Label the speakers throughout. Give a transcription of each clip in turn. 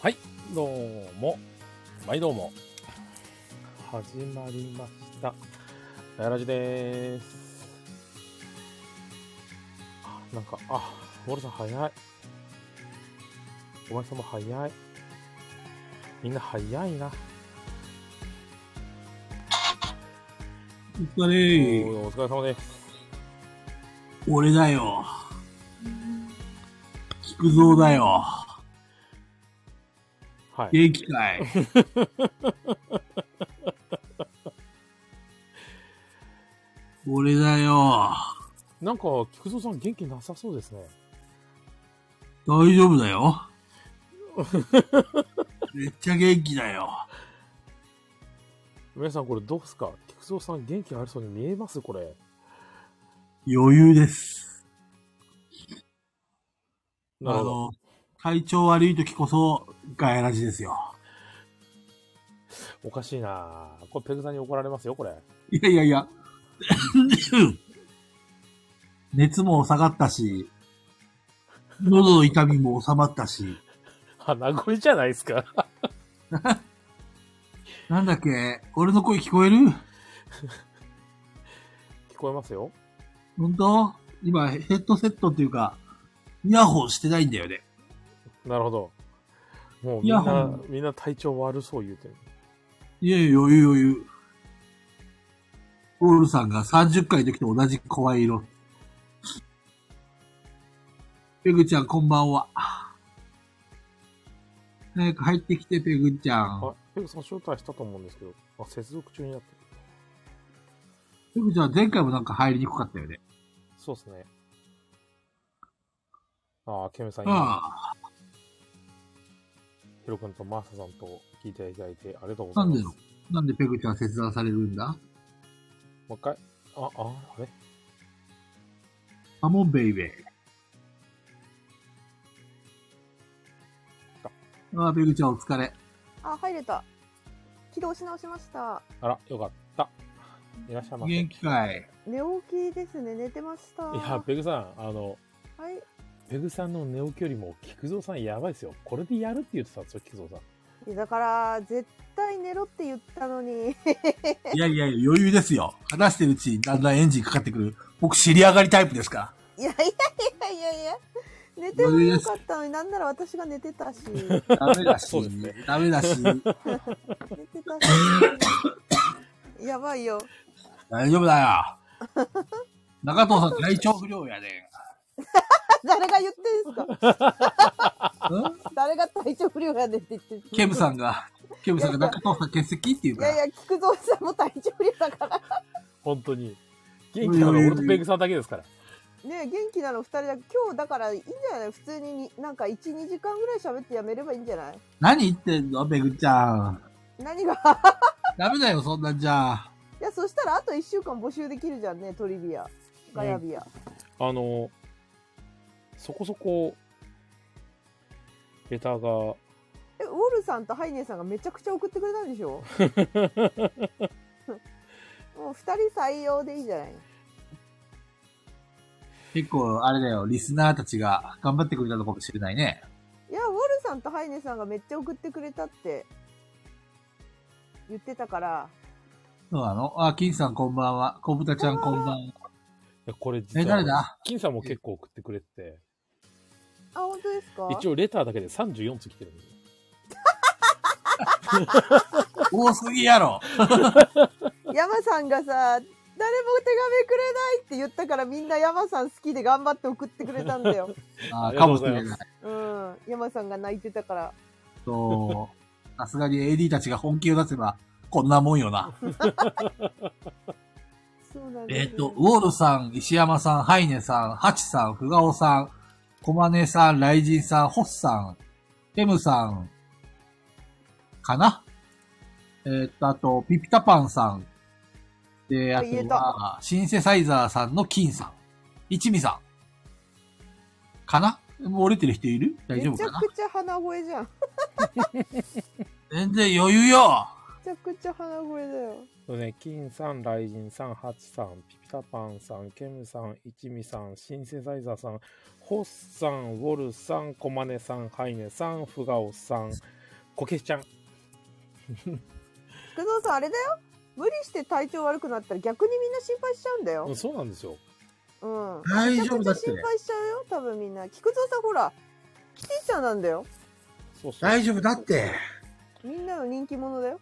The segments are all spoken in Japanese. Speaker 1: はい、どうも。毎どうも。
Speaker 2: 始まりました。ガヤラジでーす。あなんか、あ、モルさん早い。お前さんも早い。みんな早いな。
Speaker 3: お疲れ。
Speaker 2: おお疲れ様です。
Speaker 3: 俺だよ。菊蔵だよ。
Speaker 2: はい。
Speaker 3: 元気かい。俺だよ。
Speaker 2: なんか、菊蔵さん元気なさそうですね。
Speaker 3: 大丈夫だよ。めっちゃ元気だよ。
Speaker 2: 皆さんこれどうすか菊蔵さん元気ありそうに見えますこれ。
Speaker 3: 余裕です。
Speaker 2: な
Speaker 3: あ
Speaker 2: るほど。
Speaker 3: の、体調悪い時こそガヤラジですよ。
Speaker 2: おかしいなこれペグさんに怒られますよ、これ。
Speaker 3: いやいやいや。 熱も下がったし、喉の痛みも収まったし、
Speaker 2: 鼻声じゃないですか。
Speaker 3: なんだっけ、俺の声聞こえる
Speaker 2: 聞こえますよ。
Speaker 3: 本当今、ヘッドセットっていうか、イヤホンしてないんだよね。
Speaker 2: なるほど。もうみ
Speaker 3: イ
Speaker 2: ん
Speaker 3: ヤホ
Speaker 2: な
Speaker 3: ン、
Speaker 2: みんな体調悪そう言うてる。
Speaker 3: いやいや、余裕余裕。オールさんが30回の時と同じ声色。ペグちゃん、こんばんは。早く入ってきて、ペグちゃん。
Speaker 2: あ、ペグさん招待したと思うんですけど、あ、接続中になってる。
Speaker 3: ペグちゃん、前回もなんか入りにくかったよね。
Speaker 2: そうですね。あー、ケムさん、今、
Speaker 3: あ
Speaker 2: ヒロ君とマーサさんと聞いていただいてありがとうござ
Speaker 3: あ、
Speaker 2: い
Speaker 3: な
Speaker 2: ま
Speaker 3: ん
Speaker 2: す。
Speaker 3: でのなんでペグちゃん切断されるんだ
Speaker 2: もう一回。あ、あ、あれ
Speaker 3: カモンベイベー。ああ、ペグちゃんお疲れ。
Speaker 4: あ、入れた。起動し直しました。
Speaker 2: あら、よかった。いらっしゃいませ。い
Speaker 3: 元気かい。
Speaker 4: 寝起きですね。寝てました。
Speaker 2: や、ペグさん、あの、
Speaker 4: はい。
Speaker 2: ペグさんの寝起きよりも、菊蔵さんやばいですよ。これでやるって言ってたんですよ、菊蔵さん。
Speaker 4: いやだから、絶対寝ろって言ったのに。
Speaker 3: いやいやいや、余裕ですよ。話してるうちにだんだんエンジンかかってくる。僕、知り上がりタイプですか
Speaker 4: いやいやいやいやいや。寝てもよかったのになんなら私が寝てたし。寝て
Speaker 3: ら。ダメだし
Speaker 2: そうですね、
Speaker 3: ダメだし、
Speaker 4: たし。やばいよ。
Speaker 3: 大丈夫だよ。中藤さん、体調不良やね
Speaker 4: 誰が言ってんすか
Speaker 3: ん。
Speaker 4: 誰が体調不良やねんって言ってんすか
Speaker 3: ケムさんが、ケムさんが中藤さん欠席っていう
Speaker 4: い
Speaker 3: から。
Speaker 4: やいや、菊蔵さんも体調不良だから。
Speaker 2: 本当に。元気なのは俺とペグさんだけですから。
Speaker 4: ねえ元気なの二人だけ。今日だからいいんじゃない普通にに、なんか1、2時間ぐらい喋ってやめればいいんじゃない
Speaker 3: 何言ってんのペグちゃん。
Speaker 4: 何が
Speaker 3: ダメだよ、そんなんじゃ。
Speaker 4: いや、そしたらあと1週間募集できるじゃんね、トリビア。ガヤビア。
Speaker 2: あの、そこそこ、レターが、
Speaker 4: え、ウォルさんとハイネさんがめちゃくちゃ送ってくれたんでしょもう2人採用でいいじゃない
Speaker 3: 結構、あれだよ、リスナーたちが頑張ってくれたのかもしれないね。
Speaker 4: いや、ウォルさんとハイネさんがめっちゃ送ってくれたって言ってたから、
Speaker 3: そうなのあ、金さんこんばんは。小豚ちゃんこんばんは。
Speaker 2: いやこれ実
Speaker 3: え、誰だ
Speaker 2: 金さんも結構送ってくれてて、
Speaker 4: あ、本当ですか
Speaker 2: 一応レターだけで34つ来てるんですよ。
Speaker 3: 多すぎやろ。
Speaker 4: 山さんがさ、誰も手紙くれないって言ったからみんな山さん好きで頑張って送ってくれたん だよ。
Speaker 3: あ
Speaker 2: ありが
Speaker 3: か
Speaker 2: とうござ
Speaker 3: もし
Speaker 2: います
Speaker 3: れない。
Speaker 4: うん。山さんが泣いてたから。
Speaker 3: と、さすがに AD たちが本気を出せば、こんなもんよな。
Speaker 4: そうなんで
Speaker 3: え
Speaker 4: すよ
Speaker 3: っ、と、ウォールさん、石山さん、ハイネさん、ハチさん、フガオさん、コマネさん、ライジンさん、ホッさん、テムさん、かなえっ、と、あと、ピピタパンさん、で、あ
Speaker 4: あ言え
Speaker 3: と
Speaker 4: た
Speaker 3: は、シンセサイザーさんの金さん、一味さん、かなもう折れてる人いる大丈
Speaker 4: め
Speaker 3: 夫
Speaker 4: ちゃ
Speaker 3: かな
Speaker 4: くちゃ鼻声じゃん。
Speaker 3: 全然余裕よ
Speaker 4: めちゃくくちゃ鼻声だよ。
Speaker 5: そうね、金さん、雷神さん、ハチさん、ピピタパンさん、ケムさん、一味さん、シンセサイザーさん、ホッさん、ウォルさん、コマネさん、ハイネさん、フガオさん、コケちゃん。
Speaker 4: 菊蔵さん、あれだよ。無理して体調悪くなったら逆にみんな心配しちゃうんだ
Speaker 2: う
Speaker 4: よ
Speaker 2: ん。そうなんですよ。
Speaker 4: うん。
Speaker 3: 大丈夫だ
Speaker 4: めちゃく
Speaker 3: っ
Speaker 4: ちゃ
Speaker 3: て
Speaker 4: 心。配しちゃうよ、多分みんな。菊蔵さん、ほら、キティちゃんなんだよ。
Speaker 5: そうそう。
Speaker 3: 大丈夫だって。
Speaker 4: みんなの人気者だよ。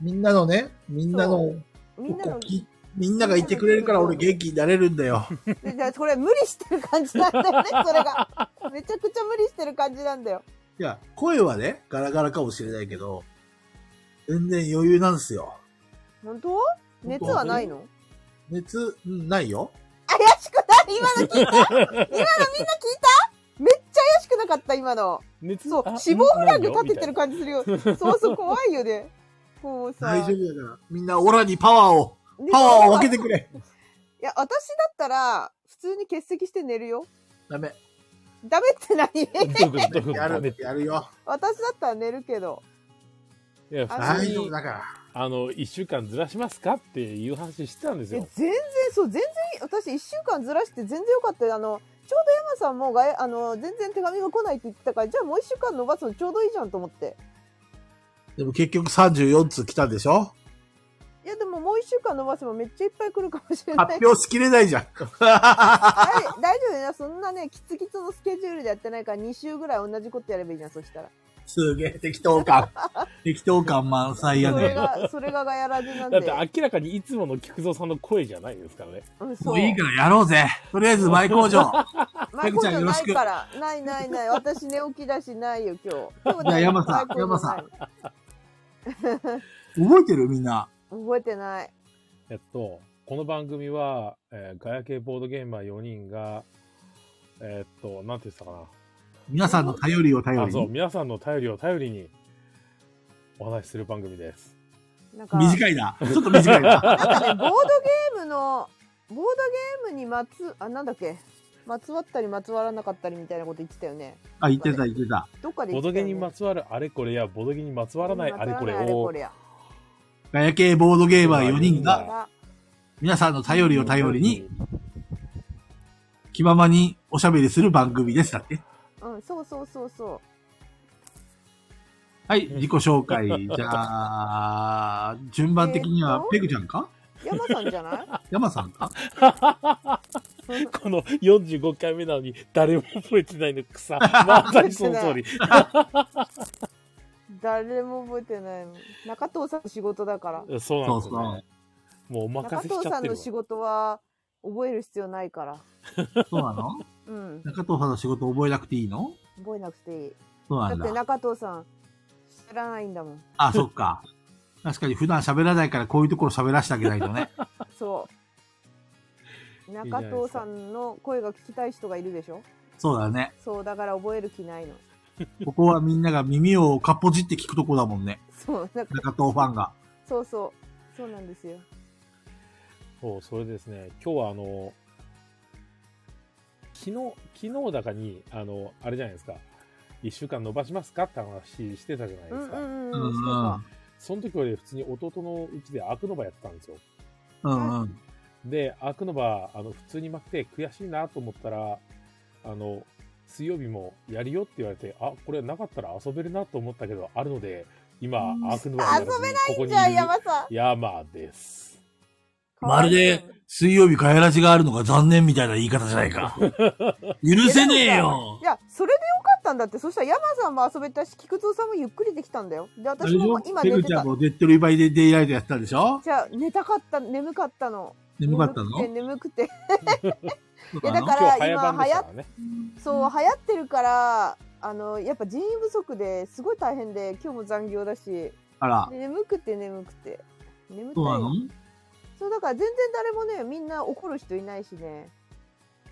Speaker 3: みんなのね、みんな
Speaker 4: そ
Speaker 3: の、
Speaker 4: みんなの、
Speaker 3: きみんながいてくれるから俺元気になれるんだよ。
Speaker 4: でじゃあこれ無理してる感じなんだよね、 それが。めちゃくちゃ無理してる感じなんだよ。
Speaker 3: いや、声はね、ガラガラかもしれないけど、全然余裕なんですよ。
Speaker 4: 本当熱はないの
Speaker 3: 熱、うんないよ。
Speaker 4: 怪しくない今の聞い た今のみんな聞いためっちゃ怪しくなかった、今の。
Speaker 2: 熱
Speaker 4: そう、
Speaker 2: あ
Speaker 4: 死亡フラグ立ててる
Speaker 2: な
Speaker 4: 感じするよ。そうそう、怖いよね。こうさ。
Speaker 3: 大丈夫だから。みんなオラにパワーを、パワーを分けてくれ。
Speaker 4: いや、私だったら、普通に欠席して寝るよ。
Speaker 3: ダメ。
Speaker 4: ダメって何
Speaker 2: みたいな。どういうことどういうこと
Speaker 3: やる、やるよ。
Speaker 4: 私だったら寝るけど。
Speaker 2: いや、
Speaker 4: あの
Speaker 2: 普
Speaker 3: 大
Speaker 2: 通
Speaker 3: 丈夫
Speaker 2: に、
Speaker 3: だから。
Speaker 2: あの、一週間ずらしますかっていう話してたんです
Speaker 4: え
Speaker 2: よ。
Speaker 4: 全然、そう、全然、私一週間ずらして全然よかったよ。あの、ちょうど山さんもがえ、あの、全然手紙が来ないって言ってたから、じゃあもう一週間伸ばすのちょうどいいじゃんと思って。
Speaker 3: でも結局34通来たでしょ
Speaker 4: いや、でももう一週間伸ばせばめっちゃいっぱい来るかもしれない。
Speaker 3: 発表しきれないじゃん。
Speaker 4: 大大丈夫だよ。そんなね、キツキツのスケジュールでやってないから、2週ぐらい同じことやればいいじゃん、そしたら。
Speaker 3: すげえ、適当 感。適当感満載や
Speaker 4: それ
Speaker 3: ね。
Speaker 4: が、それががやらずなん
Speaker 2: だ
Speaker 4: で。
Speaker 2: って明らかにいつもの菊蔵さんの声じゃないですからね。
Speaker 4: うん、そ
Speaker 3: も
Speaker 4: う。
Speaker 3: ういいからやろうぜ。とりあえず前工 場。
Speaker 4: マイ
Speaker 3: ペグ
Speaker 4: コ
Speaker 3: ち
Speaker 4: じ
Speaker 3: ゃん
Speaker 4: ゃ
Speaker 3: よろ
Speaker 4: な
Speaker 3: し
Speaker 4: い
Speaker 3: く
Speaker 4: から。ないないない。私寝起きだしないよ、今日。今
Speaker 3: じ
Speaker 4: 日
Speaker 3: ゃあ山さん
Speaker 4: マイコじゃない
Speaker 3: 山さん覚えてるみんな。
Speaker 4: 覚えてない。
Speaker 2: えっと、この番組は、えーガヤ系ボードゲーマー4人が、えーっと、なんて言ってたか
Speaker 3: 皆さんの頼りを頼
Speaker 2: な。あ、
Speaker 3: り
Speaker 2: そう、
Speaker 3: に。
Speaker 2: 皆さんの頼りを頼りにお話しする番組です。
Speaker 4: なんか、
Speaker 3: 短いな。ちょっと短い な。
Speaker 4: なんかね、ボードゲームの、ボードゲームにまつ、あ、なんだっけ。まつわったりまつわらなかったりみたいなこと言ってたよね。
Speaker 3: あ、言ってた言ってた。
Speaker 4: どっかで
Speaker 2: ボ
Speaker 4: 言っ
Speaker 2: ド
Speaker 4: てた
Speaker 2: ゲ
Speaker 4: よ、ね。
Speaker 2: にまつわるあれこれや、ボドゲにまつわらないあれこれ
Speaker 4: まつわらないあれ
Speaker 2: を
Speaker 4: こ、れや
Speaker 3: ガヤ系ボードゲーマー4人
Speaker 2: あ
Speaker 3: が、皆さんの頼りを頼りに、気ままにおしゃべりする番組です。だって。
Speaker 4: うん、そうそうそうそ
Speaker 3: はい、自己紹介。じゃあ、順番的には、ペグちゃんか
Speaker 4: う。山さんじゃない
Speaker 3: 山さんか
Speaker 2: この45回目なのに誰も覚えてないの 草。まさにその通り。
Speaker 4: 誰も覚えてないの。中藤さんの仕事だから。
Speaker 2: そうなん
Speaker 3: そう
Speaker 2: です
Speaker 3: そ
Speaker 2: よね
Speaker 3: う。。
Speaker 2: もうお任
Speaker 4: 中
Speaker 2: せし
Speaker 4: 藤
Speaker 2: ちゃ
Speaker 4: さ
Speaker 2: っ
Speaker 4: ん
Speaker 2: てる
Speaker 4: の
Speaker 2: わ。
Speaker 4: 仕事は覚える必要ないから。
Speaker 3: そうなの
Speaker 4: うん、
Speaker 3: 中藤さんの仕事覚えなくていいの
Speaker 4: 覚えなくていい。
Speaker 3: そうな
Speaker 4: だ
Speaker 3: ん
Speaker 4: って
Speaker 3: だ。
Speaker 4: 中藤さん知らないんだもん。
Speaker 3: あ、そっか。確かに普段喋らないからこういうところ喋らせてあげないとね。
Speaker 4: そう。
Speaker 2: いじゃな
Speaker 4: 中
Speaker 2: いですか
Speaker 4: 藤さんの声が聞きたい人がいるでしょ
Speaker 3: そうだね。
Speaker 4: そう、だから覚える気ないの。
Speaker 3: ここはみんなが耳をかっぽじって聞くとこだもんね。
Speaker 4: そう、なんか
Speaker 3: 中藤ファンが。
Speaker 4: そうそう。そうなんですよ。
Speaker 2: そう、それですね。今日はあの、昨日、昨日だかに、あの、あれじゃないですか。一週間伸ばしますかって話してたじゃないうで
Speaker 4: ん
Speaker 2: すか。
Speaker 4: うん
Speaker 3: う
Speaker 4: うん。そうか
Speaker 3: ん
Speaker 2: その時俺普通に弟のうちでアークノバやってたんですよ。
Speaker 3: うん。うんうん。
Speaker 2: で、アークノバ、あの、普通に負けて悔しいなと思ったら、あの、水曜日もやるよって言われて、あ、これなかったら遊べるなと思ったけど、あるので、今、アークノバやらずにここに
Speaker 4: じゃあ
Speaker 2: いる
Speaker 4: 山さん。
Speaker 2: 山です。
Speaker 3: まるで水曜日ガヤラジがあるのが残念みたいな言い方じゃない か。許せねえよ
Speaker 4: いや、それでよかったんだって。そしたら山さんも遊べたし、菊蔵さんもゆっくりできたんだよ。で、
Speaker 3: あ
Speaker 4: 私
Speaker 3: れでし
Speaker 4: も
Speaker 3: ょ
Speaker 4: 今
Speaker 3: ペ
Speaker 4: 寝
Speaker 3: グ
Speaker 4: て
Speaker 3: ちゃ
Speaker 4: た
Speaker 3: ん。もデッドリバイでデイライトやってたでしょ
Speaker 4: じゃあ、寝たかった、眠かったの。
Speaker 3: 眠かったの
Speaker 4: 眠くて、眠くて。
Speaker 3: そう
Speaker 4: いや
Speaker 3: な
Speaker 4: だ
Speaker 3: の
Speaker 2: 今
Speaker 4: から
Speaker 2: 日早
Speaker 4: 今
Speaker 2: 番で
Speaker 4: 流
Speaker 2: した
Speaker 4: 行っ
Speaker 2: からね。
Speaker 4: そう、流行ってるから、あの、やっぱ人員不足ですごい大変で、今日も残業だし、で
Speaker 3: あら、
Speaker 4: 眠くて眠くて。眠た
Speaker 3: そ
Speaker 4: いう
Speaker 3: なの
Speaker 4: よ。そう、だから全然誰もね、みんな怒る人いないしね。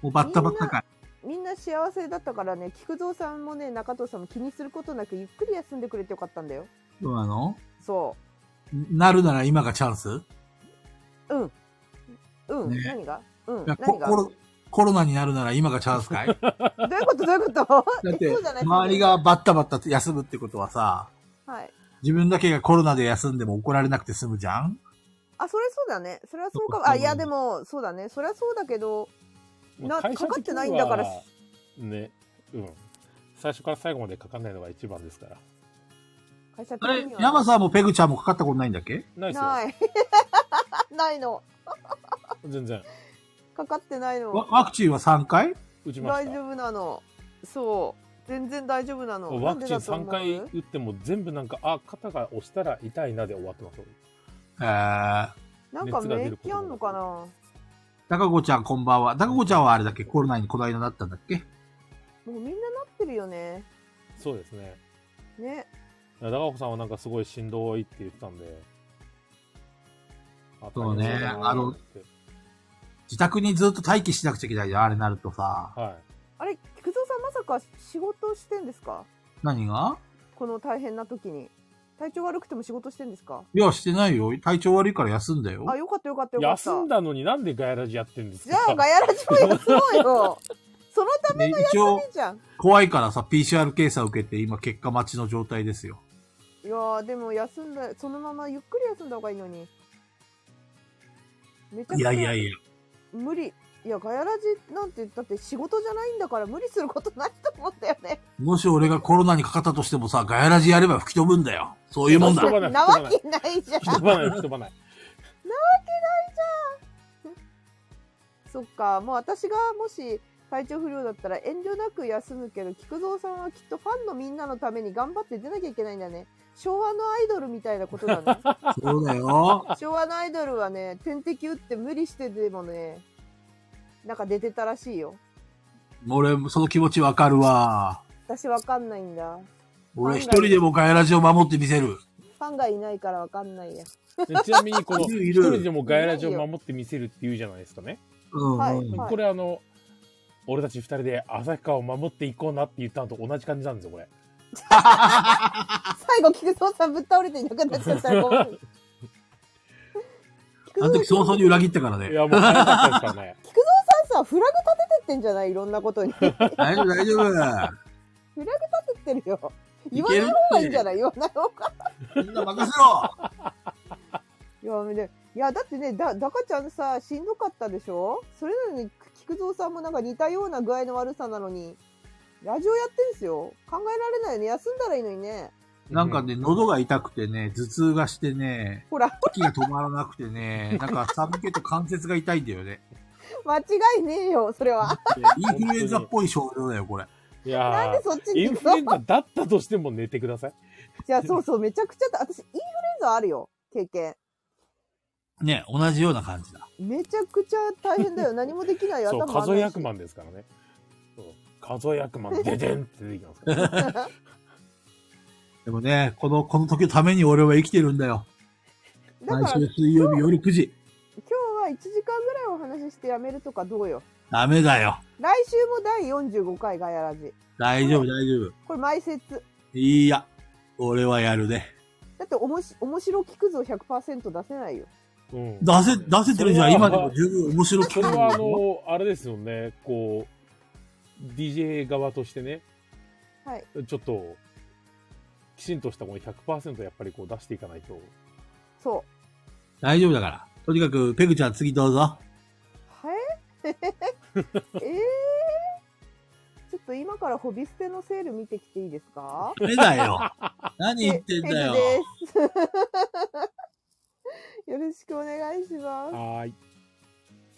Speaker 3: もうバッタバッタかい。
Speaker 4: みんな幸せだったからね、菊蔵さんもね、中藤さんも気にすることなくゆっくり休んでくれてよかったんだよ。
Speaker 3: そうなの
Speaker 4: そ
Speaker 3: なるなら今がチャンス
Speaker 4: う。うん。うん。
Speaker 3: ね
Speaker 4: 何がう
Speaker 3: い
Speaker 4: ん。
Speaker 3: や
Speaker 4: 何
Speaker 3: コ
Speaker 4: が
Speaker 3: コロコロナになるなら今がチャンスかい だ
Speaker 4: どういうことどういうこと
Speaker 3: っ
Speaker 4: え
Speaker 3: て
Speaker 4: そうじゃない
Speaker 3: 周りがバッタバッタ休むってことはさ、
Speaker 4: はい。
Speaker 3: 自分だけがコロナで休んでも怒られなくて済むじゃん
Speaker 4: あ、それそうだね。それはそう
Speaker 3: そう
Speaker 4: かも。
Speaker 3: そう
Speaker 4: あ、いや、でも、そうだね。それはそうだけど、な
Speaker 2: 会社
Speaker 4: かかっ
Speaker 2: 的
Speaker 4: て
Speaker 2: に
Speaker 4: ないんだから
Speaker 2: はねうん最初から最後までかかんないのが一番ですから
Speaker 4: 会社的
Speaker 3: あれ
Speaker 4: に、は。
Speaker 3: 山さんもペグちゃんもかかったことないんだっけ
Speaker 2: ないですよ
Speaker 4: ない。 ないの。
Speaker 2: 全然
Speaker 4: かかってないの
Speaker 3: ワ。ワクチンは3回
Speaker 2: 打ちま
Speaker 4: 大
Speaker 2: した
Speaker 4: 丈夫なの。そう。全然大丈夫なの。
Speaker 2: ワクチン
Speaker 4: なんでだと思
Speaker 2: 3
Speaker 4: う
Speaker 2: 回打っても全部なんかあ肩が押したら痛いなで終わってます
Speaker 3: えー、
Speaker 4: なんか
Speaker 2: 熱が出
Speaker 4: 免
Speaker 2: ること
Speaker 4: 疫あんのかな
Speaker 3: 高子ちゃんこんばんは。高子ちゃんはあれだっけコロナにこの間なったんだっけ
Speaker 4: もうみんななってるよね。
Speaker 2: そうですね
Speaker 4: ね。
Speaker 2: 長岡さんはなんかすごいしんどいって言ってたんであ
Speaker 3: そうね
Speaker 2: 大変だな
Speaker 3: あの
Speaker 2: って
Speaker 3: 自宅にずっと待機しなくちゃいけないじゃん。あれなるとさ。
Speaker 2: は
Speaker 4: あれ、菊蔵さんまさか仕事してんですか
Speaker 3: 何が
Speaker 4: この大変な時に。体調悪くても仕事してんですか
Speaker 3: いや、してないよ。体調悪いから休んだよ。
Speaker 4: あ、よかったよかった
Speaker 2: い
Speaker 4: よかった。
Speaker 2: 休んだのになんでガヤラジやってんです
Speaker 4: じ
Speaker 2: か
Speaker 4: ゃあ、ガヤラジもやそ うよ。そのため
Speaker 3: で一応
Speaker 4: に、じゃん。
Speaker 3: 怖いからさ、PCR 検査受けて、今結果待ちの状態ですよ。
Speaker 4: いやー、でも休んだ、そのままゆっくり休んだ方がいいのに。めちゃく
Speaker 3: い
Speaker 4: ちゃ
Speaker 3: やいやいや。
Speaker 4: 無理。いや、ガヤラジなんて、だって仕事じゃないんだから無理することないと思ったよね。
Speaker 3: もし俺がコロナにかかったとしてもさ、ガヤラジやれば吹き飛ぶんだよ。そういうもんだ
Speaker 2: 吹き。飛ばない
Speaker 4: なわけないじゃん。
Speaker 2: 吹き飛ばない吹き飛ばない
Speaker 4: そっか、もう私がもし体調不良だったら遠慮なく休むけど、菊蔵さんはきっとファンのみんなのために頑張って出なきゃいけないんだね。昭和のアイドルみたいなことだね。
Speaker 3: そうだよ。
Speaker 4: 昭和のアイドルはね、点滴打って無理してでもね、なんか出てたらしいよ。
Speaker 3: 俺、その気持ちわかるわ。
Speaker 4: 私わかんないんだ。
Speaker 3: 俺一人でもガヤラジを守ってみせる。
Speaker 4: ファンがいないからわかんないや。
Speaker 2: でちなみにこの
Speaker 3: いるい
Speaker 2: 一
Speaker 3: る
Speaker 2: 人でもガヤラジを守ってみせるって言うじゃないですかね
Speaker 3: うん、
Speaker 4: はい
Speaker 3: うん
Speaker 4: はい
Speaker 2: これあの俺たち二人で旭川を守っていこうなって言ったのと同じ感じなんですよこれ
Speaker 4: 最後、菊蔵さんぶっ倒れていなくなっち ゃったらごめん。菊
Speaker 3: あの
Speaker 4: 蔵
Speaker 3: 時早々に裏切ったから
Speaker 2: い
Speaker 3: ね。
Speaker 2: やもう早かったですからね
Speaker 4: さんさ、フラグ立ててってんじゃないいろんなことに。フラグ
Speaker 3: 大丈夫、大丈夫。
Speaker 4: 立ててるよ。言わ
Speaker 3: け
Speaker 4: な
Speaker 3: る
Speaker 4: い方がいいんじゃ
Speaker 3: っ
Speaker 4: ない言わない方が。
Speaker 3: てみんな任せろ。
Speaker 4: いやでいやだってねだダカちゃんさしんどかったでしょそれなのにく菊蔵さんもなんか似たような具合の悪さなのにラジオやってんですよ考えられないよね休んだらいいのにね
Speaker 3: なんかね、喉が痛くてね、頭痛がしてね、
Speaker 4: ほら
Speaker 3: 息が止まらなくてね、なんか寒気と関節が痛いんだよね。
Speaker 4: 間違いねえよそれは
Speaker 3: インフルエンザっぽい症状だよ、これ。
Speaker 2: い
Speaker 4: なん
Speaker 2: や
Speaker 4: でそっち
Speaker 2: ーイ
Speaker 4: に
Speaker 2: ン
Speaker 4: 行
Speaker 2: フ
Speaker 4: くの
Speaker 2: ルエンザだったとしても寝てください
Speaker 4: じゃあそうそうめちゃくちゃだ私インフルエンザあるよ経験
Speaker 3: ね、同じような感じだ。
Speaker 4: めちゃくちゃ大変だ よ何もできないよ
Speaker 2: そう
Speaker 4: 頭
Speaker 2: 数え役
Speaker 4: も
Speaker 2: マンですからねそう数え役マンデデンって出てきますから
Speaker 3: でもね、この、この時のために俺は生きてるんだよ。
Speaker 4: だから
Speaker 3: 毎
Speaker 4: 今
Speaker 3: 週水曜日夜9時。
Speaker 4: 日は1時間ぐらいお話ししてやめるとかどうよ
Speaker 3: ダメだよ。
Speaker 4: 来週も第45回ガヤラジ
Speaker 3: 大丈夫、大丈夫。
Speaker 4: これ毎節
Speaker 3: いいや、俺はやるね。
Speaker 4: だっておもし面白聞くぞ100%出せないよ
Speaker 2: うん
Speaker 3: 出せ、出せてるじゃん。
Speaker 2: それは
Speaker 3: 今でも十分面白く
Speaker 2: そ
Speaker 3: 聞
Speaker 2: れ
Speaker 3: こえ
Speaker 2: はあ
Speaker 3: るよ。
Speaker 2: のあれですよねこう DJ 側としてね
Speaker 4: はい
Speaker 2: ちょっときちんとしたこの100%やっぱりこう出していかないと
Speaker 4: そう
Speaker 3: 大丈夫だから。とにかく、ペグちゃん次どうぞ。
Speaker 4: は いえー、ちょっと今からホビステのセール見てきていいですか
Speaker 3: ダメだよ。何言ってんだよ。
Speaker 4: えペグです。よろしくお願いしま
Speaker 2: はーい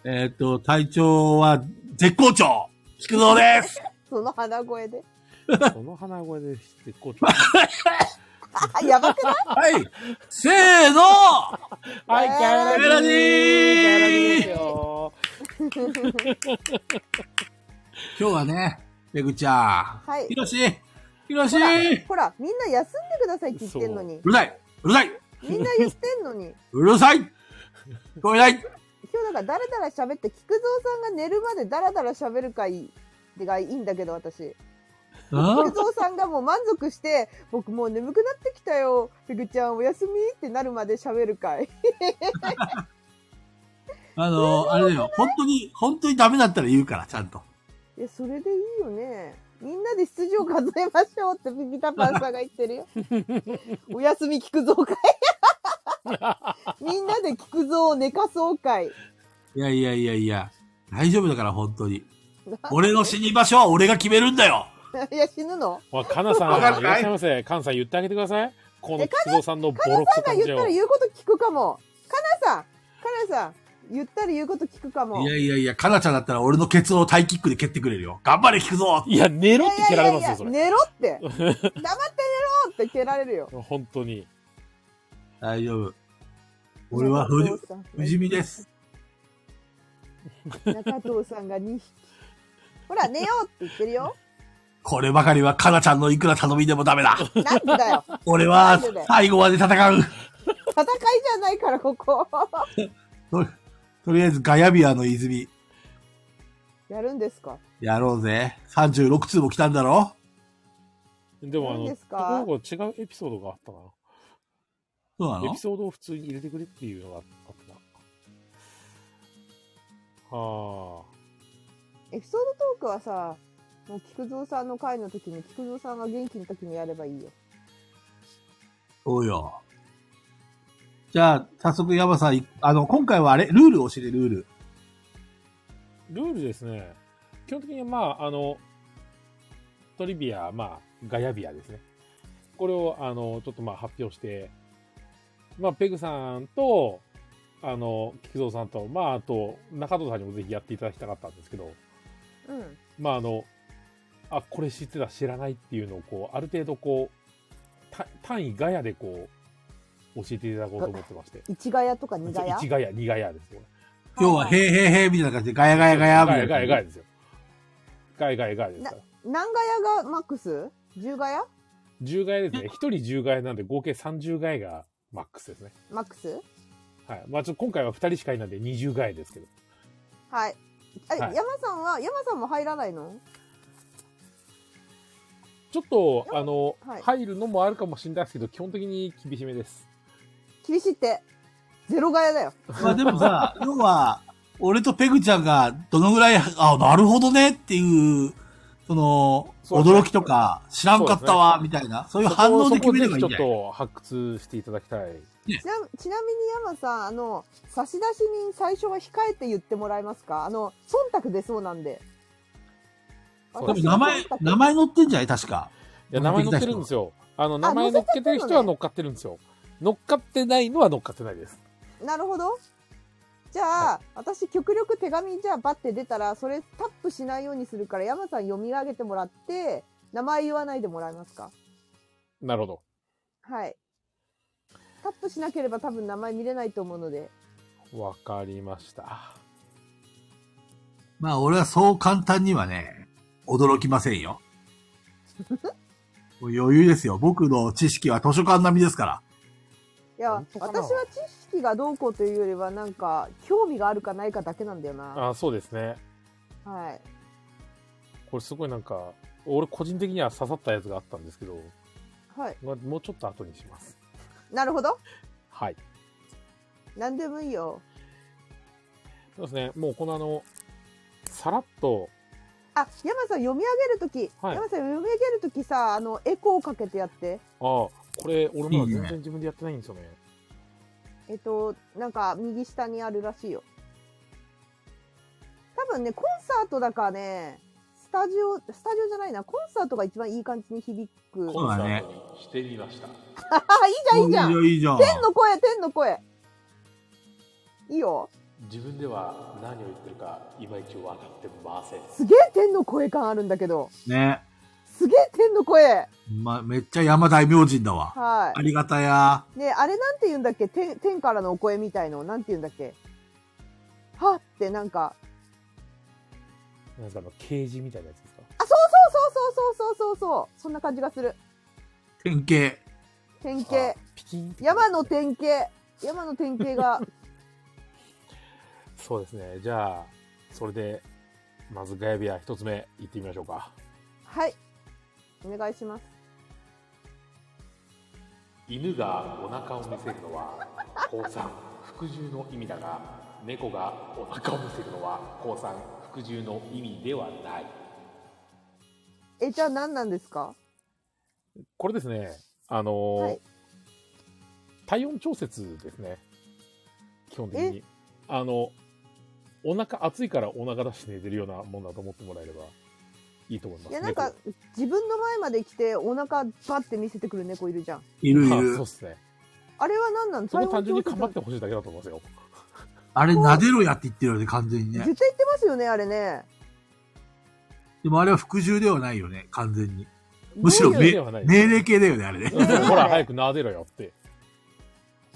Speaker 3: えーっと、体調は絶好調菊蔵 です
Speaker 4: す。その鼻声で。
Speaker 2: その鼻声でしてこう
Speaker 4: あ、やばくない
Speaker 3: はいせーの
Speaker 2: はい、ギャラリー
Speaker 3: ギャラリー
Speaker 2: ギャラリーですよ
Speaker 3: 今日はね、ペグちゃ
Speaker 4: は
Speaker 3: ん。
Speaker 4: い
Speaker 3: ひ。ろしひろし
Speaker 4: ほら
Speaker 3: う、
Speaker 4: ほらみんな休んでくださいって言ってんのに。
Speaker 3: るさいうるさい
Speaker 4: みんな言ってんのに。
Speaker 3: うるさい聞こえない
Speaker 4: 今日だからダラダラ喋って、菊蔵さんが寝るまでダラダラ喋る会がいいんだけど、私。
Speaker 3: うん
Speaker 4: 菊蔵さんがもう満足して、僕もう眠くなってきたよ。ペグちゃんおやすみってなるまで喋るかい。
Speaker 3: あの、あれだよ。本当に、本当にダメだったら言うから、ちゃんと。
Speaker 4: いや、それでいいよね。みんなで出場数えましょうってピピタパンさんが言って るよ。おやすみ聞くぞ会。 みんなで聞くぞを寝かそう会。
Speaker 3: いやいやいやいや、大丈夫だから、本当に。俺の死に場所は俺が決めるんだよ
Speaker 4: いや、死ぬの
Speaker 2: まあ、かなさん、
Speaker 3: わ
Speaker 2: い
Speaker 3: か
Speaker 2: ら
Speaker 3: る
Speaker 2: っ
Speaker 3: かい
Speaker 2: しゃいませ。かんさん言ってあげてください。この
Speaker 4: え
Speaker 2: 木久蔵さんのボ
Speaker 4: かな
Speaker 2: ロク
Speaker 4: さ
Speaker 2: ソ
Speaker 4: んが
Speaker 2: 感
Speaker 4: 言
Speaker 2: じ
Speaker 4: っ
Speaker 2: を
Speaker 4: たら。言うこと聞くかも。かなさん、かなさん、言ったら言うこと聞くかも。
Speaker 3: いやいやいや、かなちゃんだったら俺のケツをタイキックで蹴ってくれるよ。頑張れ、聞くぞ
Speaker 2: いや、寝ろって蹴られますよ、それ。
Speaker 4: 寝ろって。黙って寝ろって蹴られるよ。
Speaker 2: 本当に。
Speaker 3: 大丈夫。俺は不
Speaker 4: 中藤さん
Speaker 3: 不死身です。
Speaker 4: 中藤さんが2匹。ほら、寝ようって言ってるよ。
Speaker 3: こればかりはかなちゃんのいくら頼みでもダメ だ。
Speaker 4: なんでだよ。
Speaker 3: 俺は
Speaker 4: なんでだよ
Speaker 3: 最後まで戦う。
Speaker 4: 戦いじゃないから、ここ。
Speaker 3: ととりあえずガヤビアの泉、
Speaker 4: やるんですか
Speaker 3: やろうぜ。36通も来たんだろ
Speaker 2: でも、あ
Speaker 4: 何
Speaker 2: の、
Speaker 4: ですか
Speaker 2: ところが違うエピソードがあったな。
Speaker 3: そうなの
Speaker 2: エピソードを普通に入れてくれっていうのがあったな。は
Speaker 4: エピソードトークはさ、もう菊蔵さんの回の時に、菊蔵さんが元気の時にやればいいよ。
Speaker 3: そうよ。じゃあ、早速山さんい、あの、今回はあれルールを教えて、ルール。
Speaker 2: あ。ルールですね。基本的には、まあ、あの、トリビア、まあ、ガヤビアですね。これを、あの、ちょっとまあ発表して、まあ、ペグさんと、あの、菊蔵さんと、まあ、あと、中戸さんにもぜひやっていただきたかったんですけど、
Speaker 4: うん。
Speaker 2: まああの、あ、これ知ってた、知らないっていうのを、こう、ある程度、こう、た単位ガヤで、こう、教えていただこうと思ってまして。
Speaker 4: 一ガヤとか二ガヤ
Speaker 2: 1ガヤ、2ガヤですよ。
Speaker 3: 今日は、へーへーへーみたいな感じで、ガヤガヤガヤみ
Speaker 2: ガ
Speaker 3: た
Speaker 2: ヤ
Speaker 3: いな。
Speaker 2: ガヤガヤですよ。ガヤガヤガヤですから。
Speaker 4: 何ガヤがマックス十ガヤ
Speaker 2: 10ガヤですね。1人10ガヤなんで、合計30ガヤがマックスですね。
Speaker 4: マックス
Speaker 2: はい。まあちょっと今回は2人しかいないんで20ガヤですけど。
Speaker 4: はい。え、
Speaker 2: はい
Speaker 4: 山さんは、山さんも入らないの
Speaker 2: ちょっと、あの、
Speaker 4: はい
Speaker 2: 入るのもあるかもしれないですけど、基本的に厳しめです。
Speaker 4: 厳しいって。ゼロガヤだよ。
Speaker 3: まあでもさ、 要は、俺とペグちゃんがどのぐらい、あ、なるほどねっていう、その、
Speaker 2: そうですね
Speaker 3: 驚きとか、知らんかったわ、みたいな、そういう反応で決めればいいん
Speaker 2: そこをそこをぜひ
Speaker 3: だ
Speaker 2: ち
Speaker 3: よ。
Speaker 2: ょっと発掘していただきたい。
Speaker 4: ちなちなみに山さん、あの、差出人最初は控えて言ってもらえますかあの、忖度出そうなんで。
Speaker 2: そう
Speaker 3: でも
Speaker 4: 私
Speaker 3: 名前
Speaker 4: 忖度、
Speaker 3: 名前載ってんじゃない確か。
Speaker 2: いや、名前載ってるんですよ。あの、名前載
Speaker 4: 載
Speaker 2: っけ
Speaker 4: せち
Speaker 2: て
Speaker 4: ゃ
Speaker 2: る
Speaker 4: ったのね
Speaker 2: 人は乗っかってるんですよ。乗っかってないのは乗っかってないです。
Speaker 4: なるほど。じゃあ、私極力手紙じゃあバッて出たら、それタップしないようにするから山さん読み上げてもらって、名前言わないでもらえますか
Speaker 2: なるほ
Speaker 4: はい。タップしなければ多分名前見れないと思うので。
Speaker 2: ど。わかりました。
Speaker 3: まあ俺はそう簡単にはね、驚きませんよ。もう余裕ですよ。僕の知識は図書館並みですから。
Speaker 4: いや
Speaker 2: 本、当かな
Speaker 4: 私は知識がどうこうというよりは、なんか、興味があるかないかだけなんだよな。
Speaker 2: あ、そうですね。
Speaker 4: はい。
Speaker 2: これすごいなんか、俺個人的には刺さったやつがあったんですけど、
Speaker 4: はい。
Speaker 2: まあもうちょっと後にします。
Speaker 4: なるほど。
Speaker 2: はい。
Speaker 4: 何でもいいよ。
Speaker 2: そうですね。もうこのあの、さらっと、
Speaker 4: あ、山さん読み上げるとき、
Speaker 2: はい
Speaker 4: 山さん読み上げるときさ、あの、エコーかけてやって。
Speaker 2: ああ、これ俺まだ全
Speaker 3: いい
Speaker 2: 然自分でやってないんですよね。
Speaker 4: えっと、なんか、右下にあるらしいよ。多分ね、コンサートだからね、スタジオ、スタジオじゃないな、コンサートが一番いい感じに響く。
Speaker 3: そうだね。
Speaker 2: してみました。
Speaker 4: ああ、いいじゃん、いいじゃん。
Speaker 3: いいじゃん。
Speaker 4: 天の声、天の声。いいよ。
Speaker 2: 自分では何を言ってるか、いまいち分かってません。
Speaker 4: すげえ天の声感あるんだけど。
Speaker 3: ね。
Speaker 4: すげえ天の声。
Speaker 3: ま、めっちゃ山大明神だわ。
Speaker 4: は
Speaker 3: ありがたや。
Speaker 4: い。ねあれなんて言うんだっけ天天からのお声みたいの。なんて言うんだっけはってなんか。
Speaker 2: なんかあの、ケージみたいなやつですか
Speaker 4: あ、そうそうそうそうそうそうそうそう。そんな感じがする。
Speaker 3: 典型。
Speaker 4: 典型。
Speaker 2: ピキンって
Speaker 4: 山の典型。山の典型が。
Speaker 2: そうですね。じゃあ、それで、まずガヤビア一つ目行ってみましょうか。
Speaker 4: はい。お願いします。
Speaker 2: 犬がお腹を見せるのは、降参、服従の意味だが、猫がお腹を見せるのは、降参、服従の意味ではない。
Speaker 4: え、じゃあ何なんですか
Speaker 2: これですね、あのー
Speaker 4: はい
Speaker 2: 体温調節ですね。基本的に。あの、お腹暑いからお腹出して寝てるようなもんだと思ってもらえればいいと思います。
Speaker 4: いや、なんか
Speaker 2: 猫、
Speaker 4: 自分の前まで来て、お腹バッて見せてくる猫いるじゃん。
Speaker 3: いるい
Speaker 2: あ そう
Speaker 3: る
Speaker 2: っ。すね。
Speaker 4: あれは何なん
Speaker 2: そこ
Speaker 4: 体温
Speaker 2: 単純に
Speaker 4: 調節
Speaker 2: 構ってほしいだけだと思いますよ。
Speaker 3: あれ、撫でろやって言ってるよね、完全にね。
Speaker 4: 絶対言ってますよね、あれね。
Speaker 3: でもあれは服従ではないよね、完全に。むしろ
Speaker 4: どう
Speaker 2: 命
Speaker 4: い
Speaker 2: 令
Speaker 4: う
Speaker 2: ではない
Speaker 3: 命令系だよね、あれね。
Speaker 4: ね
Speaker 2: ほら、早く撫でろよって。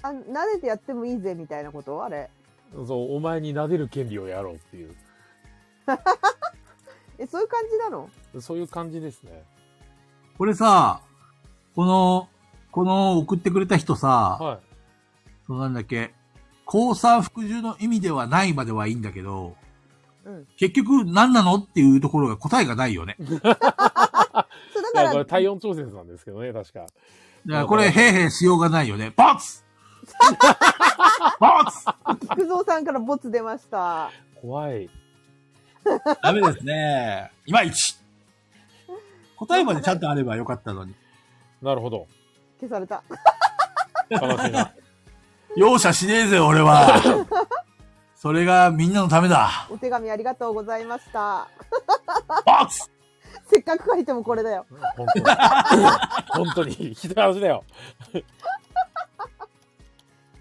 Speaker 4: あ、撫でてやってもいいぜ、みたいなことあれ。
Speaker 2: そう、お前に撫でる権利をやろうっていう。
Speaker 4: え、そういう感じなの
Speaker 2: そういう感じですね。
Speaker 3: これさ、この、この送ってくれた人さ、
Speaker 2: は
Speaker 3: そのなんだっけ、降参服従の意味ではないまではいいんだけど、
Speaker 4: うん
Speaker 3: 結局何なのっていうところが答えがないよね。
Speaker 4: そう、だ
Speaker 2: い。だ
Speaker 4: か
Speaker 2: からこ
Speaker 4: ら
Speaker 2: れ、体温調節なんですけどね、確か。
Speaker 3: だからこれ、へいへいしようがないよね。バツ バツ
Speaker 4: 菊蔵さんからボツ出ました。
Speaker 2: 怖い。
Speaker 3: ダメですね。いまいち答えまでちゃんとあればよかったのに。
Speaker 2: なるほど。
Speaker 4: 消された。
Speaker 2: 悲しいな。
Speaker 3: 容赦しねえぜ、俺は。 それがみんなのためだ。
Speaker 4: お手紙ありがとうございました。
Speaker 3: バツ
Speaker 4: せっかく書いてもこれだよ。
Speaker 2: 本当に。本当に。 ひどい話だよ。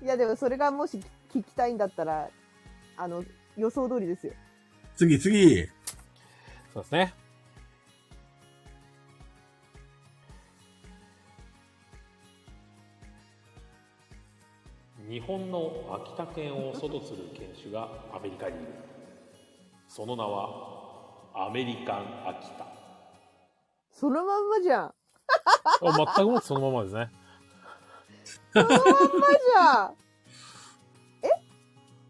Speaker 4: いや、でもそれがもし聞きたいんだったら、あの、予想通りですよ。
Speaker 3: 次、次。
Speaker 2: そうですね。日本の秋田犬を外する犬種がアメリカにいる。その名はアメリカン秋田。
Speaker 4: そのまんまじゃん。
Speaker 2: あ全くもってそのままですね。
Speaker 4: まんまじゃん。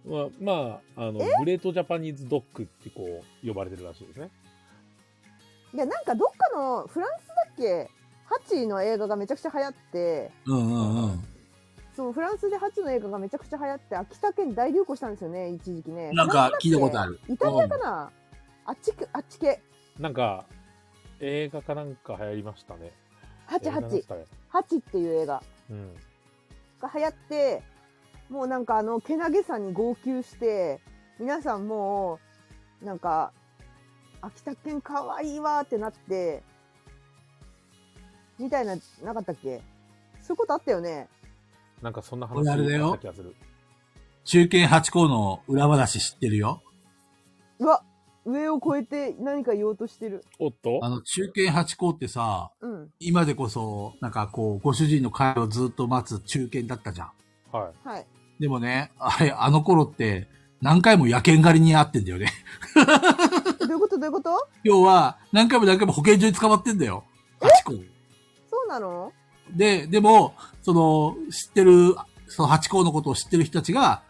Speaker 2: まあ、まあ、あの、グレートジャパニーズドッグってこう、呼ばれてるらしいですね。
Speaker 4: いや、なんかどっかの、フランスだっけハチの映画がめちゃくちゃ流行って、
Speaker 3: うんうんうん。
Speaker 4: そう、フランスでハチの映画がめちゃくちゃ流行って、秋田県大流行したんですよね、一時期ね。
Speaker 3: なんか聞いたことある。
Speaker 4: イタリアかなあっちく、あっち系。
Speaker 2: なんか、映画かなんか流行りましたね。
Speaker 4: ハチハ
Speaker 2: 映画で
Speaker 4: チ
Speaker 2: し。たね
Speaker 4: ハチっていう映画
Speaker 2: うん。
Speaker 4: が流行って、もうなんかあの、けなげさに号泣して、皆さんもう、なんか、秋田県かわいいわーってなって、みたいな、なかったっけそういうことあったよね。
Speaker 2: なんかそんな
Speaker 3: こ
Speaker 2: 話
Speaker 3: れあれだよ
Speaker 2: あった気がする。
Speaker 3: 中堅八校の裏話知ってるよ。
Speaker 4: うわ、上を越えて何か言おうとしてる。
Speaker 2: おっと
Speaker 3: あの、中堅八校ってさ、
Speaker 4: うん。
Speaker 3: 今でこそ、なんかこう、ご主人の会をずっと待つ中堅だったじゃん。
Speaker 2: は
Speaker 4: はい。
Speaker 3: でもね、あれ、あの頃って、何回も野犬狩りにあってんだよね。
Speaker 4: どういうことどういうこと
Speaker 3: 要は、何回も何回も保健所に捕まってんだよ。八校。
Speaker 4: そうなの
Speaker 3: で、でも、その、知ってる、その八校のことを知ってる人たちが、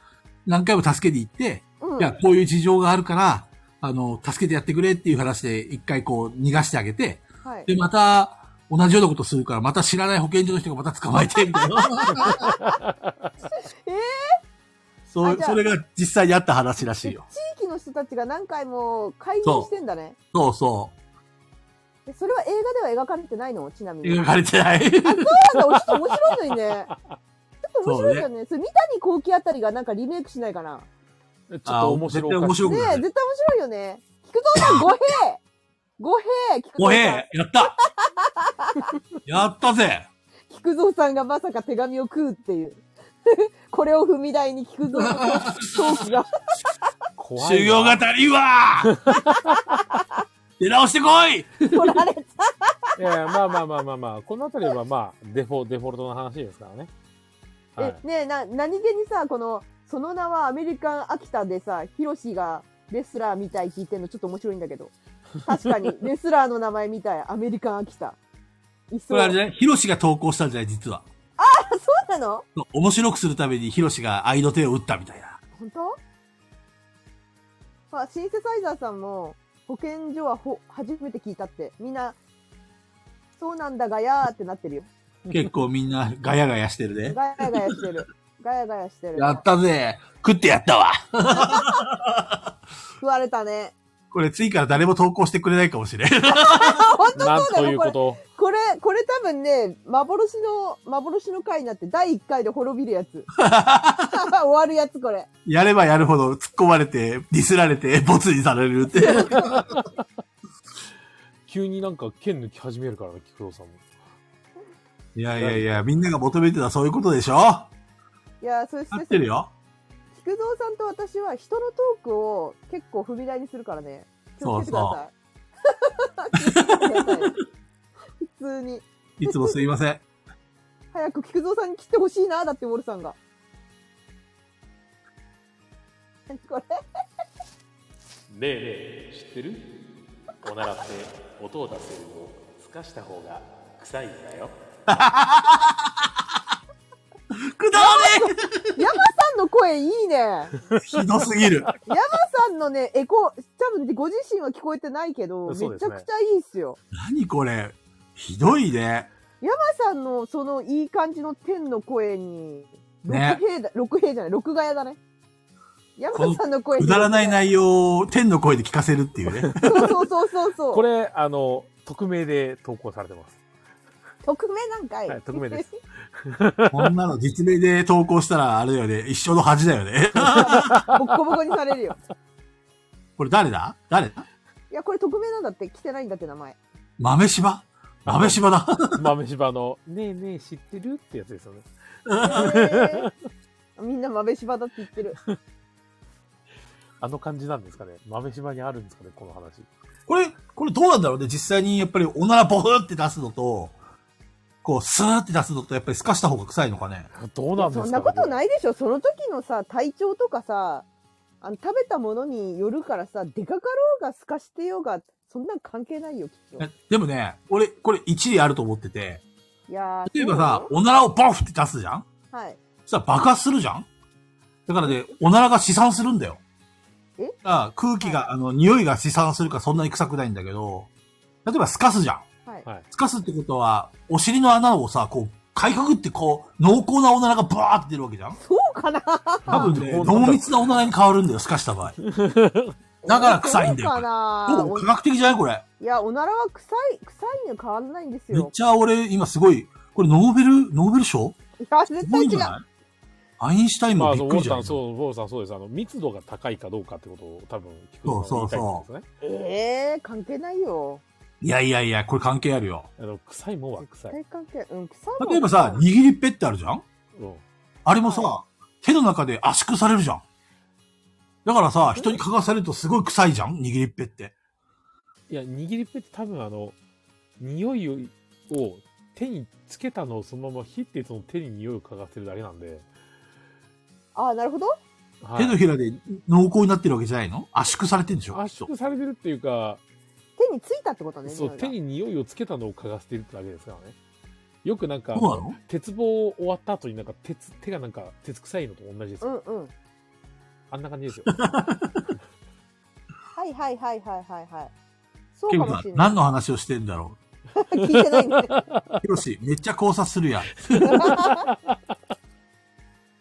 Speaker 3: 何回も助けに行って、
Speaker 4: うん。
Speaker 3: いや、こういう事情があるから、あの、助けてやってくれっていう話で、一回こう、逃がしてあげて、
Speaker 4: はい。
Speaker 3: で、また、同じようなことするから、また知らない保健所の人がまた捕まえて、みたいな。
Speaker 4: え
Speaker 3: そ
Speaker 4: あ
Speaker 3: う
Speaker 4: じゃあ
Speaker 3: それが実際にあった話らしいよ。
Speaker 4: 地域の人たちが何回も介入してんだね。
Speaker 3: そうそ
Speaker 4: えそれは映画では描かれてないのちなみ
Speaker 3: う。
Speaker 4: に。
Speaker 3: 描かれてない。
Speaker 4: なんかちょっと面白いのにね。ちょっと面白いよね。それ三谷幸喜あたりがなんかリメイクしないかな。ね
Speaker 2: い。ちょっ
Speaker 3: あ
Speaker 2: と面白
Speaker 3: 絶
Speaker 2: い。
Speaker 3: 対面
Speaker 4: え、
Speaker 3: 白く
Speaker 4: 絶
Speaker 3: な
Speaker 4: 対
Speaker 3: い。
Speaker 4: 面白いよね。菊蔵さん、語弊語弊 菊
Speaker 3: お
Speaker 4: 蔵
Speaker 3: へ
Speaker 4: さん
Speaker 3: え、やったやったぜ
Speaker 4: 菊蔵さんがまさか手紙を食うっていう。 これを踏み台に菊蔵さんのトークが。
Speaker 2: 怖いな。
Speaker 3: 修行が足りんわ 出直してこい
Speaker 4: 取られた。
Speaker 2: いやいやまあまあまあまあまあ、このあたりはまあ、デフォ、デフォルトの話ですからね。は
Speaker 4: え
Speaker 2: い。、
Speaker 4: ねえ、な、何気にさ、この、その名はアメリカン秋田でさ、ヒロシがレスラーみたいって言ってんのちょっと面白いんだけど。確かに、レスラーの名前みたい、アメリカン秋田。い
Speaker 3: こ
Speaker 4: そう。
Speaker 3: れあ
Speaker 4: あ、
Speaker 3: れ
Speaker 4: そ
Speaker 3: じゃないヒロシが投稿したんじゃない実は。
Speaker 4: うなの
Speaker 3: 面白くするためにヒロシが愛の手を打ったみた いな。
Speaker 4: 本当まあ、シンセサイザーさんも、保健所はほ初めて聞いたって、みんな、そうなんだがやーってなってるよ。
Speaker 3: 結構みんなガヤガヤしてるね。
Speaker 4: ガヤガヤしてる。 ガヤガヤしてる。
Speaker 3: やったぜ食ってやったわ
Speaker 4: 食われたね。
Speaker 3: これ次から誰も投稿してくれないかもしれん。
Speaker 4: 本当
Speaker 2: なん
Speaker 4: そう
Speaker 2: と
Speaker 4: だ
Speaker 2: い
Speaker 4: よ
Speaker 2: う
Speaker 4: こ
Speaker 2: こ
Speaker 4: れ
Speaker 2: と。
Speaker 4: これこれ多分ね幻の幻の回になって第1回で滅びるや つ 終わるやつこれ
Speaker 3: やればやるほど突っ込まれて、ディスられて、ボツにさ れるって。
Speaker 2: 急になんか剣抜き始めるからね、菊蔵さんも。
Speaker 3: いやいやいや、みんなが求めてたそういうことでしょ合
Speaker 4: いやそして
Speaker 3: ってるよ。
Speaker 4: 菊蔵さんと私は人のトークを結構踏み台にするからね。気をつけてください。気をつけてください普通に。
Speaker 3: いつもすいませ ん。
Speaker 4: 早く菊蔵さんに切ってほしいな、だってウォルさんが。これ
Speaker 6: ねえねえ知ってるおならって音を出せるをすかした方が臭いんだよ
Speaker 3: くだ
Speaker 4: 山さんの声いいね。山
Speaker 3: らねひどすぎる。
Speaker 4: さんのね、エコ、多分ご自身は聞こえてないけど、めち
Speaker 2: そう
Speaker 4: ゃく
Speaker 2: で
Speaker 4: ち
Speaker 2: す
Speaker 4: ゃ
Speaker 2: ね
Speaker 4: いいっすよ。
Speaker 3: 何これ。ひどいね。
Speaker 4: 山さんのそのいい感じの天の声に、
Speaker 3: ね
Speaker 4: 6平だ、6平じゃない、6ガヤだね。山さんの声
Speaker 3: くだらない内容を天の声で聞かせるっていうね。
Speaker 4: そうそうそうそうそう。
Speaker 2: これ、あの、匿名で投稿されてます。
Speaker 4: 匿名なんかい。
Speaker 2: はい匿名です
Speaker 3: こんなの実名で投稿したらあれだよね。一生の恥だよね。
Speaker 4: ボッコボコにされるよ。
Speaker 3: これ誰だ誰だ
Speaker 4: いや、これ匿名なんだって、来てないんだって 名前。
Speaker 3: 豆柴豆柴だ。
Speaker 2: 豆柴の、ねえねえ知ってるってやつですよね。
Speaker 4: みんな豆柴だって言ってる。
Speaker 2: あの感じなんですかね。豆柴にあるんですかね、この話。
Speaker 3: これ、これどうなんだろうね。実際にやっぱりおならボーって出すのと、こう、スーって出すのと、やっぱり透かした方が臭いのかね。
Speaker 2: どうなんですか、
Speaker 4: そ
Speaker 2: ね、
Speaker 4: んなこと
Speaker 2: い
Speaker 4: ないでしょ。その時のさ、体調とかさ、あの食べたものによるからさ、でかかろうがすかしてようが、そんなん関係ないよ、きっと。
Speaker 3: えでもね、俺、これ一理あると思ってて、
Speaker 4: いやー。
Speaker 3: 例えば
Speaker 4: そ
Speaker 3: さ
Speaker 4: う、
Speaker 3: おならをボフって出すじゃん
Speaker 4: なのはい。
Speaker 3: そしたら爆発するじゃんだからね、おならが試散するんだよ。
Speaker 4: え
Speaker 3: あ空気が、あの、匂いが試散するからそんなに臭くないんだけど、例えば透かすじゃん
Speaker 4: はい。
Speaker 3: 透かすってことは、お尻の穴をさ、こう、かいくぐってこう、濃厚なおならがバーって出るわけじゃん
Speaker 4: そうかな
Speaker 3: 多分ね、濃密なおならに変わるんだよ、透かした場合。だから臭いんだよ
Speaker 4: そうかな
Speaker 3: どう科学的じゃないこれ。
Speaker 4: いや、おならは臭い、臭いには変わんないんです
Speaker 3: めっ
Speaker 4: よ。
Speaker 3: ちゃ俺、今すごい、これノーベル、ノーベル賞
Speaker 4: いや、絶
Speaker 3: すご
Speaker 4: 対
Speaker 3: い
Speaker 4: 違
Speaker 3: んじ
Speaker 4: う
Speaker 3: ゃ。ないアインシュタイン
Speaker 2: まあ、
Speaker 3: もび
Speaker 2: そう
Speaker 3: っ
Speaker 2: ウ
Speaker 3: く
Speaker 2: ォル
Speaker 3: りじ
Speaker 2: さ、
Speaker 3: ゃなんいそ
Speaker 2: そう、ウォルさん、そうです。あの、密度が高いかどうかってことを多分、菊蔵さんは言いたいんですね。
Speaker 4: ええ関係ないよ。
Speaker 3: いやいやいや、これ関係あるよ。
Speaker 2: あの、臭いもんは臭い。
Speaker 4: 絶対関係、うん、臭いもん。
Speaker 3: 例えばさ、握りっぺってあるじゃん
Speaker 2: うん
Speaker 3: あれも
Speaker 4: は
Speaker 3: さ、手の中で圧縮されるじゃん。だからさ、人に嗅がされるとすごい臭いじゃん握りっぺって。
Speaker 2: いや、握りっぺって多分あの、匂いを手につけたのをそのまま火ってその手に匂いを嗅がせるだけなんで、
Speaker 4: ああ、なるほど。
Speaker 2: は
Speaker 3: 手の
Speaker 2: い、
Speaker 3: ひらで濃厚になってるわけじゃないの圧縮されてんでしょ
Speaker 2: 圧縮されてるっていうか、
Speaker 4: 手についたってことね。
Speaker 2: そう、手
Speaker 4: 匂い
Speaker 2: に匂いをつけたのを嗅がせてるってだけですからね。よくなんか
Speaker 3: そう、なの
Speaker 2: 鉄棒終わった後になんか鉄、手がなんか鉄臭いのと同じです
Speaker 4: が
Speaker 2: よ。
Speaker 4: うんうん。
Speaker 2: あんな感じです よ。
Speaker 4: はいはいはいはいはいはい。そう
Speaker 3: ケ
Speaker 4: か
Speaker 3: ム
Speaker 4: も
Speaker 3: さ
Speaker 4: しれ
Speaker 3: ん、
Speaker 4: ない。
Speaker 3: 何の話をしてんだろ
Speaker 4: 聞いてない
Speaker 3: う。
Speaker 4: ね。
Speaker 3: ヒロシ、めっちゃ考察するやん。い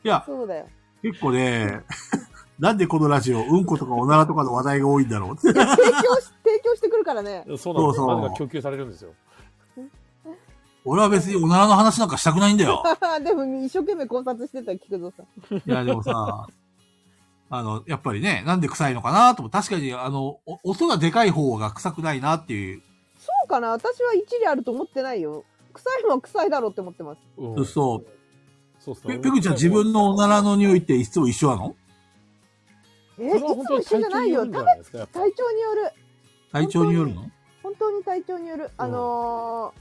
Speaker 3: や、
Speaker 4: そうだよ。
Speaker 3: 結構ね、 なんでこのラジオ、うんことかおならとかの話題が多いんだろう。
Speaker 4: 提供し、提供してくるから
Speaker 2: そ
Speaker 4: ね。
Speaker 2: うなんです
Speaker 3: そう
Speaker 2: よ。
Speaker 3: そう
Speaker 2: なぜか供給されるんですよ。
Speaker 3: 俺は別におならの話なんかしたくないんだよ。
Speaker 4: でも一生懸命考察してた、菊蔵さん。
Speaker 3: いや、でもさ、あの、やっぱりね、なんで臭いのかなとも、確かに、あの、お音がでかい方が臭くないなっていう。
Speaker 4: そうかな私は一理あると思ってないよ。臭いもんは臭いだろうって思ってます。
Speaker 2: うん
Speaker 3: そうそう。
Speaker 2: そうっす
Speaker 3: ペ
Speaker 2: ね
Speaker 3: ペグちゃん、自分のおならの匂いっていつも一緒なの
Speaker 4: え
Speaker 2: それ
Speaker 4: いつ
Speaker 2: は本
Speaker 4: も
Speaker 2: 当に
Speaker 4: 一緒じゃないよ。
Speaker 2: 体調によるん
Speaker 4: 多
Speaker 2: じゃ
Speaker 4: 分
Speaker 2: ないですかやっぱ
Speaker 4: 体調による。
Speaker 3: 体調によるの
Speaker 4: 本当に体調による。あの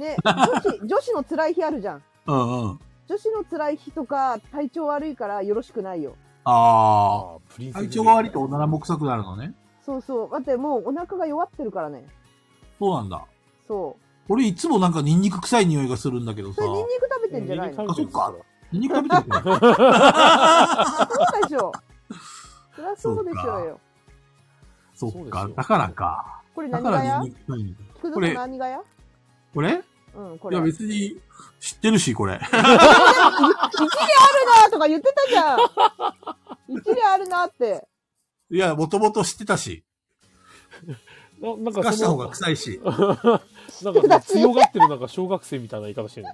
Speaker 4: ね、女子、女子の辛い日あるじゃん。
Speaker 3: うんうん。
Speaker 4: 女子の辛い日とか、体調悪いからよろしくないよ。
Speaker 3: あ
Speaker 2: あープリンセ
Speaker 3: あ。
Speaker 2: ス
Speaker 3: 体調が悪いとおならも臭くなるのね。
Speaker 4: そうそう。だってもうお腹が弱ってるからね。
Speaker 3: そうなんだ。
Speaker 4: そ
Speaker 3: 俺いつもなんかニンニク臭い匂いがするんだけど
Speaker 4: う。
Speaker 3: さ
Speaker 4: それ。ニンニク食べてんじゃないの
Speaker 3: あそっか
Speaker 2: う
Speaker 3: ニンニク食べてるから。
Speaker 4: そうでしょ。そりゃそうでしょうよ。
Speaker 3: そ
Speaker 2: そうで
Speaker 3: っ
Speaker 2: す
Speaker 3: か
Speaker 2: よ。
Speaker 3: だからか。
Speaker 4: これ
Speaker 3: だ
Speaker 4: 何
Speaker 3: か
Speaker 4: がや
Speaker 3: らニンニク臭いのか。
Speaker 4: 菊
Speaker 3: こ
Speaker 4: 蔵さ
Speaker 3: れ
Speaker 4: ん何がや
Speaker 3: これ
Speaker 4: うん、こ
Speaker 3: い
Speaker 4: れ。
Speaker 3: や
Speaker 4: 一理
Speaker 3: 別に知ってるし、これ。
Speaker 4: あるなとか言ってたじ ゃん。一理あるなって。
Speaker 3: いや、もともと知ってたし。
Speaker 2: ななん
Speaker 3: ふ
Speaker 2: か
Speaker 3: かした
Speaker 2: その
Speaker 3: 方が、臭いし。
Speaker 2: なんかその強がってるなんか小学生みたいな言い方してる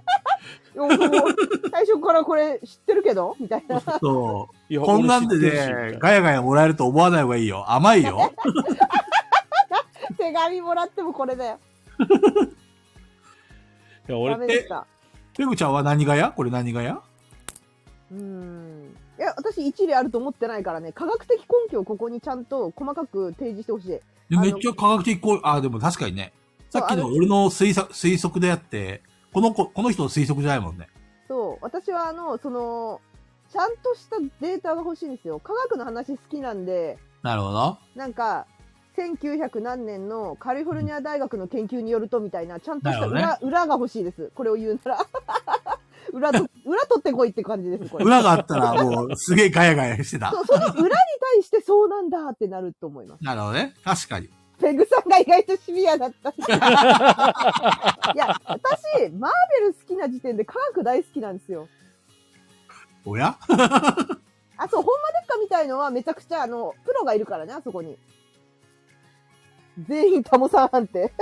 Speaker 2: の。
Speaker 4: いやも う最初からこれ知ってるけどみたいな。
Speaker 3: そう。
Speaker 2: いや
Speaker 3: こんなんで
Speaker 2: 俺知ってるしみたい
Speaker 3: ね
Speaker 2: な、
Speaker 3: ガヤガヤもらえると思わない方がいいよ。甘いよ。
Speaker 4: 手紙もらってもこれだよ。
Speaker 2: いや、
Speaker 4: ダ
Speaker 2: 俺、
Speaker 4: メでした。
Speaker 3: ペグちゃんは何がやこれ何がや
Speaker 4: うーん。いや、私一理あると思ってないからね、科学的根拠をここにちゃんと細かく提示してほしい。
Speaker 3: いやめっちゃ科学的こう、あ、でも確かにね。さっきの
Speaker 4: そう
Speaker 3: 俺の推測推測であって、この子、この人の推測じゃないもんね。
Speaker 4: そう、私はあの、その、ちゃんとしたデータが欲しいんですよ。科学の話好きなんで、
Speaker 3: なるほど。
Speaker 4: なんか、1900何年のカリフォルニア大学の研究によるとみたいな、ちゃんとした
Speaker 3: なる
Speaker 4: 裏,、裏が欲しいです。これを言うなら。裏と、裏取ってこいって感じです、これ。
Speaker 3: 裏があったらもうすげえガヤガヤしてた
Speaker 4: そ。うその裏に対してそうなんだってなると思います。
Speaker 3: なるほどね。確かに。
Speaker 4: ペグさんが意外とシビアだった。 いや、私、マーベル好きな時点で科学大好きなんですよ。
Speaker 3: おや
Speaker 4: あ、そう、ほんまでっかみたいのはめちゃくちゃ、あの、プロがいるからね、あそこに。全員タモさん判定。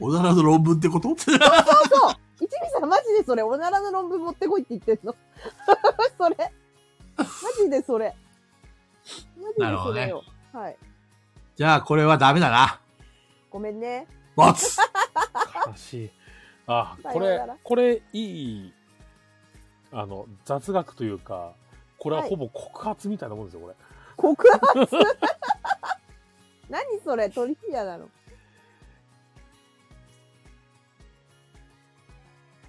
Speaker 3: おならの論文ってこと
Speaker 4: そう一味さんマジでそれ、おならの論文持ってこいって言ってんの。 それ。マジでそれ。マ
Speaker 3: なる
Speaker 4: ジで
Speaker 3: ほ
Speaker 4: そ
Speaker 3: どね
Speaker 4: れよ。はい。
Speaker 3: じゃあこれはダメだな。
Speaker 4: ごめんね。
Speaker 3: バツ
Speaker 2: 悲しい。あ、こ
Speaker 4: さ
Speaker 2: れ
Speaker 4: よなら、
Speaker 2: これいい、あの、雑学というか、これはほぼ告発みたいなもんですよ、これ。
Speaker 4: 告発 何それ、トリビアなの。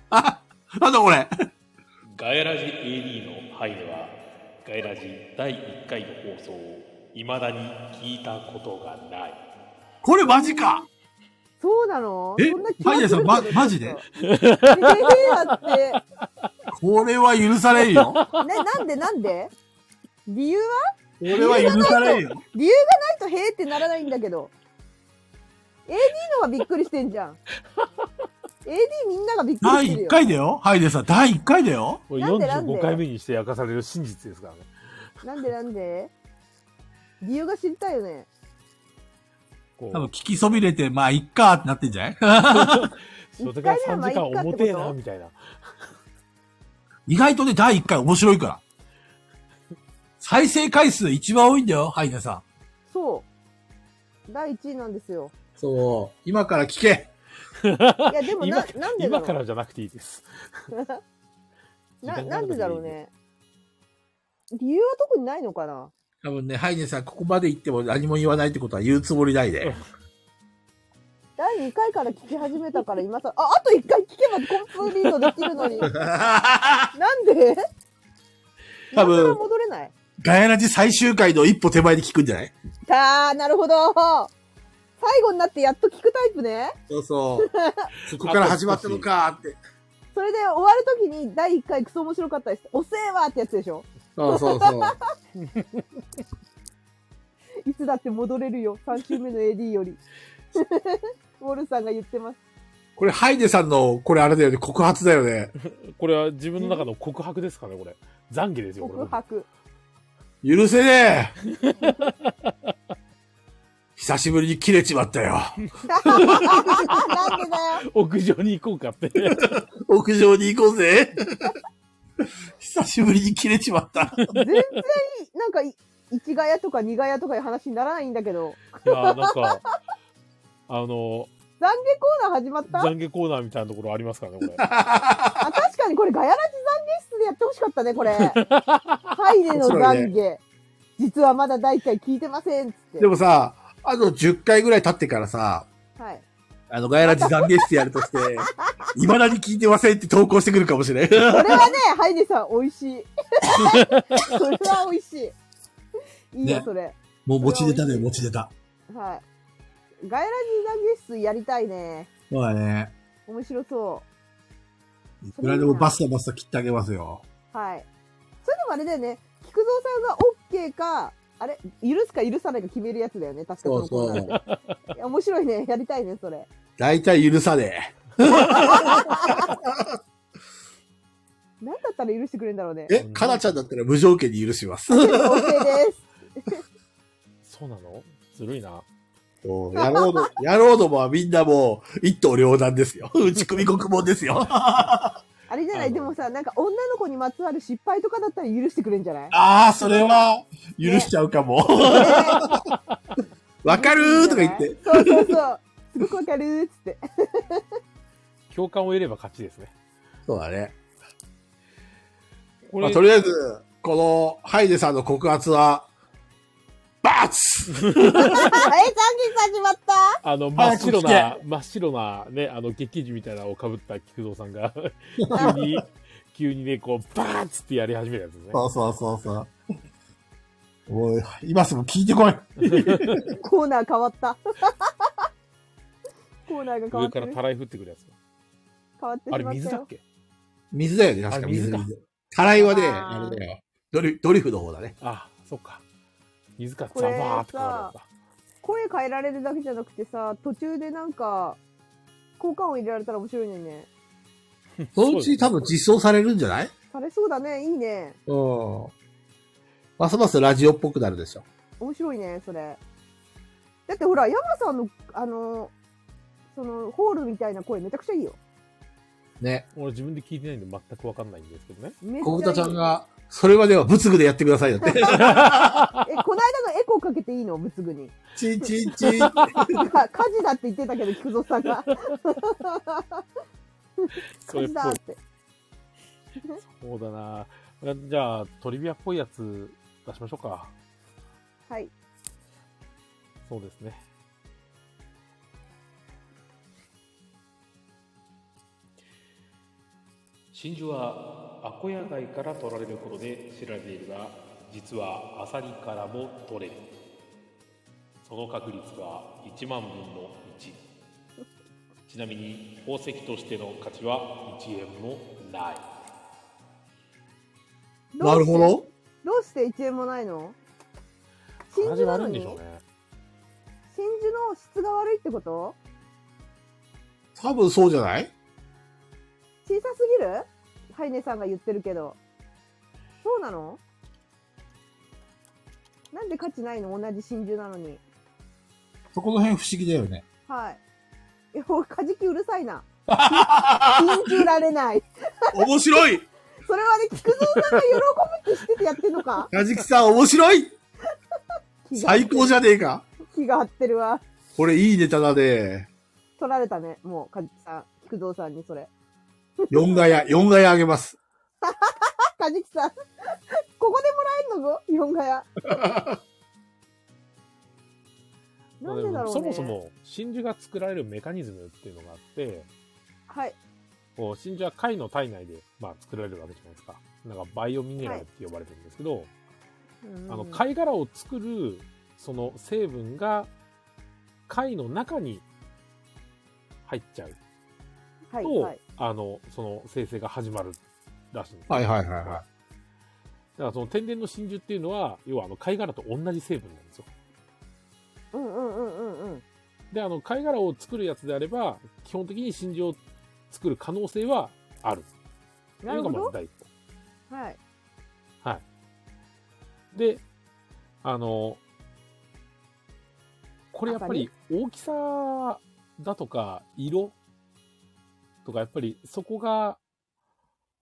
Speaker 3: あ、なんだこれ
Speaker 7: ガヤラジ AD のハイではガヤラジ第1回の放送をいまだに聞いたことがない
Speaker 3: これマジか
Speaker 4: そうなの
Speaker 3: え
Speaker 4: そんな気
Speaker 3: マイヤ
Speaker 4: が
Speaker 3: ー
Speaker 4: す
Speaker 3: さん
Speaker 4: る
Speaker 3: ま
Speaker 4: けど
Speaker 3: マジで
Speaker 4: えー、だって。
Speaker 3: これは許されんよ。こ
Speaker 4: ね、なんでなんで理由は
Speaker 3: れは許されんよ。
Speaker 4: 理由がないとへーってならないんだけど AD のがびっくりしてんじゃん AD みんながびっくり
Speaker 3: 第
Speaker 4: してる
Speaker 3: 1
Speaker 4: よ
Speaker 3: 回だよ。ハイデさん、第1回だよ。
Speaker 2: これ
Speaker 4: なんでなんで
Speaker 2: 45回目にして明かされる真実ですからね。
Speaker 4: なんでなんで理由が知りたいよね
Speaker 2: こ
Speaker 3: 多分
Speaker 2: う
Speaker 3: 聞きそびれて、まあ、いっかってなってんじゃない
Speaker 2: それから3時間
Speaker 4: 一回目はまあいいかってこと
Speaker 2: 重てえな、みたいな。
Speaker 3: 意外とね、第1回面白いから。再生回数一番多いんだよ、ハイネさん。
Speaker 4: そう第1位なんですよ
Speaker 3: そう。今から聞け。
Speaker 4: いやでもななんでだ
Speaker 2: 今か
Speaker 4: ろ
Speaker 2: らじゃなくていいです。
Speaker 4: うななんでだろうね理由は特にないのかな
Speaker 3: 多分ね、ハイネさん、ここまで行っても何も言わないってことは言うつもりない で。
Speaker 4: 第2回から聞き始めたから今さああと1回聞けばコンプリートできる のになんで
Speaker 3: 多分
Speaker 4: 今更戻れない
Speaker 3: ガヤラジ最終回の一歩手前で聞くんじゃない
Speaker 4: あー、なるほど。最後になってやっと聞くタイプね。
Speaker 3: そうそう。そこから始まったのかーって。
Speaker 4: それで終わるときに第1回クソ面白かったです。おせえわってやつでしょ
Speaker 3: そうそうそう。
Speaker 4: いつだって戻れるよ。3週目の AD より。ウォルさんが言ってます。
Speaker 3: これ、ハイネさんの、これあれだよね、告発だよね。
Speaker 2: これは自分の中の告白ですかね、これ。懺悔ですよ、これ
Speaker 4: 告。白。
Speaker 3: 許せねえ 久しぶりに切れちまったよ。
Speaker 4: なんでだよ。
Speaker 2: 屋上に行こうか って。
Speaker 3: 屋上に行こうぜ。久しぶりに切れちまった。
Speaker 4: 全然いい、なんかい、1ガヤとか2ガヤとかいう話にならないんだけど。
Speaker 2: いや、なんか、あの、
Speaker 4: 懺悔コーナー始まった
Speaker 2: 懺悔コーナーみたいなところありますからね、これ。
Speaker 4: あ、確かにこれガヤラジ懺悔室でやってほしかったね、これ。ハイデの懺悔。実はまだ第1回聞いてませんっつって。
Speaker 3: でもさ、あと10回ぐらい経ってからさ、
Speaker 4: はい。
Speaker 3: あの、ガヤラジ懺悔室やるとして、未だに聞いてませんって投稿してくるかもしれん。
Speaker 4: それはね、ハイネさん、美味 しい。それは美味しい。いいよ、
Speaker 3: ね
Speaker 4: それ。
Speaker 3: もう持ち出たね、持ち出た。
Speaker 4: はい。ガイラジ懺悔室やりたいね。
Speaker 3: そうだね。
Speaker 4: 面白そ
Speaker 3: いくらでもバッサバッサ切ってあげますよ。
Speaker 4: う。はい。それでもあれだよね、菊蔵さんが OK か、あれ、許すか許さないか決めるやつだよね、確か
Speaker 3: そうそう
Speaker 4: のコーナーでいや面白いね、やりたいね、それ。
Speaker 3: 大体許さね
Speaker 4: なんだったら許してくれるんだろうね
Speaker 3: え。。え、かなちゃんだったら無条件に許します。
Speaker 4: OK です。
Speaker 2: そうなのずるいな。
Speaker 3: もう野郎 ど、野郎どもはみんなもう、一刀両断ですよ。内首国門ですよ。あ
Speaker 4: あれじゃな
Speaker 3: あ
Speaker 4: い
Speaker 3: の
Speaker 4: でもさ、なんか女の子にまつわる失敗とかだったら許してくれんじゃない
Speaker 3: あ、それは、許しちゃうかも。わかるーとか言って。。
Speaker 4: そうそうそう。すごくわかるーっつって。
Speaker 2: 共感を得れば勝ちですね。
Speaker 3: そうだね。
Speaker 2: こ
Speaker 3: まあ、
Speaker 2: れ、
Speaker 3: とりあえず、この、ハイデさんの告発は、バツ
Speaker 4: え、残金さん決まった
Speaker 2: あの、真っ白
Speaker 3: 早
Speaker 2: な、真っ白なね、あの、劇時みたいなのをかぶった菊蔵さん が、急に、急にね、こう、バーッつってやり始めたやつですね。
Speaker 3: そうそうそうそう。もう、今すぐ聞いてこい。
Speaker 4: コーナー変わった。コーナーが変わ
Speaker 2: 上
Speaker 4: っ
Speaker 2: か
Speaker 4: て
Speaker 2: ら
Speaker 4: る。
Speaker 2: たらい降ってくるやつ。
Speaker 4: 変わってしま
Speaker 2: あ
Speaker 4: った
Speaker 2: れ、
Speaker 4: よ。
Speaker 2: 水だっけ
Speaker 3: 水だよね、確か
Speaker 2: あ
Speaker 3: 水
Speaker 2: 水か
Speaker 3: 水。たらいはね、
Speaker 4: あー
Speaker 3: あれだよ。ドリドリフの方だね。
Speaker 2: あ、そっか。水か、ザ
Speaker 4: これ
Speaker 2: バーって変わるやつだ。
Speaker 4: 声変えられるだけじゃなくてさ、途中でなんか、効果音入れられたら面白いのにね。
Speaker 3: そのうち多分実装されるんじゃない
Speaker 4: されそうだね。いいね。
Speaker 3: うん。ますますラジオっぽくなるでしょ。
Speaker 4: 面白いね、それ。だってほら、山さんの、あの、その、ホールみたいな声めちゃくちゃいいよ。
Speaker 3: ね。
Speaker 2: 俺自分で聞いてないんで全くわかんないんですけどね。
Speaker 4: めっちゃいい
Speaker 3: 小豚ちゃんが、それはでは仏具でやってくださいだって。
Speaker 4: え、この間のエコーかけていいの仏具 に。
Speaker 3: チンチン チン。
Speaker 4: か火事だって言ってたけど、菊蔵さんが。
Speaker 2: そ
Speaker 4: 火
Speaker 2: れっ
Speaker 4: 事
Speaker 2: ぽ
Speaker 4: だっ
Speaker 2: い。
Speaker 4: て。
Speaker 2: そうだなじゃあ、トリビアっぽいやつ出しましょうか。
Speaker 4: はい。
Speaker 2: そうですね。
Speaker 8: 真珠はアコヤ貝から取られることで知られているが実はアサリからも取れるその確率は1万分の1ちなみに宝石としての価値は1円もない
Speaker 3: なるほ
Speaker 4: どうして。
Speaker 3: ど。
Speaker 4: どうして1円もないの真
Speaker 2: 形
Speaker 4: 珠な
Speaker 2: 悪
Speaker 4: の
Speaker 2: いんで
Speaker 4: に
Speaker 2: しょ
Speaker 4: 真
Speaker 2: うね。
Speaker 4: 珠の質が悪いってこと
Speaker 3: 多分そうじゃない
Speaker 4: 小さすぎるハイネさんが言ってるけど。そうなのなんで価値ないの同じ真珠なのに。
Speaker 3: そこの辺不思議だよね。
Speaker 4: はい。いや、おカジキうるさいな。信じられない。
Speaker 3: 面白い
Speaker 4: それはね、菊蔵さんが喜ぶって知っててやってん のか
Speaker 3: カジキさん面白い
Speaker 4: 気が
Speaker 3: 最高じゃねえか
Speaker 4: 気が合ってるわ。
Speaker 3: これいいネタだね。
Speaker 4: 取られたね、もう、カジキさん。菊蔵さんにそれ。
Speaker 3: 4ガヤ、4ガヤあげます。
Speaker 4: あ、カジキさん。 ここでもらえんのぞ、日本ガヤ。なんでだろうね。
Speaker 2: そもそ。も真珠が作られるメカニズムっていうのがあって、
Speaker 4: はい。
Speaker 2: こう真珠は貝の体内で、まあ、作られるわけじゃないですか。なんかバイオミネラルって呼ばれてるんですけど、あの貝殻を作るその成分が貝の中に入っちゃう
Speaker 4: は
Speaker 2: と、
Speaker 4: い、はい。
Speaker 2: あのその生成が始まるらしいんですよ
Speaker 3: はいはいは
Speaker 2: だ
Speaker 3: いは
Speaker 2: からその天然の真珠っていうのは要はあの貝殻と同じ成分なんですよ
Speaker 4: うんうんうんうんうん。
Speaker 2: であの貝殻を作るやつであれば基本的に真珠を作る可能性はあると
Speaker 4: ないる
Speaker 2: うの
Speaker 4: ほ
Speaker 2: がまず
Speaker 4: ど。
Speaker 2: 第一歩
Speaker 4: はい。
Speaker 2: で、あの、これやっぱり大きさだとか色とかやっぱりそこが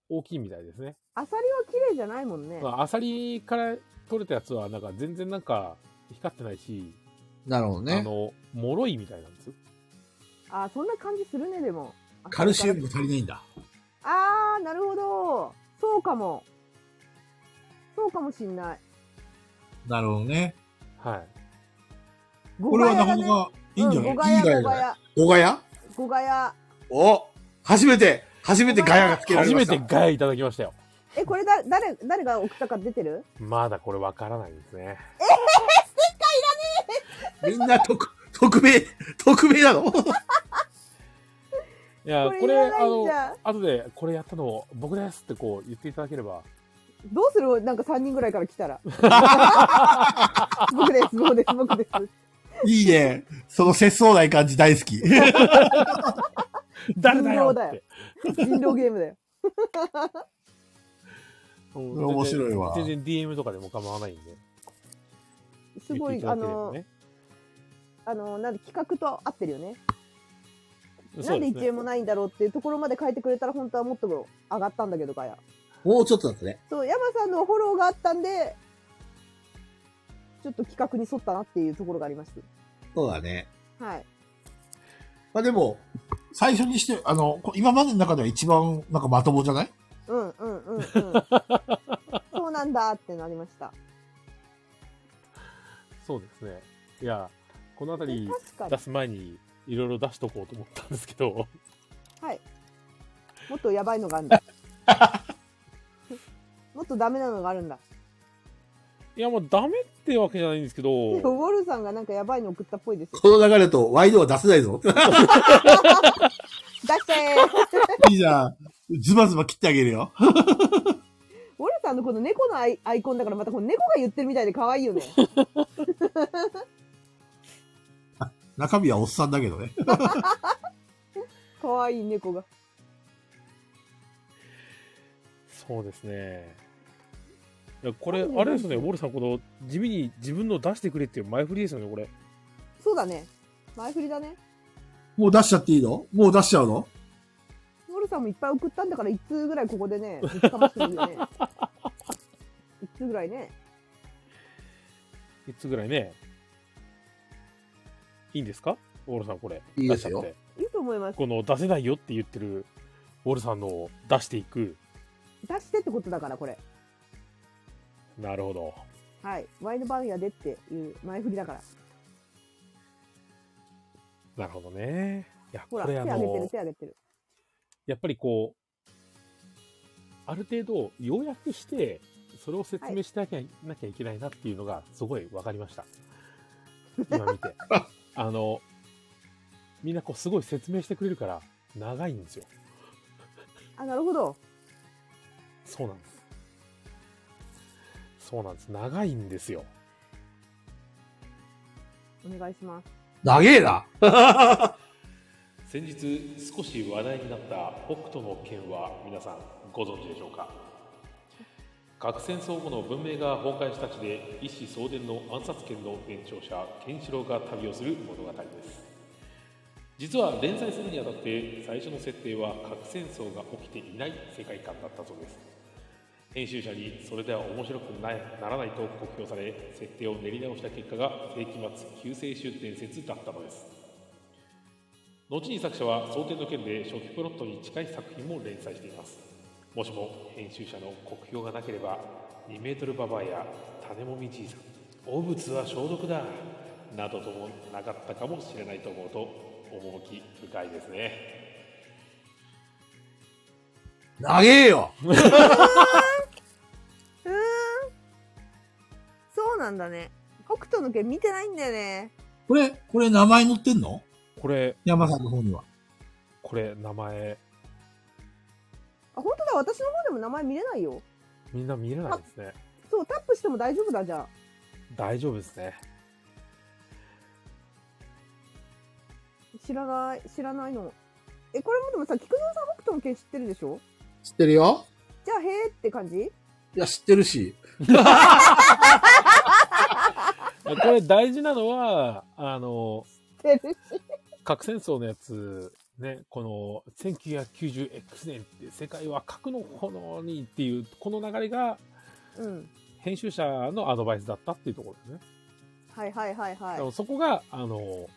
Speaker 2: 大きいみたいですね。
Speaker 4: アサリは綺麗じゃないもんね。
Speaker 2: まあ、アサリから取れたやつはなんか全然なんか光ってないし、
Speaker 3: い。なるほど
Speaker 2: あ。の、脆いみたいなんです。
Speaker 4: あ、そんな感じするね、でも。
Speaker 3: カルシウムが足りないんだ。
Speaker 4: あー、なるほど。そうかも。そうかもしんない。
Speaker 3: なるほどね。
Speaker 2: はい。
Speaker 4: こ
Speaker 3: これはなかなかいいんじゃない、
Speaker 4: うん、ガヤ
Speaker 3: いいガヤ
Speaker 4: 五
Speaker 3: だ
Speaker 4: ガ
Speaker 3: よ。
Speaker 4: ヤ。
Speaker 3: 5ガヤ
Speaker 4: 五ガヤ。
Speaker 3: お初めて、初めてガヤがつけられ
Speaker 2: 初
Speaker 3: ま
Speaker 2: め
Speaker 3: した。
Speaker 2: てガヤいただきましたよ。
Speaker 4: え、これだ、誰、誰が送ったか出てる
Speaker 2: まだこれわからないですね。
Speaker 3: みんな特、 特命、特命なの
Speaker 2: いや、こ
Speaker 4: い
Speaker 2: れ、
Speaker 4: ら
Speaker 2: あ
Speaker 4: ないん
Speaker 2: の
Speaker 4: じ、ゃん。
Speaker 2: 後でこれやったの僕ですってこう言っていただければ、
Speaker 4: どうするなんか3人ぐらいから来 たら。僕です、僕です、僕です。
Speaker 3: いいね。その節操ない感じ大好き。
Speaker 2: 誰だよ
Speaker 4: 人狼だ
Speaker 2: っ
Speaker 4: よ
Speaker 2: て。
Speaker 4: 人狼ゲームだ
Speaker 2: うん
Speaker 4: よ。
Speaker 3: それ面白いわ
Speaker 2: 全然全然 DM とかでも構わないんで。
Speaker 4: すご
Speaker 2: 言って
Speaker 4: い、
Speaker 2: た
Speaker 4: あ
Speaker 2: だければ
Speaker 4: の、
Speaker 2: ね
Speaker 4: あの、なんで企画と合ってるよね。
Speaker 2: そ
Speaker 4: な
Speaker 2: うん
Speaker 4: で
Speaker 2: です
Speaker 4: 1
Speaker 2: ね
Speaker 4: 円もないんだろうっていうところまで書いてくれたら本当はもっとも上がったんだけどかや。
Speaker 3: もうちょっとだったね。
Speaker 4: そう、山さんのフォローがあったんで、ちょっと企画に沿ったなっていうところがありまして。
Speaker 3: そうだね。
Speaker 4: はい。
Speaker 3: まあでも、最初にして、あの、こ今までの中では一番、なんかまともじゃない
Speaker 4: うんうんう んうん。そうなんだってなりました。
Speaker 2: そうですねいやこの辺り
Speaker 4: 確かに
Speaker 2: 出。す前にいろいろ出しとこうと思ったんですけど
Speaker 4: もっとやばいのがあるんだ。もっとダメなのがあるんだ。
Speaker 2: いやまあダメってわけじゃないんですけど
Speaker 4: でもウォルさんがなんかやばいの送ったっぽ いですよ。
Speaker 3: この流れだとワイドは出せないぞ。
Speaker 4: 出してー
Speaker 3: いいじゃん。ズバズバ切ってあげるよ。
Speaker 4: ウォルさんのこの猫のアイアイコンだからまたこの猫が言ってるみたいで可愛いよね。
Speaker 3: 中身はおっさんだけどね。
Speaker 4: 可愛い猫が。
Speaker 2: そうですね。いやこれ、
Speaker 4: なんで
Speaker 2: あれですね、ウォルさん、この地味に自分の出してくれっていう前振りですよね、これ。
Speaker 4: そうだね。前振りだね。
Speaker 3: もう出しちゃっていいのもう出しちゃうの
Speaker 4: ウォルさんもいっぱい送ったんだから1通ぐらいここ でね、ぶちかましてるよね。1通ぐらいね。
Speaker 2: 3つぐらいね。いいんですかウォルさん、これ。
Speaker 3: いいですよ
Speaker 2: 出しちゃって。
Speaker 4: いいと思います。
Speaker 2: この出せないよって言ってるウォルさんの出していく。
Speaker 4: 出してってことだからこれ。
Speaker 2: なるほど。
Speaker 4: はい。ワイドバンやでっていう前振りだから。
Speaker 2: なるほどね。いや、
Speaker 4: ほ
Speaker 2: こ
Speaker 4: ら、手
Speaker 2: れ、あ
Speaker 4: 挙げて
Speaker 2: の
Speaker 4: る、手、挙げてる。
Speaker 2: やっぱりこう、ある程度要約して、それを説明してなきゃ,、なきゃいけないなっていうのが、すごい分かりました。今見 て。あの、みんなこう、すごい説明してくれるから、長いんですよ。
Speaker 4: あ、なるほど。
Speaker 2: そうなんです。そうなんです。長いんですよ。
Speaker 4: お願いします。
Speaker 3: 長えな。
Speaker 9: 先日少し話題になった北斗の拳は皆さんご存知でしょうか核戦争後の文明が崩壊した地で一子相伝の暗殺権の伝承者ケンシロウが旅をする物語です実は連載するにあたって最初の設定は核戦争が起きていない世界観だったそうです編集者にそれでは面白くないならないと酷評され設定を練り直した結果が世紀末救世主伝説だったのです後に作者は想定の件で初期プロットに近い作品も連載していますもしも編集者の酷評がなければ2メートルババアや種もみじいさん汚物は消毒だなどともなかったかもしれないと思うと趣深いですね
Speaker 3: 長えよ。
Speaker 4: うーん。そうなんだね。北斗の拳見てないんだよね。
Speaker 3: これ、これ名前載ってんの
Speaker 2: これ、
Speaker 3: 山さんの方には。
Speaker 2: これ、名前、
Speaker 4: あ、本当だ。私の方でも名前見れないよ。
Speaker 2: みんな見れないですね。
Speaker 4: そう、タップしても大丈夫だ、じゃあ。
Speaker 2: 大丈夫ですね。
Speaker 4: 知らない、知らないの。え、これもでもさ、菊蔵さん北斗の拳知ってるでしょ
Speaker 3: 知ってるよ。
Speaker 4: じゃあ、へえって感じ
Speaker 3: いや、知ってるし。
Speaker 2: これ、大事なのは、あの、
Speaker 4: 知ってるし。
Speaker 2: 核戦争のやつ、ね、この 1990X 年って世界は核の炎にっていう、この流れが
Speaker 4: うん。
Speaker 2: 編集者のアドバイスだったっていうところですね。
Speaker 4: はいはいはいは
Speaker 2: でも
Speaker 4: い。
Speaker 2: そこが、あの、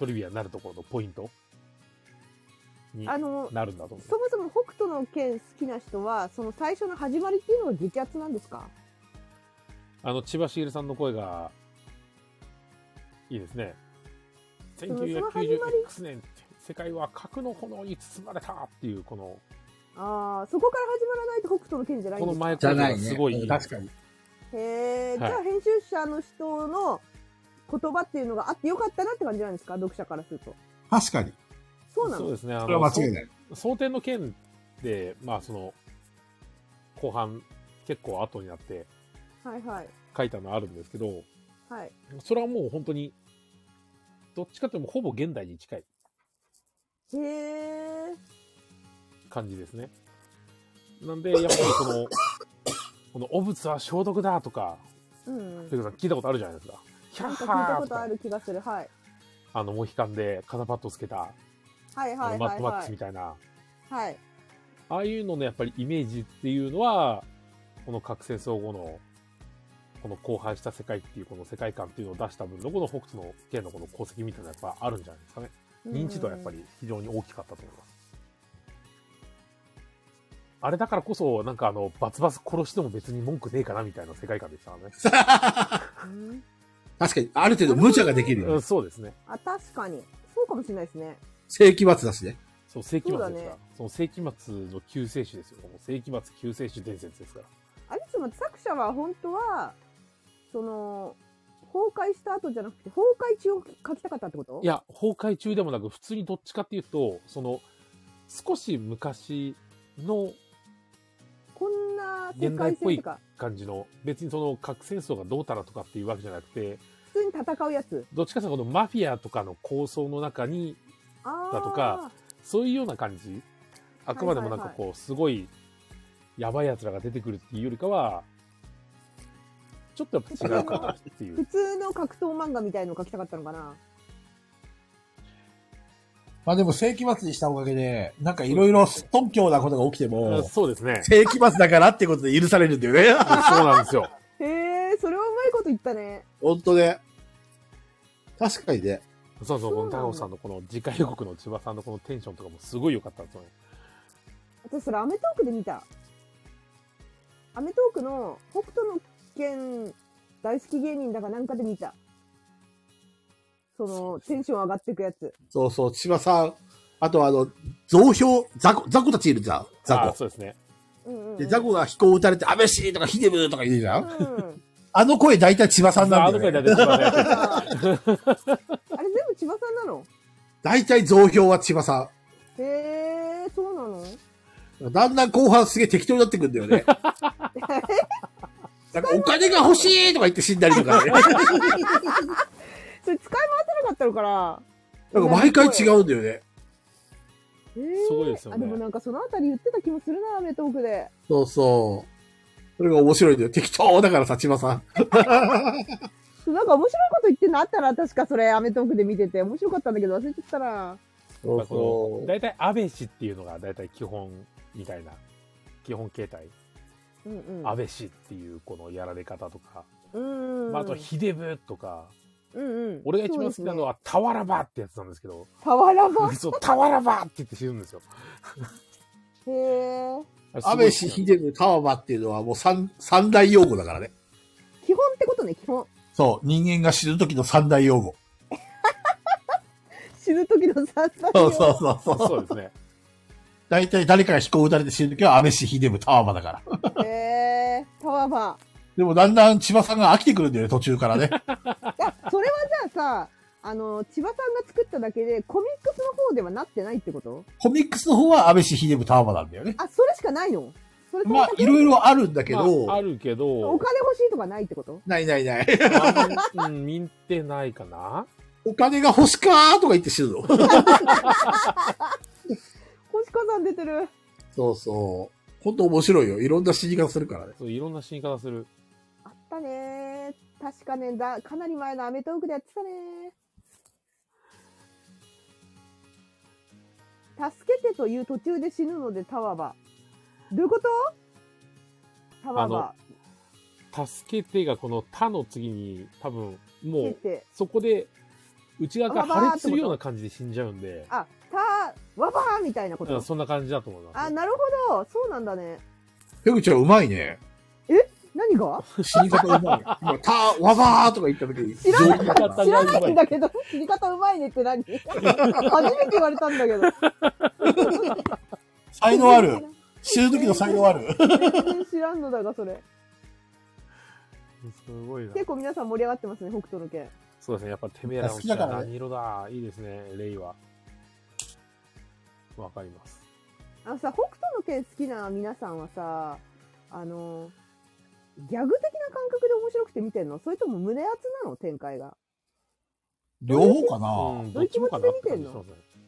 Speaker 2: トリビアになるところのポイントに
Speaker 4: あの、
Speaker 2: なるんだと思
Speaker 4: そもそも北斗の拳好きな人は、その最初の始まりっていうのが激アツなんですか
Speaker 2: う。あの、千葉茂さんの声が、いいですね。
Speaker 4: のその始まり
Speaker 2: 1990X 年って世界は核の炎に包まれたっていう、この、
Speaker 4: ああ、そこから始まらないと北斗の拳じゃないん
Speaker 2: この
Speaker 4: ですか
Speaker 2: 前
Speaker 3: じゃ
Speaker 2: 声
Speaker 3: ない
Speaker 2: が
Speaker 3: ね。
Speaker 2: すごいいい。
Speaker 3: 確かに。
Speaker 4: へえ、
Speaker 2: はい
Speaker 4: じゃあ編集者の人の言葉っていうのがあってよかったなって感じなんですか読者からすると。
Speaker 3: 確かに。
Speaker 4: そうな
Speaker 2: そ
Speaker 4: の
Speaker 2: うですね。あ
Speaker 3: これ
Speaker 2: の
Speaker 3: は間違いない。
Speaker 2: 蒼天の剣で、まあその、後半、結構後になって
Speaker 4: はいはい。
Speaker 2: 書いたのあるんですけど、
Speaker 4: はい。
Speaker 2: それはもう本当に、どっちかというとほぼ現代に近い
Speaker 4: へえ、
Speaker 2: 感じですね。なんで、やっぱりこの、この、汚物は消毒だとか、
Speaker 4: うん
Speaker 2: ペ。グさん聞いたことあるじゃないですか。
Speaker 10: ヒャ
Speaker 4: なん
Speaker 10: ッ
Speaker 4: か聞いた
Speaker 10: ハー
Speaker 4: ことと
Speaker 10: か
Speaker 4: ある気がする。はい。
Speaker 2: あの、モヒカンで肩パッドつけた、
Speaker 4: はい
Speaker 2: あ
Speaker 4: は
Speaker 2: の
Speaker 4: い
Speaker 2: マ
Speaker 4: は
Speaker 2: ッ
Speaker 4: い
Speaker 2: ドマック
Speaker 4: は
Speaker 2: ス
Speaker 4: い
Speaker 2: み。たいな、
Speaker 4: はい。
Speaker 2: ああいうののやっぱりイメージっていうのは、この核戦争後の、この荒廃した世界っていう、この世界観っていうのを出した分の、この北斗の剣のこの功績みたいなのがやっぱあるんじゃないですかね。認知度はやっぱ
Speaker 4: り。
Speaker 2: り非常に大きかったと思います。あれだからこそ、なんかあの、バツバツ殺しても別に文句ねえかなみたいな世界観でしたからね。
Speaker 4: うん
Speaker 3: 確かに、ある程度無茶ができるよ
Speaker 2: う
Speaker 3: ね。
Speaker 2: ん、そうですね。
Speaker 4: あ、確かに。そうかもしれないですね。
Speaker 3: 世紀末だしね。
Speaker 2: そう、世紀末ですから。そ,、
Speaker 4: そうだね
Speaker 2: の世紀末の救世主ですよ。この世紀末救世主伝説ですから。
Speaker 4: あれつまり作者は本当は、その、崩壊した後じゃなくて、崩壊中を書きたかったってこと
Speaker 2: いや、崩壊中でもなく、普通にどっちかっていうと、その、少し昔の
Speaker 4: こんな世界線とか、
Speaker 2: 感じの、別にその核戦争がどうたらとかっていうわけじゃなくて、
Speaker 4: 普通に戦うやつ。
Speaker 2: どっちかというとこのマフィアとかの構想の中に
Speaker 4: あー
Speaker 2: だとか、そういうような感じ。あくまでもなんかこう、すごい、やばい奴らが出てくるっていうよりかは、ちょっとやっぱ違うかなってい
Speaker 4: 普
Speaker 2: う。
Speaker 4: 通の格闘漫画みたいのを書きたかったのかな。
Speaker 11: まあでも世紀末にしたおかげで、なんかいろいろすっとんきょうなことが起きて
Speaker 2: うん
Speaker 11: も、
Speaker 2: そうです ね。
Speaker 3: 世紀末だからってことで許されるんだよね。
Speaker 2: そうなんですよ。
Speaker 4: へえ、それはうまいこと言ったね。
Speaker 3: ほんとね。確かにね。
Speaker 2: そうそう、こ
Speaker 4: そうなん
Speaker 2: の高
Speaker 4: だ
Speaker 2: 尾さんのこの次回予告の千葉さんのこのテンションとかもすごい良かったんですよね。
Speaker 4: 私それアメトークで見た。アメトークの北斗の剣大好き芸人だかなんかで見た。その、テンション上がってくやつ。
Speaker 3: そうそう、千葉さん。あとあの、増票、ザコ、ザコたちいるじゃん。ザ
Speaker 2: あそうですね。
Speaker 4: うんうん、う
Speaker 3: コ。
Speaker 4: ん。
Speaker 3: で、ザコが飛行撃たれて、安倍氏とかヒデブとか言うじゃん。
Speaker 4: うん。
Speaker 3: あの声大体千葉さん
Speaker 2: あ
Speaker 3: な
Speaker 2: あ
Speaker 3: ん
Speaker 2: の
Speaker 3: だよ、
Speaker 2: 回だ
Speaker 3: ね。
Speaker 2: け千葉さんやっ てた
Speaker 4: あれ全部千葉さんなの
Speaker 3: 大体増票は千葉さ
Speaker 4: へえ、そうなの
Speaker 3: ん。だんだん後半すげえ適当になってくんだよね。なんかお金が欲しいとか言って死んだりとかね。
Speaker 4: それ使い回せなかったのから。
Speaker 3: なんか毎回違うんだよね。
Speaker 4: えー
Speaker 2: すごいですよね
Speaker 4: あ、でもなんかそのあたり言ってた気もするな、アメトークで。
Speaker 3: そうそう。それが面白いんだよ。適当だからさ、千葉さん。
Speaker 4: なんか面白いこと言ってんのあったな、確かそれ、アメトークで見てて。面白かったんだけど忘れちゃったな。
Speaker 3: そ
Speaker 2: ま
Speaker 3: う
Speaker 2: あこ
Speaker 3: そ
Speaker 2: の
Speaker 3: う。
Speaker 2: 大体安倍氏っていうのが大体基本みたいな、基本形態。
Speaker 4: うんうん。
Speaker 2: 安倍氏っていうこのやられ方とか、
Speaker 4: うんうん。
Speaker 2: まあ、あとヒデブとか、
Speaker 4: うんうん。
Speaker 2: 俺が一番好きなの
Speaker 4: は。
Speaker 2: はタワラバってやつなんですけど、
Speaker 4: パワラバ
Speaker 2: そう、タワラバって言って死ぬんですよ。
Speaker 4: へえ。
Speaker 3: 安倍氏、秀デタワバっていうのはもう三、三大用語だからね。
Speaker 4: 基本ってことね、基本。
Speaker 3: そう。人間が死ぬ時の三大用語。
Speaker 4: 死ぬ時のさっさ
Speaker 3: そうそうそうそう。
Speaker 2: そうですね。
Speaker 3: 大体誰かが飛行撃たれて死ぬ時は安倍氏、秀デタワバだから。
Speaker 4: う。へえ。パワーバ
Speaker 3: でもだんだん千葉さんが飽きてくるんだよね、途 中からね。
Speaker 4: ー。あ、それはじゃあさ、あの、千葉さんが作っただけで、コミックスの方ではなってないってこと
Speaker 3: コミックスの方は安倍氏、秀デタワバなんだよね。
Speaker 4: あ、それしかないのそれそれ
Speaker 3: まあ
Speaker 4: だ、け
Speaker 3: いろいろあるんだけど、
Speaker 2: まあ、あるけ
Speaker 4: お
Speaker 2: ど、
Speaker 4: 金欲しいとかないってこと
Speaker 3: ないないない。
Speaker 2: あんうん、見てないかな
Speaker 3: お金が欲しかーとか言って死ぬの。
Speaker 4: 星火山出てる。
Speaker 3: そうそう。ほんと面白いよ。いろんな死に方するからね。
Speaker 2: そう、いろんな死に方する。
Speaker 4: あったねー。確かね、だ、かなり前のアメトーークでやってたねー。助けてという途中で死ぬのでタワバ。どういうことタワバ。
Speaker 2: 助けてがこの他の次に多分、も
Speaker 4: 助け
Speaker 2: う、
Speaker 4: て。
Speaker 2: そこで、内側が破裂するような感じで死んじゃうんで、
Speaker 4: あ、タワバーみたいなこ
Speaker 2: うん
Speaker 4: と。
Speaker 2: そんな感じだと思います。
Speaker 4: あ、なるほど。そうなんだね。
Speaker 3: ペグちゃんうまいね。
Speaker 4: 何が
Speaker 3: 死に方うまいね。今、たー、わばーとか言った時に。
Speaker 4: 知らな
Speaker 2: 死に方が
Speaker 4: 知らな
Speaker 2: うま
Speaker 4: いんだけど、死に方うまいねって何初めて言われたんだけど。
Speaker 3: 才能ある。死ぬ時の才能ある。
Speaker 4: 全然知らんのだが、それ。
Speaker 2: すごいな。
Speaker 4: 結構皆さん盛り上がってますね、北斗の剣。
Speaker 2: そうですね。やっぱてめえらの
Speaker 3: 好きだからね
Speaker 2: 何色だ。いいですね、レイは。わかります。
Speaker 4: あのさ、北斗の剣好きな皆さんはさ、あの、ギャグ的な感覚で面白くて見てんのそれとも胸熱なの展開が。
Speaker 3: 両方か
Speaker 2: う
Speaker 3: な。
Speaker 2: ん
Speaker 4: どういう気持ちで見てんの
Speaker 2: どっちもかなって感じしますね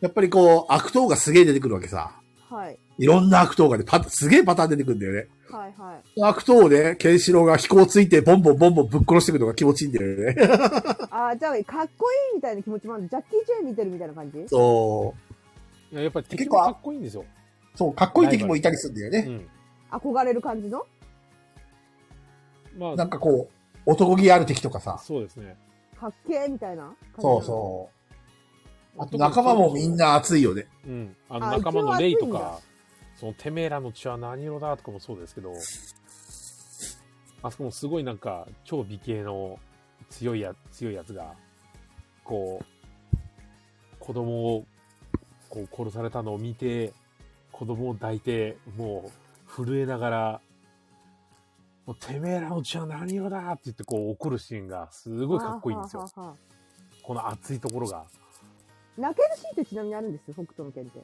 Speaker 3: やっぱりこう、悪党がすげえ出てくるわけさ。
Speaker 4: はい。
Speaker 3: いろんな悪党がね、パすげえパターン出てくるんだよね。
Speaker 4: はいはい。
Speaker 12: 悪党をね、ケンシロウが飛行ついて、ボンボンボンボンぶっ殺していくのが気持ちいいんだよ ね。
Speaker 4: ああ、じゃあ、かっこいいみたいな気持ちもある。ジャッキー・チェーン見てるみたいな感じ
Speaker 12: そう。
Speaker 2: いややっぱり敵もかっこいいんですよ。
Speaker 12: そう、かっこいい敵もいたりするんだよ
Speaker 2: う
Speaker 12: ね。
Speaker 2: ん。
Speaker 4: 憧れる感じの
Speaker 2: ま
Speaker 12: なんかこう、男気ある敵とか
Speaker 2: あ、
Speaker 12: さ。
Speaker 2: そうですね。
Speaker 4: かっけーみたいな感じ
Speaker 12: そうそう。あと仲間もみんな熱いよね。
Speaker 2: うん。あの
Speaker 4: あ
Speaker 2: 仲間のレイと
Speaker 4: 一応熱いん
Speaker 2: か
Speaker 4: だ、
Speaker 2: そのてめえらの血は何色だとかもそうですけど、あそこもすごいなんか超美形の強いや、強いやつが、こう、子供をこう殺されたのを見て、子供を抱いて、もう震えながら、もうてめえらの血は何色だって言ってこう怒るシーンがす
Speaker 4: う
Speaker 2: ごいかっこいいんですよ。。
Speaker 4: あーはーはーは
Speaker 2: この熱いところ が。
Speaker 4: ー泣けるシーンってちなみにあるんですよ、北斗の拳って。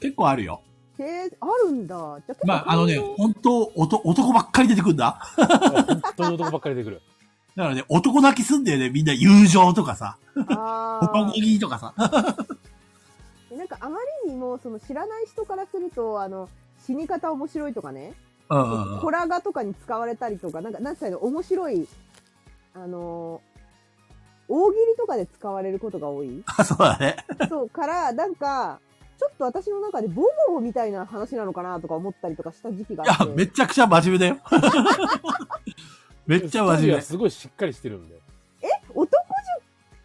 Speaker 3: 結構あるよ。
Speaker 4: へー、あるんだ。じゃ結構
Speaker 3: まあ、あのね、
Speaker 4: 感動
Speaker 3: 本当おと男ばっかり出てくんだ。
Speaker 2: 本当に男ばっかり出てくる。
Speaker 3: だからね、男泣きすんだよね。みんな友情とかさ、
Speaker 4: あ
Speaker 3: 男
Speaker 4: ー
Speaker 3: 気とかさ。
Speaker 4: なんかあまりにもその知らない人からするとあの死に方面白いとかね、
Speaker 3: うんうん う
Speaker 4: ホ
Speaker 3: ん。
Speaker 4: ラガとかに使われたりとかなんかなんていうの面白いあのー大喜利とかで使われることが多 い
Speaker 3: そうだね。
Speaker 4: そうからなんかちょっと私の中でボボボみたいな話なのかなとか思ったりとかした時期が
Speaker 3: い
Speaker 4: あ
Speaker 3: や
Speaker 4: っ、て
Speaker 3: めちゃくちゃ真面 目だよ。めっ
Speaker 2: ス
Speaker 3: ち
Speaker 2: ト
Speaker 3: ゃ
Speaker 2: ー
Speaker 3: 真
Speaker 2: リー
Speaker 3: 面
Speaker 2: は
Speaker 3: 目。
Speaker 2: すごいしっかりしてるんで。
Speaker 4: 男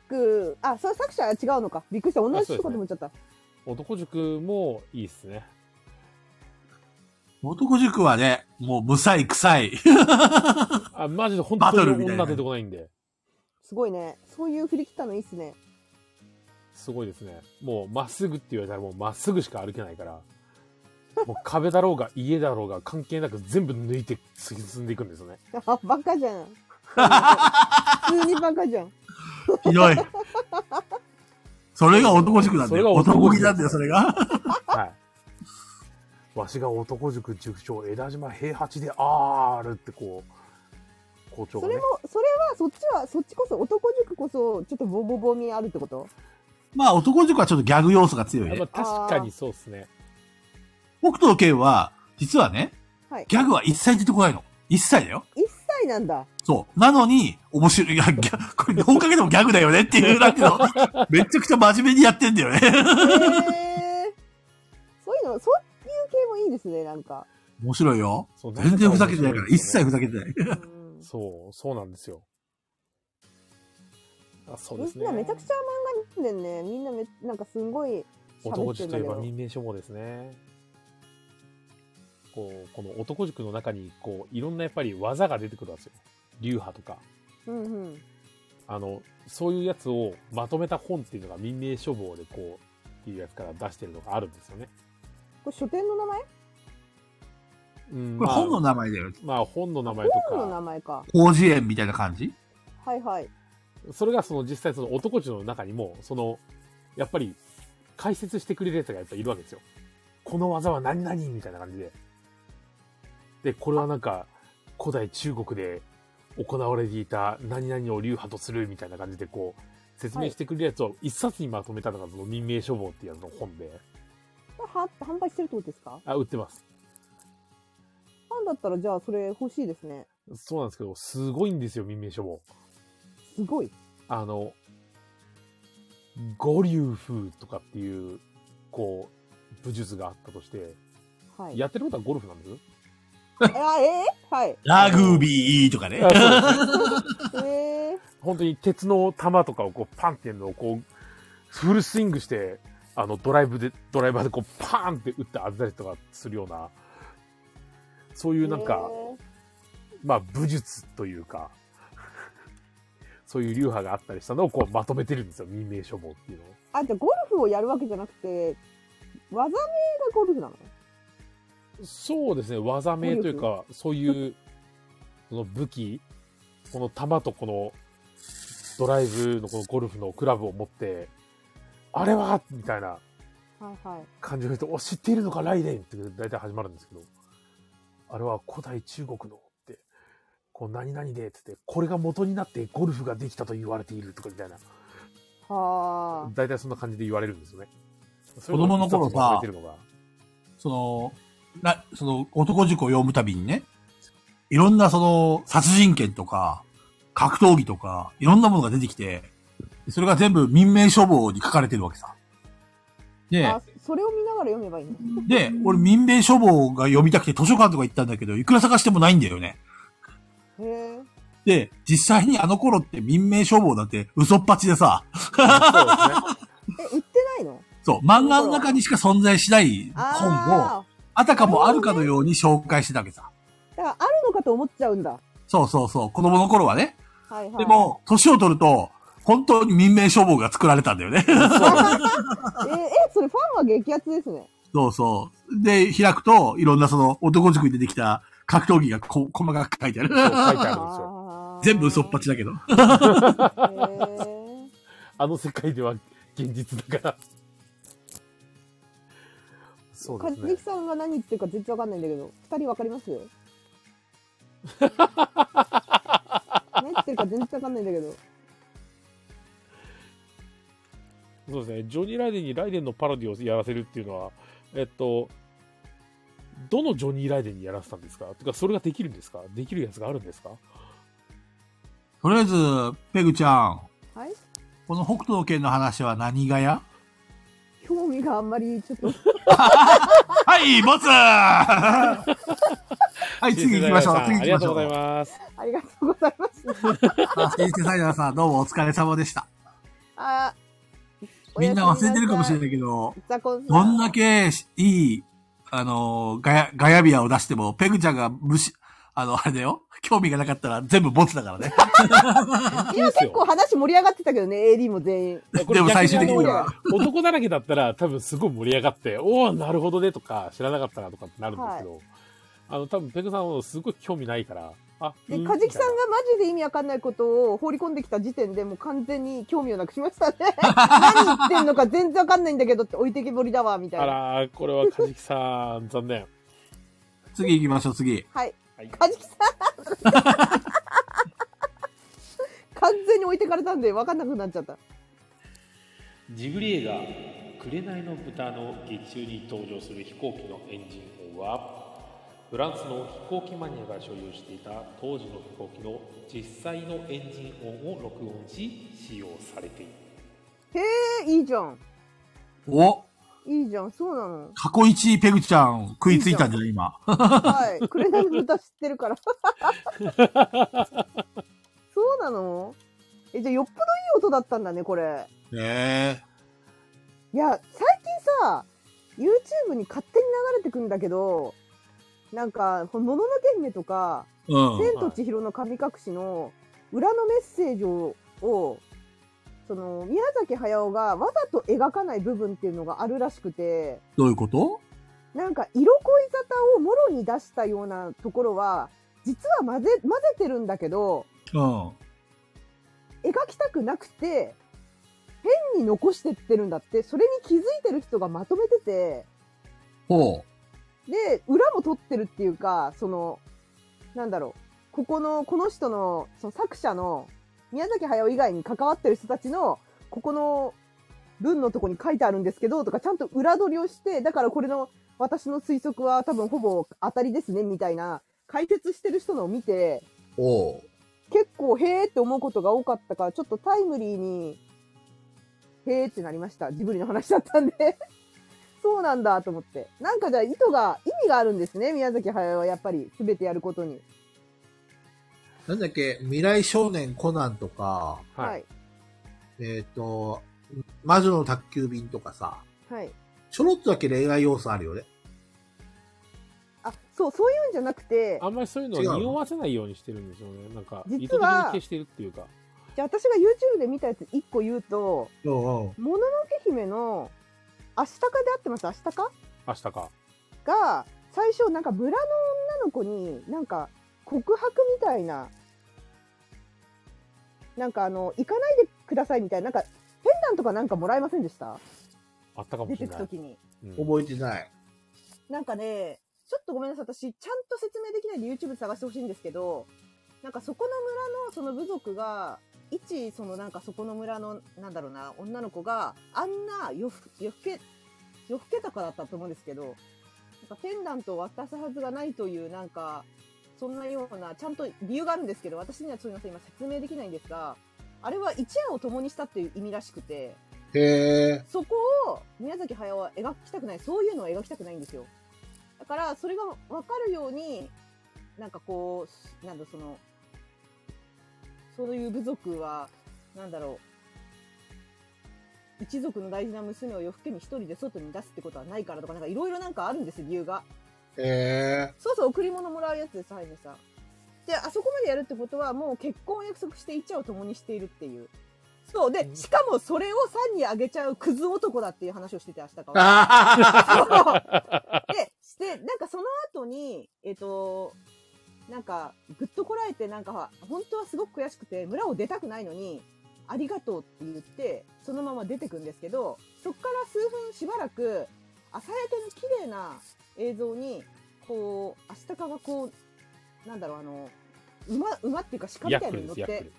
Speaker 4: 塾あそう作者は違うのかびっくりした同じ人かと思っちゃった、
Speaker 2: 男塾もいいっすね。
Speaker 3: 男塾はね、もう無才臭い。
Speaker 2: あ、マジで本
Speaker 3: バト
Speaker 2: 当
Speaker 3: ルみ
Speaker 2: に
Speaker 3: たいな
Speaker 2: 女出てこないんで、
Speaker 4: すごいねそういう振り切ったのいいっすね
Speaker 2: すごいですね。もうまっすぐって言われたらもうまっすぐしか歩けないから、もう壁だろうが家だろうが関係なく全部抜いて進んでいくんですよね。
Speaker 4: あ、バカじゃん。普通にバカじ ゃん。
Speaker 3: ひどい。それが男塾なん
Speaker 2: そ
Speaker 3: だ
Speaker 2: れが
Speaker 3: よ。
Speaker 2: 男塾
Speaker 3: 男気なんだよ、それが。
Speaker 2: はい。わしが男塾塾長枝島平八であるってこう、校長
Speaker 4: そ
Speaker 2: が
Speaker 4: れ
Speaker 2: ね
Speaker 4: も。、それは、そっちは、そっちこそ、男塾こそ、ちょっとボボボにあるってこと
Speaker 3: まあ、男塾はちょっとギャグ要素が強い
Speaker 2: あまあ
Speaker 3: ね。
Speaker 2: 確かにそうっすね。
Speaker 3: 北斗の拳は、実はね、
Speaker 4: はい。
Speaker 3: ギャグは一切出てこないの。一切だよ。
Speaker 4: 一切なんだ。
Speaker 3: そう。なのに、面白い。いや、ギャこれどうかけてもギャグだよねっていう、なんていうの。めちゃくちゃ真面目にやってんだよね。
Speaker 4: へえ。 そういうの、そういう系もいいですね、なんか。
Speaker 3: 面白いよ。
Speaker 2: そう
Speaker 3: 全然ふざけてないから、一切ふざ
Speaker 2: け
Speaker 3: けてない。
Speaker 4: うん。
Speaker 2: そう、そうなんですよ。あそうで
Speaker 4: み
Speaker 2: す
Speaker 4: ん
Speaker 2: ね。
Speaker 4: なめちゃくちゃ漫画読んでんね。みんなめ、なんかすんごい喋
Speaker 2: 男
Speaker 4: って
Speaker 2: 塾と
Speaker 4: んだ
Speaker 2: いえ
Speaker 4: け
Speaker 2: ば
Speaker 4: ど。
Speaker 2: 民命書もですね。こう、この男塾の中に、こう、いろんなやっぱり技が出てくるんですよ。流派とか。
Speaker 4: うんうん。
Speaker 2: あの、そういうやつをまとめた本っていうのが民命書房でこう、っていうやつから出してるのがあるんですよね。
Speaker 4: これ書店の名前
Speaker 2: うん。
Speaker 3: こ
Speaker 2: ま
Speaker 3: れ
Speaker 2: あ
Speaker 3: 本の名前だよ。
Speaker 2: まあ本の名前と
Speaker 4: 本の名
Speaker 2: か、
Speaker 4: 前か。
Speaker 3: 広辞苑みたいな感じ
Speaker 4: はいはい。
Speaker 2: それがその実際その男塾の中にも、その、やっぱり解説してくれるやつがやっぱいるわけですよ。この技は何々みたいな感じで。で、これはなんか、古代中国で行われていた何々を流派とするみたいな感じでこう、説明してくれるやつを一冊にまとめたのがその民命書房っていうやつの本で、
Speaker 4: これは、販売してるってことですか
Speaker 2: あ、売ってます。
Speaker 4: ファンだったら、じゃあ、それ欲しいですね。
Speaker 2: そうなんですけど、すごいんですよ、民命書房。
Speaker 4: すごい。
Speaker 2: あの、五流風とかっていう、こう、武術があったとして、
Speaker 4: はい。
Speaker 2: やってることはゴルフなんです
Speaker 4: あ、えー、はい。
Speaker 3: ラグビーとかね。
Speaker 4: えー、
Speaker 2: 本当に鉄の球とかをこうパンってやるのをこう、フルスイングして、あの、ドライブで、ドライバーでこうパーンって打って当てたりとかするような、そういうなんか、まあ武術というか、 そういう流派があったりしたのをこうまとめてるんですよ、民命書房っていうのを。
Speaker 4: あ、じゃあゴルフをやるわけじゃなくて、技名がゴルフなの
Speaker 2: そうですね、技名というか、そういう、その武器、この弾とこのドライブのこのゴルフのクラブを持って、あれはみたいな
Speaker 4: はいはい。
Speaker 2: 感じの人、お、知っているのか、ライデンって大体始まるんですけど、あれは古代中国のって、こう何々でってって、これが元になってゴルフができたと言われているとかみたいな、
Speaker 4: は
Speaker 2: 大体そんな感じで言われるんですよね。子
Speaker 3: 供の頃さ
Speaker 2: るのが
Speaker 3: その、な、その、男塾を読むたびにね、いろんなその、殺人権とか、格闘技とか、いろんなものが出てきて、それが全部民命処方に書かれてるわけさ。で
Speaker 4: あ、、それを見ながら読めばいいんだ。
Speaker 3: で、俺民命処方が読みたくて図書館とか行ったんだけど、いくら探してもないんだよね。
Speaker 4: へえ。
Speaker 3: で、実際にあの頃って民命処方だって嘘っぱちでさ、
Speaker 2: そうですね。
Speaker 4: え、売ってないの
Speaker 3: そう、漫画の中にしか存在しない本を、
Speaker 4: ああ。
Speaker 3: あたかもあるかのように紹介してたわけさ。
Speaker 4: だからあるのかと思っちゃうんだ。
Speaker 3: そうそうそう、子供の頃はね。
Speaker 4: はいはい。
Speaker 3: で、も、年を取ると、本当に民命処方が作られたんだよね。
Speaker 4: えーえ、それファンは激アツですね。
Speaker 3: そうそう。で、開くと、いろんなその男塾に出てきた格闘技がこ細かく書いてある。
Speaker 2: そう書いてあるんですよ。
Speaker 4: あー
Speaker 3: 全部嘘っぱちだけど。
Speaker 4: へ
Speaker 2: あの世界では現実だから。そ
Speaker 4: ー。
Speaker 2: うです
Speaker 4: かじ
Speaker 2: ね
Speaker 4: き。さんが何言ってるか全然わかんないんだけど、二人わか ります何言ってるか全然わかんないんだけど。
Speaker 2: そうですね。ジョニー・ライデンにライデンのパロディをやらせるっていうのは、えっと、どのジョニー・ライデンにやらせたんですかてか、それができるんですかできるやつがあるんですか
Speaker 3: とりあえず、ペグちゃん、
Speaker 4: はい
Speaker 3: この北斗の剣の話は何がや
Speaker 4: 興味があんまりちょっと。
Speaker 3: はい、 ボツはい、次行きましょう。
Speaker 2: あ
Speaker 3: 次行
Speaker 2: り
Speaker 3: き
Speaker 2: が
Speaker 3: ま
Speaker 2: とう
Speaker 3: し
Speaker 2: ご
Speaker 3: ょ。
Speaker 2: ざいうます。
Speaker 4: ありがとうございます。
Speaker 3: あ、新生サイダーさん、どうもお疲れ様でした。
Speaker 4: あ
Speaker 3: みんな忘れてるかもしれ
Speaker 4: い。
Speaker 3: ないけど、
Speaker 4: ザコンさ
Speaker 3: どんだけいい、あのーガヤ、ガヤビアを出しても、ペグちゃんが無視、あの、あれだよ。興味がなかったら全部ボツだからね。
Speaker 4: 今結構話盛り上がってたけどね、AD も全員。
Speaker 2: これ
Speaker 3: でも最終的に
Speaker 4: 逆
Speaker 3: は
Speaker 4: に。
Speaker 2: 男だらけだったら、多分すごい盛り上がって、おお、なるほどねとか、知らなかったなとかってなるんですけど、あの、多分ペグさんはすごい興味ないから、あ、
Speaker 4: で、
Speaker 2: うん
Speaker 4: カジキさんがマジで意味わかんないことを放り込んできた時点でもう完全に興味をなくし ましたね。何言ってんのか全然わかんないんだけどって置いてけぼりだわ、みた
Speaker 2: あ
Speaker 4: いな。
Speaker 2: らー、これはカジキさん、残念。
Speaker 3: 次行きましょう、次。
Speaker 4: はい
Speaker 2: はい。
Speaker 4: カジキさん完全に置いてかれたんでわかんなくなっちゃった。
Speaker 13: ジブリ映画「紅の豚」の劇中に登場する飛行機のエンジン音はフランスの飛行機マニアが所有していた当時の飛行機の実際のエンジン音を録音し使用されている
Speaker 4: へえ、いいじゃん。
Speaker 3: お。
Speaker 4: いいじゃん、そうなの
Speaker 3: 過去一ペグちゃん食いついたんじゃない今。
Speaker 4: はい。くれなの歌知ってるから。そうなのえ、じゃあよっぽどいい音だったんだね、これ。
Speaker 3: ねえ。
Speaker 4: いや、最近さ、YouTube に勝手に流れてくんだけど、なんか、このもののけ姫とか、
Speaker 3: うん。
Speaker 4: 千と千尋の神隠しの裏のメッセージを、をその、宮崎駿がわざと描かない部分っていうのがあるらしくて、
Speaker 3: どういうこと
Speaker 4: なんか色恋沙汰をもろに出したようなところは、実は混ぜ、混ぜてるんだけど、
Speaker 3: うん。
Speaker 4: 描きたくなくて、変に残してってるんだって、それに気づいてる人がまとめてて、
Speaker 3: ほ
Speaker 4: で、裏も取ってるっていうか、その、なんだろう、ここの、この人の、その作者の、宮崎駿以外に関わってる人たちの、ここの文のとこに書いてあるんですけど、とか、ちゃんと裏取りをして、だからこれの、私の推測は多分ほぼ当たりですね、みたいな、解説してる人のを見て、
Speaker 3: う。おう。
Speaker 4: 結構、へーって思うことが多かったから、ちょっとタイムリーに、へーってなりました。ジブリの話だったんで。 そうなんだと思って。なんかじゃあ意図が、意味があるんですね。宮崎駿はやっぱり、すべてやることに。
Speaker 3: なんだっけ、未来少年コナンとか、
Speaker 2: は。
Speaker 4: はいい。
Speaker 3: えっ、と、魔女の宅急便とかさ、
Speaker 4: はい。
Speaker 3: ちょろっとだけ恋愛要素あるよね。
Speaker 4: あ、そう、そういうんじゃなくて、
Speaker 2: あんまりそういうの
Speaker 3: 違う
Speaker 2: を
Speaker 3: の
Speaker 2: 匂わせないようにしてるんですよね。なんか、意図的
Speaker 4: 実
Speaker 2: に
Speaker 4: は
Speaker 2: 消してるっていうか。
Speaker 4: じゃあ私が YouTube で見たやつ一個言うと、
Speaker 3: うんうん。
Speaker 4: もののけ姫の、明日かで合ってます明日か
Speaker 2: 明日か。
Speaker 4: が、最初なんか村の女の子になんか告白みたいな、なんかあの、行かないでくださいみたいな、なんか、ペンダントかなんかもらえませんでした
Speaker 2: あったかも
Speaker 4: 出
Speaker 2: しれ
Speaker 4: てく
Speaker 2: ない
Speaker 4: と。きに。
Speaker 2: うん
Speaker 14: 覚えてない。
Speaker 4: なんかね、ちょっとごめんなさい、私、ちゃんと説明できないんで YouTube で探してほしいんですけど、なんかそこの村のその部族が、一、そのなんかそこの村の、なんだろうな、女の子があんな夜ふ、夜更け、夜更けたかだったと思うんですけど、なんかペンダントを渡すはずがないという、なんか、そんなような、ちゃんと理由があるんですけど、私にはすみません、今説明できないんですが、あれは一夜を共にしたっていう意味らしくて、
Speaker 3: へえ。
Speaker 4: そこを宮崎駿は描きたくない、そういうのは描きたくないんですよ。だから、それが分かるように、なんかこう、なんだその、そういう部族は、なんだろう、一族の大事な娘を夜更けに一人で外に出すってことはないからとか、なんかいろいろなんかあるんですよ、理由が。
Speaker 3: へえ。
Speaker 4: そうそう、贈り物もらうやつです、ハイメさん。で、あそこまでやるってことは、もう結婚を約束して一夜を共にしているっていう。そう。で、しかもそれを3にあげちゃうクズ男だっていう話をしてて、明日かは。
Speaker 3: あ
Speaker 4: そうで、して、なんかその後に、えっ、と、なんか、ぐっとこらえて、なんか、本当はすごく悔しくて、村を出たくないのに、ありがとうって言って、そのまま出てくんですけど、そっから数分しばらく、朝焼けの綺麗な映像に、こう、アシタカがこう、なんだろう、あの、馬、馬っていうか鹿み
Speaker 2: ヤ
Speaker 4: た
Speaker 2: ッ
Speaker 4: い
Speaker 2: ク
Speaker 4: に
Speaker 2: ル
Speaker 4: 乗
Speaker 2: で
Speaker 4: っ
Speaker 2: す、ヤック
Speaker 4: て、
Speaker 2: ル。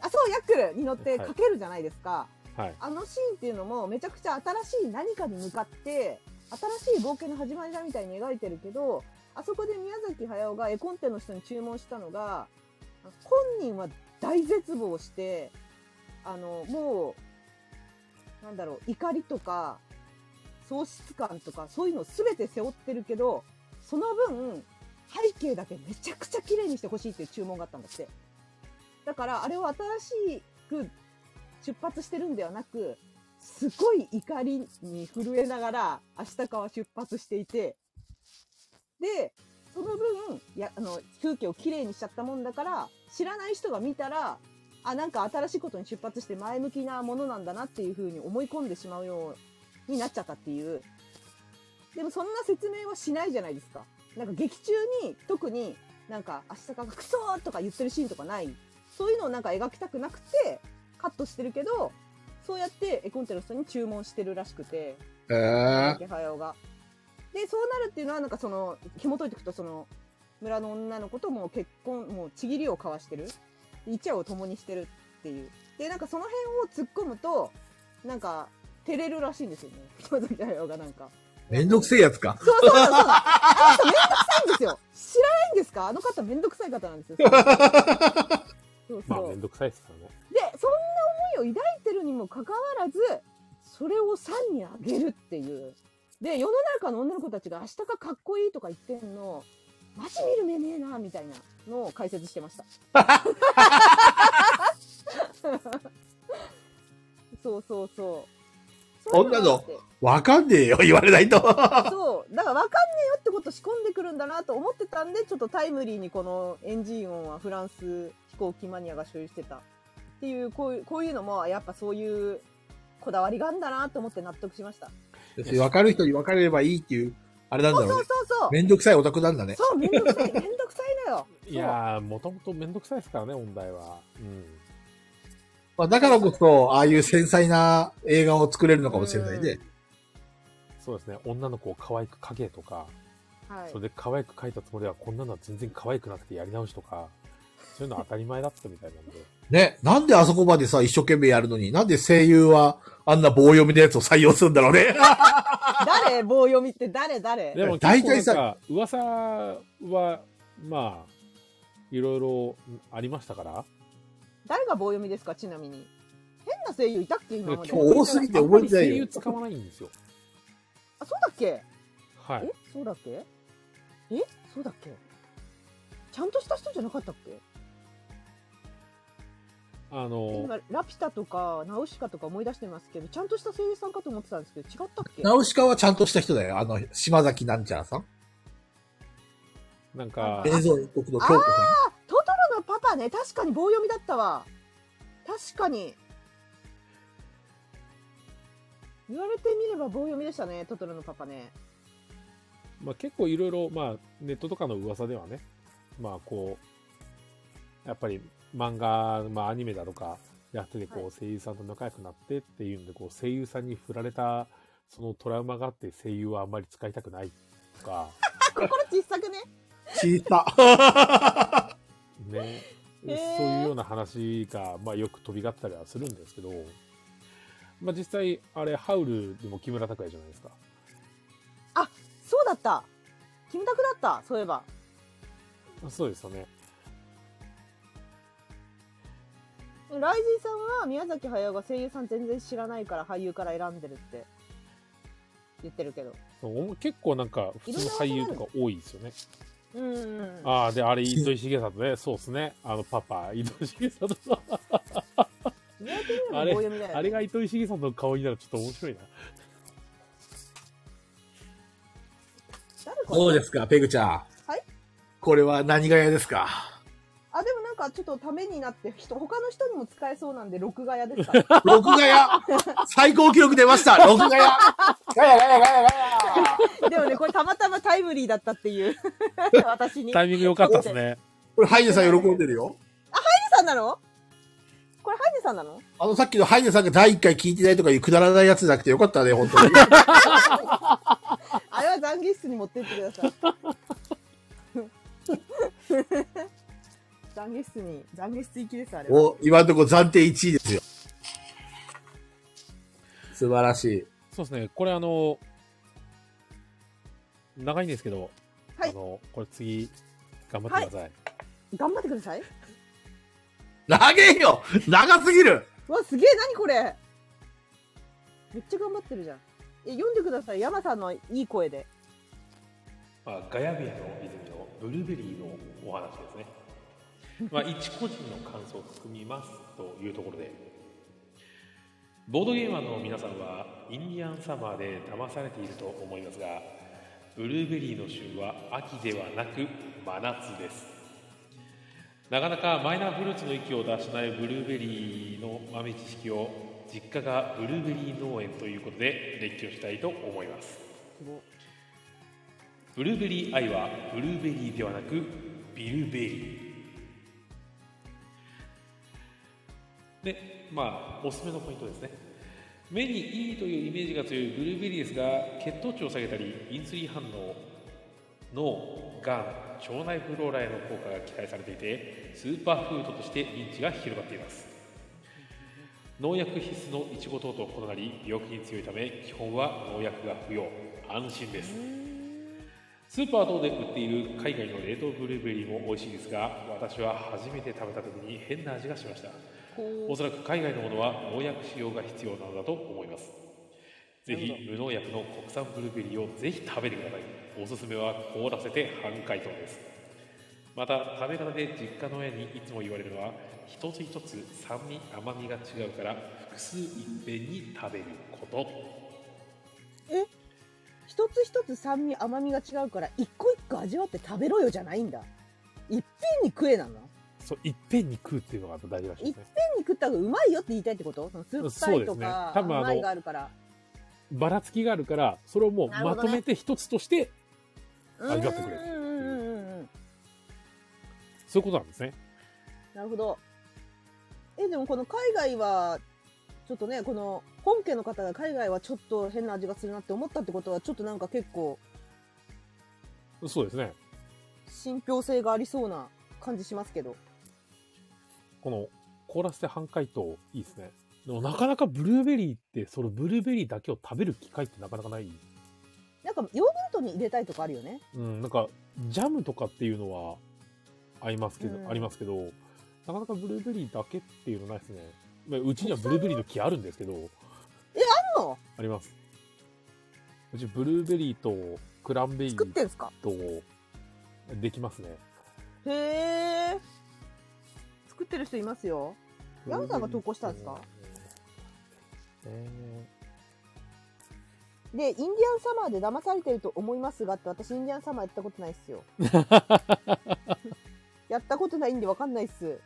Speaker 4: あ、そう、ヤックルに乗ってかけるじゃないですか。
Speaker 2: はい。
Speaker 4: あのシーンっていうのもめちゃくちゃ新しい何かに向かって新しい冒険の始まりだみたいに描いてるけどあそこで宮崎駿が絵コンテの人に注文したのが本人は大絶望してあのもうなんだろう怒りとか喪失感とかそういうのを全て背負ってるけどその分背景だけめちゃくちゃ綺麗にしてほしいっていう注文があったんだってだからあれを新しく出発してるんではなく、すごい怒りに震えながら、明日かは出発していて、で、その分、いや、あの、風景をきれいにしちゃったもんだから、知らない人が見たら、あ、なんか新しいことに出発して前向きなものなんだなっていう風に思い込んでしまうようになっちゃったっていう。でもそんな説明はしないじゃないですか。なんか劇中に特になんか明日かがクソーとか言ってるシーンとかない。そういうのをなんか描きたくなくて、カットしてるけど、そうやって絵コンテの人に注文してるらしくて、
Speaker 3: ーへえ。
Speaker 4: 竹駿が。で、そうなるっていうのは、なんかその、紐解いていくと、その、村の女の子ともう結婚、もうちぎりを交わしてる。一夜を共にしてるっていう。で、なんかその辺を突っ込むと、なんか、照れるらしいんですよね。紐解いて駿がなんか。
Speaker 3: めんどくせえやつか。
Speaker 4: そうそうそうそう。あの人めんどくさいんですよ。知らないんですかあの方めんどくさい方なんですよ。そう
Speaker 2: まあ、
Speaker 4: そう
Speaker 2: めん。どくさいですからね。
Speaker 4: で、そんな思いを抱いてるにもかかわらず、それを3にあげるっていう。で、世の中の女の子たちが明日がかっこいいとか言ってんの、マジ見る目ねえな、みたいなのを解説してました。そうそうそう。そういうがあって
Speaker 3: わかんねえよ、言われないと。
Speaker 4: そう。だから分かんねえよってこと仕込んでくるんだなと思ってたんで、ちょっとタイムリーにこのエンジン音はフランス飛行機マニアが所有してた。っていう、こういう、こういうのも、やっぱそういうこだわりがあるんだなと思って納得しました。
Speaker 3: わかる人に分かれればいいっていう、あれなんだ
Speaker 4: そう
Speaker 3: ろう
Speaker 4: そう
Speaker 3: ね。
Speaker 4: そうそう。
Speaker 3: めんどくさいオタクなんだね。
Speaker 4: そう、めんどくさい、めんどくさいのよ。
Speaker 2: いやー、もともとめんどくさいですからね、問題は。うん。
Speaker 3: まあ、だからこそ、ああいう繊細な映画を作れるのかもしれないね。
Speaker 2: そうですね。女の子を可愛く描けとか、
Speaker 4: はい
Speaker 2: そ。れで可愛く描いたつもりは、こんなのは全然可愛くなくてやり直しとか、そういうのは当たり前だったみたいなん で。
Speaker 3: ね、なんであそこまでさ、一生懸命やるのに、なんで声優はあんな棒読みのやつを採用するんだろうね。
Speaker 4: 誰棒読みって誰誰
Speaker 2: でも大
Speaker 3: 大体
Speaker 2: 体
Speaker 3: さ
Speaker 2: さ、噂は、まあ、いろいろありましたから、
Speaker 4: 誰が棒読みですかちなみに。変な声優いたっけ今まで。
Speaker 2: 今
Speaker 3: 日多すぎて覚えてないよ
Speaker 2: 声優使わないんですよ。
Speaker 4: あ、そうだっけ
Speaker 2: はい
Speaker 4: え。そうだっけえそうだっけちゃんとした人じゃなかったっけ
Speaker 2: あの、
Speaker 4: 今ラピュタとかナウシカとか思い出してますけどちゃんとした声優さんかと思ってたんですけど違ったっけ
Speaker 3: ナウシカはちゃんとした人だよ。あの、島崎なんちゃらさん。
Speaker 2: なんか
Speaker 3: 映、像一国の京子さ
Speaker 4: トトロのパパね確かに棒読みだったわ確かに言われてみれば棒読みでしたねトトロのパパね
Speaker 2: まあ、結構いろいろ、まあ、ネットとかの噂ではね、まあ、こう、やっぱり漫画、まあ、アニメだとか、やってて、
Speaker 4: は
Speaker 2: こう、声優さんと仲良くなってっていうんで、こう、声優さんに振られた、そのトラウマがあって、声優はあんまり使いたくないとか、
Speaker 4: あ心小さくね
Speaker 3: ん。小さ。
Speaker 2: ね、
Speaker 4: へー
Speaker 2: そういうような話が、まあ、よく飛び交ったりはするんですけど、まあ、実際あれハウルでも木村拓哉じゃないですか
Speaker 4: そうだったキムタクだったそういえば
Speaker 15: そうですよね。
Speaker 4: ライジンさんは宮崎駿が声優さん全然知らないから俳優から選んでるって言ってるけど。
Speaker 15: そう結構なんか普通の俳優とか多いですよね。
Speaker 4: うんうん。
Speaker 15: ああ、で、あれ、糸井重里ね。そうですね。あの、パパ、糸井重里の、
Speaker 4: 宮崎駿の棒読みだよ、ね。
Speaker 15: あれが糸井重里の顔になるとちょっと面白いな。
Speaker 4: 誰かな
Speaker 3: どうですか、ペグちゃん。
Speaker 4: はい。
Speaker 3: これは何がやですか
Speaker 4: あ、でもなんかちょっとためになって、人、他の人にも使えそうなんで、録画屋ですか あ
Speaker 3: 録画屋最高記録出ました録画屋ガヤガヤガヤガヤ
Speaker 4: でもね、これたまたまタイムリーだったって いう。私に。
Speaker 15: タイミング良かったですね。
Speaker 3: これ、ハイネさん喜んでるよ。
Speaker 4: ハイジさんなのこれハイジさんなの
Speaker 3: あの、さっきのハイネさんが第一回聞いてないとかいうくだらないやつじゃなくてよかったね、本 当に。
Speaker 4: あれは懺悔室に持ってってください。 懺悔室に、懺悔室行きです、あれは。
Speaker 3: お、今んとこ暫定1位ですよ。素晴らしい。
Speaker 15: そうですね。これ、あの、長いんですけど、
Speaker 4: はい
Speaker 15: あの、これ次、頑張ってください。
Speaker 4: 頑張ってください。
Speaker 3: 長えよ長すぎる
Speaker 4: うわ、すげえ、何これめっちゃ頑張ってるじゃん。え、読んでください、山さんのいい声で。
Speaker 2: まあ、ガヤ部屋の泉のブルーベリーのお話ですね、まあ、一個人の感想を含みますというところでボードゲーマーの皆さんはインディアンサマーで騙されていると思いますがブルーベリーの旬は秋ではなく真夏ですなかなかマイナーフルーツの域を出しないブルーベリーの豆知識を実家がブルーベリー農園ということで列挙したいと思いますブルーベリーアイはブルーベリーではなくビルベリーでまあおすすめのポイントですね目にいいというイメージが強いブルーベリーですが血糖値を下げたりインスリン反応脳がん腸内フローラへの効果が期待されていてスーパーフードとして認知が広がっています農薬必須のいちご等と異なり病気に強いため基本は農薬が不要安心ですスーパー等で売っている海外の冷凍ブルーベリーも美味しいですが私は初めて食べた時に変な味がしましたおそらく海外のものは農薬使用が必要なのだと思いますぜひ無農薬の国産ブルーベリーをぜひ食べてくださいおすすめは凍らせて半解凍ですまた食べ方で実家の親にいつも言われるのは一つ一つ酸味甘みが違うから複数いっぺんに食べること
Speaker 4: 一つ一つ酸味、甘みが違うから、一個一個味わって食べろよじゃないんだ。いっぺんに食えなの
Speaker 15: そう、いっぺんに食うっていうのが大事らしい
Speaker 4: い
Speaker 15: で
Speaker 4: っ
Speaker 15: すね
Speaker 4: ぺんに。食った方がうまいよって言いたいってことその酸っぱい
Speaker 15: そ
Speaker 4: と
Speaker 15: うですね
Speaker 4: か、
Speaker 15: 多分あの
Speaker 4: 甘いがあるから。
Speaker 15: ばらつきがあるから、それをもう
Speaker 4: なる
Speaker 15: ま
Speaker 4: ほどね
Speaker 15: とめて一つとして、
Speaker 4: うん
Speaker 15: 味わってくれる
Speaker 4: うんうんうんうん。
Speaker 15: そういうことなんですね。
Speaker 4: なるほど。え、でもこの海外は、ちょっとね、この本家の方が海外はちょっと変な味がするなって思ったってことは、ちょっとなんか結構
Speaker 15: そうですね。
Speaker 4: 信憑性がありそうな感じしますけど。
Speaker 15: この、凍らせて半解凍、いいですね。でもなかなかブルーベリーって、そのブルーベリーだけを食べる機会ってなかなかない。
Speaker 4: なんかヨーグルトに入れたいとかあるよね。
Speaker 15: うん、なんか、ジャムとかっていうのは、ありますけど、
Speaker 4: うん
Speaker 15: ありますけど、なかなかブルーベリーだけっていうのないですね。まあうちにはブルーベリーの木あるんですけど、
Speaker 4: あんの
Speaker 15: あります。うちブルーベリーとクランベリ
Speaker 4: 作っ
Speaker 15: ー
Speaker 4: てんすか
Speaker 15: と、できますね。
Speaker 4: へえ。作ってる人いますよ。ヤムさんが投稿したんですかで、インディアンサマーで騙されてると思いますがって、私インディアンサマーやったことないっすよ。やったことないんでわかんないっす。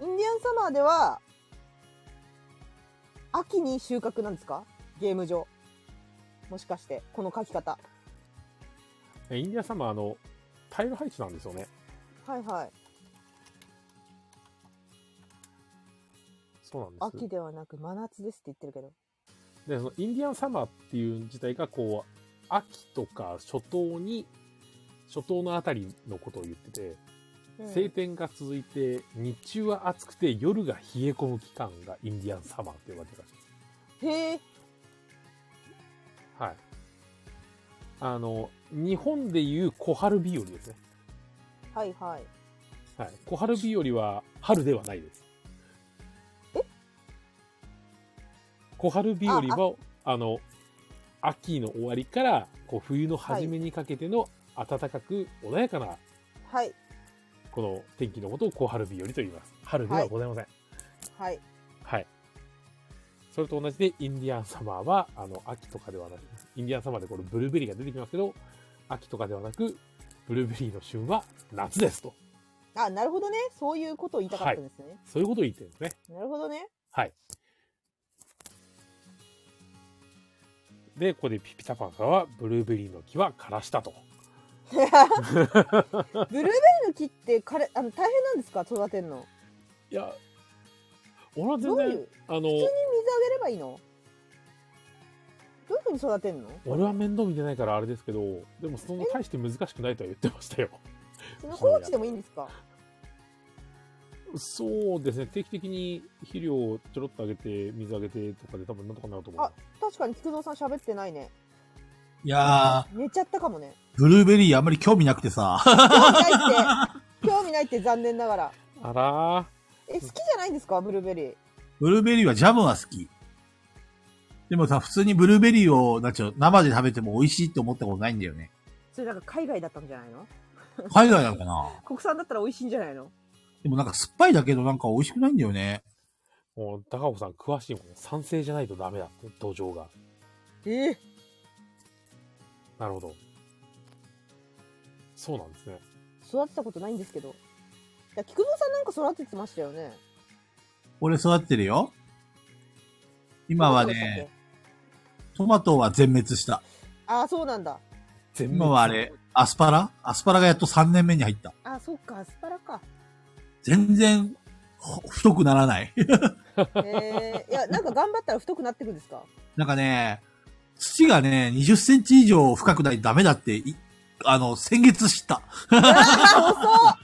Speaker 4: インディアンサマーでは、秋に収穫なんですかゲーム上。もしかして、この書き方。
Speaker 15: えインディアンサマーあの、タイル配置なんですよね。
Speaker 4: はいはい。
Speaker 15: そうなんです
Speaker 4: 秋。ではなく真夏ですって言ってるけど。
Speaker 15: で、そのインディアンサマーっていう自体が、こう、秋とか初冬に、初冬のあたりのことを言ってて、
Speaker 4: うん
Speaker 15: 晴天が続いて、日中は暑くて夜が冷え込む期間がインディアンサマーって呼ばれてるらしいです。
Speaker 4: へえ。
Speaker 15: はい。あの、日本でいう小春日和ですね。
Speaker 4: はいはい。
Speaker 2: はい、小春日和は春ではないです。
Speaker 4: え
Speaker 2: 小春日和はあの秋の終わりからこう冬の初めにかけての暖かく穏やかな
Speaker 4: はい。
Speaker 2: この天気のことを小春日和と言います。春ではございません。
Speaker 4: はい。
Speaker 2: はい。それと同じで、インディアンサマーは、あの、秋とかではなく、インディアンサマーでこのブルーベリーが出てきますけど、秋とかではなく、ブルーベリーの旬は夏ですと。
Speaker 4: あ、なるほどね。そういうことを言いたかったんですね。
Speaker 2: そういうことを言ってるんですね。
Speaker 4: なるほどね。
Speaker 2: はい。で、ここでピピタパンさんは、ブルーベリーの木は枯らしたと。
Speaker 4: ブルーベリーの木って枯れあの大変なんですか育てんの
Speaker 2: いや、俺は
Speaker 4: ど
Speaker 2: 全
Speaker 4: ういう普
Speaker 2: 然
Speaker 4: 通に水、
Speaker 2: あの、
Speaker 4: あげればいいのどういうふうに育てんの
Speaker 2: 俺は面倒見てないからあれですけど、でもそんな大して難しくないとは言ってましたよ。
Speaker 4: その放置でもいいんですか
Speaker 2: そうですね、定期的に肥料をちょろっとあげて、水あげてとかで、多分なんとかなると思う。
Speaker 4: 確かに菊蔵さん喋ってないね
Speaker 3: いや
Speaker 4: 寝ちゃった かもね
Speaker 3: ー、ブルーベリーあんまり興味なくてさ。
Speaker 4: 興味ないって興味ないって残念ながら
Speaker 2: あらー、
Speaker 4: え好きじゃないんですかブルーベリー
Speaker 3: ブルーベリーはジャムは好き。でもさ、普通にブルーベリーを、なんちゅう、生で食べても美味しいって思ったことないんだよ ね。
Speaker 4: それなんか海外だったんじゃないの
Speaker 3: 海外なのかな
Speaker 4: 国産だったら美味しいんじゃないの
Speaker 3: でもなんか酸っぱいだけどなんか美味しくないんだよね。
Speaker 2: もう、高尾さん、詳しいもん。酸性じゃないとダメだって、土壌が。
Speaker 4: ええ
Speaker 2: なるほど。そうなんですね。
Speaker 4: 育てたことないんですけどいや菊蔵さんなんか育ててましたよね
Speaker 3: 俺育ってるよ。今は
Speaker 4: どうだったっ
Speaker 3: ね
Speaker 4: け、
Speaker 3: トマトは全滅した。
Speaker 4: ああそうなんだ
Speaker 2: 全
Speaker 3: 今はあれ、アスパラアスパラがやっと3年目に入った。
Speaker 4: あーそっかアスパラか
Speaker 3: 全然、ほ太くならない。
Speaker 4: えー、い や、なんか頑張ったら太くなってくんですか
Speaker 3: なんかね、土がね、20センチ以上深くないとダメだって、いあの、先月知った。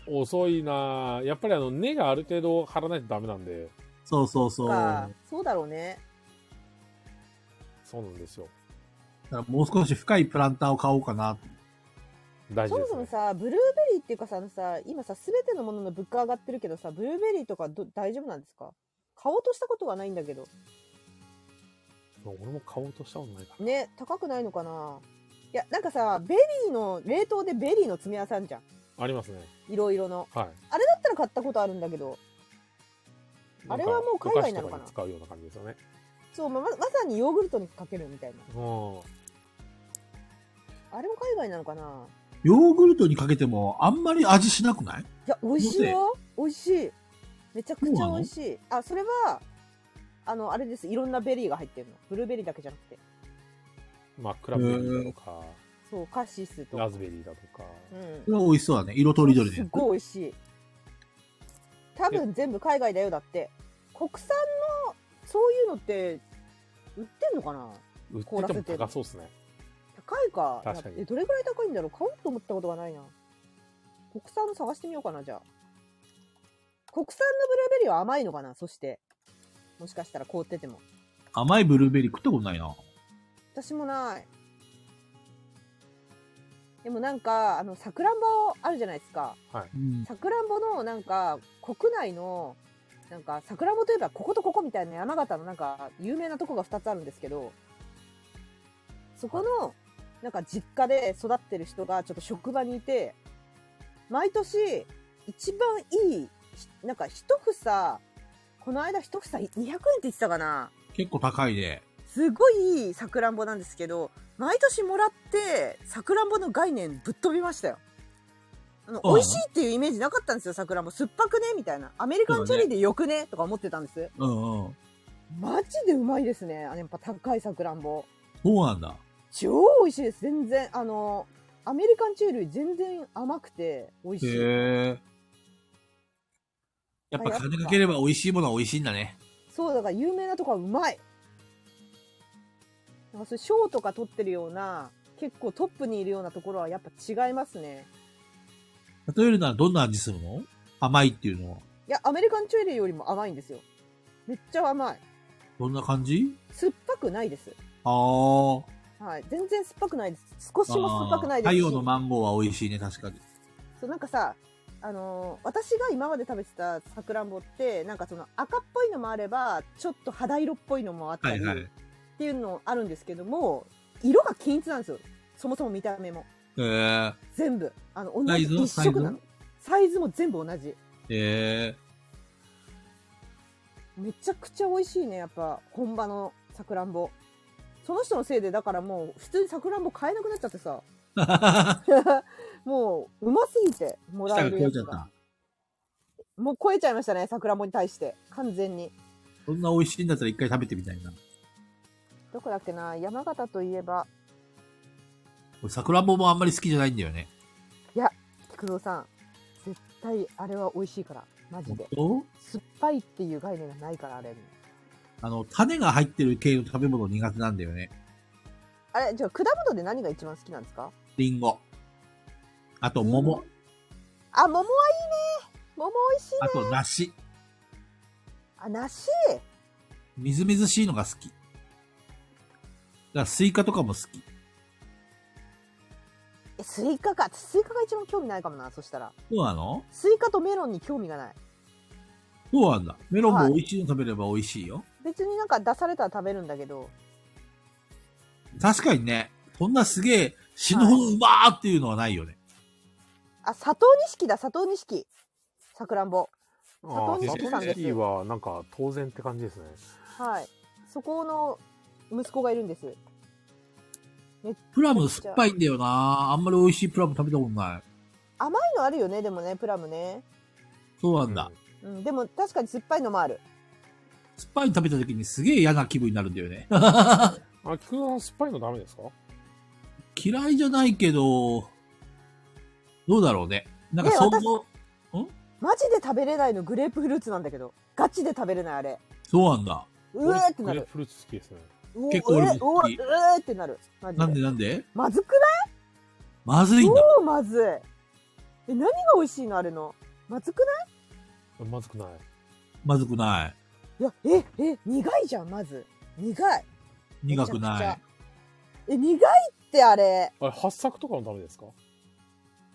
Speaker 2: 遅いなーやっぱりあの、根がある程度張らないとダメなんで、
Speaker 3: そうそうそう。
Speaker 4: か
Speaker 3: だか。
Speaker 4: そうだろうね。
Speaker 2: そうなんですよ。
Speaker 3: らもう少し深いプランターを買おうかな。
Speaker 2: 大
Speaker 4: そ
Speaker 2: 事
Speaker 4: も
Speaker 2: で
Speaker 4: そ
Speaker 2: す、
Speaker 4: も
Speaker 2: ね。
Speaker 4: さ、ブルーベリーっていうかさ、あのさ、今さ、すべてのものの物価上がってるけどさ、ブルーベリーとかど大丈夫なんですか買おうとしたことはないんだけど。
Speaker 2: 俺も買おうとしたことないから。
Speaker 4: ね、高くないのかないや、なんかさ、ベリーの、冷凍でベリーの詰め合わせあんじゃん。
Speaker 2: ありますね。
Speaker 4: いろいろの。
Speaker 2: はい。
Speaker 4: あれだったら買ったことあるんだけど。あれはもう海外なのかな
Speaker 2: お菓子とに使うような感じですよね。
Speaker 4: そう、ま、ままさにヨーグルトにかけるみたいな。
Speaker 2: うん。
Speaker 4: あれも海外なのかな
Speaker 3: ヨーグルトにかけてもあんまり味しなくない
Speaker 4: いや、美味しいよ。美味しい。めちゃくちゃ美味しい。あ、それは、あの、あれです。いろんなベリーが入ってるの。ブルーベリーだけじゃなくて。
Speaker 2: まあ、クラブベリーだとか、
Speaker 4: そう、カシスと
Speaker 2: ラ
Speaker 4: か。
Speaker 2: ズベリーだとか。
Speaker 4: うん
Speaker 3: そ。れは美味しそうだね。色とりどり
Speaker 4: すっ
Speaker 3: で。
Speaker 4: ごい美味しい。多分全部海外だよ、だって。国産の、そういうのって、売ってんのかな
Speaker 2: 売ってても高そうですね。
Speaker 4: 高いか。
Speaker 2: 確かに
Speaker 4: えどれぐらい高いんだろう買おうと思ったことがないな。国産の探してみようかな、じゃあ。国産のブルーベリーは甘いのかなそして。もしかしたら凍ってても。
Speaker 3: 甘いブルーベリー食ったことないな。
Speaker 4: 私もないでもなんかあのさくらんぼあるじゃないですか
Speaker 3: うん。
Speaker 4: さくらんぼのなんか国内のなんかさくらんぼといえばこことここみたいな山形のなんか有名なとこが2つあるんですけどそこのなんか実家で育ってる人がちょっと職場にいて毎年一番いいひなんか一房この間一房200円って言ってたかな
Speaker 3: 結構高いで。
Speaker 4: すごいいいさくらんぼなんですけど毎年もらってさくらんぼの概念ぶっ飛びましたよあの
Speaker 3: そうなの
Speaker 4: 美味しいっていうイメージなかったんですよさくらんぼ酸っぱくねみたいなアメリカンチェリーでよくねとか思ってたんです
Speaker 3: うんうん。
Speaker 4: マジでうまいですねあのやっぱ高いさくらんぼ
Speaker 3: そうなんだ。
Speaker 4: 超美味しいです全然あのアメリカンチェリーより全然甘くて美味
Speaker 3: へ
Speaker 4: しい
Speaker 3: え。やっぱ金かければ美味しいものは美味しいんだね。
Speaker 4: そうだから有名なとこはうまいなんかそういう賞とか取ってるような結構トップにいるようなところはやっぱ違いますね
Speaker 3: 例えるならどんな味するの甘いっていうのは。
Speaker 4: いや、アメリカンチュエリーよりも甘いんですよ。めっちゃ甘い。
Speaker 3: どんな感じ
Speaker 4: 酸っぱくないです。
Speaker 3: ああ。
Speaker 4: はい。全然酸っぱくないです。少しも酸っぱくないです
Speaker 3: 太陽
Speaker 4: し。
Speaker 3: のマンゴーは美味しいね、確かに。
Speaker 4: そう、なんかさ、あのー私が今まで食べてたさくらんぼってなんかその赤っぽいのもあればちょっと肌色っぽいのもあった
Speaker 3: は
Speaker 4: り
Speaker 3: い
Speaker 4: っ
Speaker 3: はい。
Speaker 4: ていうのあるんですけども、色が均一なんですよそもそも見た目も
Speaker 3: えー、
Speaker 4: 全部あの
Speaker 3: サ
Speaker 4: 同じ
Speaker 3: イズは
Speaker 4: 一色なのサイズも全部同じ
Speaker 3: え
Speaker 4: めちゃくちゃ美味しいねやっぱ本場のさくらんぼその人のせいでだからもう普通にさくらんぼ買えなくなっちゃってさ
Speaker 3: ー。
Speaker 4: もううますぎてもら
Speaker 3: 下が
Speaker 4: える
Speaker 3: 超
Speaker 4: や
Speaker 3: えちゃっ
Speaker 4: つが
Speaker 3: た。
Speaker 4: もう超えちゃいましたねさくらんぼに対して完全に
Speaker 3: そんな美味しいんだったら一回食べてみたいな。
Speaker 4: どこだっけな山形といえば
Speaker 3: 俺、桜んぼもあんまり好きじゃないんだよね。
Speaker 4: 菊蔵さん絶対あれは美味しいからマジで
Speaker 3: 本
Speaker 4: 酸っぱいっていう概念がないからあれ
Speaker 3: 当あの、種が入ってる系の食べ物苦手なんだよね。
Speaker 4: あれじゃあ果物で何が一番好きなんですか
Speaker 3: リンゴ。あと、桃。
Speaker 4: あ桃はいいね桃美味しい
Speaker 3: あと、梨。
Speaker 4: あ梨
Speaker 3: みずみずしいのが好き。だから、スイカとかも好き。
Speaker 4: えスイカかスイカが一番興味ないかもなそしたら
Speaker 3: そうなの
Speaker 4: スイカとメロンに興味がない。
Speaker 3: そうなんだ。メロンも美味しいの食べれば美味しいよ。
Speaker 4: 別になんか出されたら食べるんだけど、
Speaker 3: 確かにね、こんなすげえ死ぬほどうまーっていうのはないよね。
Speaker 4: あ、佐藤錦だ、佐藤錦。さくらんぼ。
Speaker 2: ああ、
Speaker 4: 佐
Speaker 2: サト
Speaker 4: 藤錦さんです
Speaker 2: シーはなんか当然って感じですね。
Speaker 4: はい。そこの息子がいるんです。
Speaker 3: プラム酸っぱいんだよなあんまり美味しいプラム食べたことない。
Speaker 4: 甘いのあるよね、でもね、プラムね。
Speaker 3: そうなんだ。
Speaker 4: うん、でも確かに酸っぱいのもある。
Speaker 3: 酸っぱいの食べた時にすげえ嫌な気分になるんだよね。
Speaker 2: あ、菊田さん酸っぱいのダメですか
Speaker 3: 嫌いじゃないけど、どうだろうね。なんか想像、
Speaker 4: マジで食べれないのグレープフルーツなんだけど。ガチで食べれないあれ。
Speaker 3: そうなんだ。
Speaker 4: うえーってな
Speaker 2: 俺グレー
Speaker 4: る
Speaker 2: プ。フルーツ好きですね。
Speaker 4: うお
Speaker 3: 結構俺も好
Speaker 4: う
Speaker 3: き
Speaker 4: えうえーってなる。マジで
Speaker 3: なんでなんで
Speaker 4: まずく
Speaker 3: まずい
Speaker 4: ない
Speaker 3: んだ。
Speaker 4: 超まずい。え、何が美味しいのあれの。まずくない
Speaker 2: まずくない。
Speaker 3: まずくない
Speaker 4: や、え、え、苦いじゃん、まず。苦い。
Speaker 3: い。苦く
Speaker 4: めちゃ
Speaker 3: な
Speaker 4: くちゃえ苦いってあれ
Speaker 2: あれ、八作とかもダメですか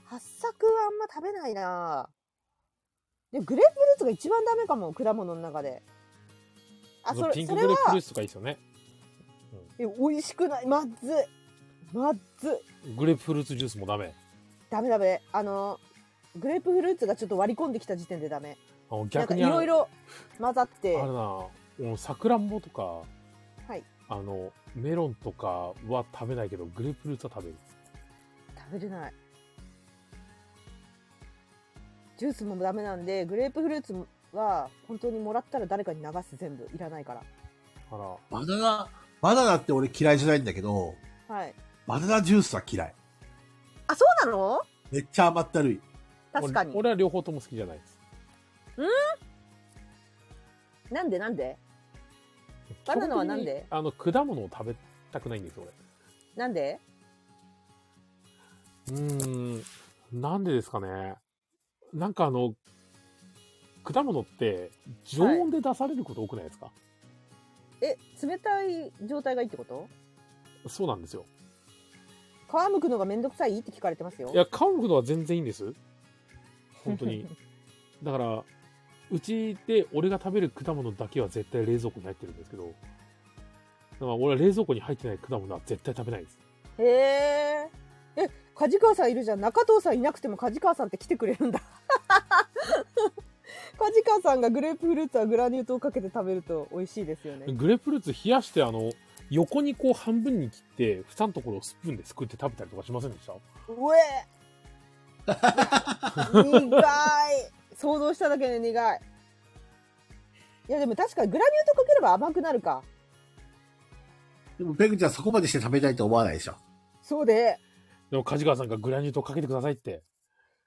Speaker 4: 八作はあんま食べないなでグレープフルーツが一番ダメかも果物の中であそれ
Speaker 2: ピン
Speaker 4: そ
Speaker 2: クグ
Speaker 4: れ
Speaker 2: レープフ
Speaker 4: は
Speaker 2: ルーツとかいいですよね。
Speaker 4: え美味しくないまずいまずい
Speaker 2: グレープフルーツジュースもダメ。
Speaker 4: ダメダメあのグレープフルーツがちょっと割り込んできた時点でダメ
Speaker 2: あの
Speaker 4: なんか
Speaker 2: 逆
Speaker 4: い
Speaker 2: にあの
Speaker 4: ろいろ混ざって
Speaker 2: あるな俺さくらんぼとか、
Speaker 4: はい
Speaker 2: あのメロンとかは食べないけどグレープフルーツは食べる
Speaker 4: 食べれないジュースもダメなんでグレープフルーツは本当にもらったら誰かに流す全部いらないから
Speaker 2: あら
Speaker 3: い。バナナ、バナナって俺嫌いじゃないんだけど、
Speaker 4: はい
Speaker 3: バナナジュースは嫌い。
Speaker 4: あそうなの
Speaker 3: めっちゃ甘ったるい。
Speaker 4: 確かに
Speaker 2: 俺俺は両方とも好きじゃないです
Speaker 4: なんでなんでバナナはなんで
Speaker 2: 基本的にあの果物を食べたくないんですよ
Speaker 4: なんで
Speaker 2: 俺うーんなんでですかねなんかあの果物って常温で出されること多くないですか、
Speaker 4: え冷たい状態がいいってこと
Speaker 2: そうなんですよ
Speaker 4: 皮むくのがめんどくさいって聞かれてますよ
Speaker 2: いや皮むくのは全然いいんです本当 にだからうちで俺が食べる果物だけは絶対冷蔵庫に入ってるんですけどだから俺は冷蔵庫に入ってない果物は絶対食べないです
Speaker 4: へええ梶川さんいるじゃん中藤さんいなくても梶川さんって来てくれるんだ 梶川さんがグレープフルーツはグラニュー糖をかけて食べると美味しいですよね
Speaker 2: グレープフルーツ冷やしてあの横にこう半分に切って房のところをスプーンですくって食べたりとかしませんでした
Speaker 4: うえ苦い想像しただけで苦いいやでも確かにグラニュー糖かければ甘くなるか
Speaker 16: でも、ペグちゃんそこまでして食べたいと思わないでしょ。
Speaker 4: そうで
Speaker 2: でも梶川さんがグラニュー糖かけてくださいって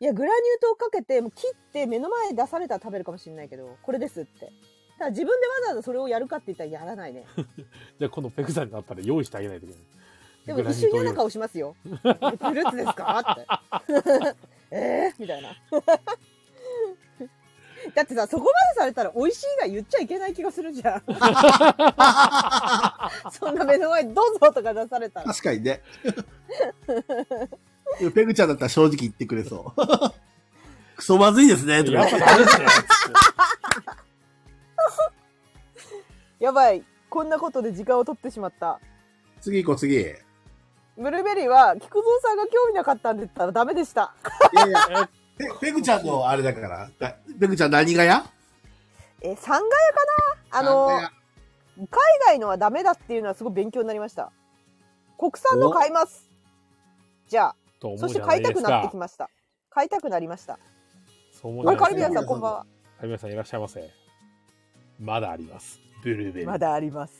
Speaker 4: いや、グラニュー糖かけて、もう切って目の前に出されたら食べるかもしれないけど、これですって。ただ自分でわざわざそれをやるかって言ったらやらないね。
Speaker 2: じゃあ今度ペグさんになったら用意してあげないといけない
Speaker 4: でも
Speaker 2: グラニ
Speaker 4: 一
Speaker 2: ュー
Speaker 4: 瞬
Speaker 2: 糖
Speaker 4: 嫌な
Speaker 2: 用
Speaker 4: 顔
Speaker 2: 意
Speaker 4: しますよ。えフルーツですかって。 えー、みたいな。 だってさ、そこまでされたら美味しいが言っちゃいけない気がするじゃん。そんな目の前にどうぞとか出されたら。
Speaker 16: 確かに ね。でもペグちゃんだったら正直言ってくれそう。
Speaker 3: クソまずいですね、とか
Speaker 2: やっ
Speaker 3: 言って
Speaker 2: ぱダメですね。
Speaker 4: やばい。こんなことで時間を取ってしまった。
Speaker 3: 次行こう、次。いや
Speaker 4: ブルーベリーは、菊蔵さんが興味なかったんで言ったらダメでした。
Speaker 3: いや、ペペグちゃんのあれだから。あペグちゃん何がや
Speaker 4: え、三階かなあの、
Speaker 3: 何がや
Speaker 4: 海外のはダメだっていうのはすごい勉強になりました。国産の買います。じゃあ、
Speaker 2: と思
Speaker 4: そうし
Speaker 2: じ
Speaker 4: て
Speaker 2: ゃな
Speaker 4: 買
Speaker 2: い
Speaker 4: い
Speaker 2: で
Speaker 4: た
Speaker 2: す
Speaker 4: くなって
Speaker 2: か
Speaker 4: き。ました。買いたくなりました。
Speaker 2: そう思うじ
Speaker 4: お
Speaker 2: ゃな
Speaker 4: カ
Speaker 2: い
Speaker 4: ル
Speaker 2: で
Speaker 4: ビ
Speaker 2: すか。
Speaker 4: アンさんこんばんは。
Speaker 2: カルビアンさんいらっしゃいませ。まだあります。ブルーベリー。
Speaker 4: まだあります。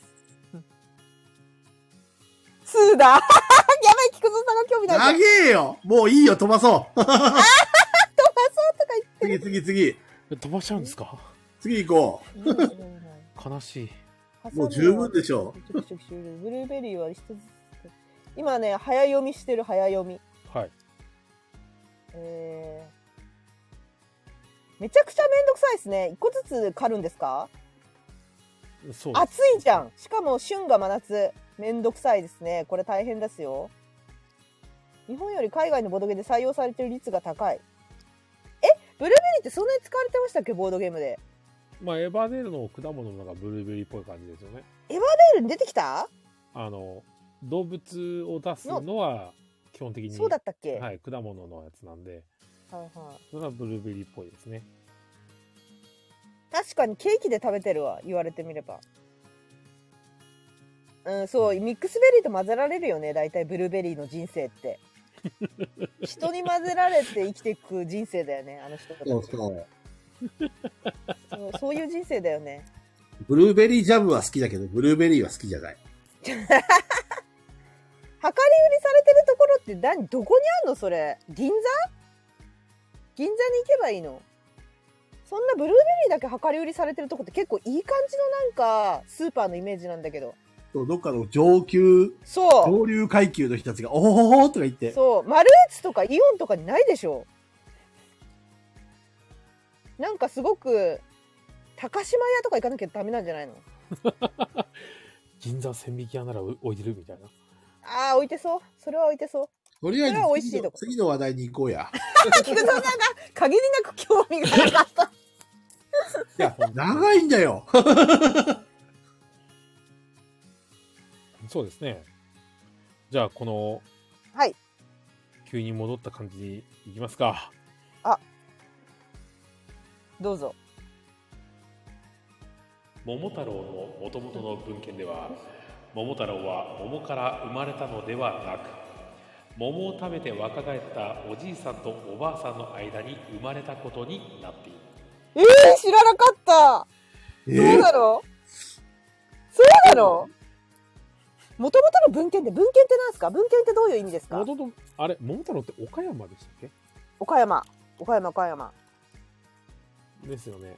Speaker 4: ツーだ やばい、菊蔵さんが興味ないじゃ
Speaker 3: 長
Speaker 4: ん。
Speaker 3: えよもういいよ、飛ば そう。飛ばそうとか言って。次、次、次。
Speaker 2: 飛ばしちゃうんですか
Speaker 3: 次行こう。
Speaker 2: 悲しい。
Speaker 3: もう十分でしょ
Speaker 4: う。ブルーベリーは一つずつ。今ね、早読みしてる早読み。
Speaker 2: はい。
Speaker 4: えーめちゃくちゃめんどくさいですね。一個ずつ狩るんですか
Speaker 2: そうです。
Speaker 4: 暑いじゃん。しかも旬が真夏。めんどくさいですね。これ大変ですよ。日本より海外のボードゲームで採用されてる率が高い。えブルーベリーってそんなに使われてましたっけボードゲームで。
Speaker 2: まあ、エヴァデルの果物のなんかブルーベリーっぽい感じですよね。
Speaker 4: ベールに出てきた
Speaker 2: あの、動物を出すのは基本的に、
Speaker 4: そうだったっけ、
Speaker 2: はい、果物のやつなんで、
Speaker 4: はいはい
Speaker 2: それはブルーベリーっぽいですね。
Speaker 4: 確かにケーキで食べてるわ言われてみればうんそうミックスベリーと混ぜられるよね大体ブルーベリーの人生って 人に混ぜられて生きていく人生だよねあの人たち
Speaker 3: そうそう。
Speaker 4: そうそういう人生だよね
Speaker 3: ブルーベリージャムは好きだけど、ブルーベリーは好きじゃない。
Speaker 4: 量り売りされてるところって何どこにあんのそれ銀座銀座に行けばいいのそんなブルーベリーだけ量り売りされてるとこって結構いい感じのなんかスーパーのイメージなんだけど
Speaker 3: そうどっかの上級、
Speaker 4: そう
Speaker 3: 上流階級の人たちが、おほほほとか言って、
Speaker 4: そうマルエツとかイオンとかにないでしょなんかすごく高島屋とか行かなきゃダメなんじゃないの
Speaker 2: 銀座千匹屋なら置いてるみたいな。
Speaker 4: ああ置いてそうそれは置いてそう
Speaker 3: とりあえず
Speaker 4: それは美味しい
Speaker 3: 次
Speaker 4: と
Speaker 3: の
Speaker 4: こ
Speaker 3: 次の話題に行こうや。
Speaker 4: 菊蔵さんが限りなく興味がなかった
Speaker 3: いや、長いんだよ。
Speaker 2: そうですね。じゃあ、この、
Speaker 4: はい
Speaker 2: 急に戻った感じに行きますか。
Speaker 4: どうぞ
Speaker 17: 桃太郎の元々の文献では桃太郎は桃から生まれたのではなく桃を食べて若返ったおじいさんとおばあさんの間に生まれたことになっている
Speaker 4: えー、知らなかった
Speaker 3: え
Speaker 4: そう
Speaker 3: ー
Speaker 4: なのそうなのもともとの文献って文献ってなんですか文献ってどういう意味ですか
Speaker 2: もともと、あれ、桃太郎って岡山でしたっ
Speaker 4: 岡山岡山岡山
Speaker 2: けですよね。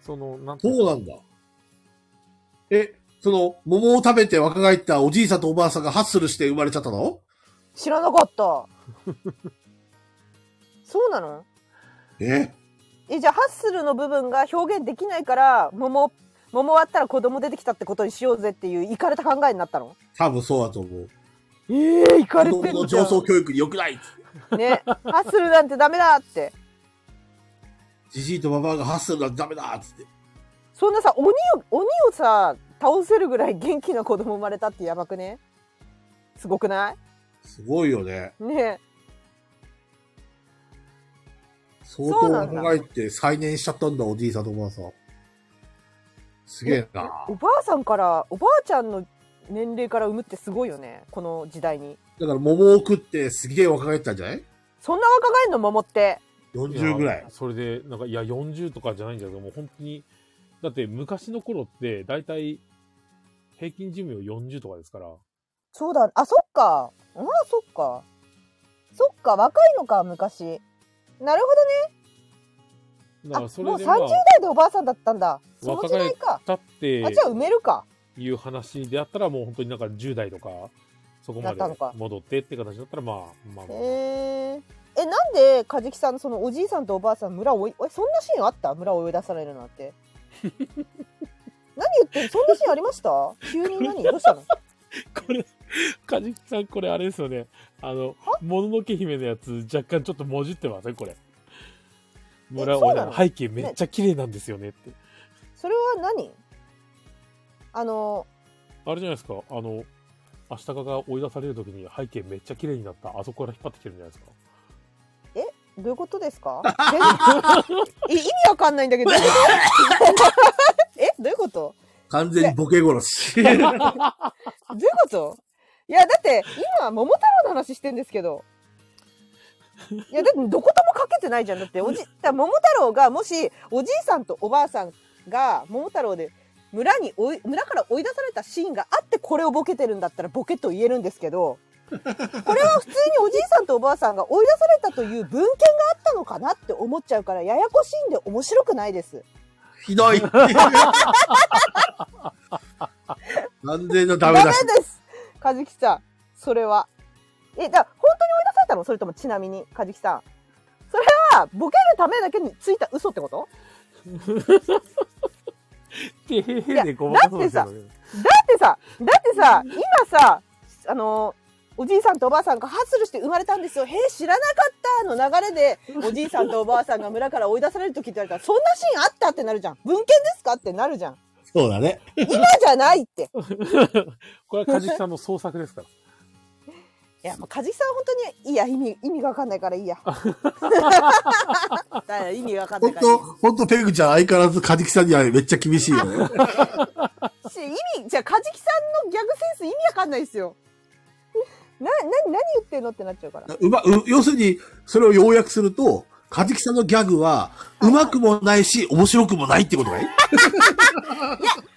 Speaker 2: その、なんてい
Speaker 3: そうなんだ。え、その、桃を食べて若返ったおじいさんとおばあさんがハッスルして生まれちゃったの
Speaker 4: 知らなかった そうなの
Speaker 3: え
Speaker 4: えじゃあハッスルの部分が表現できないから桃桃割ったら子供出てきたってことにしようぜっていういかれた考えになったの
Speaker 3: 多分そうだと思う。
Speaker 4: ええいか
Speaker 3: 子
Speaker 4: れて
Speaker 3: 供
Speaker 4: る
Speaker 3: の
Speaker 4: じゃ
Speaker 3: 上
Speaker 4: ん
Speaker 3: 層教育に良くない
Speaker 4: ねハッスルなんてダメだって
Speaker 3: じじいとばばあがハッスルなんてダメだっつって。
Speaker 4: そんなさ鬼を鬼をさ倒せるぐらい元気な子供生まれたってやばくねすごくな
Speaker 3: すごいよね。
Speaker 4: いね
Speaker 3: 相
Speaker 4: そう
Speaker 3: 当
Speaker 4: なんだ
Speaker 3: 若返って再燃しちゃったんだ、おじいさんとおばあさん。すげえな。
Speaker 4: おばあさんからおばあちゃんの年齢から産むってすごいよねこの時代に
Speaker 3: だから桃を食ってすげえ若返ったんじゃない
Speaker 4: そんな若返るの桃って
Speaker 2: う
Speaker 3: ?40 ぐらい
Speaker 2: や。それで、なんか、いや、40とかじゃないんだけど、もう本当に、だって昔の頃って、だいたい平均寿命40とかですから、
Speaker 4: そうだ、あ、そっか。ああ、そっか。そっか、若いのか、昔。なるほどね。
Speaker 2: だか
Speaker 4: あ
Speaker 2: らそ
Speaker 4: も
Speaker 2: れで、
Speaker 4: う30
Speaker 2: まあ、
Speaker 4: 代でおばあさんだったんだ。その
Speaker 2: 若
Speaker 4: 時
Speaker 2: 返っ
Speaker 4: 代か。
Speaker 2: たって
Speaker 4: あ、じゃあ埋めるか。
Speaker 2: いう話であったら、もう本当になんか10代とか、そこまで
Speaker 4: なったのか
Speaker 2: 戻ってって形だったら、まあ、まあ
Speaker 4: へ
Speaker 2: まあ、
Speaker 4: え。え、なんで、カジキさん、そのおじいさんとおばあさん、村を追い、え、そんなシーンあった村を追い出されるなん て。何言ってるそんなシーンありました急に何どうしたの
Speaker 2: これ、カジキさん、これあれですよね。あの、もののけ姫のやつ、若干ちょっともじってません、これ。村
Speaker 4: そう
Speaker 2: 尾
Speaker 4: な
Speaker 2: さ
Speaker 4: の
Speaker 2: ん、背景めっちゃ綺麗なんですよねって。
Speaker 4: それは何あの、
Speaker 2: あれじゃないですか、あの、アシタカが追い出されるときに背景めっちゃ綺麗になった、あそこから引っ張ってきてるんじゃないですか。
Speaker 4: どういうことですか全然い意味わかんないんだけど。えどういうこと
Speaker 3: 完全にボケ殺し。
Speaker 4: どういうこといや、だって、今、桃太郎の話してんですけど。いや、だって、どこともかけてないじゃん。だって、おじ、だから桃太郎が、もし、おじいさんとおばあさんが、桃太郎で、村に追い、村から追い出されたシーンがあって、これをボケてるんだったら、ボケと言えるんですけど、これは普通におじいさんとおばあさんが追い出されたという文献があったのかなって思っちゃうから、ややこしいんで面白くないです。
Speaker 3: ひど い。完全のダメ
Speaker 4: ダメ
Speaker 3: 出し。
Speaker 4: ですカジキさん、それは。え、だから本当に追い出されたのそれともちなみに、カジキさん。それは、ボケるためだけについた嘘ってこと
Speaker 2: てへ
Speaker 4: や
Speaker 2: へでごまかそうですけどね
Speaker 4: だってさ、だってさ、今さ、あのおじいさんとおばあさんがハッスルして生まれたんですよ。へえ、知らなかったの流れで、おじいさんとおばあさんが村から追い出される時って言われたら、そんなシーンあったってなるじゃん。文献ですかってなるじゃん。
Speaker 3: そうだね。
Speaker 4: 今じゃないって。
Speaker 2: これはカジキさんの創作ですから。
Speaker 4: いや、もう、かじさん、本当に、いいや、意味、意味がわかんないから、い いや。だから意味がわかん
Speaker 3: ほ
Speaker 4: ない
Speaker 3: ん
Speaker 4: からい
Speaker 3: と、
Speaker 4: い
Speaker 3: ほんとペグちゃん相変わらずカジキさんにはめっちゃ厳しいよね。
Speaker 4: し。意味、じゃあ、かじきさんのギャグセンス、意味わかんないですよ。な、な、何言ってんのってなっちゃうから。
Speaker 3: うま、う要するに、それを要約すると、カジキさんのギャグは、うまくもないし、面白くもないってことね。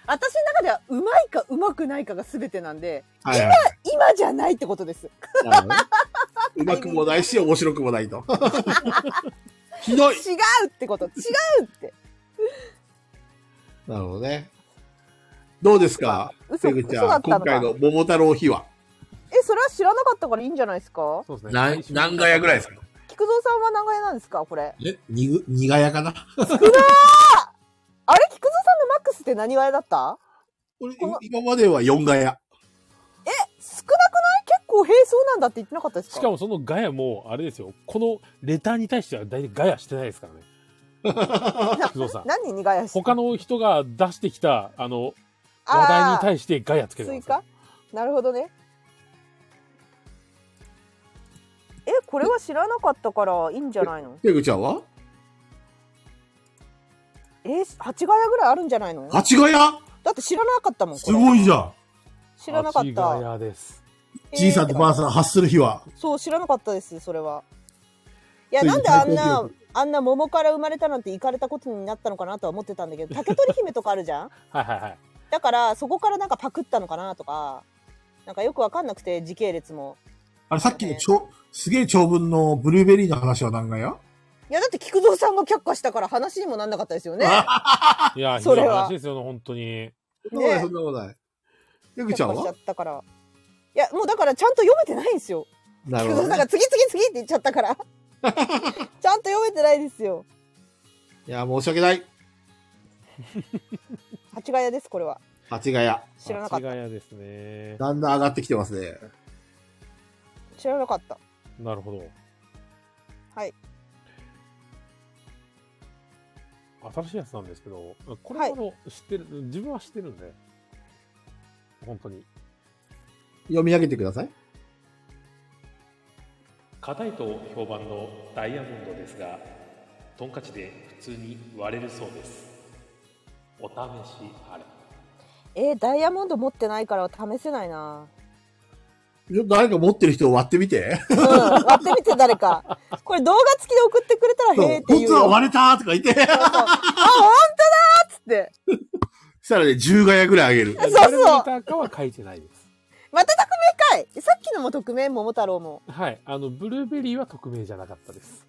Speaker 4: 私の中では、うまいか、うまくないかが全てなんで、
Speaker 3: はいはい。
Speaker 4: 今じゃないってことです。
Speaker 3: なるほどねうまくもないし、面白くもない と。ひどい。
Speaker 4: 違うってこと、違うって。
Speaker 3: なるほどね。どうですか
Speaker 4: 嘘、
Speaker 3: ペグ
Speaker 4: 嘘
Speaker 3: ち
Speaker 4: だ
Speaker 3: ゃ
Speaker 4: っ
Speaker 3: ん、
Speaker 4: た
Speaker 3: 今
Speaker 4: の
Speaker 3: 回
Speaker 4: か。
Speaker 3: の桃太郎秘話。
Speaker 4: え、それは知らなかったからいいんじゃないですか
Speaker 2: そうですね。
Speaker 3: 何、何ガヤぐらいですか
Speaker 4: 菊蔵さんは何回なんですかこれ。
Speaker 3: えにぐ、にがやかな
Speaker 4: あれ菊蔵さんのマックスって何割だった
Speaker 3: 俺、今までは4ガヤ。
Speaker 4: 少なくない結構並走なんだって言ってなかったですか
Speaker 2: しかもそのガヤも、あれですよ、このレターに対しては大体ガヤしてないですからね。 工藤さん。
Speaker 4: 何にガヤして
Speaker 2: 他の人が出してきた、あの、
Speaker 4: あー
Speaker 2: 話題に対してガヤつけて
Speaker 4: 追
Speaker 2: ますよ
Speaker 4: 加。なるほどねえこれは知らなかったからいいんじゃないの
Speaker 3: ペグちゃんは
Speaker 4: え8ガヤぐらいあるんじゃないの
Speaker 3: ?8 ガヤ
Speaker 4: だって知らなかったもんこ
Speaker 3: す
Speaker 4: れ
Speaker 3: ごいじゃん。
Speaker 4: 知らなかっ
Speaker 2: 八ガ
Speaker 4: た
Speaker 2: ヤです。
Speaker 4: えー
Speaker 3: じいさんとばあさん発する秘話。
Speaker 4: そう知らなかったですそれはいや
Speaker 3: ついに
Speaker 4: なんであん
Speaker 3: 最
Speaker 4: な
Speaker 3: 高記録
Speaker 4: あんな桃から生まれたなんて行かれたことになったのかなとは思ってたんだけど竹取姫とかあるじゃん
Speaker 2: はいはいはい。
Speaker 4: だからそこからなんかパクったのかなとかなんかよくわかんなくて時系列も
Speaker 3: あれ、さっきのちょ、すげえ長文のブルーベリーの話は何ガヤ
Speaker 4: いやだって菊蔵さんが却下したから話にもなんなかったですよね。
Speaker 2: いや、ひ
Speaker 4: そ
Speaker 2: どい
Speaker 4: れは
Speaker 2: 話ですよね、本当に。
Speaker 3: そんなことない、
Speaker 4: ね
Speaker 3: そんなことない。ペグ
Speaker 4: 却
Speaker 3: ちゃん
Speaker 4: 下しちゃ
Speaker 3: は
Speaker 4: ったから。いやもうだからちゃんと読めてないんですよ。
Speaker 3: な
Speaker 4: 菊蔵さん。が次次次って言っちゃったから。 ちゃんと読めてないですよ。
Speaker 3: いや、申し訳ない。
Speaker 4: 八ヶ谷ですこれは。
Speaker 3: 8ガヤ。
Speaker 4: 知らなかっ
Speaker 2: 八ヶ谷ですね。
Speaker 3: だんだん上がってきてますね。
Speaker 4: た。知らなかった。
Speaker 2: なるほど。
Speaker 4: はい。
Speaker 2: 新しいやつなんですけど、これはあの、知ってる、自分は知ってるんで、本当に。
Speaker 3: 読み上げてください。
Speaker 18: 硬いと評判のダイヤモンドですがトンカチで普通に割れるそうですお試しあれ
Speaker 4: えー、ダイヤモンド持ってないから試せないな。
Speaker 3: ちょっと誰か持ってる人を割ってみて。
Speaker 4: うん。割ってみて誰か。これ動画付きで送ってくれたらへえって
Speaker 3: 本
Speaker 4: 言う
Speaker 3: 当は
Speaker 4: よ。
Speaker 3: 割れたーとか言って。
Speaker 4: そうそうあ本当だーっつって。
Speaker 3: したらね、10ガヤぐらい上げる。
Speaker 4: そう
Speaker 2: 誰のネタかは書いてないです。
Speaker 4: また匿名かい。さっきのも匿名桃太郎も。
Speaker 2: はい。あの、ブルーベリーは匿名じゃなかったです。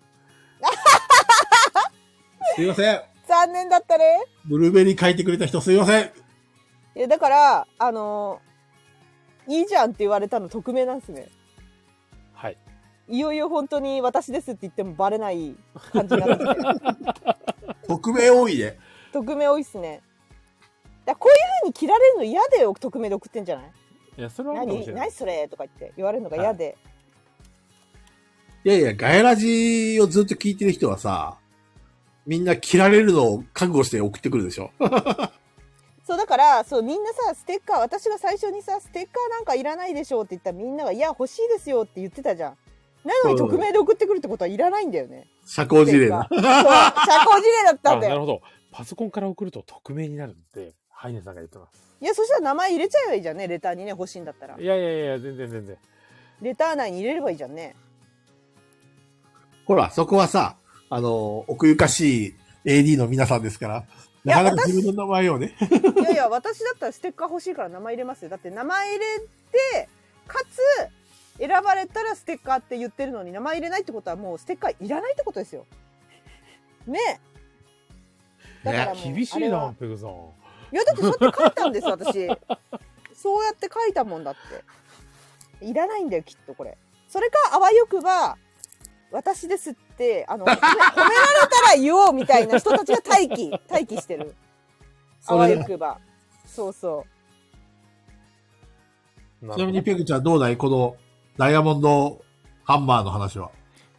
Speaker 3: すいません。
Speaker 4: 残念だったね。
Speaker 3: ブルーベリー書いてくれた人すいません。
Speaker 4: いや、だから、あのーいいじゃんって言われたの匿名なんですね。
Speaker 2: はい。
Speaker 4: いよいよ本当に私ですって言ってもバレない感じになってきて。
Speaker 3: 匿名多いね。
Speaker 4: 匿名多いっすね。だからこういう風に切られるの嫌で匿名で送ってんじゃない
Speaker 2: いや、それはあるかもし
Speaker 4: 何
Speaker 2: れない
Speaker 4: 何。それとか言って言われるのが嫌で。
Speaker 3: いやいや、ガヤラジをずっと聞いてる人はさ、みんな切られるのを覚悟して送ってくるでしょ。
Speaker 4: そうだからそうみんなさステッカー私が最初にさステッカーなんかいらないでしょうって言ったらみんなが「いや欲しいですよ」って言ってたじゃんなのに
Speaker 3: そう
Speaker 4: 匿名で送ってくるってことはいらないんだよね
Speaker 3: 社交辞令
Speaker 4: な
Speaker 3: な。
Speaker 4: そう社交辞令だった
Speaker 2: あ
Speaker 4: ん
Speaker 2: な
Speaker 4: だ
Speaker 2: る
Speaker 4: よ
Speaker 2: ほど。パソコンから送ると匿名になるって、ハイネさんが言ってます。
Speaker 4: いやそしたら名前入れちゃえばいいじゃんねレターにね欲しいんだったら
Speaker 2: いやいやいや、全然全然。
Speaker 4: レター内に入れればいいじゃんね
Speaker 3: ほら、そこはさ、あの、奥ゆかしい AD の皆さんですから、なかなか自分の名前をね。
Speaker 4: いやいや私だったらステッカー欲しいから名前入れますよだって名前入れてかつ選ばれたらステッカーって言ってるのに名前入れないってことはもうステッカーいらないってことですよねえだからもう
Speaker 2: 厳し
Speaker 4: あ
Speaker 2: い
Speaker 4: れは
Speaker 2: な、ペグさん。
Speaker 4: いやだってそうやって書いたんです私そうやって書いたもんだっていらないんだよきっとこれそれかあわよくば私ですって あの褒め褒められたら言おうみたいな人たちが待機待機してるあ
Speaker 3: そ
Speaker 4: わ
Speaker 3: れ
Speaker 4: よ
Speaker 3: だ
Speaker 4: くばそうそ
Speaker 2: な
Speaker 3: ちなみにペグちゃんどうだいこのダイヤモンドハンマーの話は。
Speaker 4: う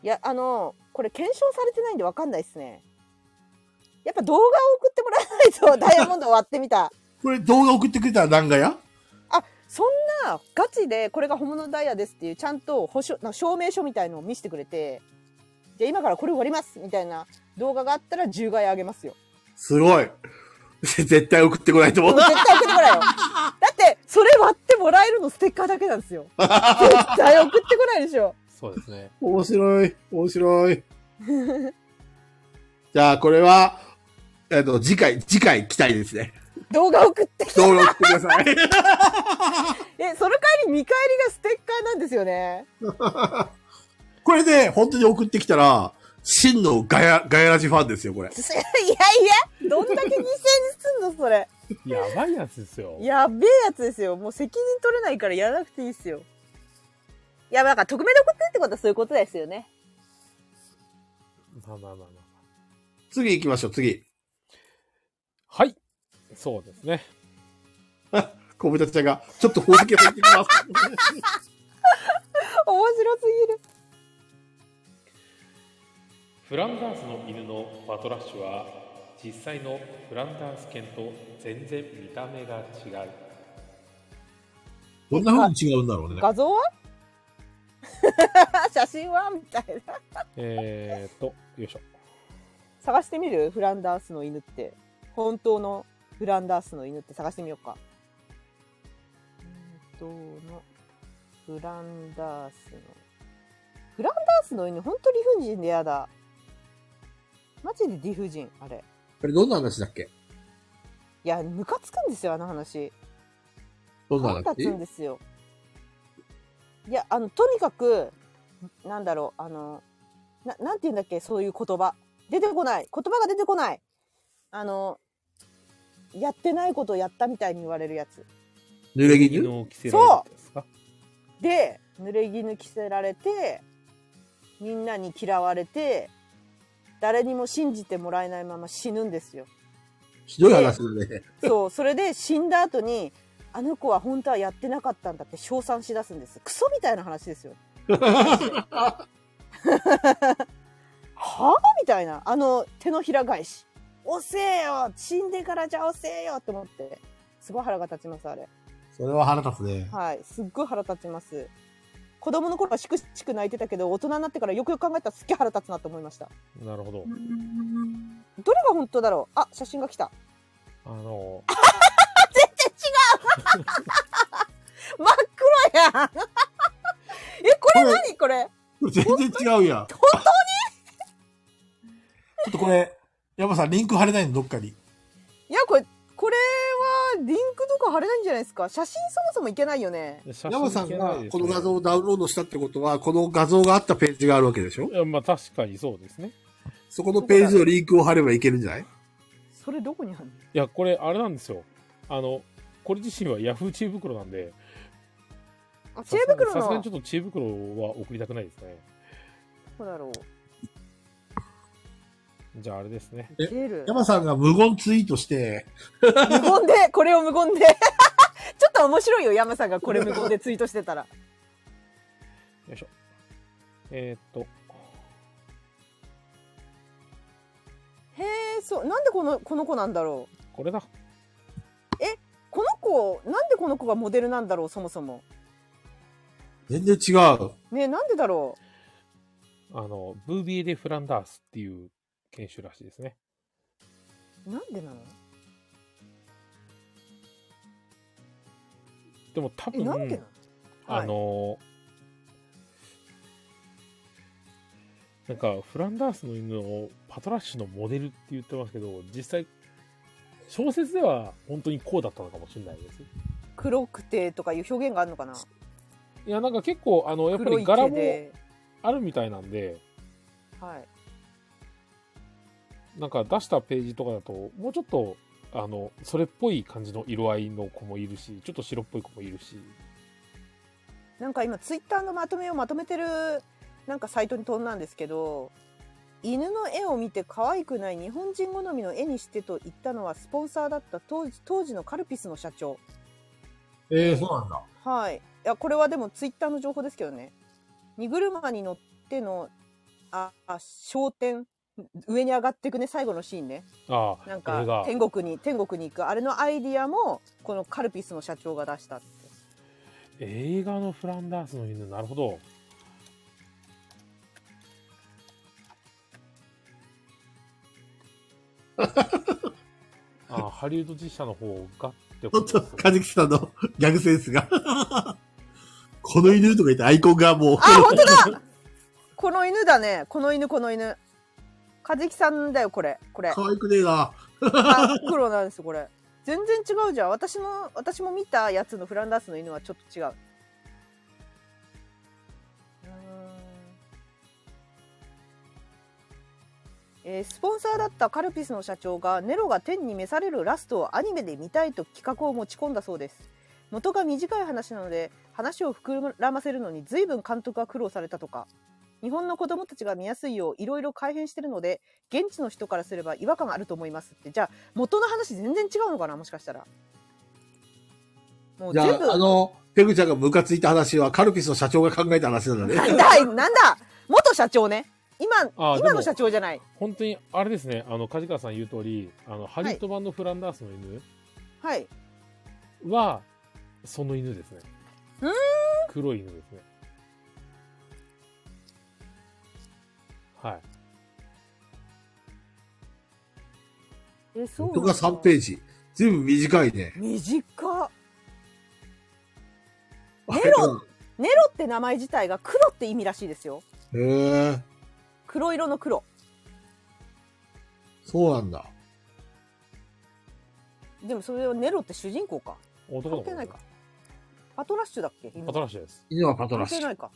Speaker 4: いやあのこれ検証されてないんでわかんないですねやっぱ動画を送ってもらわないとダイヤモンド割ってみた
Speaker 3: これ動画送ってくれたら何がや
Speaker 4: あそんなガチでこれが本物のダイヤですっていうちゃんと保証なんか証明書みたいのを見せてくれてじゃあ今からこれ終わりますみたいな動画があったら10倍あげ ますよ
Speaker 3: すごい。 絶対送ってこないと思
Speaker 4: 絶
Speaker 3: う。
Speaker 4: 対送ってこないよだってそれ割ってもらえるのステッカーだけなんですよ絶対送ってこないでしょ
Speaker 2: そうですね。
Speaker 3: 面白い。面白い。 じゃあ、これは、えっと、次回、次回期待ですね。
Speaker 4: 動画送ってきて
Speaker 3: 動画送ってください。
Speaker 4: えその代わり見返りがステッカーなんですよね
Speaker 3: これで、本当に送ってきたら、真のガヤ、ガヤラジファンですよ、これ。
Speaker 4: いやいやどんだけ犠牲にすんのそれ
Speaker 2: やばいやつですよ。
Speaker 4: やべえやつですよ。もう責任取れないからやらなくていいですよ。いや、なんか匿名で送ってるってことはそういうことですよね。
Speaker 2: まあまあまあまあ。
Speaker 3: 次行きましょう、次。
Speaker 2: はい。そうですね。
Speaker 3: 小豚ちゃんが、ちょっとほうじき入ってきます。
Speaker 4: 面白すぎる。
Speaker 19: フランダースの犬のバトラッシュは実際のフランダース犬と全然見た目が違う
Speaker 3: どんな風に違うんだろうね。
Speaker 4: 画像は 写真はみたいな。
Speaker 2: えーっと、よいしょ。
Speaker 4: 探してみるフランダースの犬って。本当のフランダースの犬って探してみようか。本当のフランダースの。フランダースの犬、本当理不尽でやだ。マジで理不尽、あれ。
Speaker 3: これどんな話だっけ
Speaker 4: いや、ムカつくんですよ、あの話。
Speaker 3: どんな
Speaker 4: 腹立
Speaker 3: 話
Speaker 4: つんですよ。いや、あの、とにかく、なんだろう、あの、ななんて言うんだっけ、そういう言葉。出てこない。言葉が出てこない。あの、やってないことをやったみたいに言われるやつ。
Speaker 3: 濡れ
Speaker 2: 犬
Speaker 3: 衣
Speaker 2: を着せられるんですか
Speaker 4: で、濡れ衣着せられて、みんなに嫌われて、誰にも信じてもらえないまま死ぬんですよ。
Speaker 3: ひどい話だね。
Speaker 4: そう、それで死んだ後に、あの子は本当はやってなかったんだって称賛しだすんです。クソみたいな話ですよ。はあみたいな。あの、手のひら返し。押せよ死んでからじゃ押せよって思って。すごい腹が立ちます、あれ。
Speaker 3: それは腹立つね。
Speaker 4: はい。すっごい腹立ちます。子供の頃はしくしく泣いてたけど、大人になってからよくよく考えたらすっげえ腹立つなと思いました。
Speaker 2: なるほど。
Speaker 4: どれが本当だろうあ、写真が来た。
Speaker 2: あの、
Speaker 4: 真っ黒やん え、これ何これ
Speaker 3: これ全然違うやん。本当にちょっとこれ、山さん、リンク貼れないの、どっかに。
Speaker 4: いや、これ、これはリンクとか貼れないんじゃないですか写真そもそもいけないよね。
Speaker 2: 写
Speaker 3: 山さん
Speaker 2: いけない
Speaker 3: が
Speaker 2: ですね
Speaker 3: この画像をダウンロードしたってことは、この画像があったページがあるわけでしょ
Speaker 2: いやまあ確かにそうですね。
Speaker 3: そこのページのリンクを貼ればいけるんじゃない
Speaker 4: それどこにあるの
Speaker 2: いや、これ、あれなんですよ。あの、これ自身はヤフー知恵袋なんで、
Speaker 4: あ、知恵袋
Speaker 2: さすがに
Speaker 4: の
Speaker 2: ちょ。っと知恵袋は送りたくないですね。
Speaker 4: どこだろう
Speaker 2: じゃああれですね。
Speaker 3: え
Speaker 4: 出る。
Speaker 3: 山さんが無言ツイートして、
Speaker 4: 無言で、これを無言で。 ちょっと面白いよ、山さんがこれ無言でツイートしてたら。
Speaker 2: よいしょ。えーっと、
Speaker 4: へえ、そう。なんでこの、この子なんだろう。
Speaker 2: これだ。
Speaker 4: この子、なんでこの子がモデルなんだろう、そもそも。
Speaker 3: 全然違う。
Speaker 4: ねえ、なんでだろ
Speaker 2: あの、ブービー・デ・フランダースっていう犬種らしいですね。
Speaker 4: う。なんでなの
Speaker 2: でも多
Speaker 4: え、なんでな
Speaker 2: 分
Speaker 4: の、
Speaker 2: あの、なんか、フランダースの犬をパトラッシュのモデルって言ってますけど、実際、小説では本当にこうだったのかもしれないです。
Speaker 4: 黒くてとかいう表現があるのかない
Speaker 2: や、なんか結構、あの、やっぱ
Speaker 4: 黒
Speaker 2: り
Speaker 4: い
Speaker 2: 柄
Speaker 4: 毛
Speaker 2: も
Speaker 4: で、
Speaker 2: あるみたいなんで、
Speaker 4: はい、
Speaker 2: なんか出したページとかだと、もうちょっと、あの、それっぽい感じの色合いの子もいるし、ちょっと白っぽい子もいるし、
Speaker 4: なんか今ツイッターのまとめをまとめてるなんかサイトに飛んだんですけど犬の絵を見て可愛くない日本人好みの絵にしてと言ったのはスポンサーだった当時当時のカルピスの社長
Speaker 20: ええそうなんだ。
Speaker 4: はいいやこれはでもツイッターの情報ですけどね荷車に乗ってのああ商店上に上がっていくね最後のシーンね
Speaker 2: ああ、
Speaker 4: なん
Speaker 2: これが
Speaker 4: か天国に天国に行くあれのアイディアもこのカルピスの社長が出したって
Speaker 2: 映画のフランダースの犬、なるほ ど。ああハリウッド実写の方がって
Speaker 3: ほ
Speaker 2: こ
Speaker 3: ん
Speaker 2: と
Speaker 3: と、
Speaker 2: です
Speaker 3: かじきさんの ギャグセンスが。この犬とか言ってアイコンがもう、
Speaker 4: あ、本当だ。 この犬だね。この犬、この犬。かじきさんだよ、これ。これ。
Speaker 3: 可愛くねえな。
Speaker 4: あ黒なんですよ、これ。全然違うじゃん。私の、私も見たやつのフランダースの犬はちょっと違う。うーんえースポンサーだったカルピスの社長がネロが天に召されるラストをアニメで見たいと企画を持ち込んだそうです元が短い話なので話を膨らませるのに随分監督が苦労されたとか日本の子供たちが見やすいよういろいろ改変してるので現地の人からすれば違和感あると思いますってじゃあ元の話全然違うのかなもしかしたらもう
Speaker 3: じゃ
Speaker 4: 全部
Speaker 3: あ、あの、ペグちゃんがムカついた話は、カルピスの社長が考えた話なんだ
Speaker 4: な
Speaker 3: ね。
Speaker 4: ん だなんだ元社長ね今
Speaker 2: あでも
Speaker 4: 今の社長じゃない
Speaker 2: 本当にあれですね、あの梶川さん言う通り、あのハリウッド版のフランダースの犬
Speaker 4: はい
Speaker 2: は、その犬ですね。
Speaker 4: うーん
Speaker 2: 黒い犬ですね。はい。
Speaker 4: えそ
Speaker 3: 元が3ページ。全部短いね。
Speaker 4: 短っ
Speaker 3: あ
Speaker 4: メロネロって名前自体が黒って意味らしいですよ
Speaker 3: へえ、
Speaker 4: 黒色の黒
Speaker 3: そうなんだ。
Speaker 4: でもそれをネロって主人公か
Speaker 2: 男の子
Speaker 4: 関係
Speaker 2: です
Speaker 4: な
Speaker 2: ね
Speaker 4: いかパトラッシュだっけ犬
Speaker 2: パトラッシュです。
Speaker 3: 犬はパトラッシ
Speaker 4: 関係
Speaker 3: ュ。
Speaker 4: ないか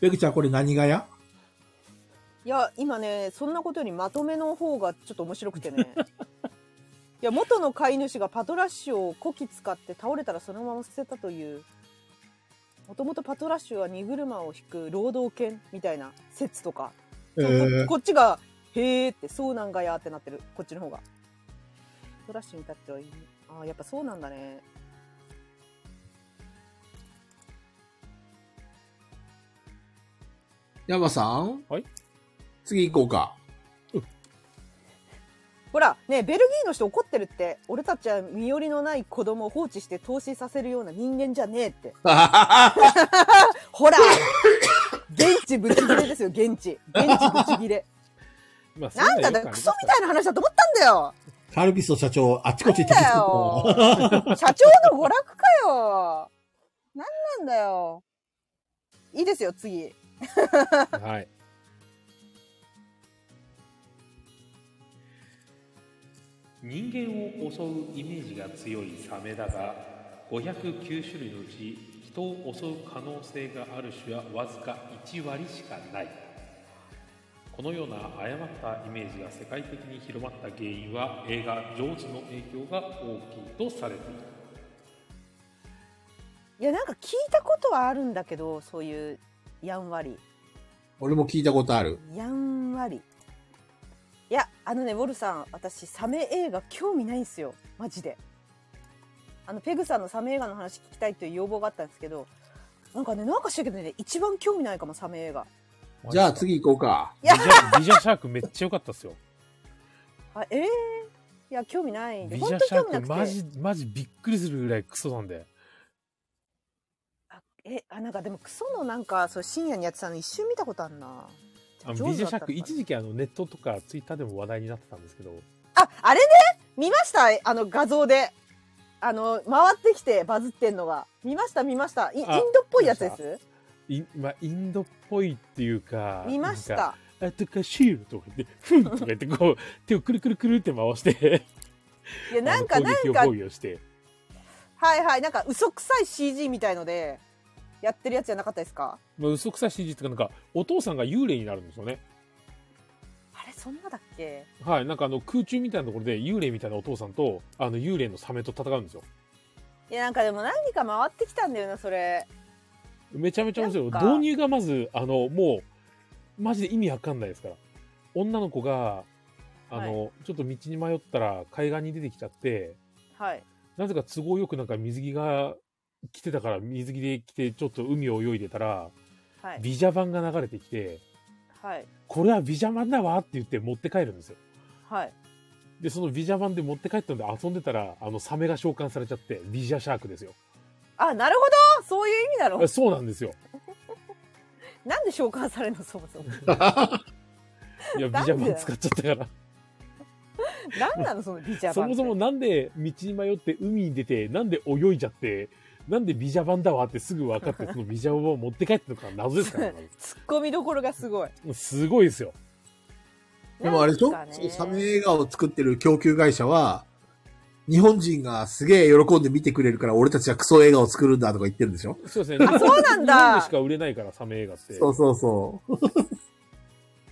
Speaker 3: ペグちゃん、これ何がや
Speaker 4: いや今ねそんなことよりまとめの方がちょっと面白く てねいや元の飼い主がパトラッシュをこき使って倒れたらそのまま捨てたというもともとパトラッシュは荷車を引く労働犬みたいな説とか、
Speaker 3: へえ
Speaker 4: こっちが「へーって「そうなんがや」ってなってるこっちの方がパトラッシュに至ってはいいあーやっぱそうなんだね
Speaker 3: 山さん
Speaker 2: はい。
Speaker 3: 次行こうか。
Speaker 4: ほらねベルギーの人怒ってるって俺たちは身寄りのない子供を放置して投資させるような人間じゃねえって ほら現地ブチギレですよ、現地。現地ブチギレ。
Speaker 2: まあ そ
Speaker 4: なん
Speaker 2: の
Speaker 4: だ
Speaker 2: よくあ
Speaker 4: だ
Speaker 2: り
Speaker 4: よ、
Speaker 2: ま
Speaker 4: ク
Speaker 2: す
Speaker 4: ソみたいな話だと思ったんだよ
Speaker 3: カルピスの社長、あっちこっち行って
Speaker 4: だ
Speaker 3: た。
Speaker 4: よ社長の娯楽かよなんなんだよいいですよ、次。
Speaker 2: はい。
Speaker 21: 人間を襲うイメージが強いサメだが509種類のうち人を襲う可能性がある種はわずか1割しかないこのような誤ったイメージが世界的に広まった原因は映画「ジョーズ」の影響が大きいとされている
Speaker 4: いや、なんか聞いたことはあるんだけど、そういう、やんわり。
Speaker 3: 俺も聞いたことある。
Speaker 4: やんわり。いや、あのね、ウォルさん、私、サメ映画興味ないんすよ。マジで。あのペグさんのサメ映画の話聞きたいという要望があったんですけどなんかねなんかしたけどね一番興味ないかもサメ映画
Speaker 3: じゃあ次行こうか。
Speaker 2: ビジャビジャシャークめっちゃ良かったっす よ。
Speaker 4: あええいや興味ない
Speaker 2: ビジ
Speaker 4: 本
Speaker 2: ャ
Speaker 4: 当に
Speaker 2: シャ
Speaker 4: 興味
Speaker 2: ー
Speaker 4: な
Speaker 2: ク
Speaker 4: くて
Speaker 2: マジマジびっくりするぐらいクソなんで。
Speaker 4: あえあなんかでもクソのなんかそう深夜にやってたの一瞬見たことあんな
Speaker 2: あの
Speaker 4: 上手だったのかな
Speaker 2: ビジャシャーク一時期あのネットとかツイッターでも話題になってたんですけど、
Speaker 4: ああれね見ましたあの画像であの回ってきてバズってんのが見ました見ましたいイン
Speaker 2: あ
Speaker 4: ドっぽいやつです
Speaker 2: インまあインドっぽいっていうか、
Speaker 4: 見まし
Speaker 2: なんか。
Speaker 4: た
Speaker 2: あとかシールとか言って、ふんとか言ってこう手をくるくるくるって回して、
Speaker 4: いや なん
Speaker 2: あ
Speaker 4: か
Speaker 2: の
Speaker 4: な
Speaker 2: 攻撃
Speaker 4: ん
Speaker 2: を
Speaker 4: か
Speaker 2: 防御して。
Speaker 4: はいはいなんか嘘くさい CG みたいのでやってるやつじゃなかったですか
Speaker 2: まあ、嘘くさい CG っていうかなんかお父さんが幽霊になるんですよね。
Speaker 4: あれそんなだっけ
Speaker 2: はい、なんかあの空中みたいなところで幽霊みたいなお父さんとあの幽霊のサメと戦うんですよ。
Speaker 4: いやなんかでも何か回ってきたんだよなそれ
Speaker 2: めちゃめちゃ面白い
Speaker 4: なんか
Speaker 2: 導入がまずあのもうマジで意味わかんないですから女の子があの、ちょっと道に迷ったら海岸に出てきちゃって
Speaker 4: はい
Speaker 2: なぜか都合よくなんか水着が来てたから水着で来てちょっと海を泳いでたら
Speaker 4: はい
Speaker 2: ビジャ版が流れてきて
Speaker 4: はい
Speaker 2: これはビジャ版だわって言って持って帰るんですよ
Speaker 4: はい
Speaker 2: でそのビジャ版で持って帰ったんで遊んでたらあのサメが召喚されちゃってビジャシャークですよ
Speaker 4: あなるほどそういう意味だろ
Speaker 2: あそうなんですよ
Speaker 4: なんで召喚されるのそ もそも
Speaker 2: いやビ
Speaker 4: なん
Speaker 2: ジ
Speaker 4: で
Speaker 2: ャ版使っちゃったから
Speaker 4: 何なのそのビジャバンって
Speaker 2: そもそもなんで道に迷って海に出て、なんで泳いじゃって、なんでビジャ版だわってすぐ分かって、そのビジャ版を持って帰ったのか謎です からね。
Speaker 4: ツッコミどころがすごい
Speaker 2: まずすごいですよ。
Speaker 3: でもあれでしょ、
Speaker 4: なんかね
Speaker 3: サメ映画を作ってる供給会社は、日本人がすげえ喜んで見てくれるから俺たちはクソ映画を作るんだとか言ってるんでしょ
Speaker 2: そうですね。
Speaker 4: あそうなんだ
Speaker 2: 日本でしか売れないから、サメ映画って。
Speaker 3: そうそうそう。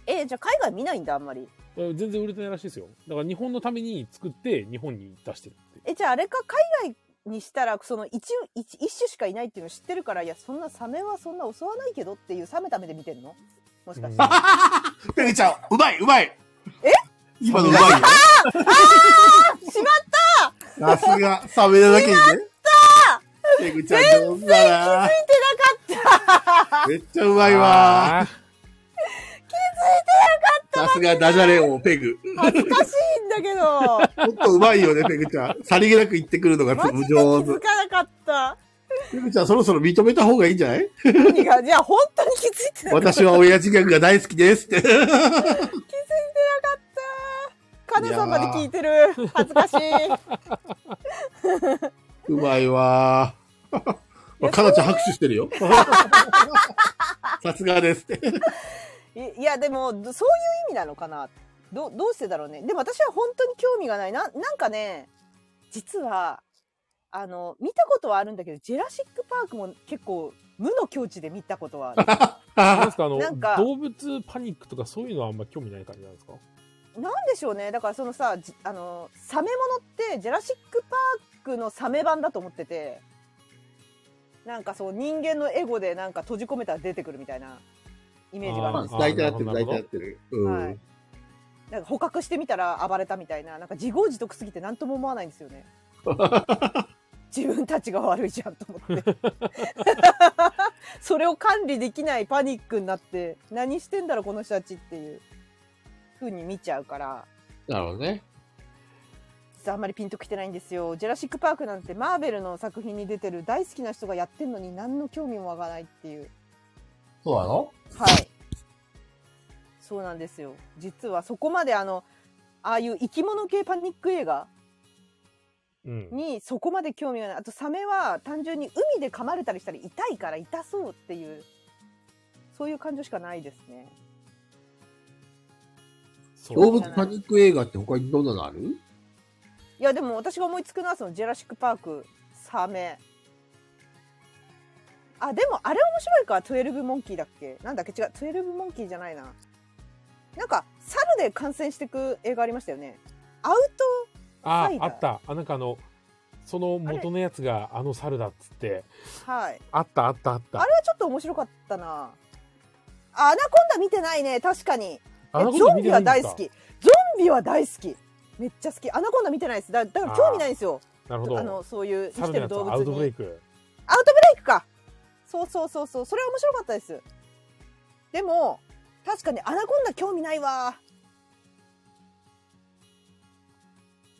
Speaker 4: えじゃあ海外見ないんだあんまり
Speaker 2: 全然売れてないらしいですよ。だから日本のために作って、日本に出してるって。
Speaker 4: えじゃああれか海外にしたらその一一一種しかいないっていうの知ってるからいやそんなサメはそんな襲わないけどっていうサメためで見てんのもしかして、あ
Speaker 3: ペグちゃん、うまいうまい
Speaker 4: え
Speaker 3: 今のうまいよ。
Speaker 4: ーしま
Speaker 3: さすが、サメなだけにね。ペグちゃん上手だな。
Speaker 4: ってなかっ
Speaker 3: めっちゃうまいわ。
Speaker 2: あー
Speaker 3: さすがダジャレ王ペグ。
Speaker 4: た恥ずかしいんだけど
Speaker 3: ほんとうまいよね、ペグちゃん。さりげなく言ってくるのが
Speaker 4: マジで気
Speaker 3: 上手
Speaker 4: づ。かなかった
Speaker 3: ペグちゃん、そろそろ認めた方がいいんじゃない
Speaker 4: 何がじゃあ本当に気づいてなかった
Speaker 3: 私は親父ギャグが大好きですって。
Speaker 4: 気づいてなかったカナさんまで聞いてる恥ずかしい
Speaker 3: うまいわー。かなちゃん拍手してるよ。さすがですって。
Speaker 4: いいやでもそういう意味なのかなどどうしてだろうねでも私は本当に興味がないななんかね実はあの見たことはあるんだけど「ジェラシック・パーク」も結構無の境地で見たことはある
Speaker 2: なんですかあの
Speaker 4: なんか
Speaker 2: 動物パニックとかそういうのはあんま興味ない感じなんですか
Speaker 4: なんでしょうねだからそのさじあのサメものって「ジェラシック・パーク」のサメ版だと思っててなんかそう人間のエゴでなんか閉じ込めたら出てくるみたいなイメージがあるんですよ
Speaker 3: 大体合ってる、
Speaker 2: なる
Speaker 3: 大
Speaker 2: ほど
Speaker 3: 体合ってる。う
Speaker 4: は
Speaker 3: ん
Speaker 4: い。なんか捕獲してみたら暴れたみたいななんか自業自得すぎて何とも思わないんです よね自分たちが悪いじゃんと思って それを管理できないパニックになって何してんだろうこの人たちっていう風に見ちゃうから
Speaker 3: なるほどね。
Speaker 4: 実はあんまりピンときてないんですよ「ジェラシック・パーク」なんてマーベルの作品に出てる大好きな人がやってんのに何の興味もわかないっていう
Speaker 3: そうなの
Speaker 4: はい。そうなんですよ。実はそこまであの、ああいう生き物系パニック映画
Speaker 2: うん。
Speaker 4: にそこまで興味がない。あとサメは単純に海で噛まれたりしたら痛いから痛そうっていう、そういう感情しかないですね。
Speaker 2: そう
Speaker 3: 動物パニック映画って他にどんなのある
Speaker 4: いやでも私が思いつくのはそのジェラシックパーク、サメ。あ、でもあれ面白いか、12モンキーだっけなんだっけ違う、12モンキーじゃないな。なんか、猿で感染してく映画ありましたよね。アウト
Speaker 2: あ
Speaker 4: サイ、ダ
Speaker 2: あ
Speaker 4: ー
Speaker 2: った。あ、なんかあの、その元のやつがあの猿だっつって、
Speaker 4: はい。
Speaker 2: あったあったあった
Speaker 4: あ。れはちょっと面白かったな。あアナコンダ見てないね、確かに。
Speaker 2: あの
Speaker 4: え
Speaker 2: こと
Speaker 4: ゾン
Speaker 2: 見てな
Speaker 4: ビ
Speaker 2: い
Speaker 4: は
Speaker 2: んです
Speaker 4: 大
Speaker 2: か
Speaker 4: 好き。ゾンビは大好き。めっちゃ好き。アナコンダ見てないです。だだから興味ないんですよ。
Speaker 2: なるほど。
Speaker 4: あのそういう生
Speaker 2: 猿
Speaker 4: き
Speaker 2: の
Speaker 4: てる
Speaker 2: やつ
Speaker 4: 動物に
Speaker 2: アウトブレイク。
Speaker 4: アウトブレイクかそうそうそうそうそれは面白かったですでも確かにアナコンダ興味ないわ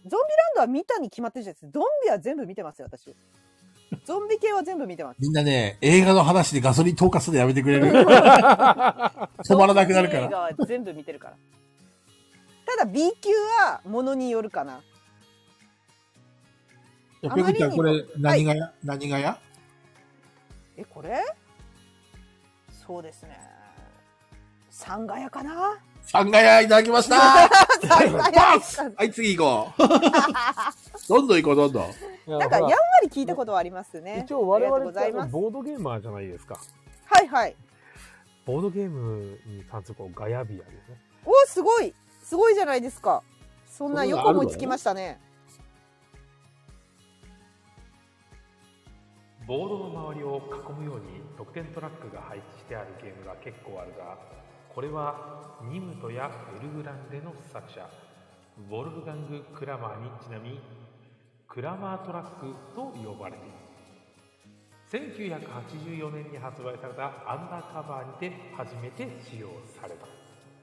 Speaker 4: ゾンビランドは見たに決まってるじゃないですかゾンビは全部見てますよ 私ゾンビ系は全部見てます
Speaker 3: みんなね、映画の話でガソリン投下するのやめてくれる。止まらなくなるか
Speaker 4: ゾンビ映
Speaker 3: ら。
Speaker 4: 画は全部見てるからただ B 級はものによるかな
Speaker 3: いや
Speaker 4: あ
Speaker 3: ペ
Speaker 4: ま
Speaker 3: グ
Speaker 4: り
Speaker 3: ち
Speaker 4: に
Speaker 3: ゃ
Speaker 4: も
Speaker 3: ん、これ、何がや、何がや
Speaker 4: えこれそうですね三ガヤかな
Speaker 3: 三がやいただきま した
Speaker 4: 三ガヤですかね
Speaker 3: はい、次行こう。どんどん行こう、どんどん。
Speaker 4: なんかやんわり聞いたことはありますね。
Speaker 2: 一応我
Speaker 4: あり
Speaker 2: 々
Speaker 4: がとうご
Speaker 2: って
Speaker 4: ざいま
Speaker 2: あの
Speaker 4: す。
Speaker 2: ボードゲーマーじゃないですか。
Speaker 4: はいはい。
Speaker 2: ボードゲームに関するこうガヤビアですね。
Speaker 4: おーすごいすごいじゃないですか。そんなよく思いつきましたね。
Speaker 22: ボードの周りを囲むように得点トラックが配置してあるゲームが結構あるがこれはニムトやエルグランデの作者ウォルフガング・クラマーにちなみクラマートラックと呼ばれている1984年に発売されたアンダーカバーにて初めて使用された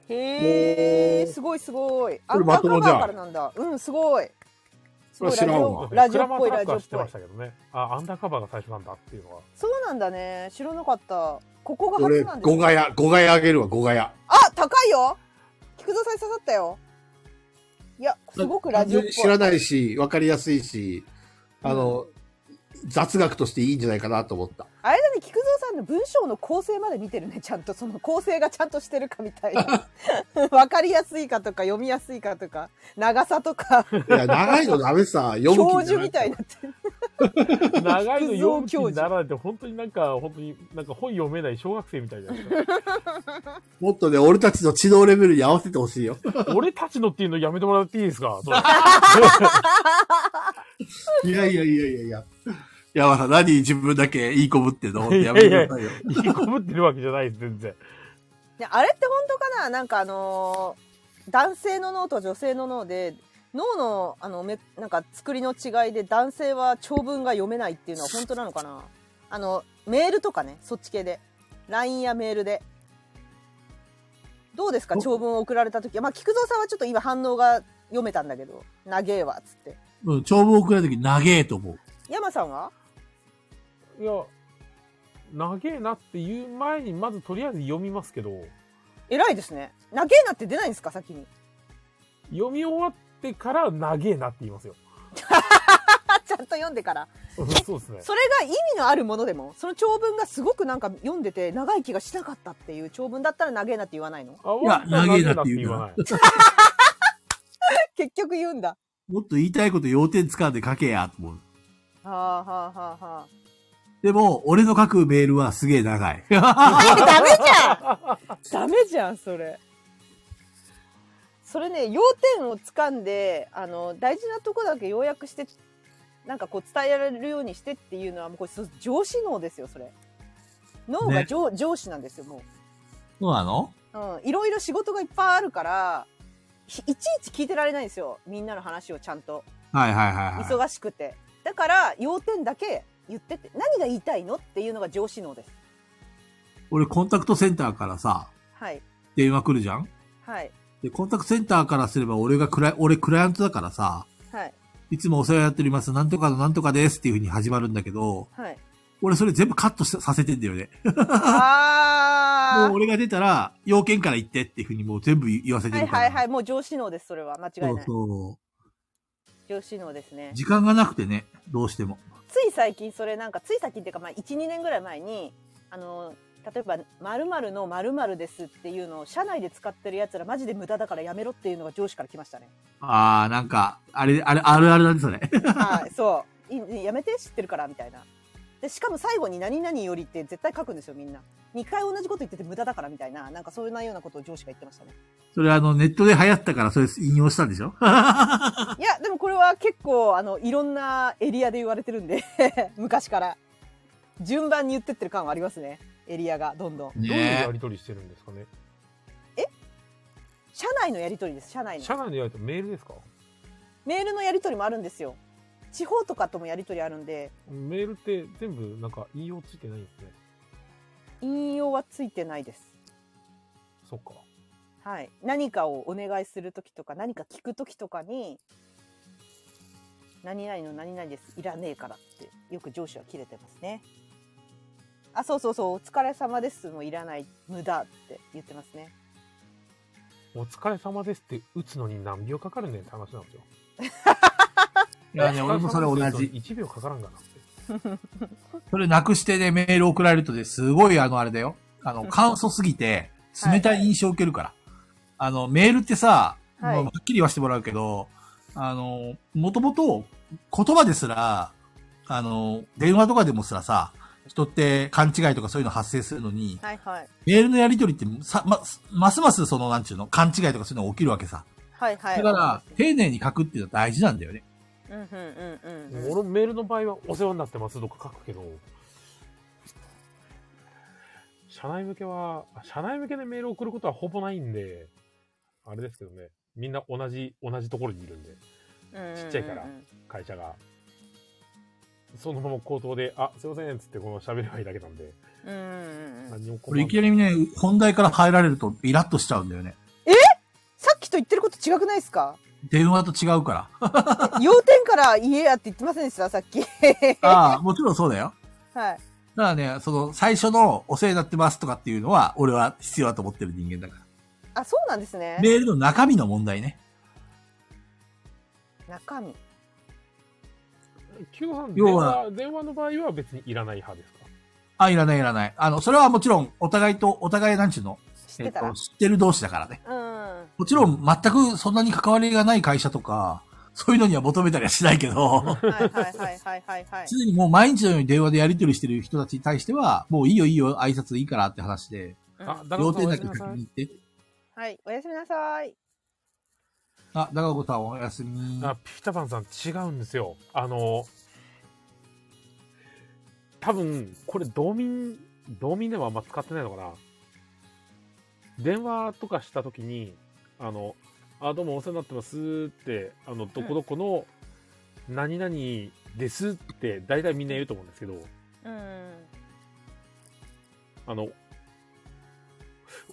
Speaker 4: へえすごいすごい。ア
Speaker 3: れ
Speaker 4: ンダ
Speaker 3: ま
Speaker 4: ーカ
Speaker 3: と
Speaker 4: バ
Speaker 3: もじゃん
Speaker 4: ーからなんだ。うんすごい。すごい
Speaker 3: そ
Speaker 4: ラ
Speaker 3: れ
Speaker 4: ジ
Speaker 3: は知らんわ
Speaker 4: オラジ
Speaker 2: ク
Speaker 4: オっ
Speaker 2: ラマ
Speaker 4: ぽ
Speaker 2: ート
Speaker 4: い
Speaker 2: ラッ
Speaker 4: ラ
Speaker 2: ク
Speaker 4: ジオ
Speaker 2: は
Speaker 4: っ
Speaker 2: 知って
Speaker 4: ぽい
Speaker 2: まし。たけどね。あ、アンダーカバーが最初なんだっていうのは。
Speaker 4: そうなんだね。知らなかった。ここが初
Speaker 3: 俺、
Speaker 4: なんです
Speaker 3: 5が
Speaker 4: ね。
Speaker 3: や、5がやあげるわ、5がや。
Speaker 4: あ高いよ。菊蔵さんに刺さったよ。いやすごくラジオっぽい。
Speaker 3: 知らないし、わかりやすいし、あの、雑学としていいんじゃないかなと思った。
Speaker 4: あれだね、菊蔵さんの文章の構成まで見てるね、ちゃんと。その構成がちゃんとしてるかみた いな。わかりやすいかとか、読みやすいかとか、長さとか、
Speaker 3: いや、長いのダメ さ、読む気
Speaker 4: 教
Speaker 3: になら
Speaker 4: 授みたいになってる。
Speaker 2: 長いの読む気
Speaker 4: 教
Speaker 2: に
Speaker 4: 授
Speaker 2: ならないって本当になんか本当になんか本読めない小学生みたいじゃないです
Speaker 3: もっとね、俺たちの知能レベルに合わせてほ しいよ。
Speaker 2: か 俺たちのっていうのやめてもらっていいです かそれ
Speaker 3: いやいやいやいやいや。山田、何自分だけいいこぶってん のほんとやめてくださいよ。
Speaker 2: 引きこぶってるわけじゃないです全然
Speaker 4: ねあれって本当かななんかあのー男性の脳と女性の脳で、脳の、あの、め、なんか作りの違いで男性は長文が読めないっていうのは本当なのかなあの、メールとかね、そっち系で。LINE やメールで。どうですか長文を送られた時。まあ、菊蔵さんはちょっと今反応が読めたんだけど、長えわ、つって。
Speaker 3: うん、長文送られた時、長えと思う。
Speaker 4: 山さんはい
Speaker 2: や長えなっていう前にまずとりあえず読みますけど
Speaker 4: 偉いですね。長えなって出ないんですか先に。
Speaker 2: 読み終わってから長えなって言いますよ
Speaker 4: あ、 ちゃんと読んでから。
Speaker 2: そうですね
Speaker 4: それが意味のあるものでもその長文がすごくなんか読んでて長い気がしなかったっていう長文だったら長えなって言わないの
Speaker 2: あ
Speaker 3: いや
Speaker 2: わざわざ
Speaker 3: 長えなって言う
Speaker 2: 長
Speaker 3: な
Speaker 2: わない
Speaker 4: 結局言うんだ
Speaker 3: もっと言いたいこと要点掴んで書けや、と思う。
Speaker 4: はあはあはあは
Speaker 3: でも、俺の書くメールはすげえ長い。
Speaker 4: あダメじ ゃんダメじゃんそれそれね要点をつかんであの大事なとこだけ要約してなんかこう伝えられるようにしてっていうのはもうこれそう上司脳ですよそれ脳が
Speaker 3: ね
Speaker 4: 上,、上司なんですよもう
Speaker 3: そうなの
Speaker 4: うん、いろいろ仕事がいっぱいあるから、ひいちいち聞いてられないんですよ。みんなの話をちゃんと。
Speaker 3: はいはいはい、はい。
Speaker 4: 忙しくて。だから、要点だけ言ってって、何が言いたいのっていうのが上司能です。
Speaker 3: 俺、コンタクトセンターからさ、
Speaker 4: はい。
Speaker 3: 電話来るじゃん
Speaker 4: はい。
Speaker 3: で、コンタクトセンターからすれば、俺がクライ、俺クライアントだからさ、
Speaker 4: はい。
Speaker 3: いつもお世話になっております、なんとかのなんとかですっていう風に始まるんだけど、
Speaker 4: はい。
Speaker 3: 俺それ全部カットしさせてんだよね。も
Speaker 4: あ
Speaker 3: う俺が出たら、要件から言ってっていう風にもう全部言わせ
Speaker 4: ー。
Speaker 3: て
Speaker 4: はい
Speaker 3: るから。
Speaker 4: はいはい。もう上司能です。それは。間違いない。
Speaker 3: そうそう。
Speaker 4: 上司能ですね。
Speaker 3: 時間がなくてね、どうしても。
Speaker 4: つい最近、それなんか、つい最近っていうか、まあ、1、2年ぐらい前に、あの、例えば、〇〇の〇〇ですっていうのを、社内で使ってる奴らマジで無駄だからやめろっていうのが上司から来ましたね。
Speaker 3: あー、なんか、あれ、あれ、あるあるなんですよね。
Speaker 4: はい、そうい い。やめて、知ってるから、みたいな。で、しかも最後に何々よりって絶対書くんですよ、みんな。2回同じこと言ってて無駄だから、みたいな。なんかそういうようなことを上司が言ってましたね。
Speaker 3: それあの、ネットで流行ったからそれ引用したんでしょ
Speaker 4: いや、でもこれは結構、あの、いろんなエリアで言われてるんで、 昔から。順番に言ってってる感はありますね。エリアが、どん
Speaker 2: ど
Speaker 4: どん。
Speaker 2: ういうやり取りしてるんですかね
Speaker 4: 社内のやりとりです、社内の
Speaker 2: 社。内のやり取りメールですか
Speaker 4: メールのやりとりもあるんですよ。地方とかともやり取りあるんで
Speaker 2: メールって全部なんか引用ついてないんですね。
Speaker 4: 引用はついてないです。
Speaker 2: そっか。
Speaker 4: はい、何かをお願いする時とか何か聞く時とかに「何々の何々ですいらねえから」ってよく上司は切れてますね。あそうそうそう「お疲れ様です」もいらない無駄って言ってますね。
Speaker 2: お疲れ様ですって打つのに何秒かかるねんって話なんですよ。
Speaker 23: いやね、俺もそれ同じ。
Speaker 2: 1秒かからんかなって。
Speaker 23: それなくしてね、メール送られるとね、すごいあの、あれだよ。あの、簡素すぎて、冷たい印象を受けるから。あの、メールってさ、
Speaker 4: はい
Speaker 23: もうはっきり言わせてもらうけど、あの、もともと言葉ですら、あの、電話とかでもすらさ、人って勘違いとかそういうの発生するのに、
Speaker 4: はいはい
Speaker 23: メールのやり取りってさ、ま、ますますその、なんちゅうの、勘違いとかそういうのが起きるわけさ。
Speaker 4: はいはい。
Speaker 23: だから、丁寧に書くっていうのは大事なんだよね。
Speaker 4: うんうんうんうんうん。
Speaker 2: 俺もメールの場合はお世話になってますとか書くけど、社内向けは、社内向けでメール送ることはほぼないんで、あれですけどね、みんな同じ、同じところにいるんで、ちっちゃいから
Speaker 4: うんうんうん
Speaker 2: 会社が。そのまま口頭で、あ、すいません、つってこの喋ればいいだけなんで、
Speaker 4: うんうんうん。
Speaker 2: 何も
Speaker 23: こ
Speaker 2: 困
Speaker 23: れ
Speaker 2: ん
Speaker 23: いきなりね、本題から入られるとイラッとしちゃうんだよね。
Speaker 4: さっきと言ってること違くないですか
Speaker 23: 電話と違うから。
Speaker 4: 要点から言えやって言ってませんでしたさっき。
Speaker 23: あ
Speaker 4: は
Speaker 23: あ、もちろんそうだよ。
Speaker 4: い。
Speaker 23: だからね、その、最初のお世話になってますとかっていうのは、俺は必要だと思ってる人間だか
Speaker 4: あそうなんですね
Speaker 23: ら。。メールの中身の問題ね。
Speaker 4: 中身。
Speaker 2: Q さん電
Speaker 23: 要は
Speaker 2: 話、電話の場合は別にいらない派ですか
Speaker 23: あ、いらないいらない。あの、それはもちろん、お互いと、お互いなんちゅうの、
Speaker 4: 知
Speaker 23: え
Speaker 4: って
Speaker 23: った
Speaker 4: ら。
Speaker 23: と、知ってる同士だからね。
Speaker 4: うん。
Speaker 23: もちろん、全くそんなに関わりがない会社とか、そういうのには求めたりはしないけ ど、
Speaker 4: はいはいはいはいはいはい。
Speaker 23: すでにもう毎日のように電話でやり取りしてる人たちに対しては、もういいよいいよ、挨拶いいからって話で、
Speaker 4: うん
Speaker 2: あ、だから
Speaker 23: 要点だけ
Speaker 2: おや
Speaker 23: 確
Speaker 2: すみなさい
Speaker 23: 認って。
Speaker 4: はい、おやすみなさい。
Speaker 23: あ、長子さんおやすみ。
Speaker 2: あ、ピピタパンさん違うんですよ。あの、多分、これ、道民、道民ではあんま使ってないのかな。電話とかしたときに、あの、あ、どうもお世話になってますって、あの、どこどこの、何々ですって、大体みんな言うと思うんですけど、
Speaker 4: うん。
Speaker 2: あの、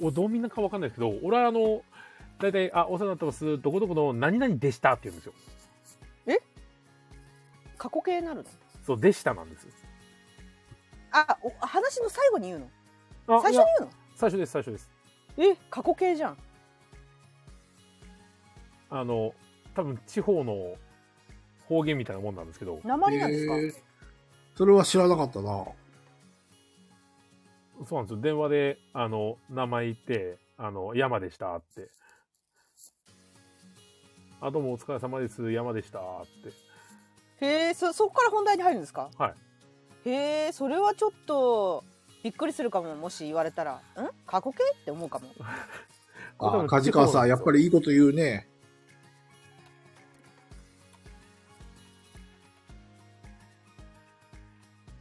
Speaker 2: お道民なんかわかんないですけど、俺はあの、大体、あ、お世話になってます、どこどこの何々でしたって言うんですよ。
Speaker 4: 過去形になるの。
Speaker 2: そう、でしたなんですよ。
Speaker 4: あ、お話の最後に言うの。
Speaker 2: あ
Speaker 4: 最
Speaker 2: い
Speaker 4: 初
Speaker 2: や
Speaker 4: に言
Speaker 2: 最初です最初です
Speaker 4: うの。え、過去形じゃん。
Speaker 2: あの多分地方の方言みたいなもんなんですけど
Speaker 4: 鉛なんですか。
Speaker 3: へーそれは知らなかったな。
Speaker 2: そうなんですよ電話であの名前言ってあの山でしたってあどうもお疲れ様です山でしたって
Speaker 4: へえ、そ、そこから本題に入るんですか。。
Speaker 2: はい
Speaker 4: へえ、それはちょっと。びっくりするかも、もし言われたら。ん、過去形って思う かも。
Speaker 2: これ多
Speaker 3: あ
Speaker 2: 分
Speaker 3: あ、梶川さん、
Speaker 2: 地
Speaker 3: や
Speaker 2: 方
Speaker 3: っぱりいいこと言うね。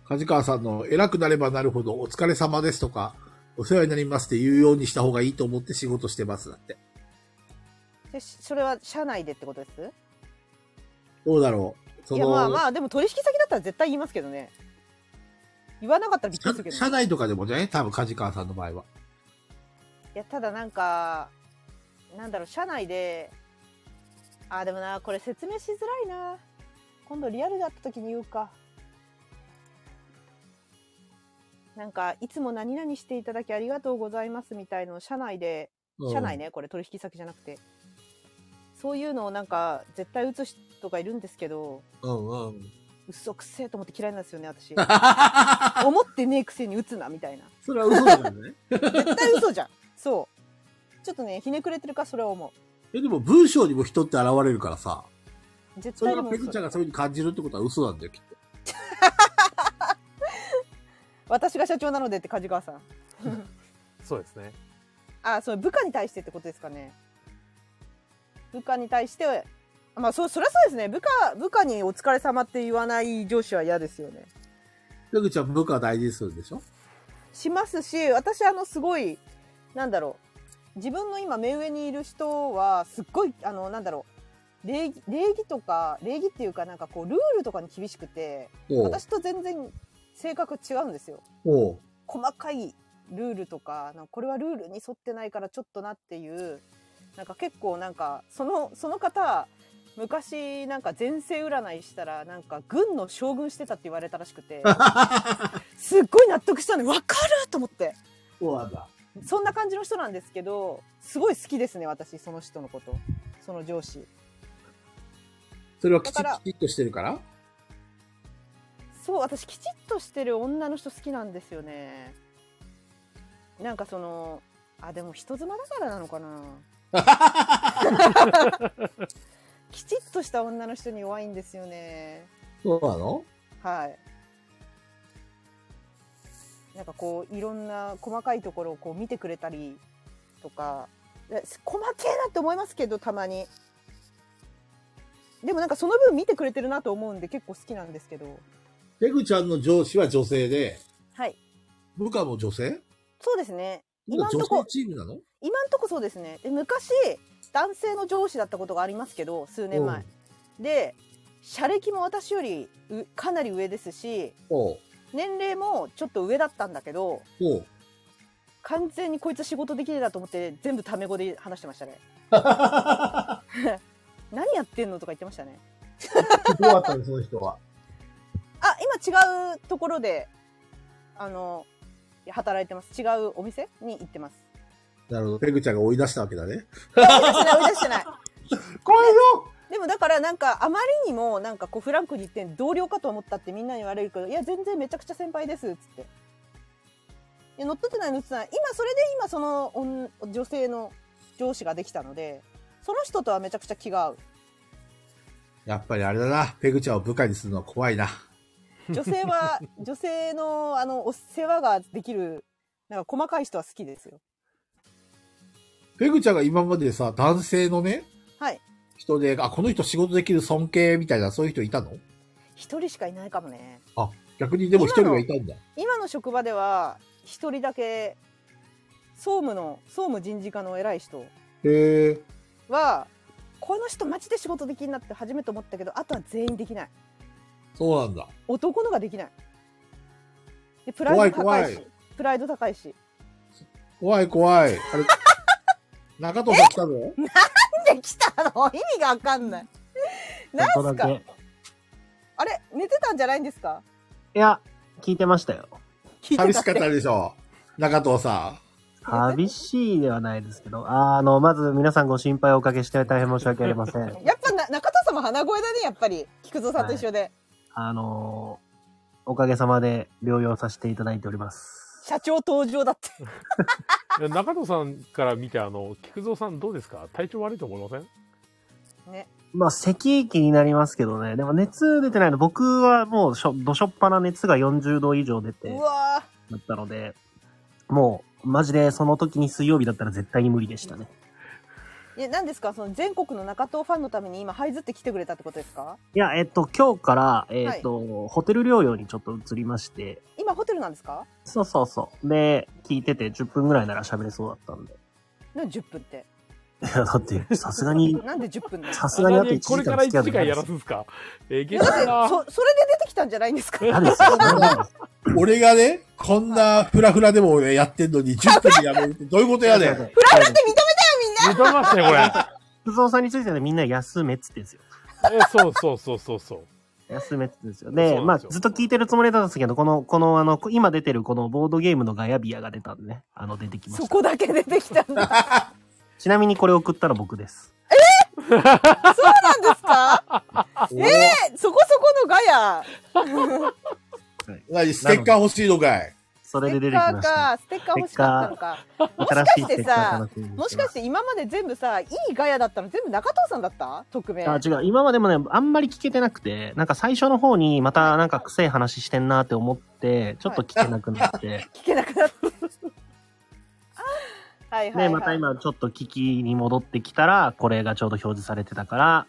Speaker 3: 梶川さんの偉くなればなるほどお疲れ様ですとか、お世話になりますって言うようにした方がいいと思って仕事してますだって。
Speaker 4: で、しそれは社内でってことです。
Speaker 3: どうだろうそ
Speaker 4: いや、まあ
Speaker 3: の、
Speaker 4: まあ、でも取引先だったら絶対言いますけどね。言わなかったらびっくりする
Speaker 3: 社
Speaker 4: けど、ね。
Speaker 3: 社内とかでもね、多分梶川さんの場合は。
Speaker 4: いやただなんかなんだろう社内であーでもなこれ説明しづらいな今度リアルだった時に言うかなんかいつも何々していただきありがとうございますみたいのを社内で
Speaker 3: うん
Speaker 4: 社内ねこれ取引先じゃなくてそういうのをなんか絶対打つ人がいるんですけど
Speaker 3: うんうん。
Speaker 4: 嘘くせえと思って嫌いなんですよ ね私思ってねえくせに打つなみたいな
Speaker 3: それは嘘だよね。
Speaker 4: 絶対嘘じゃんそうちょっとねひねくれてるかそれは思う
Speaker 3: えでも文章にも人って現れるからさ、
Speaker 4: 絶
Speaker 3: それ
Speaker 4: 対で
Speaker 3: が
Speaker 4: も
Speaker 3: ペグちゃんがそういうふうに感じるってことは嘘なんだよ、きっと。
Speaker 4: 私が社長なのでって梶川さん
Speaker 2: そうですね
Speaker 4: あそう部下に対してってことですかね部下に対してまあそそりゃそうですね部下部下に「お疲れ様って言わない上司は嫌ですよね
Speaker 3: ペグちゃん部下大事にするんでしょ
Speaker 4: しますし私あのすごいなんだろう自分の今目上にいる人はすっごいあのなんだろう礼儀礼儀とか礼儀っていうかなんかこうルールとかに厳しくて
Speaker 3: おう
Speaker 4: 私と全然性格違うんですよ
Speaker 3: おう
Speaker 4: 細かいルールとかなんかこれはルールに沿ってないからちょっとなっていうなんか結構なんかそのその方昔なんか前世占いしたらなんか軍の将軍してたって言われたらしくてすっごい納得したんでわかると思って
Speaker 3: そうなんだ。
Speaker 4: そんな感じの人なんですけどすごい好きですね私その人のことその上司
Speaker 3: それはきち
Speaker 4: だから
Speaker 3: きちっとしてるから
Speaker 4: そう私きちっとしてる女の人好きなんですよねなんかそのあでも人妻だからなのか なきちっとした女の人に弱いんですよね
Speaker 3: そうなの
Speaker 4: はいなんかこういろんな細かいところをこう見てくれたりとかえ細けえなって思いますけどたまにでもなんかその分見てくれてるなと思うんで結構好きなんですけど
Speaker 3: ペグちゃんの上司は女性で、
Speaker 4: はい
Speaker 3: 部下も女性
Speaker 4: そうですね今
Speaker 3: 今
Speaker 4: ん
Speaker 3: 女
Speaker 4: とこ
Speaker 3: 性チームなの
Speaker 4: 今んとこそうですねで昔男性の上司だったことがありますけど数年前で社歴も私よりうかなり上ですし
Speaker 3: おう
Speaker 4: 年齢もちょっと上だったんだけど
Speaker 3: お う
Speaker 4: 完全にこいつ仕事できねえだと思って全部タメ語で話してましたね何やってんのとか言ってましたね
Speaker 3: どうだったのその人は。
Speaker 4: あ今違うところであの働いてます違うお店に行ってます
Speaker 3: なるほど。ペグちゃんが追い出したわけだね。
Speaker 4: 追い出してない追い出してない
Speaker 3: 来いよ
Speaker 4: でもだからなんかあまりにもなんかこうフランクに言って同僚かと思ったってみんなに言われるけどいや全然めちゃくちゃ先輩ですっつっていや乗っ取ってない乗っ取ってない今それで今その女女性の上司ができたのでその人とはめちゃくちゃ気が合う
Speaker 3: やっぱりあれだな。ペグちゃんを部下にするのは怖いな。
Speaker 4: 女性 は女性のあのお世話ができるなんか細かい人は好きですよ
Speaker 3: ペグちゃんが今までさ、男性のね、
Speaker 4: はい
Speaker 3: 人で、あ、この人仕事できる尊敬みたいな、そういう人いたの
Speaker 4: 一人しかいないかもね
Speaker 3: あ、逆にでも一人がいたんだ。
Speaker 4: 今の職場では一人だけ総務の総務人事課の偉い人
Speaker 3: へえ。
Speaker 4: はこの人マジで仕事できんなって初めて思ったけどあとは全員できない
Speaker 3: そうなんだ。
Speaker 4: 男のができないでプライド高
Speaker 3: 怖い
Speaker 4: いし
Speaker 3: 怖い
Speaker 4: プライド高いし
Speaker 3: 怖い怖い。あれ、 中藤さん来たの
Speaker 4: できたの意味がわかんない
Speaker 24: ちょっと
Speaker 4: 何
Speaker 24: だ
Speaker 4: すか
Speaker 24: け。
Speaker 4: あれ寝てたんじゃないんですか
Speaker 24: いや、聞いてまし たよ。
Speaker 4: 聞いてた
Speaker 3: 寂しかったでしょ。中藤さ
Speaker 24: 寂しいではないですけど、あの、まず皆さんご心配をおかけして大変申し訳ありま せん。
Speaker 4: やっぱな中田様鼻声だねやっぱり菊蔵さんと一緒で、
Speaker 24: あの、おかげさまで療養させていただいております。
Speaker 4: 社長登場だって
Speaker 2: いや中野さんから見て、あの、菊蔵さんどうですか体調悪いと思いません
Speaker 4: ね
Speaker 24: まあ、咳気になりますけどね。でも熱出てないの、僕はもうしょ、どしょっぱな熱が40度以上出て
Speaker 4: う、わ
Speaker 24: だったので、もう、マジでその時に水曜日だったら絶対に無理でしたね。
Speaker 4: ーいや何ですかその全国の中藤ファンのために今這いずって来てくれたってことですか
Speaker 24: いや、えっと、今日から、えっと、ホテル療養にちょっと移りまして、
Speaker 4: 今ホテルなんですか
Speaker 24: そうそうそう。で、聞いてて10分ぐらいなら喋れそうだったんで。
Speaker 4: なんで10分って
Speaker 24: いや、だって、さすがに、
Speaker 4: なんで10分なんですか
Speaker 24: さすがにあと1
Speaker 2: これ
Speaker 24: 時
Speaker 2: か
Speaker 24: 間
Speaker 2: ら
Speaker 24: 付き合
Speaker 2: 1
Speaker 24: う
Speaker 2: 時間
Speaker 24: とか
Speaker 2: や
Speaker 24: で
Speaker 2: ら
Speaker 24: す
Speaker 2: すんすかえー、
Speaker 4: い
Speaker 2: ゲ
Speaker 4: やだっ
Speaker 2: ス
Speaker 4: て
Speaker 2: な
Speaker 4: そそれで出てきたんじゃないんですか
Speaker 24: 嫌 ですよ。
Speaker 3: ん。俺がね、こんなフラフラでも俺やってんのに10分でやめるってどういうことやねん。
Speaker 24: フラフラって
Speaker 2: 認めましたよ、これ。
Speaker 24: 福蔵さんについてはみんな休めっつってんですよ。
Speaker 2: えそうそうそうそうそう。
Speaker 24: 休めっつってんですよ。
Speaker 2: そうなん
Speaker 24: で、
Speaker 2: ですよ
Speaker 24: まあ、ずっと聞いてるつもりだったんですけど、この、この、あの、今出てるこのボードゲームのガヤビアが出たんでね、あの、出てき ま
Speaker 4: そ
Speaker 24: した。
Speaker 4: こだけ出てきたんだ
Speaker 24: ちなみにこれ送ったの僕です。
Speaker 4: そうなんですかえ そこそこのガヤ
Speaker 3: 何ステッカー欲しいのかい
Speaker 24: それ
Speaker 4: ステ
Speaker 24: で出
Speaker 4: ッカー
Speaker 24: てきました。
Speaker 4: かステッカー欲しかったのかもしか
Speaker 24: 新しい
Speaker 4: し
Speaker 24: ステ
Speaker 4: て
Speaker 24: ッカー
Speaker 4: さ
Speaker 24: 楽しみにしてます
Speaker 4: もしかして今まで全部さいいガヤだったの全部中藤さんだった匿名
Speaker 24: あ違う。今までもね、あんまり聞けてなくて、なんか最初の方にまたなんか臭い話してんなって思って、ちょっと聞けなくなって、
Speaker 4: 聞けなくなったはいはい、は
Speaker 24: で、
Speaker 4: い、
Speaker 24: また今ちょっと聞きに戻ってきたら、これがちょうど表示されてたか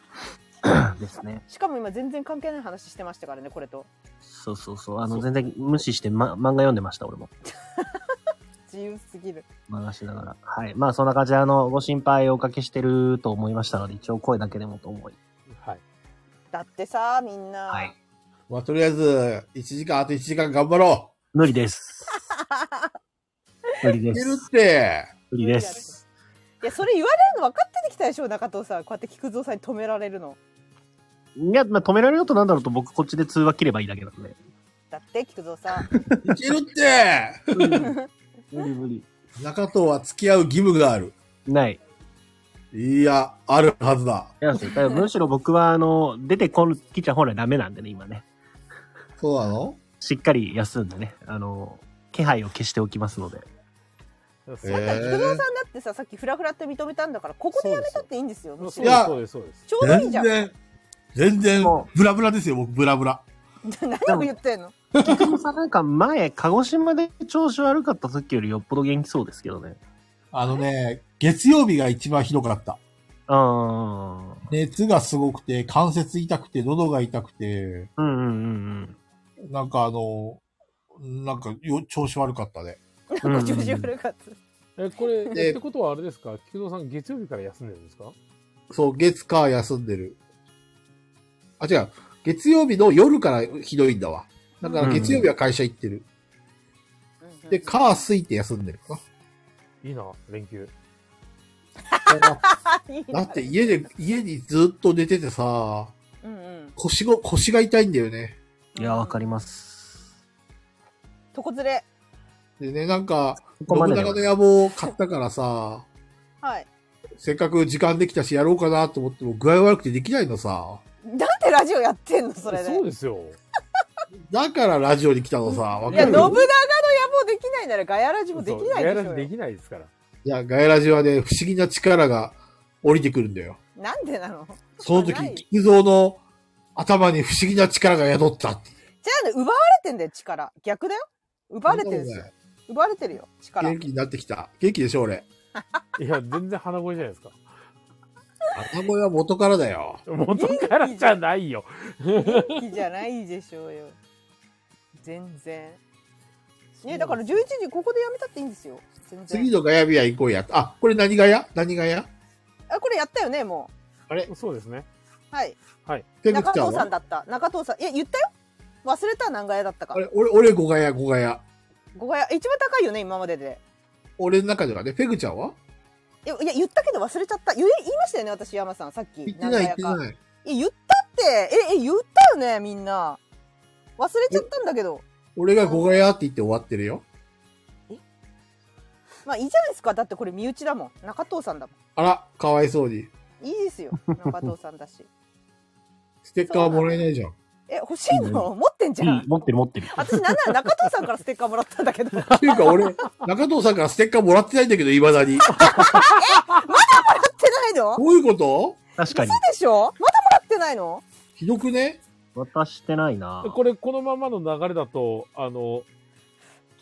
Speaker 24: ら、ですね。
Speaker 4: しかも今全然関係ない話してましたからねこれと
Speaker 24: そうそうそう。あの、全然無視して、ま、漫画読んでました、俺も。
Speaker 4: 自由すぎる
Speaker 24: 漫画しながら。はい。まあ、そんな感じで、あの、ご心配をおかけしてると思いましたので、一応声だけでもと思い。
Speaker 4: だってさ、みんな。
Speaker 23: はい。
Speaker 3: まあ、とりあえず、1時間、あと1時間頑張ろ
Speaker 24: 無理です。無理
Speaker 3: う。
Speaker 24: で
Speaker 3: いける
Speaker 24: す。
Speaker 3: って。
Speaker 24: 無理です。
Speaker 4: いや、それ言われるの分かっててきたでしょ、中藤さん。こうやって菊蔵さんに止められるの。
Speaker 24: いや、まあ、止められるとなんだろうと僕こっちで通話切ればいいだけなんで。
Speaker 4: だって、菊蔵さん。
Speaker 3: いけるって。
Speaker 24: 無理無理。
Speaker 3: 中藤は付き合う義務がある。
Speaker 24: ない。
Speaker 3: いや、あるはずだ。
Speaker 24: いや、そうだからむしろ僕は、あの、出てこん、きちゃん本来ダメなんでね、今ね。
Speaker 3: そうなの
Speaker 24: しっかり休んでね、あの、気配を消しておきますので。
Speaker 2: そう
Speaker 4: だって
Speaker 3: えー
Speaker 4: 菊蔵さんだってさ、さっきフラフラって認めたんだから、ここでやめたっていいんですよ。むし
Speaker 2: そ
Speaker 4: ろ
Speaker 2: うです、そうです、そうです。
Speaker 4: ちょうどいい
Speaker 3: 全
Speaker 4: じゃん。
Speaker 3: 然、全然
Speaker 24: も、
Speaker 3: ブラブラですよ、僕、ブラブラ。
Speaker 4: 何を言ってんの
Speaker 24: 菊蔵さんなんか前、鹿児島で調子悪かった時よりよっぽど元気そうですけどね。
Speaker 3: あのね、月曜日が一番ひどかった。
Speaker 24: ああ。
Speaker 3: 熱がすごくて、関節痛くて、喉が痛くて、
Speaker 24: うんうんうん
Speaker 3: なんかあの、なんかよ調子悪かったね。
Speaker 24: うん。
Speaker 4: ご調子悪かった。
Speaker 2: え、これ、
Speaker 3: で
Speaker 2: ってことはあれですか菊蔵さん月曜日から休んでるんですか
Speaker 3: そう、月火休んでる。あ、違う。月曜日の夜からひどいんだわ。だから月曜日は会社行ってる。で、火水って休んでるか
Speaker 2: いいな、連休。
Speaker 3: な。
Speaker 4: いい
Speaker 3: だ
Speaker 4: な
Speaker 3: って家で、家にずっと寝ててさ、
Speaker 4: うんうん。
Speaker 3: 腰が、腰が痛いんだよね。
Speaker 24: いや、わかります。
Speaker 4: とこずれ。
Speaker 3: でね、なんか、
Speaker 24: そこま
Speaker 3: 信
Speaker 24: でで
Speaker 3: 長の野
Speaker 24: は
Speaker 3: 望を買ったからさ、
Speaker 4: はい。
Speaker 3: せっかく時間できたしやろうかなと思っても具合悪くてできないのさ。
Speaker 4: なんでラジオやってんのそれで。
Speaker 2: そうですよ。
Speaker 3: だからラジオに来たのさ、わ
Speaker 4: い
Speaker 3: か
Speaker 4: や、
Speaker 3: る
Speaker 4: 信長の野望できないならガヤラジもできないでし
Speaker 2: そうガヤラジ
Speaker 4: ょ
Speaker 2: で
Speaker 4: よ。
Speaker 2: きないですから。
Speaker 3: いや、ガヤラジはね、不思議な力が降りてくるんだよ。
Speaker 4: なんでなの
Speaker 3: その
Speaker 4: な
Speaker 3: 時、
Speaker 4: い
Speaker 3: 菊蔵の頭に不思議な力が宿ったって。
Speaker 4: じゃあね、奪われてんだよ、力。逆だよ。奪われてるんですよ。奪われてるよ、力。
Speaker 3: 元気になってきた。元気でしょ、俺。
Speaker 2: いや、全然鼻声じゃない ですか。
Speaker 3: 頭声は元からだよ。
Speaker 2: 元からじゃないよ。
Speaker 4: 元気じゃないでしょうよ。全然。ね、だから11時ここでやめたっていいんですよ。全
Speaker 3: 次
Speaker 4: 然。
Speaker 3: のガヤビア行こうや。あ、これ何ガヤ何ガヤ
Speaker 4: あ、これやったよね、も
Speaker 2: そうですね。
Speaker 4: う。はい。
Speaker 3: ペグ
Speaker 4: 中
Speaker 3: ちゃん
Speaker 4: 藤さ
Speaker 3: は
Speaker 4: んだった。中藤さん。いや、言ったよ。忘れた、何ガヤだったか
Speaker 3: あ。れ俺、俺5ガヤ、5ガヤ。
Speaker 4: 5ガヤ、一番高いよね、今までで。
Speaker 3: 俺の中ではね、ペグちゃんはい
Speaker 4: や、いや言ったけど忘れちゃった。言え、言いましたよね、私、山さん、さっき。
Speaker 3: 行ってない、行って
Speaker 4: 何ガヤか
Speaker 3: ない。
Speaker 4: いや言ったって、え、え、言ったよね、みんな。忘れちゃったんだけど。
Speaker 3: 俺が5ガヤって言って終わってるよ。
Speaker 4: まあ、いいじゃないですか。だってこれ身内だもん。中藤さんだも
Speaker 3: あら、かわいそうに。
Speaker 4: ん。いいですよ、中藤さんだし。
Speaker 3: ステッカーもらえない じゃん。
Speaker 4: え、欲しいの持ってんじゃん
Speaker 24: うん。持ってる持ってる。
Speaker 4: 私、なんなら中藤さんからステッカーもらったんだけど。まだ
Speaker 3: っ
Speaker 4: もら
Speaker 3: ていうか俺、中藤さんからステッカーもらってないんだけど、未だに。
Speaker 4: ってないの
Speaker 3: どういうこと
Speaker 24: 確かに。
Speaker 4: でしょまだもらってないの
Speaker 3: ひどくね
Speaker 24: 渡してないな。
Speaker 2: これ、このままの流れだと、あの、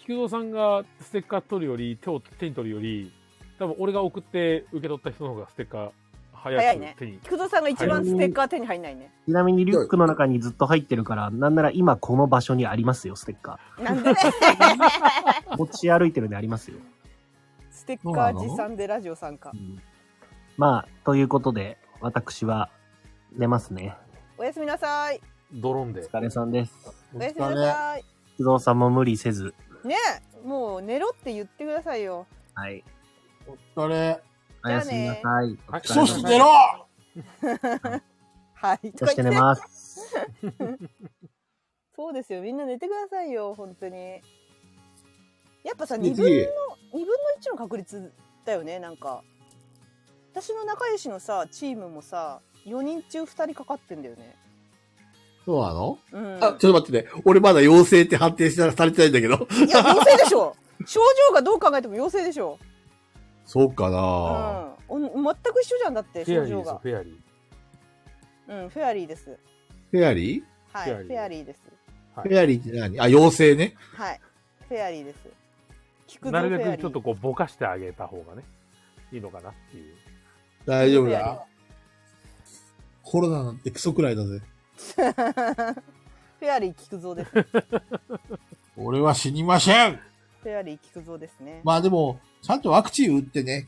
Speaker 2: 菊蔵さんがステッカー取るより、手を手に取るより、多分俺が送って受け取った人の方がステッカー
Speaker 4: 早
Speaker 2: 早
Speaker 4: い
Speaker 2: く
Speaker 4: ね
Speaker 2: 手に。
Speaker 4: 菊蔵さんが一番ステッカー手に入んないね。
Speaker 24: ちなみにリュックの中にずっと入ってるから、なんなら今この場所にありますよ、ステッカ
Speaker 4: なん でね
Speaker 24: ー。持ち歩いてるんであります よ。
Speaker 4: ステッカー持参でラジオ参加
Speaker 24: う。んまあ、ということで、私は寝ますね。
Speaker 4: おやすみなさい。
Speaker 2: ドローンで
Speaker 24: お。疲れさんです。
Speaker 4: おやすみなさい。
Speaker 24: 不動さんも無理せず。
Speaker 4: ねえ、もう寝ろって言ってくださいよ。
Speaker 24: はい。
Speaker 3: あれ。
Speaker 24: おやすみなさい。
Speaker 2: はい
Speaker 24: お疲れ
Speaker 3: そ
Speaker 24: 様で
Speaker 3: し
Speaker 24: す
Speaker 3: て寝ろ
Speaker 4: はい。
Speaker 24: そして寝ます。
Speaker 4: そうですよ。みんな寝てくださいよ、本当に。やっぱさ、2
Speaker 3: 次
Speaker 4: 分の、二分の1の確率だよね、なんか。私の仲良しのさ、チームもさ、4人中2人かかってんだよね。
Speaker 3: そうなの
Speaker 4: うん。
Speaker 3: あ、ちょっと待ってね。俺まだ陽性って判定したされてないんだけど。
Speaker 4: いや、陽性でしょ症状がどう考えても陽性でしょ
Speaker 3: そうか
Speaker 4: う。
Speaker 3: なん
Speaker 4: お全く一緒じゃんだって、
Speaker 2: フェア
Speaker 4: 症
Speaker 2: リー
Speaker 4: 状
Speaker 2: ですよ
Speaker 4: が、。
Speaker 2: フェアリー。
Speaker 4: うん、フェアリーです。
Speaker 3: フェアリー
Speaker 4: はい、
Speaker 2: フェアリー
Speaker 4: フェアリーです。
Speaker 2: はい
Speaker 3: フェアリーって何あ、陽性ね。
Speaker 4: はい。フェアリーです。菊
Speaker 2: なる
Speaker 4: 蔵フェアリ
Speaker 2: べ
Speaker 4: ー。
Speaker 2: くちょっとこうぼかしてあげた方がね、いいのかなっていう。
Speaker 3: 大丈夫
Speaker 4: フェアリ
Speaker 3: だ。コロナなんてクソくらいだぜ。
Speaker 4: フェアリー菊 蔵です。
Speaker 3: 俺は死にません
Speaker 4: フェアリー菊蔵ですね。
Speaker 3: まあでも、ちゃんとワクチン打ってね。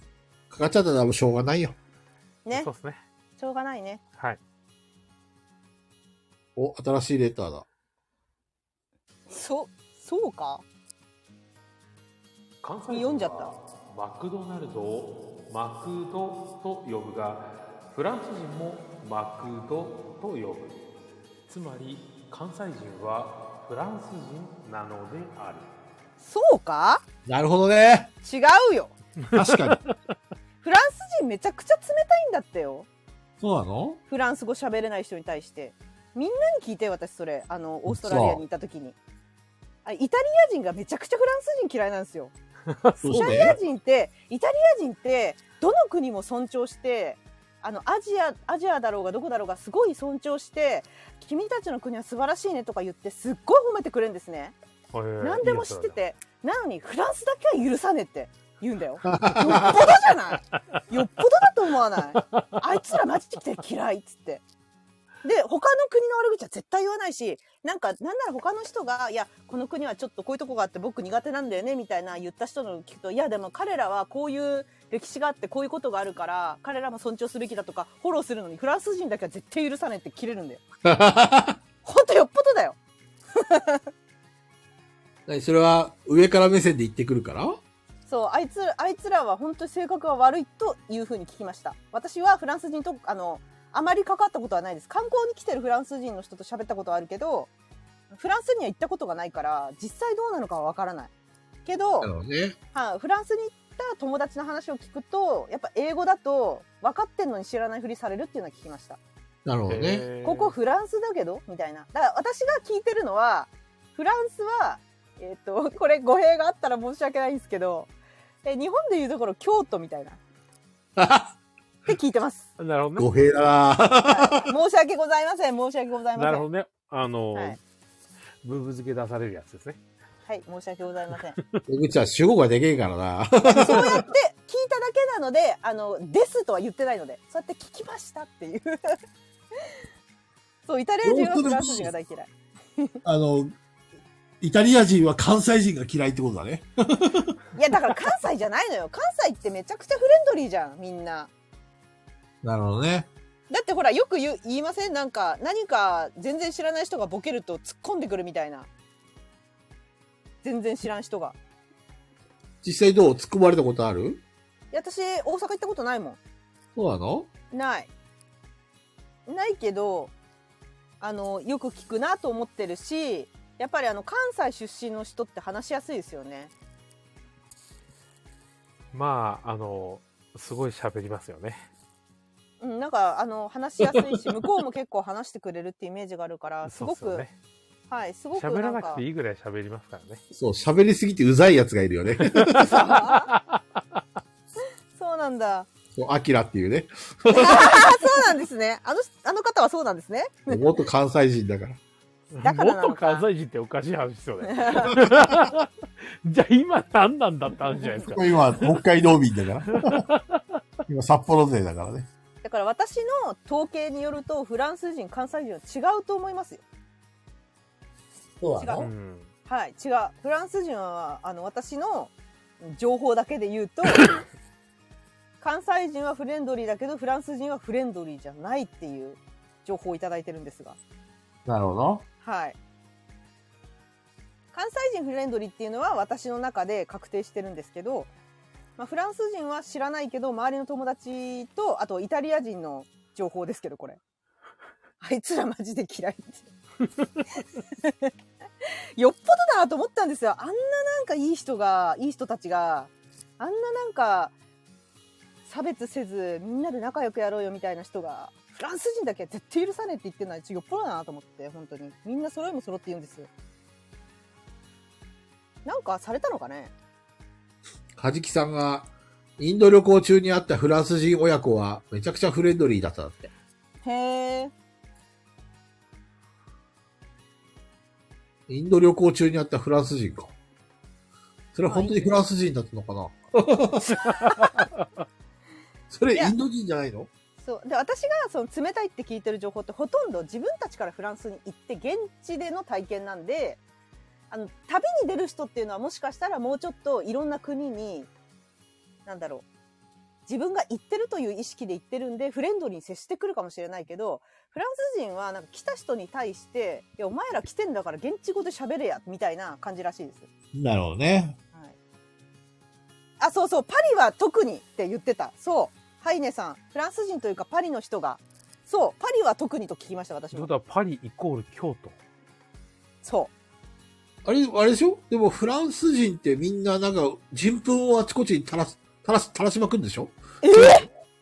Speaker 3: かかっちゃったらもうしょうがないよ。
Speaker 4: ね
Speaker 2: そ。うですね。
Speaker 4: しょうがないね。
Speaker 2: はい。
Speaker 3: お、新しいレターだ。
Speaker 4: そ、そうか。
Speaker 22: 関西
Speaker 4: 読んじゃった
Speaker 22: マクドナルドをマクドと呼ぶがフランス人もマクドと呼ぶつまり関西人はフランス人なのである
Speaker 4: そうか
Speaker 3: なるほどね。
Speaker 4: 違うよ。
Speaker 3: 確かに。
Speaker 4: フランス人めちゃくちゃ冷たいんだってよ。
Speaker 3: そうなの
Speaker 4: フランス語喋れない人に対して。みんなに聞いて、私それ。あの、オーストラリアにいた時に。あイタリア人がめちゃくちゃフランス人嫌いなんですよ。
Speaker 3: そ
Speaker 4: イ
Speaker 3: う
Speaker 4: タリ
Speaker 3: ね
Speaker 4: ア。人って、イタリア人って、どの国も尊重して、あの、アジア、アジアだろうがどこだろうがすごい尊重して、君たちの国は素晴らしいねとか言って、すっごい褒めてくれるんですね。何でも知ってて。なのに、フランスだけは許さねえって言うんだよ。よっぽどじゃないよっぽどだと思わないあいつらマジで嫌いっつって。で、他の国の悪口は絶対言わないし、なんか、なんなら他の人が、いや、この国はちょっとこういうとこがあって僕苦手なんだよね、みたいな言った人の聞くと、いや、でも彼らはこういう歴史があってこういうことがあるから、彼らも尊重すべきだとか、フォローするのにフランス人だけは絶対許さないって切れるんだよ。ほんとよっぽどだよ。
Speaker 3: 何それは上から目線で言ってくるから
Speaker 4: そう、あいつ、あいつらは本当に性格が悪いというふうに聞きました。私はフランス人と、あの、あまり関わったことはないです。観光に来てるフランス人の人と喋ったことはあるけど、フランスには行ったことがないから、実際どうなのかはわからない。けど、
Speaker 3: なるほどね。
Speaker 4: はい、フランスに行った友達の話を聞くと、やっぱ英語だと、分かってんのに知らないふりされるっていうのは聞きました。
Speaker 3: なるほどね。
Speaker 4: ここフランスだけどみたいな。だから私が聞いてるのは、フランスは、えっ、と、 これ語弊があったら申し訳ないんですけど、え日本でいうところ京都みたいな。って聞いてます。
Speaker 2: なるほどね。
Speaker 3: 語弊だ な
Speaker 4: 申し訳ございません。申し訳ございません。
Speaker 2: なるほどね。あの、
Speaker 4: はい
Speaker 2: ブーブ漬け出されるやつですね。
Speaker 4: はい、申し訳ございま せん。
Speaker 3: 江口は主語がでけえからな
Speaker 4: そうやって聞いただけなので、あの、ですとは言ってないので、そうやって聞きましたっていう。 そう、イタリア人はフランス人が大嫌い。
Speaker 25: あの、イタリア人は関西人が嫌いってことだね。
Speaker 4: いや、だから関西じゃないのよ。関西ってめちゃくちゃフレンドリーじゃん、みんな。
Speaker 3: なるほどね。
Speaker 4: だってほらよく言う言いませんなんか何か全然知らない人がボケると突っ込んでくるみたいな全然知らん人が
Speaker 3: 実際どう突っ込まれたことある
Speaker 4: いや私大阪行ったことないも
Speaker 3: そうなの
Speaker 4: んないないけどあのよく聞くなと思ってるしやっぱりあの関西出身の人って話しやすいですよね
Speaker 2: まあ、あの、すごい喋りますよね。
Speaker 4: うんなんかあの話しやすい し向こうも結構話してくれるってイメージがあるからす
Speaker 2: そうっ
Speaker 4: ご
Speaker 2: すよ
Speaker 4: く
Speaker 2: ね。
Speaker 4: はいすごく
Speaker 2: 喋
Speaker 4: な
Speaker 2: ら
Speaker 4: ん
Speaker 2: なく
Speaker 4: か
Speaker 2: ていいぐらい喋りますからね。
Speaker 3: そう、喋りすぎてうざいやつがいるよね。
Speaker 4: そうなんだ
Speaker 3: そう、アキラっていうね。
Speaker 4: そうなんですねあのあの方はそうなんですね
Speaker 3: 元関西人だから。
Speaker 4: だからな
Speaker 2: 元
Speaker 4: のか
Speaker 2: 関西人っておかしい話です よね。じゃあ今何なんだって話じゃないですか。
Speaker 25: 今、北海道民だから。今、札幌勢だからね。
Speaker 4: だから私の統計によるとフランス人関西人は違うと思いますよ。
Speaker 3: そう
Speaker 4: 違
Speaker 3: な
Speaker 4: う
Speaker 2: う
Speaker 3: の
Speaker 2: ん。
Speaker 4: はい違う。フランス人はあの私の情報だけで言うと関西人はフレンドリーだけどフランス人はフレンドリーじゃないっていう情報をいただいてるんですが、
Speaker 3: なるほど。
Speaker 4: はい。関西人フレンドリーっていうのは私の中で確定してるんですけど、まあ、フランス人は知らないけど周りの友達とあとイタリア人の情報ですけどこれあいつらマジで嫌いって よっぽどだなと思ったんですよあんななんかいい人がいい人たちがあんななんか差別せずみんなで仲良くやろうよみたいな人がフランス人だけは絶対許さねえって言ってるのはよっぽどだなと思って本当にみんな揃いも揃って言うんですよなんかされたのかね
Speaker 3: はじきさんが、インド旅行中に会ったフランス人親子は、めちゃくちゃフレンドリーだったんだって。
Speaker 4: へえ
Speaker 3: インド旅行中に会ったフランス人か。それは本当にフランス人だったのかなそれ、インド人じゃないの
Speaker 4: そうで私がその冷たいって聞いてる情報ってほとんど自分たちからフランスに行って現地での体験なんであの旅に出る人っていうのはもしかしたらもうちょっといろんな国になんだろう自分が行ってるという意識で行ってるんで、フレンドリーに接してくるかもしれないけど、フランス人はなんか来た人に対して、いや、お前ら来てんだから現地語で喋れや、みたいな感じらしいです。
Speaker 3: なるほどね。
Speaker 4: はい。あ、そうそう、パリは特にって言ってた。そう。ハイネさん、フランス人というかパリの人が、そう、パリは特にと聞きました、私
Speaker 2: というこ
Speaker 4: も
Speaker 2: と。はパリイコール京都。
Speaker 4: そ
Speaker 3: あれ、あれでしょでもフランス人ってみんななんか人糞をあちこちに垂らす、垂らす、垂らしまくんでしょ
Speaker 4: う。え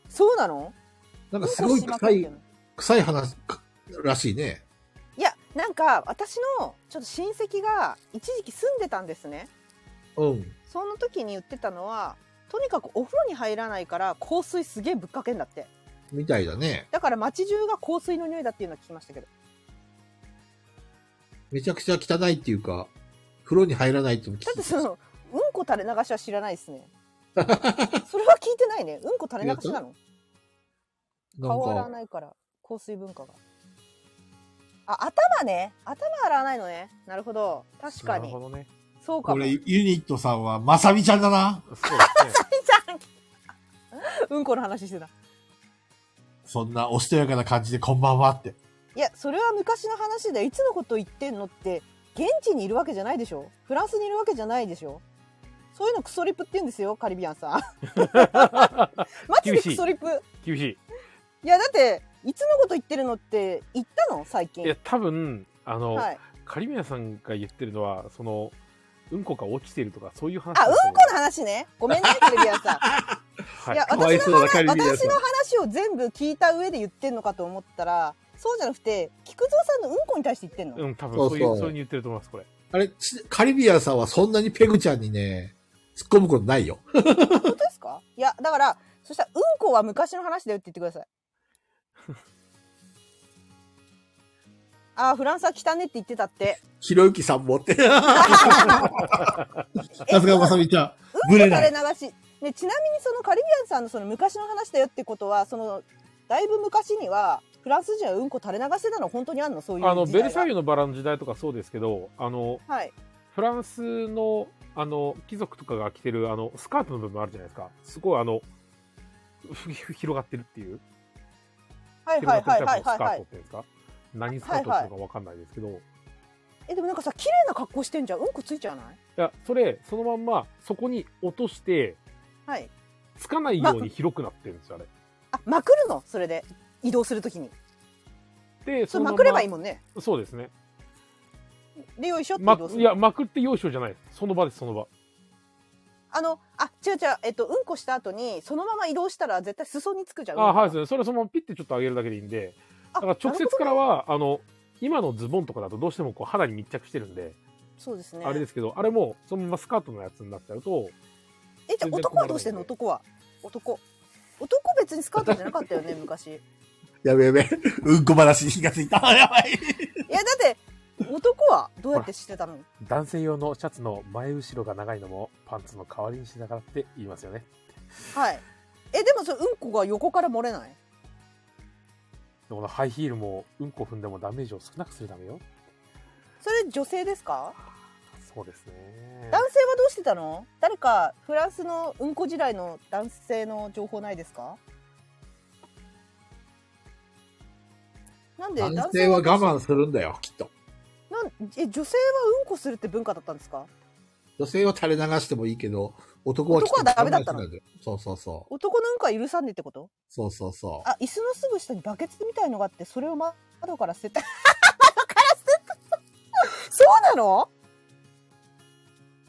Speaker 4: そうなの
Speaker 3: なんかす
Speaker 4: うんこ
Speaker 3: ごい
Speaker 4: しま
Speaker 3: 臭
Speaker 4: くって
Speaker 3: い
Speaker 4: ん、の
Speaker 3: 臭い話らしいね。
Speaker 4: いや、なんか、私の、ちょっと親戚が、一時期住んでたんですね。
Speaker 3: うん。
Speaker 4: その時に言ってたのは、とにかくお風呂に入らないから、香水すげえぶっかけんだって。
Speaker 3: みたいだね。
Speaker 4: だから街中が香水の匂いだっていうのは聞きましたけど。
Speaker 3: めちゃくちゃ汚いっていうか、風呂に入らないっても聞
Speaker 4: だって
Speaker 3: き
Speaker 4: その、うんこ垂れ流しは知らないですね。それは聞いてないね。うんこ垂れ流しなの
Speaker 3: な
Speaker 4: 顔洗わ
Speaker 3: んか、
Speaker 4: ないから、香水文化が。あ、頭ね。頭洗わないのね。なるほど。確か
Speaker 2: なる
Speaker 4: に
Speaker 2: ほ。どね。
Speaker 4: そうか
Speaker 25: こ
Speaker 4: も。
Speaker 25: れ、
Speaker 4: ち
Speaker 25: ユニットさんは、まさみちゃんだな。
Speaker 2: そうですね。
Speaker 4: ゃん うんこの話してた。
Speaker 25: そんなおしとやかな感じで、こんばんはって。
Speaker 4: いや、それは昔の話で、いつのこと言ってんのって、現地にいるわけじゃないでしょフランスにいるわけじゃないでしょそういうのクソリップって言うんですよ、カリビアンさん。マジでクソリップ。
Speaker 2: 厳しい。
Speaker 4: いや、だって、いつのこと言ってるのって、言ったの最近。
Speaker 2: いや、多分、あの、
Speaker 4: はい。
Speaker 2: カリミヤさんが言ってるのは、その、うんこが落ちてるとか、そういう話だ
Speaker 4: あ、
Speaker 2: と
Speaker 4: うん
Speaker 2: 思
Speaker 4: こ
Speaker 2: う。
Speaker 4: の話ね。ごめんね、カリビアンさん。
Speaker 2: はい
Speaker 4: や、
Speaker 3: かわい
Speaker 4: 私
Speaker 3: そう
Speaker 4: の
Speaker 3: なカ
Speaker 4: 話
Speaker 3: リビアンさん
Speaker 4: 私の話を全部聞いた上で言ってんのかと思ったら、そうじゃなくて、菊蔵さんのうんこに対して言ってんの、
Speaker 2: うん、多分、
Speaker 3: そう
Speaker 2: そ
Speaker 3: そうう
Speaker 2: いう、そういうふうに言ってると思います、これ。
Speaker 3: あれ、ちカリビアンさんはそんなにペグちゃんにね、突っ込むことないよ。
Speaker 4: 本当ですかいや、だから、そしたら、うんこは昔の話だよって言ってください。あー、フランスは汚ねって言ってたって。
Speaker 3: ひろゆきさんも って。
Speaker 25: さすがまさみちゃん。
Speaker 4: うん
Speaker 25: ぶ
Speaker 4: こ
Speaker 25: れ
Speaker 4: 垂
Speaker 25: な
Speaker 4: れ
Speaker 25: い。
Speaker 4: 流し。ね、ちなみにそのカリビアンさんのその昔の話だよってことは、その、だいぶ昔には、フランス人はうんこ垂れ流してたの本当にあんのそういう時代
Speaker 2: あの、ベルサイ
Speaker 4: ユ
Speaker 2: ユのバラの時代とかそうですけど、あの、
Speaker 4: はい。
Speaker 2: フランスの、あの、貴族とかが着てる、あの、スカートの部分あるじゃないですか。すごい、あの、ふ ふ広がってるっていう。
Speaker 4: はいは
Speaker 2: 広が
Speaker 4: い
Speaker 2: っ
Speaker 4: は
Speaker 2: て
Speaker 4: い
Speaker 2: るタ
Speaker 4: は
Speaker 2: イプのスカート
Speaker 4: いはいはい
Speaker 2: っ。ていうんですか。何スカートっていうのかわかんないですけど。い
Speaker 4: え、でもなんかさ、綺麗な格好してんじゃん。うんこついちゃわない
Speaker 2: や、それ、そのまんま、そこに落として、
Speaker 4: はい。
Speaker 2: つかないように広くなってるんですよ、あれ。
Speaker 4: あ、まくるのそれで。移動するときに。
Speaker 2: で、
Speaker 4: そ
Speaker 2: そ
Speaker 4: れ
Speaker 2: の
Speaker 4: ま
Speaker 2: ま
Speaker 4: くればいい
Speaker 2: ん。
Speaker 4: もんね。
Speaker 2: そうですね。
Speaker 4: で、よいしょって移
Speaker 2: ま
Speaker 4: 動す、る。
Speaker 2: いや、まくってよいしょじゃないです。その場です、その場。
Speaker 4: あの、あ、違う違う、えっと、うんこした後に、そのまま移動したら絶対裾につくじゃん。
Speaker 2: あ、はい
Speaker 4: す。
Speaker 2: ですね。それはそのままピッてちょっと上げるだけでいいんで。
Speaker 4: あ
Speaker 2: だから直接からは、あの、今のズボンとかだとどうしてもこう肌に密着してるんで、
Speaker 4: そうですね。
Speaker 2: あれですけど、あれもそのままスカートのやつになっちゃうと、
Speaker 4: え、じゃあ男はどうしてんの男は。男。男別にスカートじゃなかっ たよね、昔。い
Speaker 3: やべやべ。
Speaker 25: うんこ話に火がついた。やばい。
Speaker 4: や、だって、男はどうやってしてたの
Speaker 2: 男性用のシャツの前後ろが長いのもパンツの代わりにしながらって言いますよね。
Speaker 4: はい。え、でもそれ、うんこが横から漏れない
Speaker 2: でこのハイヒールもうんこ踏んでもダメージを少なくするためよ。
Speaker 4: それ女性ですか
Speaker 2: そうですね。
Speaker 4: 男性はどうしてたの誰かフランスのうんこ時代の男性の情報ないですかなんで
Speaker 3: 男性は我慢するんだよ、きっと。
Speaker 4: なんえ女性はうんこするって文化だったんですか
Speaker 3: 女性は垂れ流してもいいけど、男はきっと
Speaker 4: 男はダメだったの
Speaker 3: 我慢しないんよそうそうそう。
Speaker 4: 男のうんこは許さんねってこと
Speaker 3: そうそうそう。
Speaker 4: あ椅子のすぐ下にバケツみたいのがあってそれを窓から捨て た窓から捨てたそうなの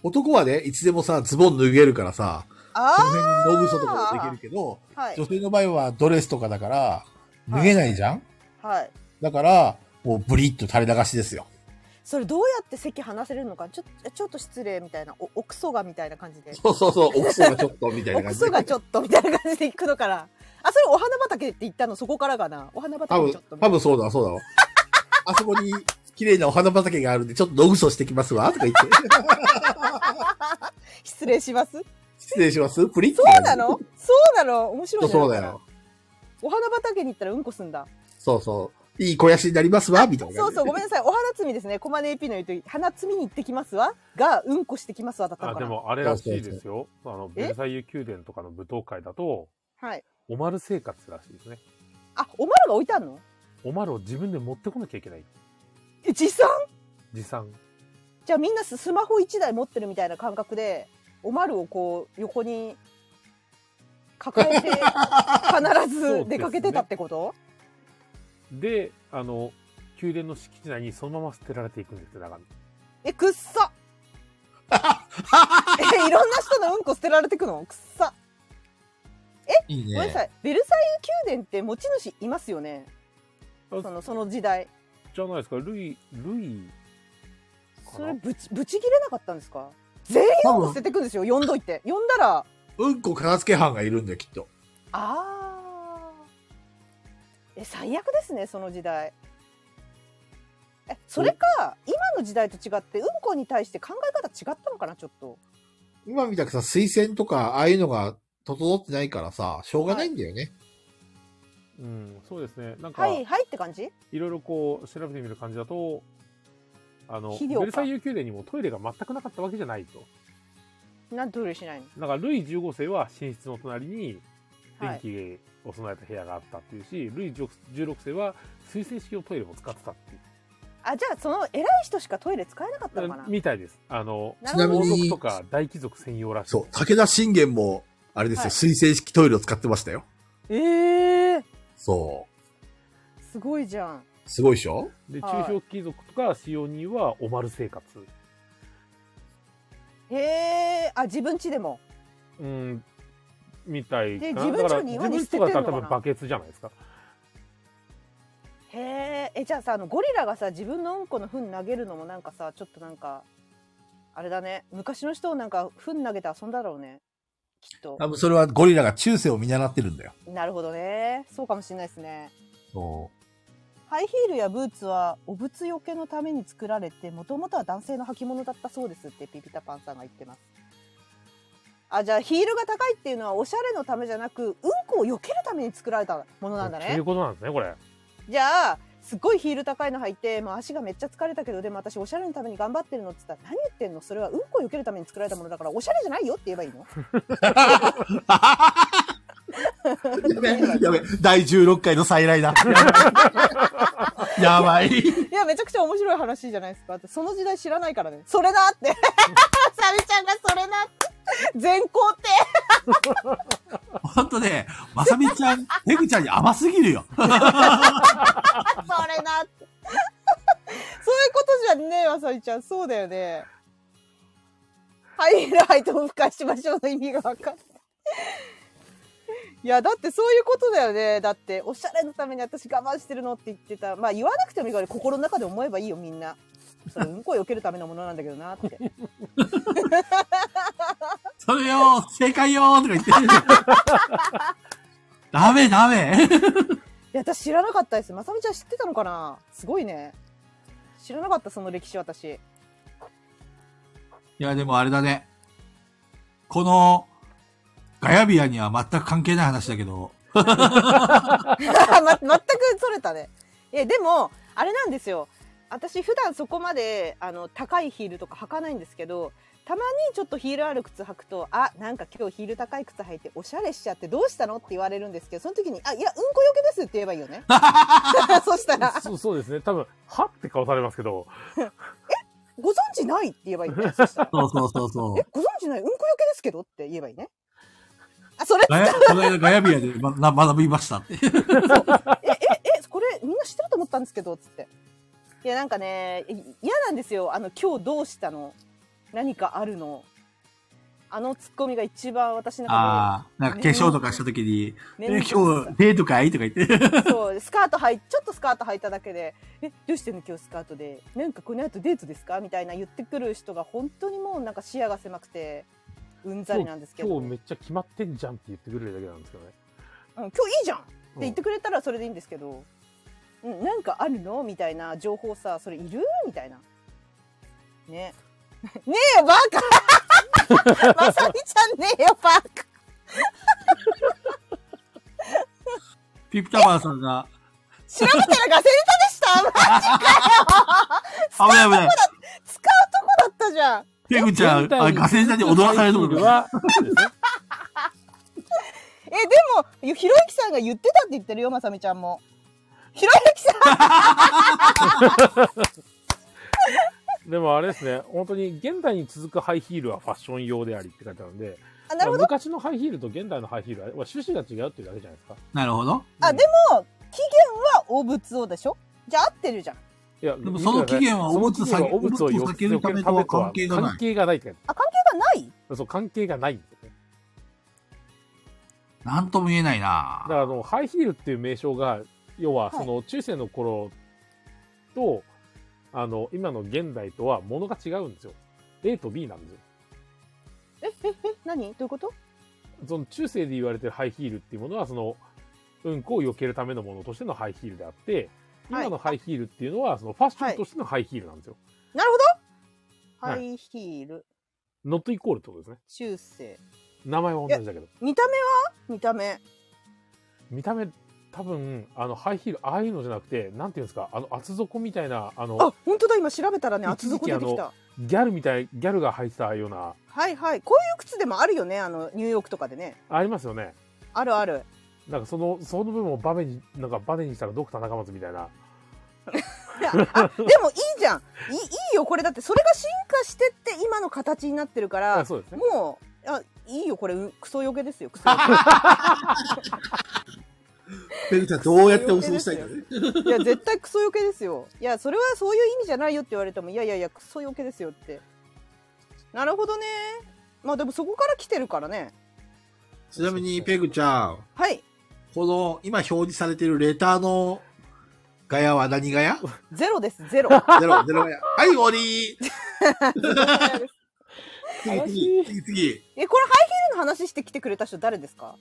Speaker 3: 男はね、いつでもさ、ズボン脱げるからさ、その
Speaker 4: あ
Speaker 3: 辺の大嘘とかもできるけど、
Speaker 4: あはい
Speaker 3: 女性の場合はドレスとかだから、脱げないじゃん、
Speaker 4: はい
Speaker 3: だから、もうブリッと垂れ流しですよ。
Speaker 4: それどうやって席離せれるのかちょちょっと失礼みたいなお奥そがみたいな感じで
Speaker 3: そうそうそう、奥さんがちょっと、みたいな感
Speaker 4: 奥
Speaker 3: じで。
Speaker 4: そがちょっとみたいな感じで行くの から。あ、それお花畑って言ったのそこからかな。お花
Speaker 3: 多
Speaker 4: 畑
Speaker 3: 分
Speaker 4: ちょっと、みた
Speaker 3: 多
Speaker 4: いな。
Speaker 3: 分そうだわ、そうだわ。あそこに綺麗なお花畑があるんで、ちょっと野嘘してきますわ、とか言って。
Speaker 4: 失礼します。そ
Speaker 3: 失礼しますプリッと。
Speaker 4: うなのそうなの面白いね
Speaker 3: そうだ
Speaker 4: なんか
Speaker 3: よ。
Speaker 4: お花畑に行ったらうんこすんだ。
Speaker 3: そうそう。いい肥やしになりますわ、みたいな。
Speaker 4: そうそう、ごめんなさい。お花摘みですね。コマネ AP の言うと、花摘みに行ってきますわ。が、うんこしてきますわ。だった
Speaker 2: あ
Speaker 4: のか
Speaker 2: で
Speaker 4: な。
Speaker 2: もあれらしいですよ。あのベルサイユ宮殿とかの舞踏会だと、
Speaker 4: はい。
Speaker 2: おまる生活らしいですね。
Speaker 4: あ、おまるが置いてあんの
Speaker 2: おまるを自分で持ってこなきゃいけない。
Speaker 4: え持参
Speaker 2: 持参。
Speaker 4: じゃあみんなススマホ1台持ってるみたいな感覚で、おまるをこう、横に 抱えて、必
Speaker 2: そうです
Speaker 4: ず
Speaker 2: ね
Speaker 4: 出かけてたってこと
Speaker 2: で、あの、宮殿の敷地内にそのまま捨てられていくんですよ、中身。
Speaker 4: え、く っさえ、いろんな人のうんこ捨てられてくのくっさ。
Speaker 23: いい
Speaker 4: ごめんな
Speaker 23: ね。
Speaker 4: さい。ベルサイユ宮殿って持ち主いますよね
Speaker 2: あ
Speaker 4: その、その時代。
Speaker 2: じゃないですか、ルイ、ルイ、
Speaker 4: それぶちぶち切れなかったんですか全員
Speaker 3: 多
Speaker 4: を
Speaker 3: 分、
Speaker 4: 捨ててくんですよ呼んどいて呼んだら
Speaker 3: うんこ片付け班がいるんだよ、きっと。
Speaker 4: あーえ最悪ですねその時代えそれか今の時代と違ってうんこに対して考え方違ったのかなちょっと
Speaker 3: 今みたくさ、推薦とか、ああいうのが整ってないからさ、しょうがないんだよね。
Speaker 2: うん、そうですね。なんか、
Speaker 4: はい
Speaker 2: い
Speaker 4: はいって感じ
Speaker 2: ろいろこう、調べてみる感じだと、あの、
Speaker 4: 肥料か
Speaker 2: ベルサイユ宮殿にもトイレが全くなかったわけじゃないと。
Speaker 4: なんでトイレしないの
Speaker 2: なんか、ルイ15世は寝室の隣に
Speaker 4: は
Speaker 2: 電
Speaker 4: い
Speaker 2: 気を備えた部屋があったっていうし、ルイ16世は水洗式のトイレも使ってたっていう。
Speaker 4: あじゃあその偉い人しかトイレ使えなかったのかな
Speaker 2: みたいです。あの、
Speaker 4: な
Speaker 25: ちな
Speaker 4: る
Speaker 25: み
Speaker 2: 王
Speaker 4: ほど
Speaker 2: 族
Speaker 25: に
Speaker 2: とか大貴族専用らしい。
Speaker 25: そう、武田信玄も、あれですよ、
Speaker 4: はい
Speaker 25: 水洗式トイレを使ってましたよ。
Speaker 4: えー、
Speaker 25: そ
Speaker 4: すごいじゃん
Speaker 25: う。すごいでしょ
Speaker 2: で、中
Speaker 4: はい
Speaker 2: 小貴族とか使用人はおまる生活。
Speaker 4: へえあ自分家でも
Speaker 2: うん、みたい
Speaker 4: で
Speaker 2: かな。
Speaker 4: 自分
Speaker 2: だから
Speaker 4: 家に岩に
Speaker 2: 自
Speaker 4: 捨ててん
Speaker 2: 分
Speaker 4: の
Speaker 2: 家
Speaker 4: か
Speaker 2: と
Speaker 4: な
Speaker 2: かだったら多分バケツじゃないですか。
Speaker 4: へーえじゃあさあのゴリラがさ自分のうんこの糞投げるのもなんかさちょっとなんかあれだね昔の人をなんか糞投げて遊んだろうねきっと
Speaker 25: 多分それはゴリラが中世を見習ってるんだよ。
Speaker 4: なるほどねそうかもしれないですね
Speaker 25: そ
Speaker 4: ハイヒールやブーツはお仏よけのために作られてもともとは男性の履物だったそうですってピピタパンさんが言ってますあじゃあヒールが高いっていうのはおしゃれのためじゃなくうんこを避けるために作られたものなんだ
Speaker 2: とい
Speaker 4: ね
Speaker 2: うことなんですね、これ。
Speaker 4: じゃあすっごいヒール高いの履いて、まあ、足がめっちゃ疲れたけどでも私おしゃれのために頑張ってるのっつったら何言ってんのそれはうんこを避けるために作られたものだからおしゃれじゃないよって言えばいいの
Speaker 25: う。 やべ、やべ、第16回の再来だ。やばい。
Speaker 4: いやめちゃくちゃ面白い話じゃないですかだってその時代知らないからねそれだってサルちゃんがそれだって全肯定
Speaker 26: ほんとね、まさみちゃん、ペグちゃんに甘すぎるよ。
Speaker 4: それだってそういうことじゃねえわサルちゃんそうだよねハイヒール履いても深しましょうの意味が分かんないいやだってそういうことだよねだっておしゃれのために私我慢してるのって言ってたまあ言わなくてもいいから心の中で思えばいいよみんなそれうんこを避けるためのものなんだけどなって
Speaker 26: それよ、正解よとか言ってる。 ダメダメ。
Speaker 4: いや、私知らなかったです。まさみちゃん知ってたのかなすごいね。知らなかった、その歴史私。
Speaker 23: い や、でもあれだね。この、ガヤビアには全く関係ない話だけど、
Speaker 4: ま、全くそれたね。いや、でも、あれなんですよ。私普段そこまで、あの、高いヒールとか履かないんですけど、たまにちょっとヒールある靴履くと、あ、なんか今日ヒール高い靴履いておしゃれしちゃってどうしたのって言われるんですけど、その時に、あ、いや、うんこよけですって言えばいいよね。そしたら、
Speaker 2: そうそうですね。多分、はって顔されますけど、
Speaker 4: ご存知ないって言えばいいね。そしたら、
Speaker 26: そうそうそうそう
Speaker 4: え。、ご存知ないうんこよけですけどって言えばいいね。あ、それ
Speaker 23: ガヤこの間ガヤビアでまな学びましたって。
Speaker 4: え、え、え、これみんな知ってると思ったんですけど、つって。いや、なんかね、い嫌なんですよ。あの、今日どうしたの何かあるのあのツッコミが一番私の中
Speaker 23: ああ、なんか化粧とかした時に、
Speaker 4: で、
Speaker 23: え、
Speaker 4: ね
Speaker 23: 今日デートかいとか言って。
Speaker 4: そう、スカートはい、ちょっとスカート履いただけで、え、どうしてんの今日スカートで、なんかこの後デートですかみたいな言ってくる人が本当にもうなんか視野が狭くて、うんざりなんですけど。
Speaker 2: 今日めっちゃ決まってんじゃんって言ってくれるだけなんですけどね。
Speaker 4: うん、今日いいじゃんって言ってくれたらそれでいいんですけど、うん、なんかあるのみたいな情報さ、それいるみたいな。ね。ねえよ、バ カまさみちゃんねえよ、バカ
Speaker 23: ピピタパンさんが、
Speaker 4: 調べたらガセネタでしたマジかよ
Speaker 23: 危ない危ない。
Speaker 4: 使うとこだったじゃん
Speaker 23: ペグちゃん、あガセンさんに踊らされるとこ
Speaker 2: は、そうですね
Speaker 4: え、でも、ゆひろゆきさんが言ってたって言ってるよ、まさみちゃんも。ひろゆきさん
Speaker 2: でもあれですね、本当に現代に続くハイヒールはファッション用でありって書いてあるんで、
Speaker 4: あ、なるほど。
Speaker 2: 昔のハイヒールと現代のハイヒールは趣旨が違うっていうだけじゃないですか。
Speaker 27: なるほど。
Speaker 4: あ、でも、期限はお仏をでしょじゃあ合ってるじゃん。
Speaker 2: いや、
Speaker 27: でもその期限はおむつを避け
Speaker 2: おむつを避けるためとは関係がない。関係がないって書いて
Speaker 4: あ、関係がない
Speaker 2: あるそう、関係がないってね。
Speaker 27: なんとも言えない
Speaker 2: だから
Speaker 27: な
Speaker 2: あの、ハイヒールっていう名称が、要はその中世の頃と、あの、今の現代とはものが違うんですよ。A と B なんですよ。
Speaker 4: え、え、え、何どういうこと
Speaker 2: その中世で言われてるハイヒールっていうものは、その、うんこを避けるためのものとしてのハイヒールであって、
Speaker 4: はい
Speaker 2: 今のハイヒールっていうのは、そのファッションとしてのハイヒールなんですよ。
Speaker 4: なるほど
Speaker 2: は
Speaker 4: ハ
Speaker 2: い
Speaker 4: イヒール、
Speaker 2: ノットイコールってことですね。
Speaker 4: 中世。
Speaker 2: 名前は同じだけど。
Speaker 4: 見た目は見た目。
Speaker 2: 見た目、多分、あの、ハイヒール、ああいうのじゃなくて、なんていうんですか、あの、厚底みたいな、あの
Speaker 4: あ、、本当だ、今調べたらね、厚底出て
Speaker 2: 一時
Speaker 4: き
Speaker 2: 期あ
Speaker 4: た。
Speaker 2: ギャルみたい、ギャルが履いてたような、
Speaker 4: はいはい。こういう靴でもあるよね、あの、ニューヨークとかでね。
Speaker 2: ありますよね。
Speaker 4: あるある。
Speaker 2: なんかその、その部分をバネに、なんかバネにしたらドクター中松みたいな。
Speaker 4: い やあでもいいじゃんいいいいよこれだってそれが進化してって今の形になってるから
Speaker 2: あそうですね。
Speaker 4: もうあいいよこれうクソよけですよ クソよ
Speaker 3: ペグちゃんどうやっておそうしたいんだね。
Speaker 4: けいや絶対クソよけですよいやそれはそういう意味じゃないよって言われてもいやいやいやクソよけですよってなるほどねまあでもそこから来てるからね
Speaker 3: ちなみに、ペグちゃん、
Speaker 4: はい
Speaker 3: この、今表示されてるレターの、ガヤは何ガヤ
Speaker 4: ゼロですゼ ロ
Speaker 3: ゼロ、ゼロガヤ。はい、終わり次、次、次、次。
Speaker 4: えこれハイヒールの話してきてくれた人誰ですか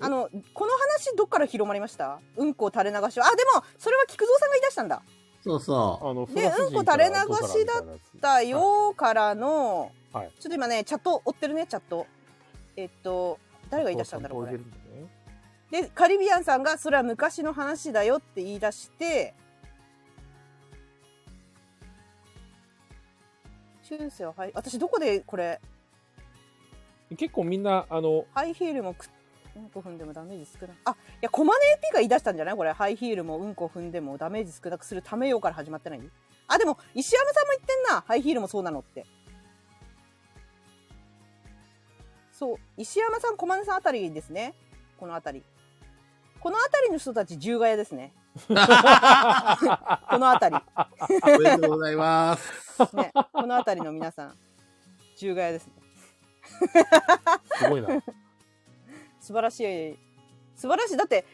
Speaker 4: あのこの話どっから広まりましたうんこ垂れ流しはあでもそれは菊蔵さんが言い出したんだ
Speaker 3: そうそ
Speaker 2: あの、
Speaker 4: でうんこ垂れ流しだったよからの、
Speaker 2: はい
Speaker 4: ちょっと今ねチャット追ってるねチャットえっと誰が言い出したんだろうこれでカリビアンさんが「それは昔の話だよ」って言い出して中世ははい私どこでこれ
Speaker 2: 結構みんな、あの、
Speaker 4: ハイヒールもくうんこ踏んでもダメージ少なくあいやコマネ AP が言い出したんじゃないこれハイヒールもうんこ踏んでもダメージ少なくするためようから始まってないあでも石山さんも言ってんなハイヒールもそうなのってそう石山さんコマネさんあたりですねこのあたりこのあたりの人たち十ヶ谷ですねこのあたり
Speaker 3: う。おめでとうござい ます。
Speaker 4: ねこのあたりの皆さん十ヶ谷ですね
Speaker 2: すごいな。
Speaker 4: 素晴らしい素晴らしいだって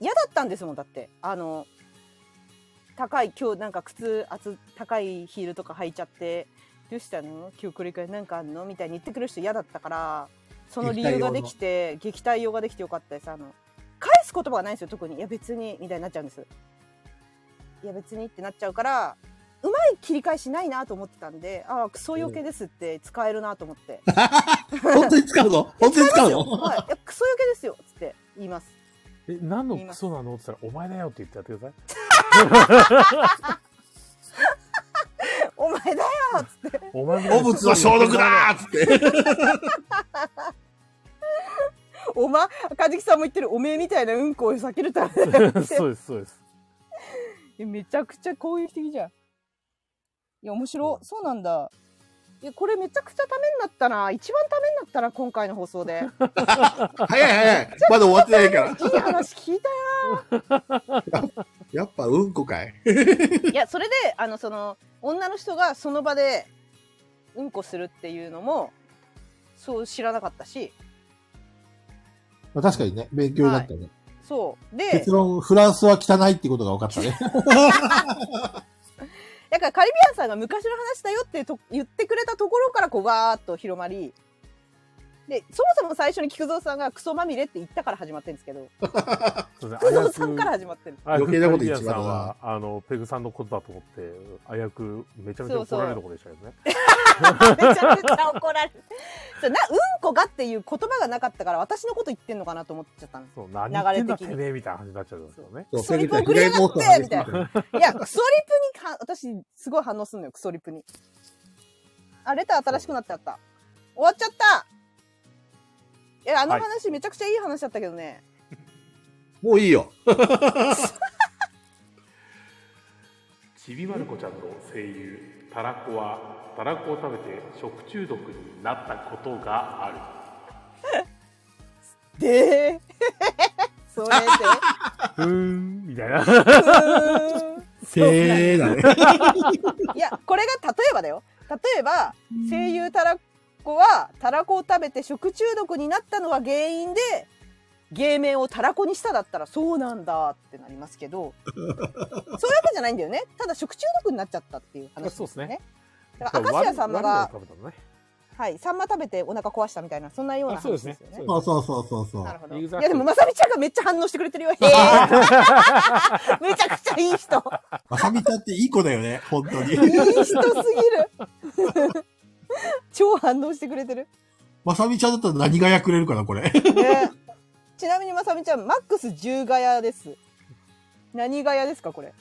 Speaker 4: 嫌だったんですもんだってあの高い今日なんか靴厚高いヒールとか履いちゃってどうしたの今日これからなんかあんのみたいに言ってくる人嫌だったからその理由ができて撃退用ができてよかったですあの返す言葉がないんですよ特にいや別にみたいになっちゃうんですいや別にってなっちゃうからうまい切り返しないなと思ってたんでああクソよけですって使えるなと思って
Speaker 3: 本当に使うの本当に使うの
Speaker 4: はい、いやクソよけですよっつって言います
Speaker 2: え、何のクソなのって言ったら、お前だよって言ってやってください。
Speaker 4: お前だよっつって
Speaker 2: お前
Speaker 3: おむつは消毒だーっつって。
Speaker 4: おまカジキさんも言ってるおめえみたいなうんこを避けるためだよっ
Speaker 2: そうです、そうです。
Speaker 4: てめちゃくちゃ攻撃的じゃんいや面白そうなんだいやこれめちゃくちゃためになったな一番ためになったな今回の放送で
Speaker 3: 早い早い。まだ終わってないから。
Speaker 4: いい話聞いたよ
Speaker 3: やっぱうんこかい。
Speaker 4: いやそれであのその女の人がその場でうんこするっていうのもそう知らなかったし
Speaker 28: まあ確かにね、勉強になったね。
Speaker 4: そうで
Speaker 28: 結論、フランスは汚いってことが分かったね。
Speaker 4: だからカリビアンさんが昔の話だよってと言ってくれたところからこうわーっと広まり、で、そもそも最初に菊蔵さんがクソまみれって言ったから始まってるんですけど、
Speaker 2: そうです
Speaker 4: 菊
Speaker 2: ね
Speaker 4: 蔵さんから始まってる。
Speaker 2: 余
Speaker 3: 余計なこと言っちまったな
Speaker 2: は、あの、ペグさんのことだと思って、あやくめちゃめちゃ怒られるところでしたけどね。
Speaker 4: めちゃくちゃ怒られる。そうな、うんこがっていう言葉がなかったから私のこと言ってんのかなと思っちゃったんです。
Speaker 2: そう、何言ってんだて
Speaker 4: 流れ的に
Speaker 2: めえみたいな話になっちゃうんですよね。
Speaker 3: そう
Speaker 4: クソリプ
Speaker 3: ペ
Speaker 4: 送
Speaker 3: グ
Speaker 4: り
Speaker 3: ちゃ
Speaker 4: や
Speaker 3: ん
Speaker 4: がってみたい
Speaker 3: 被害妄想の話
Speaker 4: な。いや、クソリプにか、私、すごい反応するのよ、クソリプに。あ、レター新しくなっちゃった。終わっちゃったえ、あの
Speaker 25: はい
Speaker 4: 話めちゃくちゃいい話だったけどね。
Speaker 3: もういいよ。
Speaker 22: ちびまる子ちゃんの声優たらこはたらこを食べて食中毒になったことがある
Speaker 4: で それ
Speaker 26: ふーん、みたいな。
Speaker 3: せーだね。
Speaker 4: で。いや、これが例えばだよ。例えば、声優たらこは、たらこを食べて食中毒になったのが原因で、芸名をたらこにしただったらそうなんだってなりますけ ど、そういうわけじゃないんだよね。ただ食中毒になっちゃったっていう話ですよね。
Speaker 26: そうですね
Speaker 4: だから、明石家さんまが
Speaker 26: 悪、いのを食べたのね。
Speaker 4: はい、さんま食べてお腹壊したみたいな、そんなような
Speaker 26: あ、そうで
Speaker 4: 話
Speaker 26: す
Speaker 4: で
Speaker 26: ね
Speaker 4: すよ。ね。
Speaker 26: そう
Speaker 3: そう
Speaker 26: です
Speaker 3: そうそうそうそう
Speaker 4: な。るほど。い
Speaker 26: Exactly.
Speaker 4: やでもまさみちゃんがめっちゃ反応してくれてるよ。へえ。めちゃくちゃいい人。
Speaker 3: まさみちゃんっていい子だよね、本当に。
Speaker 4: いい人すぎる。超反応してくれてる。
Speaker 3: まさみちゃんだったら何がやくれるかな、これ。
Speaker 4: ね。ちなみにまさみちゃんマックス10ガヤです。何ガヤですかこれ。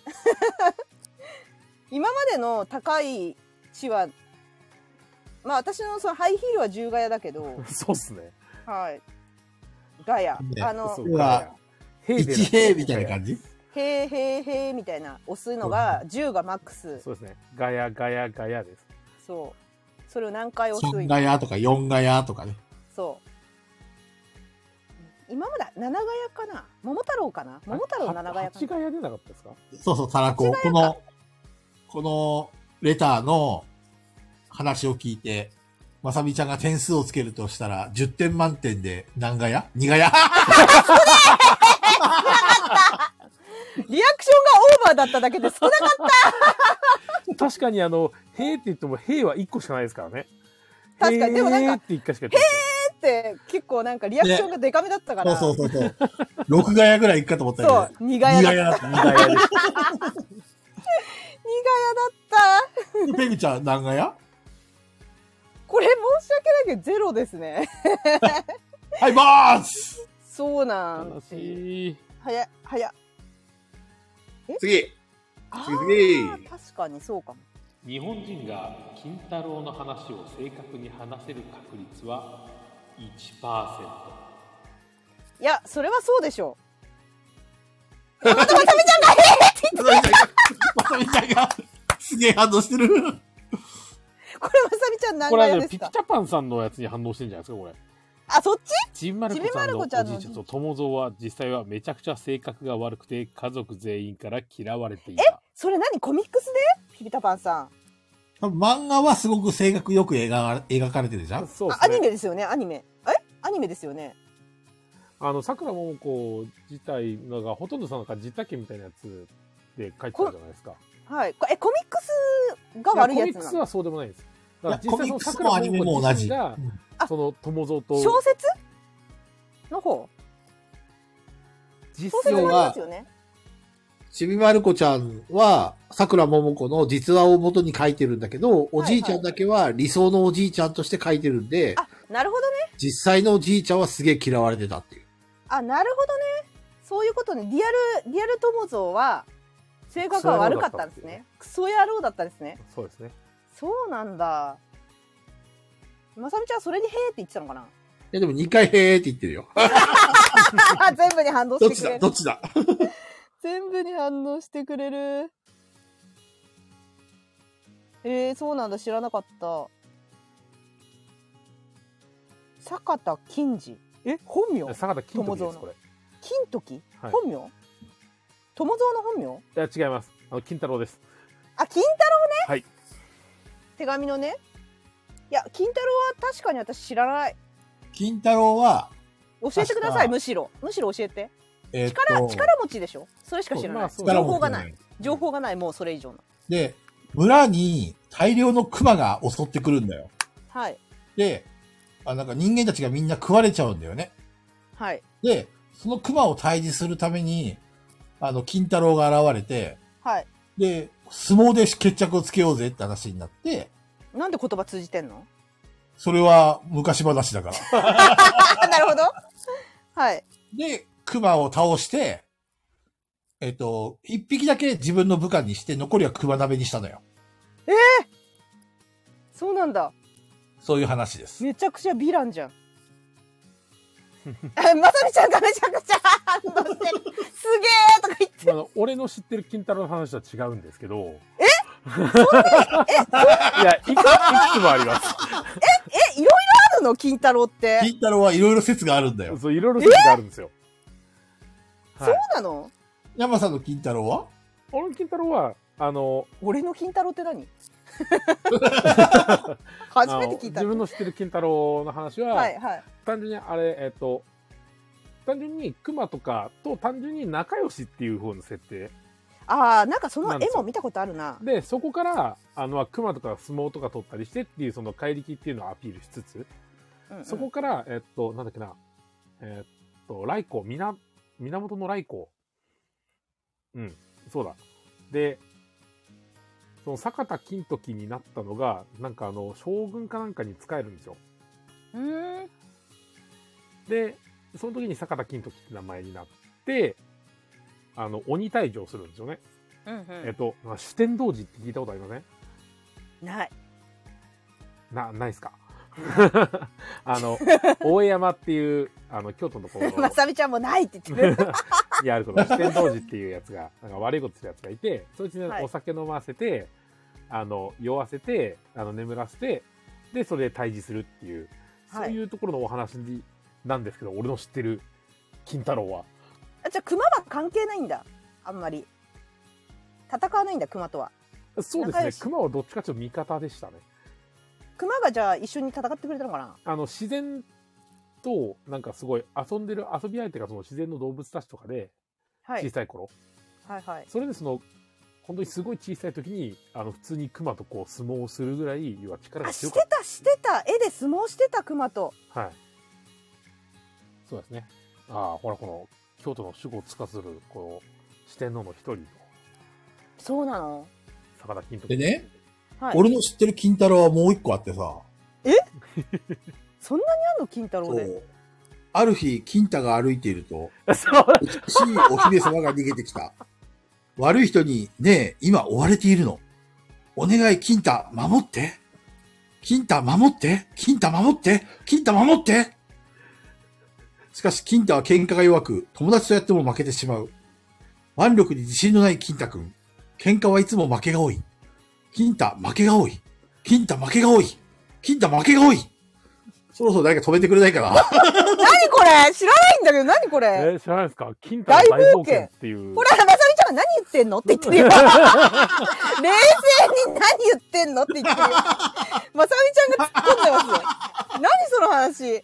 Speaker 4: 今までの高い地は、まあ私のそのハイヒールは10ガヤだけど、
Speaker 26: そうっすね。
Speaker 4: はい。ガヤ。
Speaker 3: ね
Speaker 4: あの
Speaker 26: そ、
Speaker 3: うわ
Speaker 26: 平
Speaker 3: 一平みたいな感じ
Speaker 4: へーへーへーみたいな押すのが10がマックス。
Speaker 26: そうですね。ガヤガヤガヤです。
Speaker 4: そう。それを何回押す
Speaker 3: ?3 がやとか4がやとかね。
Speaker 4: そう。今まで七ヶ谷かな桃太郎かな桃太郎七ヶ
Speaker 26: 八
Speaker 4: 谷か
Speaker 26: ガヤ出なかったですか
Speaker 3: そうそう、たらこ。この、このレターの話を聞いて、まさみちゃんが点数をつけるとしたら、10点満点で何がや ?2 がや
Speaker 4: なリアクションがオーバーだっただけで少なかっ
Speaker 26: 確かにあの、へーって言っても、へーは1個しかないですからね。
Speaker 4: 確かにでもなんか
Speaker 26: へーって1回しか言ってない。
Speaker 4: たって結構なんかリアクションがデカめだったから。
Speaker 3: そうそうそうそう。6がやぐらいいくかと思ったけ
Speaker 4: そ
Speaker 3: ど
Speaker 4: う。、二ヶ
Speaker 3: 2
Speaker 4: 谷だ
Speaker 3: が
Speaker 4: った。
Speaker 3: や。
Speaker 26: 二ガヤです。
Speaker 4: 二ヶ谷だった。
Speaker 3: ペグちゃん何がや
Speaker 4: これ申し訳ないけどゼロですね。
Speaker 3: はい、バース
Speaker 4: そうなん
Speaker 26: 悲。しい。
Speaker 4: 早い、早い。
Speaker 3: 次
Speaker 4: あ
Speaker 3: 次
Speaker 4: ー確かにそうかも。
Speaker 22: 日本人が金太郎の話を正確に話せる確率は1%
Speaker 4: いや、それはそうでしょ
Speaker 3: まさみちゃんが、まさみちゃんが、すげえ反応してる。
Speaker 4: う。これまさみちゃん何
Speaker 26: これは
Speaker 4: ヶ谷
Speaker 26: ね、
Speaker 4: で
Speaker 26: ピピ
Speaker 4: すか
Speaker 26: タパンさんのやつに反応してんじゃないですか、これ。
Speaker 4: あ、そっち
Speaker 26: ちんまる子さんのおじいちゃんと友蔵は実際はめちゃくちゃ性格が悪くて家族全員から嫌われていた。
Speaker 4: それ何コミックスでピピタパンさん。
Speaker 3: 多分漫画はすごく性格よく描か描かれてるじゃん
Speaker 26: そう
Speaker 4: あア
Speaker 26: で
Speaker 4: ニ
Speaker 26: すね。
Speaker 4: メですよね、アニメ。えアニメですよね。
Speaker 26: あの、桜桃子自体のがほとんどさ、なんか実体験みたいなやつで書いてたじゃないですか。
Speaker 4: はい。こえ、コミックスが悪い
Speaker 26: コ
Speaker 4: や
Speaker 26: ミ
Speaker 4: つ
Speaker 26: ック
Speaker 4: な
Speaker 26: ス
Speaker 4: の
Speaker 26: はそうでもないです。
Speaker 3: い
Speaker 26: だから
Speaker 3: や
Speaker 26: 実
Speaker 3: コ
Speaker 26: 際
Speaker 3: ミ
Speaker 26: その
Speaker 3: ックス
Speaker 26: 桜
Speaker 3: もア
Speaker 26: 桃
Speaker 3: ニメも
Speaker 26: 子
Speaker 3: 同
Speaker 26: 自
Speaker 3: じ。
Speaker 26: 身が
Speaker 3: う、ん
Speaker 4: あ
Speaker 26: その友蔵
Speaker 4: 小
Speaker 26: と
Speaker 4: 説の方
Speaker 26: 実
Speaker 4: 小
Speaker 26: 際
Speaker 4: 説の方ですよね。
Speaker 3: ちびまる子ちゃんは、桜桃子の実話を元に書いてるんだけど、おじいちゃんだけは理想のおじいちゃんとして書いてるんで、
Speaker 4: あ、なるほどね。
Speaker 3: 実際のおじいちゃんはすげえ嫌われてたっていう。
Speaker 4: あ、なるほどね。そういうことね。リアル、リアル友像は、性格が悪かったんですね。クソ野郎だったんですね。
Speaker 26: そうですね。
Speaker 4: そうなんだ。まさみちゃんそれにへーって言ってたのかな
Speaker 3: いやでも2回へーって言ってるよ。
Speaker 4: 全部に反
Speaker 3: ど
Speaker 4: 応し
Speaker 3: ってち
Speaker 4: くれ
Speaker 3: だ
Speaker 4: る
Speaker 3: どっちだ
Speaker 4: 全部に反応してくれるえー、そうなんだ知らなかった坂田金次え本名
Speaker 26: 坂田金時です、これ。
Speaker 4: 金時、
Speaker 26: はい
Speaker 4: 本名友蔵の本名
Speaker 26: いや、違います。あの、金太郎です。
Speaker 4: あ金太
Speaker 26: は
Speaker 4: 郎ね
Speaker 26: い
Speaker 4: 手紙のねいや金太郎は確かに私知らない
Speaker 3: 金太郎は、
Speaker 4: 教えてくだ
Speaker 3: 確
Speaker 4: さい
Speaker 3: か
Speaker 4: むしろむしろ教えて
Speaker 3: えーっ
Speaker 4: 力
Speaker 3: と、
Speaker 4: 力持ちでしょそれしか知らない、
Speaker 26: そうまあ
Speaker 3: 力
Speaker 4: 情
Speaker 3: 持っ
Speaker 4: 報
Speaker 3: て
Speaker 4: が
Speaker 3: な
Speaker 4: ないい。情報がないもうそれ以上の
Speaker 3: で、村に大量の熊が襲ってくるんだよ。
Speaker 4: はい
Speaker 3: で、あなんか人間たちがみんな食われちゃうんだよね。
Speaker 4: はい
Speaker 3: で、その熊を退治するために、あの、金太郎が現れて、
Speaker 4: はい
Speaker 3: で、相撲で決着をつけようぜって話になって、
Speaker 4: なんで言葉通じてんの
Speaker 3: それは昔話だから。
Speaker 4: あなるほど。はい。
Speaker 3: で、熊を倒して、えっと、一匹だけ自分の部下にして、残りは熊鍋にしたのよ。
Speaker 4: そうなんだ。
Speaker 3: そういう話です。
Speaker 4: めちゃくちゃヴィランじゃん。あ まさみちゃんがめちゃくちゃ反応してる。すげえとか言って。
Speaker 2: まああの俺の知ってる金太郎の話とは違うんですけど。
Speaker 29: いや、いくいくつもあります。
Speaker 4: え、いろいろあるの金太郎って。
Speaker 3: 金太郎はいろいろ説があるんだよ。
Speaker 2: そう、いろいろ説があるんですよ。
Speaker 4: そうなの
Speaker 3: 山さんの金太郎は
Speaker 2: 俺の金太郎は、あの、
Speaker 4: 俺の金太郎っ て何初めて聞いた。
Speaker 2: あの自
Speaker 4: は
Speaker 2: 分の知ってる金太郎の話は、
Speaker 4: いはい。
Speaker 2: 単純にあれ、えっ、と、単純に熊とかと単純に仲良しっていう方の設定。
Speaker 4: ああ、なんかその
Speaker 2: なんで
Speaker 4: 絵
Speaker 2: すよ
Speaker 4: も見たことあるな。
Speaker 2: で、そこから、あの、熊とか相撲とか取ったりしてっていう、その怪力っていうのをアピールしつつ、
Speaker 4: うんうん
Speaker 2: そこから、えっと、なんだっけな、えっと、来光、みな、源の来光。うん、そうだ。で、その坂田金時になったのが、なんかあの、将軍かなんかに仕えるんですよ。
Speaker 4: うーん。
Speaker 2: で、その時に坂田金時って名前になって、あの、鬼退場するんですよね。
Speaker 4: うん
Speaker 2: えっと、四天王寺って聞いたことありません
Speaker 4: うん。ない。
Speaker 2: な、ないっすか あ の、大江山っていう、あの、京都のところ
Speaker 4: まさみちゃんもないって言ってる。
Speaker 2: にあるこの四天王寺っていうやつが、なんか悪いことするやつがいて、そいつに
Speaker 4: はい
Speaker 2: お酒飲ませて、あの、酔わせて、あの、眠らせて、で、それで退治するっていう、そ
Speaker 4: は
Speaker 2: う
Speaker 4: い
Speaker 2: いうところのお話なんですけど、俺の知ってる金太郎は。
Speaker 4: あじゃあ熊は関係ないんだ。あんまり。戦わないんだ熊とは。
Speaker 2: そうです
Speaker 4: 仲
Speaker 2: ね
Speaker 4: 良し、
Speaker 2: 熊はどっちかというと味方でしたね。
Speaker 4: 熊がじゃあ一緒に戦ってくれたのかな。
Speaker 2: あの、自然と、なんかすごい遊んでる遊び相手がその自然の動物たちとかで、
Speaker 4: はい
Speaker 2: 小さい頃。
Speaker 4: はいはい。
Speaker 2: それでその、本当にすごい小さい時に、あの、普通に熊とこう、相撲をするぐらい、要は力
Speaker 4: あ
Speaker 2: が
Speaker 4: し
Speaker 2: 強
Speaker 4: て
Speaker 2: かった
Speaker 4: してた絵で相撲してた熊と。
Speaker 2: た。はい。そうですね。ああ、ほら、この、京都の守護を司る、この、四天王の一人の、
Speaker 4: そうなの。
Speaker 2: 坂田金時。
Speaker 3: でね、
Speaker 4: はい。
Speaker 3: 俺の知ってる金太郎はもう一個あってさ、
Speaker 4: そんなにあんの金太郎
Speaker 3: そ
Speaker 4: で。
Speaker 3: う。ある日、金太が歩いていると、
Speaker 2: そう
Speaker 3: 美しいお姫様が逃げてきた。悪い人に、ねえ、今追われているの。お願い、金太、守って。金太、守って。金太、守って。金太、守って。しかし、金太は喧嘩が弱く、友達とやっても負けてしまう。腕力に自信のない金太くん。喧嘩はいつも負けが多い。金太、負けが多い。金太、負けが多い。金太、負けが多い。そろそろ誰か止めてくれないかな。
Speaker 4: 何これ知らないんだけど何こ
Speaker 2: え
Speaker 4: れ。
Speaker 2: ー知らないですか金太の大冒険っていう。
Speaker 4: ほら、まさみちゃんが何言ってんのって言ってるよ。冷静に何言ってんのって言ってるよ。まさみちゃんが突っ込んでますよ。何その話。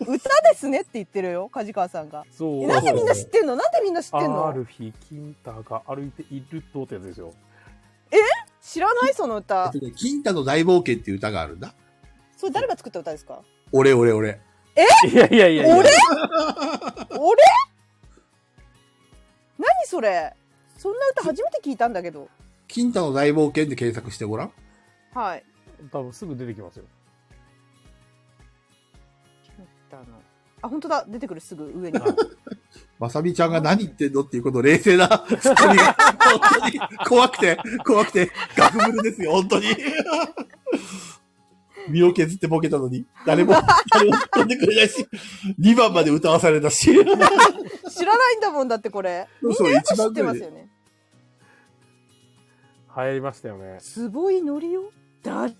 Speaker 4: 歌ですねって言ってるよ、梶川さんが。
Speaker 2: そう。
Speaker 4: えなんでみんな知ってんのなんでみんな知ってん
Speaker 2: あ
Speaker 4: の
Speaker 2: る日、金太が歩いているとってやつですよ。
Speaker 4: 知らないその
Speaker 3: えっ
Speaker 4: 歌
Speaker 3: と。ね 金太の大冒険っていう歌があるんだ。
Speaker 4: それ誰が作った歌ですか
Speaker 3: 俺俺俺。
Speaker 2: いやいやいやいや。
Speaker 4: 俺俺何それそんな歌初めて聞いたんだけど。
Speaker 3: 金太の大冒険で検索してごらん。
Speaker 4: はい。
Speaker 2: 多分すぐ出てきますよ。
Speaker 4: あ、本当だ。出てくるすぐ上に。
Speaker 3: まさみちゃんが何言ってんのっていうこと冷静なツッコミが、本当に怖くて、怖くて、ガクブルですよ、本当に。身を削ってボケたのに、誰も、誰も飛んでくれないし、2番まで歌わされたし。
Speaker 4: 知らないんだもんだってこれ。みん
Speaker 3: そう
Speaker 4: なよく
Speaker 3: 一
Speaker 4: 知
Speaker 3: 番
Speaker 4: ってますよね。
Speaker 2: 流行りましたよね。
Speaker 4: 坪井のりお誰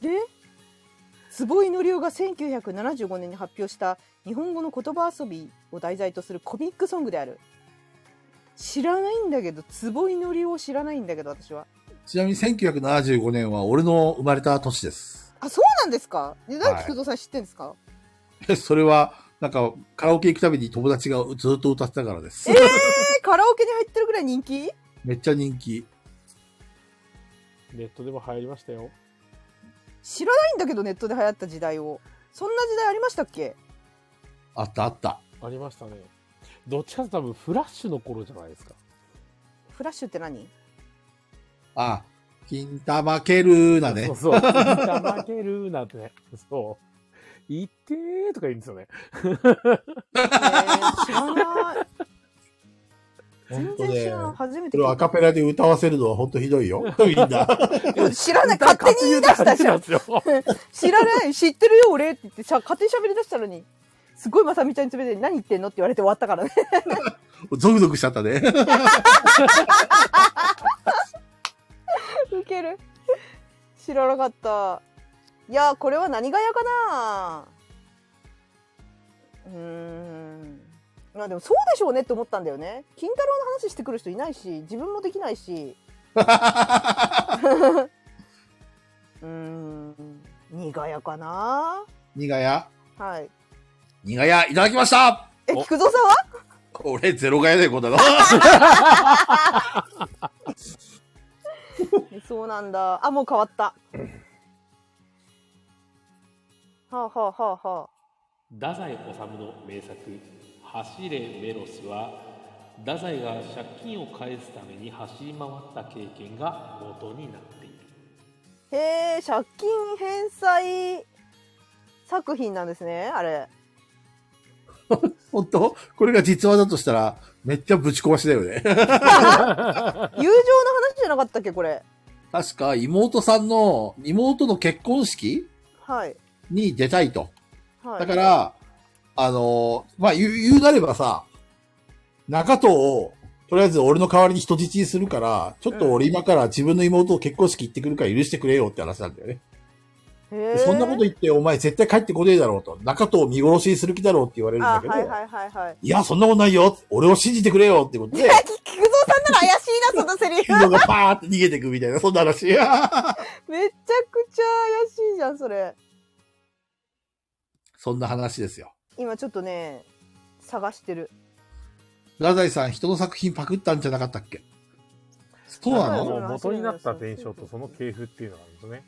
Speaker 4: 坪井のりおが1975年に発表した日本語の言葉遊びを題材とするコミックソングである。知らないんだけど、坪井のりおを知らないんだけど、私は。
Speaker 3: ちなみに1975年は俺の生まれた年です。
Speaker 4: あ、そうなんですかえなん
Speaker 3: はい
Speaker 4: で菊蔵さん知ってんですか、
Speaker 3: それは、なんか、カラオケ行くたびに友達がずっと歌ってたからです。
Speaker 4: えカラオケに入ってるぐらい人気
Speaker 3: めっちゃ人気。
Speaker 2: ネットでも流行りましたよ。
Speaker 4: 知らないんだけど、ネットで流行った時代を。そんな時代ありましたっけ
Speaker 3: あったあった。
Speaker 2: ありましたね。どっちかというと多分フラッシュの頃じゃないですか。
Speaker 4: フラッシュって何
Speaker 3: あ、金玉けるなね
Speaker 2: そう。そう。負けるなんてね。そう。いってーとか言うんですよね。
Speaker 4: えー、知らない。
Speaker 3: 本
Speaker 4: 全
Speaker 3: 当
Speaker 4: 然知
Speaker 3: ね
Speaker 4: ら。ない。初め
Speaker 3: こ
Speaker 4: て
Speaker 3: れ
Speaker 4: 聞
Speaker 3: を
Speaker 4: い
Speaker 3: アカペラで歌わせるのは本当ひどいよ。 みんな。
Speaker 4: た。知らない。勝手に言い出したじゃん。
Speaker 2: 勝手に言い出したんですよ。
Speaker 4: 知らない。知ってるよ、俺って言って、しゃ勝手に喋り出したのに。すごいまさみちゃんに詰めて、何言ってんのって言われて終わった からね。
Speaker 3: ゾクゾクしちゃったね。
Speaker 4: ウケる。知らなかった。いやー、これは何がやかなうーん。まあでもそうでしょうねって思ったんだよね。金太郎の話してくる人いないし、自分もできないし。うーん。苦やかな
Speaker 3: 苦屋、
Speaker 4: はい。
Speaker 3: 苦屋、いただきました
Speaker 4: え、
Speaker 2: お
Speaker 4: 菊蔵さんは
Speaker 3: 俺、ゼロがやで、こんなの。
Speaker 4: そうなんだ。あ、もう変わった。はあ、はあはあはあ。
Speaker 22: 太宰治の名作「走れメロスは」太宰が借金を返すために走り回った経験が元になっている
Speaker 4: へえ、借金返済作品なんですね、あれ。
Speaker 3: 本当これが実話だとしたら、めっちゃぶち壊しだよね。
Speaker 4: 友情の話じゃなかったっけ、これ。
Speaker 3: 確か、妹さんの、妹の結婚式
Speaker 4: はい。
Speaker 3: に出たいと。
Speaker 4: はい、
Speaker 3: だから、あのーまあ、言う、言うなればさ、中藤を、とりあえず俺の代わりに人質にするから、ちょっと俺今から自分の妹を結婚式行ってくるから許してくれよって話なんだよね。
Speaker 4: へ
Speaker 3: で
Speaker 4: ー、
Speaker 3: そんなこと言ってお前絶対帰ってこねえだろうと。中藤を見殺しにする気だろうって言われるんだ
Speaker 4: あ、
Speaker 3: けど、
Speaker 4: はいいはいはいはい。
Speaker 3: や、そんなことないよ俺を信じてくれよってこと
Speaker 4: 菊
Speaker 3: で
Speaker 4: 蔵、さんなら怪しいな、その セリフ。
Speaker 3: ヒドがパーって逃げてくみたいな、そんな話。
Speaker 4: めちゃくちゃ怪しいじゃん、それ。
Speaker 3: そんな話ですよ。
Speaker 4: 今ちょっとね、探してる。
Speaker 3: ラザイさん、人の作品パクったんじゃなかったっけそうな
Speaker 2: あ
Speaker 3: の
Speaker 2: の元になった伝承とその系譜っていうのがあるんですね。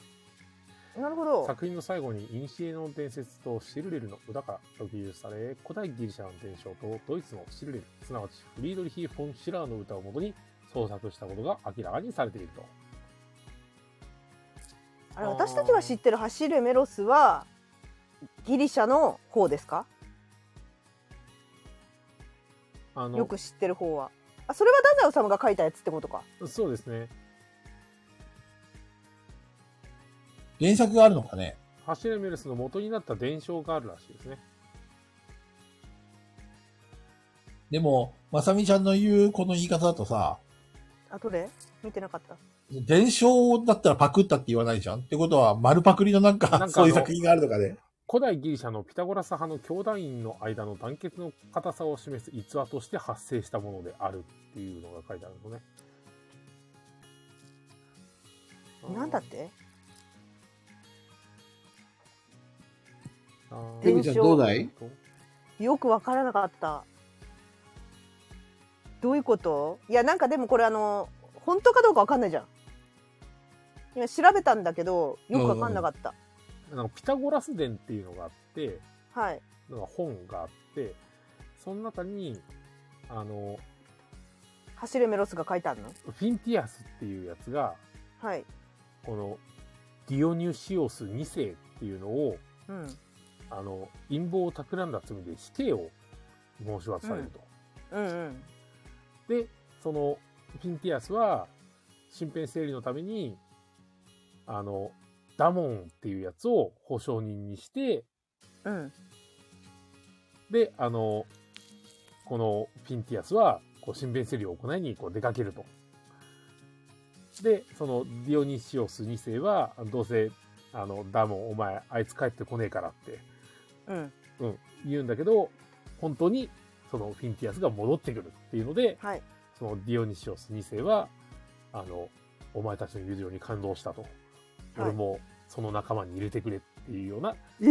Speaker 4: なるほど。
Speaker 2: 作品の最後に、イニシエの伝説とシルレルの歌が記述され、古代ギリシャの伝承とドイツのシルレル、すなわちフリードリヒ・フォン・シュラーの歌をもとに創作したことが明らかにされていると。
Speaker 4: あれ、私たちが知ってる走るメロスは、ギリシャの方ですか
Speaker 2: あ
Speaker 4: よ
Speaker 2: の、
Speaker 4: く知ってる方は。あ、それは太宰治が書いたやつってことか。
Speaker 2: そうですね。
Speaker 3: 原作があるのかね
Speaker 2: ハシレメルスの元になった伝承があるらしいですね。
Speaker 3: でも、まさみちゃんの言うこの言い方だとさ、
Speaker 4: あ、どれ見てなかった。
Speaker 3: 伝承だったらパクったって言わないじゃんってことは、丸パクリのなん
Speaker 2: な
Speaker 3: か、
Speaker 2: んかあの
Speaker 3: そういう作品があるのかね。
Speaker 2: 古代ギリシャのピタゴラス派の兄弟員の間の団結の固さを示す逸話として発生したものであるっていうのが書いてあるのね。
Speaker 4: なんだって
Speaker 2: あー
Speaker 3: ペグちゃんどうだい
Speaker 4: よくわからなかった。どういうこといや、なんかでもこれあの、本当かどうかわかんないじゃん。今調べたんだけど、よくわかんなかった。
Speaker 2: なんかピタゴラス伝っていうのがあって、
Speaker 4: はい。
Speaker 2: なんか本があって、その中に、あの、
Speaker 4: 走れメロスが書いてあるの
Speaker 2: フィンティアスっていうやつが、
Speaker 4: はい。
Speaker 2: この、ディオニュシオス2世っていうのを、
Speaker 4: うん。
Speaker 2: あの、陰謀を企んだ罪で死刑を申し渡されると。
Speaker 4: うんうん。
Speaker 2: で、その、フィンティアスは、身辺整理のために、あの、ダモンっていうやつを保証人にして、
Speaker 4: うん。
Speaker 2: で、あの、このフィンティアスは、こう、身辺整理を行いに、こう、出かけると。で、その、ディオニシオス2世は、どうせ、あの、ダモン、お前、あいつ帰ってこねえからって、
Speaker 4: うん。
Speaker 2: うん、言うんだけど、本当に、その、フィンティアスが戻ってくるっていうので、
Speaker 4: はい。
Speaker 2: そのディオニシオス2世は、あの、お前たちの友情に感動したと。俺もその仲間に入れてくれっていうような
Speaker 4: え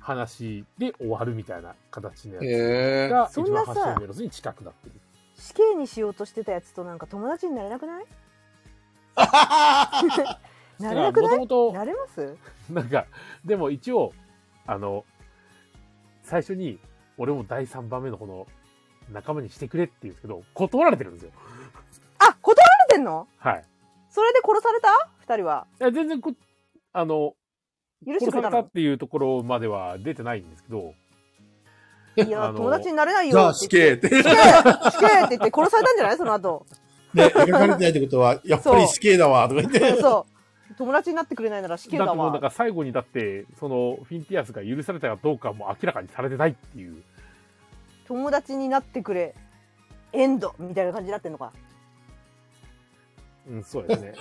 Speaker 2: 話で終わるみたいな形のやつ
Speaker 3: へ
Speaker 2: が、一
Speaker 4: そんな
Speaker 2: 番
Speaker 4: さ
Speaker 2: 発祥メロスに近くなってる。
Speaker 4: 死刑にしようとしてたやつとなんか友達になれなくないなれなく
Speaker 2: も
Speaker 4: な
Speaker 2: と
Speaker 4: い
Speaker 2: もと、
Speaker 4: なれます
Speaker 2: なんか、でも一応、あの、最初に、俺も第3番目のこの、仲間にしてくれって言うんですけど、断られてるんですよ。
Speaker 4: あ、断られてんの
Speaker 2: はい。
Speaker 4: それで殺された二人は。
Speaker 2: いや全然こ、あの、
Speaker 4: 許して
Speaker 2: 殺
Speaker 4: く
Speaker 2: され
Speaker 4: れた
Speaker 2: た
Speaker 4: の
Speaker 2: っていうところまでは出てないんですけど、
Speaker 4: い
Speaker 2: あ
Speaker 4: や、
Speaker 2: の
Speaker 4: 友達になれない よ。
Speaker 3: じゃあ死。刑って。ね、
Speaker 4: 死刑死刑って言って殺されたんじゃないその後。
Speaker 3: 描かれてないってことは、やっぱり死刑だわ、とか言って。
Speaker 4: そう。友達になってくれないなら死刑
Speaker 22: だ
Speaker 4: だ
Speaker 22: ってもうなん
Speaker 4: わ。
Speaker 22: か最後にだって、そのフィンピアスが許されたかどうかも明らかにされてないっていう。
Speaker 4: 友達になってくれ。エンドみたいな感じになってんのか。
Speaker 22: うん、そうですね。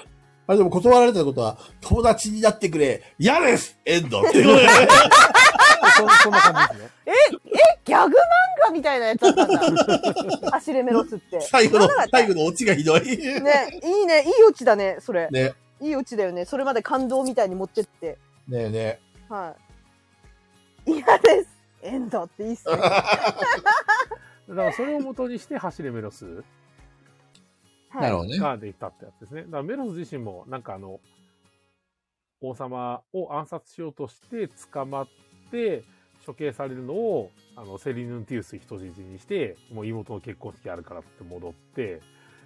Speaker 3: あ、でも断られたことは、友達になってくれ、嫌ですエンドっていうことで
Speaker 22: そそんな感じですね。
Speaker 4: え、え、ギャグ漫画みたいなやつだったんだ。走れメロスっ て。
Speaker 3: 最後の
Speaker 4: なんだっ、け
Speaker 3: 最後のオチがひどい。
Speaker 4: ね、いいね、いいオチだね、それ。
Speaker 3: ね、
Speaker 4: いいオチだよね。それまで感動みたいに持ってって。
Speaker 3: ねえね
Speaker 4: はい。嫌です。エンドっていいっすね。
Speaker 22: だからそれを元にして走れメロス
Speaker 3: え。
Speaker 4: はい
Speaker 3: なるほどね。
Speaker 22: ができたってやつですね。だからメロス自身もなんかあの、王様を暗殺しようとして捕まって処刑されるのをあのセリヌンティウス人質にして、もう妹の結婚式あるからって戻って、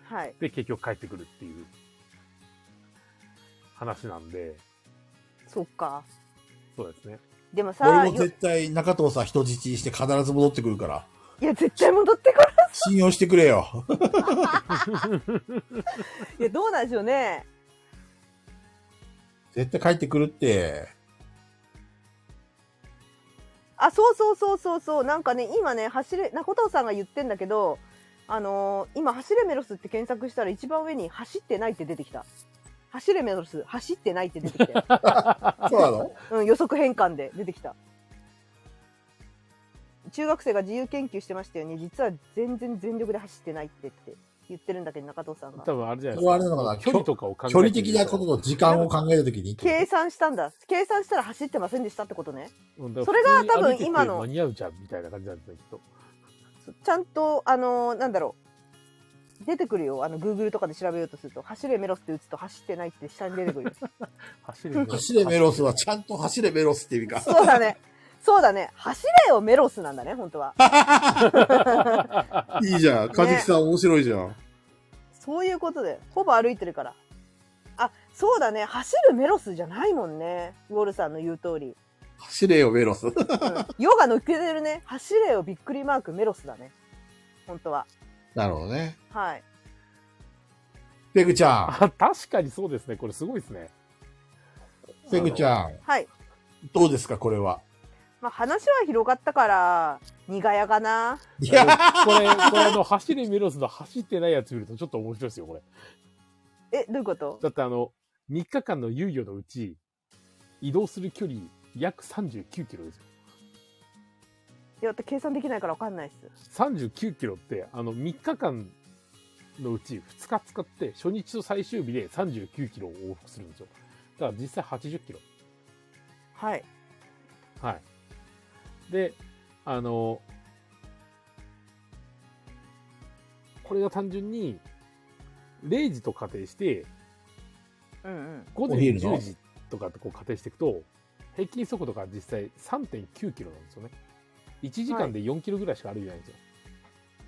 Speaker 4: はい。
Speaker 22: で、結局帰ってくるっていう話なんで、
Speaker 4: そっか。
Speaker 22: そうですね。
Speaker 4: でもさ、
Speaker 3: 俺
Speaker 4: よ
Speaker 3: も絶対中藤さん人質にして必ず戻ってくるから、
Speaker 4: いや、絶対戻ってこない。
Speaker 3: 信用してくれよ。
Speaker 4: いや、どうなんでしょうね。
Speaker 3: 絶対帰ってくるって。
Speaker 4: あ、そうそうそうそうそう。なんかね、今ね、走れ、中藤さんが言ってんだけど、あのー今、走れメロスって検索したら一番上に走ってないって出てきた。走れメロス、走ってないって出て きて。
Speaker 3: そうなの
Speaker 4: うん、予測変換で出てきた。中学生が自由研究してましたよね。実は全然全力で走ってないってって言ってるんだけど、中藤さんが
Speaker 22: 多。分あれじゃない
Speaker 3: それはあれなのかな
Speaker 22: 距離とかを考えて
Speaker 3: 距離的なことと時間を考えるときに。
Speaker 4: 計算したんだ。計算したら走ってませんでしたってことね。
Speaker 22: うんだ
Speaker 4: そ
Speaker 22: か
Speaker 4: れが
Speaker 22: ら普通に
Speaker 4: 多分
Speaker 22: 歩いてて
Speaker 4: 今の
Speaker 22: 間に合うじゃんみたいな感じなんですね、きっと。
Speaker 4: ちゃんと、あのーなんだろう。出てくるよ。あの、Google とかで調べようとすると、走れメロスって打つと走ってないって下に出てくるよ。
Speaker 22: 走れメロ ス
Speaker 3: 走れメロスはちゃんと走れメロスっていう意 味か。
Speaker 4: そうだね。そうだね。走れよメロスなんだね、本当は。
Speaker 3: いいじゃん。かじきさん面白いじゃん。
Speaker 4: そういうことで、ほぼ歩いてるから。あ、そうだね。走るメロスじゃないもんね。ウォルさんの言う通り。
Speaker 3: 走れよメロス。
Speaker 4: うん、ヨガ乗っけてるね。走れよびっくりマークメロスだね。本当は。
Speaker 3: なるほどね。
Speaker 4: はい。
Speaker 3: ペグちゃ
Speaker 22: あ確かにそうですね。これすごいですね。
Speaker 3: ん。ペグちゃん。
Speaker 4: はい。
Speaker 3: どうですか、これは。
Speaker 4: まあ、話は広がったから、苦やかな。
Speaker 3: い
Speaker 22: いや
Speaker 3: や、
Speaker 22: これ、これあの、走れメロスの走ってないやつ見るとちょっと面白いですよ、これ。
Speaker 4: え、どういうこと
Speaker 22: だってあの、3日間の猶予のうち、移動する距離約39キロですよ。
Speaker 4: いや、だって計算できないからわかんないっす。
Speaker 22: 39キロって、あの、3日間のうち2日使って、初日と最終日で39キロを往復するんですよ。だから実際80キロ。
Speaker 4: はい。
Speaker 22: はい。で、あの、これが単純に、0時と仮定して、
Speaker 4: うんうん。
Speaker 22: 午前
Speaker 3: お昼の
Speaker 22: 10時とかとこう仮定していくと、平均速度が実際3.9キロなんですよね。1時間で4キロぐらいしか歩いてないんですよ。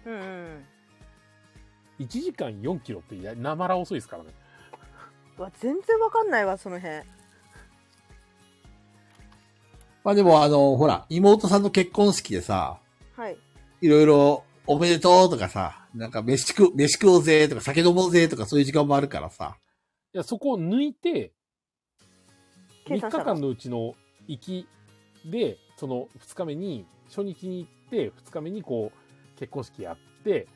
Speaker 4: うんうん。
Speaker 22: 1時間4キロってやなまら遅いですからね。
Speaker 4: うわ、全然わかんないわ、その辺。
Speaker 3: まあでもあの、ほら、妹さんの結婚式でさ、
Speaker 4: はい。
Speaker 3: いろいろおめでとうとかさ、なんか飯食う、飯食おうぜとか酒飲もうぜとかそういう時間もあるからさ。
Speaker 22: いや、そこを抜いて、
Speaker 4: 計
Speaker 22: 3
Speaker 4: 算
Speaker 22: 日
Speaker 4: したら
Speaker 22: 間のうちの行きで、その2日目に、初日に行って、2日目にこう、結婚式やって、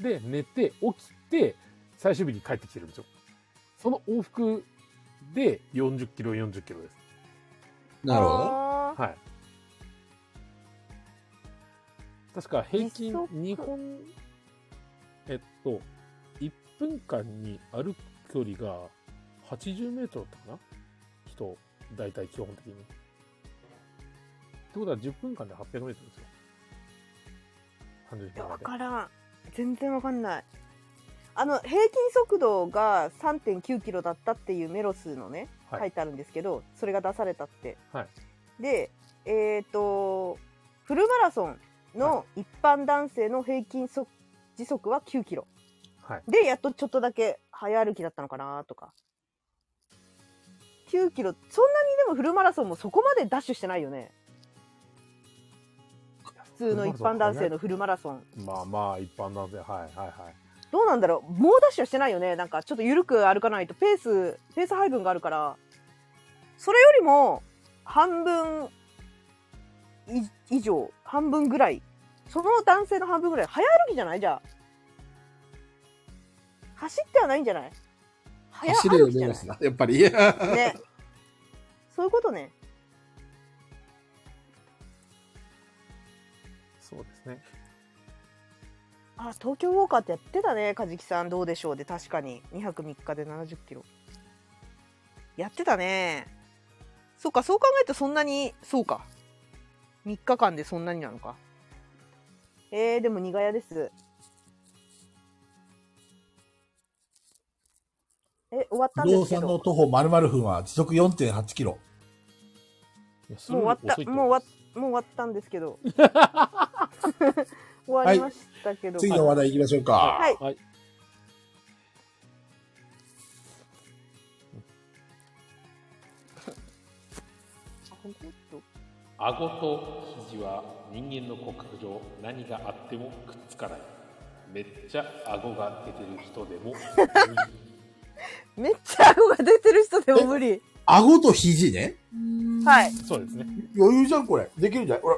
Speaker 22: で、寝て、起きて、最終日に帰ってきてるんですよ。その往復で40キロ、40キロです。
Speaker 3: なるほど。
Speaker 4: あー
Speaker 22: はい。確か平均
Speaker 4: 時速
Speaker 22: 日本、えっと、1分間に歩く距離が80メートルだったかな人、大体基本的に。ってことは10分間で800メートルですよ。30
Speaker 4: いや、
Speaker 22: 分
Speaker 4: わ
Speaker 22: 間で。
Speaker 4: からん。全然わかんない。あの、平均速度が3.9キロだったっていうメロスのね、
Speaker 22: はい
Speaker 4: 書いてあるんですけど、それが出されたって。
Speaker 22: はい
Speaker 4: で、えっ、と、フルマラソンの一般男性の平均速時速は9キロ。
Speaker 22: はい。
Speaker 4: で、やっとちょっとだけ早歩きだったのかなとか。9キロ、そんなにでもフルマラソンもそこまでダッシュしてないよね。普通の一般男性のフルマラソン。
Speaker 22: まあまあ、一般男性、はいはいはい。
Speaker 4: どうなんだろう猛ダッシュはしてないよねなんかちょっと緩く歩かないとペースペース配分があるからそれよりも半分い以上半分ぐらいその男性の半分ぐらい早歩きじゃないじゃあ走ってはないんじゃない早
Speaker 3: 走れよ、
Speaker 4: 歩きじ
Speaker 3: 出
Speaker 4: ゃ
Speaker 3: ま
Speaker 4: ない
Speaker 3: すな。やっぱ り。い や
Speaker 4: ね。そういうことね。
Speaker 26: そうですね。
Speaker 4: あ、東京ウォーカーってやってたね、かじきさん、どうでしょうで、確かに。2泊3日で70キロ。やってたね。そうか、そう考えるとそんなに、そうか。3日間でそんなになのか。えー、でも苦屋です。え、終わったん
Speaker 3: 不
Speaker 4: で
Speaker 3: 動
Speaker 4: すけ
Speaker 3: 産
Speaker 4: ど。
Speaker 3: の徒歩丸々分は時速4.8キロ。
Speaker 26: いやそ
Speaker 4: も
Speaker 26: れよ
Speaker 4: う終わ
Speaker 26: り
Speaker 4: った、
Speaker 26: 遅いと
Speaker 4: もう
Speaker 26: 思
Speaker 4: 終わ、もう終わったんですけ ど。終わりましたけど。
Speaker 3: 次の話題行きましょうか。
Speaker 4: はい。
Speaker 26: はい。
Speaker 4: あ本当ちょっ
Speaker 22: 顎と肘は人間の骨格上何があってもくっつかないめっちゃ顎が出てる人で も
Speaker 4: とめっちゃ顎が出てる人でも無理。
Speaker 3: 顎と肘ね。
Speaker 4: はい。
Speaker 26: そうですね。
Speaker 3: 余裕じゃん、これ。できるんじゃないほ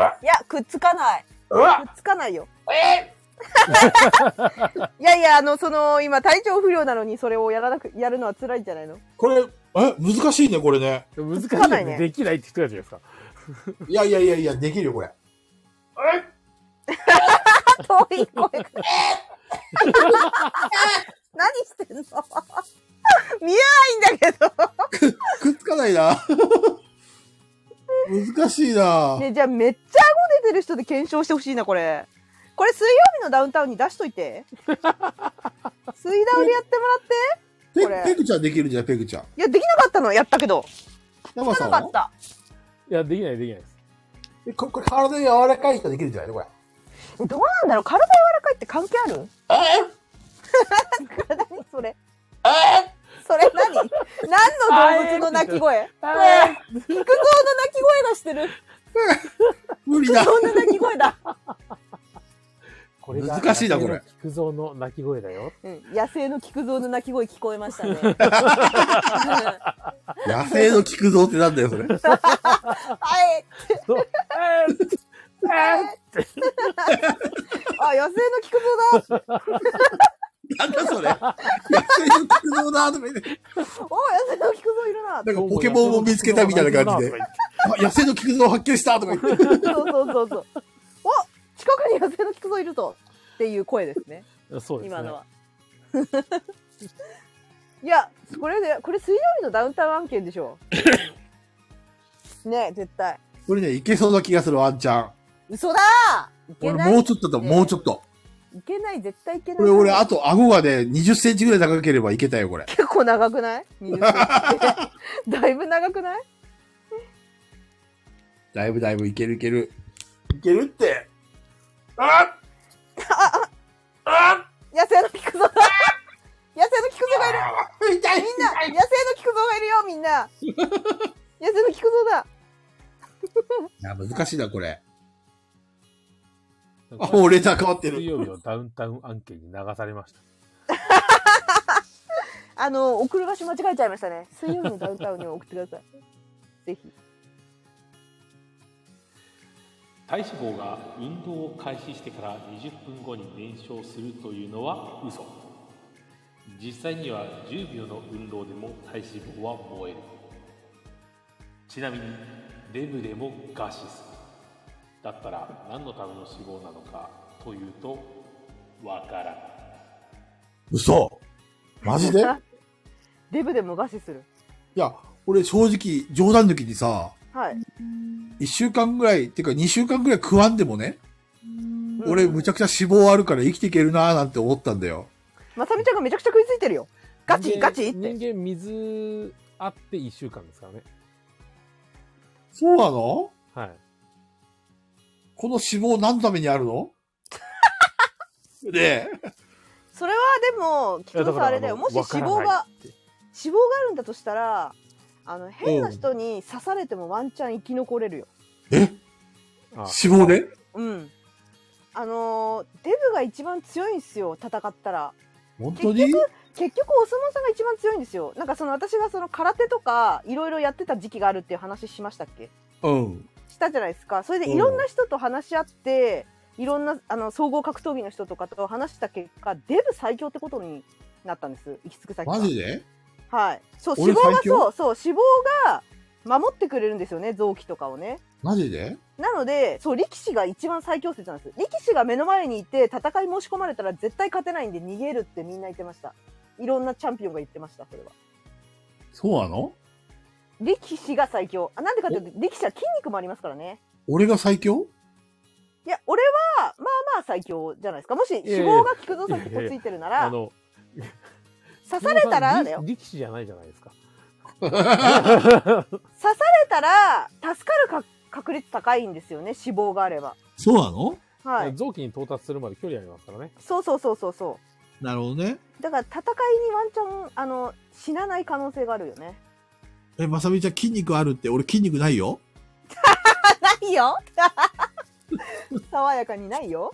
Speaker 3: ら。
Speaker 4: いや、くっつかない。
Speaker 3: うわ
Speaker 4: くっつかないよ。 いやいや、あの、その、今、体調不良なのに、それをやらなく、やるのは辛いんじゃないの
Speaker 3: これ、え、難しいね、これね。
Speaker 26: 難しい
Speaker 4: つか
Speaker 26: よ
Speaker 4: な
Speaker 26: ね
Speaker 4: いね
Speaker 26: できないって人たちですか。
Speaker 3: いやいやいやいや、できるよ、これ。
Speaker 4: あ遠い声が。何してんの見えないんだけど。
Speaker 3: くっつかないな。 難しいな。
Speaker 4: ね、じゃあ、めっちゃ顎出てる人で検証してほしいな、これ。これ、水曜日のダウンタウンに出しとい て。水ダウでやってもらって。
Speaker 3: ペ
Speaker 4: これ
Speaker 3: ペグちゃんできるんじゃん、ペグちゃん。
Speaker 4: いや、できなかったの、やったけど。
Speaker 3: 山さ
Speaker 4: なんかっ
Speaker 3: は
Speaker 4: た。
Speaker 26: いや、できない、できないです。
Speaker 3: えここれ体柔らかい人できるんじゃないのこれ。
Speaker 4: どうなんだろう体柔らかいって関係あるえ何それえそれ何何の動物の鳴き声えー菊蔵の鳴き声がしてる
Speaker 3: 無理だ。
Speaker 4: 菊蔵の鳴き声だ、
Speaker 26: これが
Speaker 3: 難しいなこれ
Speaker 26: 野生の菊蔵の鳴き声だよ。
Speaker 4: うん、野生の菊蔵の鳴き声聞こえましたね
Speaker 3: 野生の菊蔵ってなんだよ、それ。
Speaker 4: はい
Speaker 26: そう
Speaker 4: あ野生の菊蔵だ
Speaker 3: なんだそれ。野生の菊蔵だ、とか言って。
Speaker 4: お野生の菊蔵いる
Speaker 3: な
Speaker 4: な
Speaker 3: ん かポケモンを見つけたみたいな感じで。あ、野生の菊蔵を発見したとか言って。
Speaker 4: そうそうそうそうお近くに野生の菊蔵いるとっていう声ですね
Speaker 26: そうですね。
Speaker 4: 今のは。 いや、これね、これ水曜日のダウンタウン案件でしょ。ねえ、絶対。
Speaker 3: これね、いけそうな気がする、ワンチャン。
Speaker 4: 嘘だーいけ
Speaker 3: 俺
Speaker 4: ない。
Speaker 3: もうちょっとだ、もうちょっと。
Speaker 4: いけない、絶対いけない。
Speaker 3: これ俺、あと顎がね、20センチぐらい高ければいけたよ、これ。
Speaker 4: 結構長くない ?20 って。だいぶ長くない
Speaker 3: だいぶだいぶいけるいける。いけるって。あ
Speaker 4: 野生の菊蔵だ野生の菊蔵がいる
Speaker 3: 痛い痛い
Speaker 4: みんな野生の菊蔵がいるよ、み んな野生の菊蔵だ
Speaker 3: いや、難しいな、こ れ。あ、もうレーター変わって
Speaker 26: 水
Speaker 3: る。
Speaker 26: 曜日のダウンタウン案件に流されました。
Speaker 4: あの、送る場所間違えちゃいましたね。水曜日のダウンタウンに送ってください。 ぜひ。
Speaker 22: 体脂肪が運動を開始してから20分後に燃焼するというのは嘘実際には10秒の運動でも体脂肪は燃えるちなみにレブレも餓死するだったら何のための脂肪なのかというとわからない
Speaker 3: 嘘マジでい
Speaker 4: デブでも餓死する。
Speaker 3: や、俺正直、冗談抜きにさ、
Speaker 4: はい。
Speaker 3: 1週間ぐらい、っていうか2週間ぐらい食わんでもね、俺
Speaker 4: うん
Speaker 3: むちゃくちゃ脂肪あるから生きていけるなーなんて思ったんだよ。
Speaker 4: まさみちゃんがめちゃくちゃ食いついてるよ。ガチ
Speaker 26: 人間
Speaker 4: ガチって。
Speaker 26: 人間水あって1週間ですからね。
Speaker 3: そうなの
Speaker 26: はい。
Speaker 3: この脂肪何のためにあるのねえ。
Speaker 4: それはでも、菊蔵さんあれだよ。
Speaker 26: いや
Speaker 4: もし
Speaker 26: だ
Speaker 4: 脂
Speaker 26: からあの
Speaker 4: 肪
Speaker 26: わから
Speaker 4: が、脂肪があるんだとしたら、あの、変な人に刺されてもワンチャン生き残れるよ。
Speaker 3: え
Speaker 26: あ
Speaker 3: 脂肪で
Speaker 4: うん。あのー、デブが一番強いんですよ戦ったら
Speaker 3: 本当に
Speaker 4: 結局お相撲さんが一番強いんですよなんかその私がその空手とかいろいろやってた時期があるっていう話しましたっけ
Speaker 3: うん。
Speaker 4: したじゃないですかそれでいろんな人と話し合っていろんなあの総合格闘技の人とかと話した結果デブ最強ってことになったんです行き着く先が
Speaker 3: マジで
Speaker 4: はいそう
Speaker 3: 俺
Speaker 4: 脂肪が
Speaker 3: 最強
Speaker 4: そうそう脂肪が守ってくれるんですよね臓器とかをね
Speaker 3: マジで
Speaker 4: なので、そう、力士が一番最強説なんです。力士が目の前にいて、戦い申し込まれたら絶対勝てないんで逃げるってみんな言ってました。いろんなチャンピオンが言ってました、それは。
Speaker 3: そうなの
Speaker 4: 力士が最強。あ、なんでかっていうと、力士は筋肉もありますからね。
Speaker 3: 俺が最強
Speaker 4: いや、俺は、まあまあ最強じゃないですか。もし、
Speaker 2: やい
Speaker 4: 脂
Speaker 2: や
Speaker 4: 肪が菊蔵さんにこうついてるな
Speaker 2: あ
Speaker 4: ら、
Speaker 2: の、
Speaker 4: 刺されたら、だよ
Speaker 2: 力。力士じゃないじゃないですか。
Speaker 4: 刺されたら、助かるか確率高いんですよね、脂肪があれば。
Speaker 3: そうなの
Speaker 4: はい。
Speaker 2: 臓器に到達するまで距離ありますからね。
Speaker 4: そうそうそうそうそ
Speaker 3: なるほどね。
Speaker 4: う。だから、戦いにワンチャン、あの、死なない可能性があるよね。
Speaker 3: え、まさみちゃん筋肉あるって、俺筋肉ないよ。
Speaker 4: ないよ 爽やかにないよ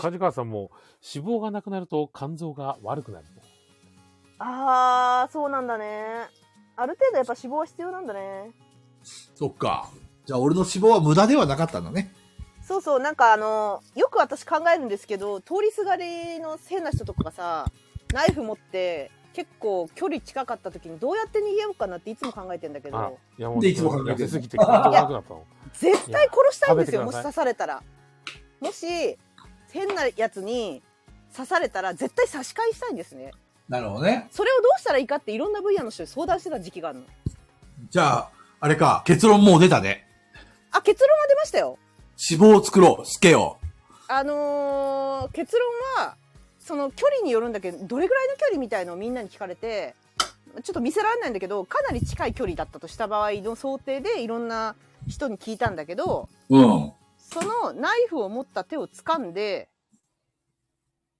Speaker 2: 梶川さんも脂肪がなくなると肝臓が悪くなる。
Speaker 4: あーそうなんだねある程度やっぱ脂肪は必要なんだね
Speaker 3: そっか。じゃあ俺の脂肪は無駄ではなかったんだね。
Speaker 4: そうそうなんかあのよく私考えるんですけど通りすがりの変な人とかがさナイフ持って結構距離近かった時にどうやって逃げようかなっていつも考えてんだけ
Speaker 2: あ
Speaker 4: ど、
Speaker 2: いやもう
Speaker 3: でいつも考えてる
Speaker 2: 痩せすぎて肝臓が悪くなった の。
Speaker 4: 絶対殺したいんですよ
Speaker 2: いや
Speaker 4: もし刺されたらもし変なやつに刺されたら絶対差し返したいんですね
Speaker 3: なるほどね。
Speaker 4: それをどうしたらいいかっていろんな分野の人に相談してた時期があるの
Speaker 3: じゃあ、あれか、結論もう出たね。
Speaker 4: あ、結論は出ましたよ。
Speaker 3: 脂肪を作ろう、スケを。
Speaker 4: あのー結論は、その距離によるんだけど、どれぐらいの距離みたいのをみんなに聞かれて、ちょっと見せられないんだけど、かなり近い距離だったとした場合の想定でいろんな人に聞いたんだけど、
Speaker 3: うん。
Speaker 4: そのナイフを持った手を掴んで、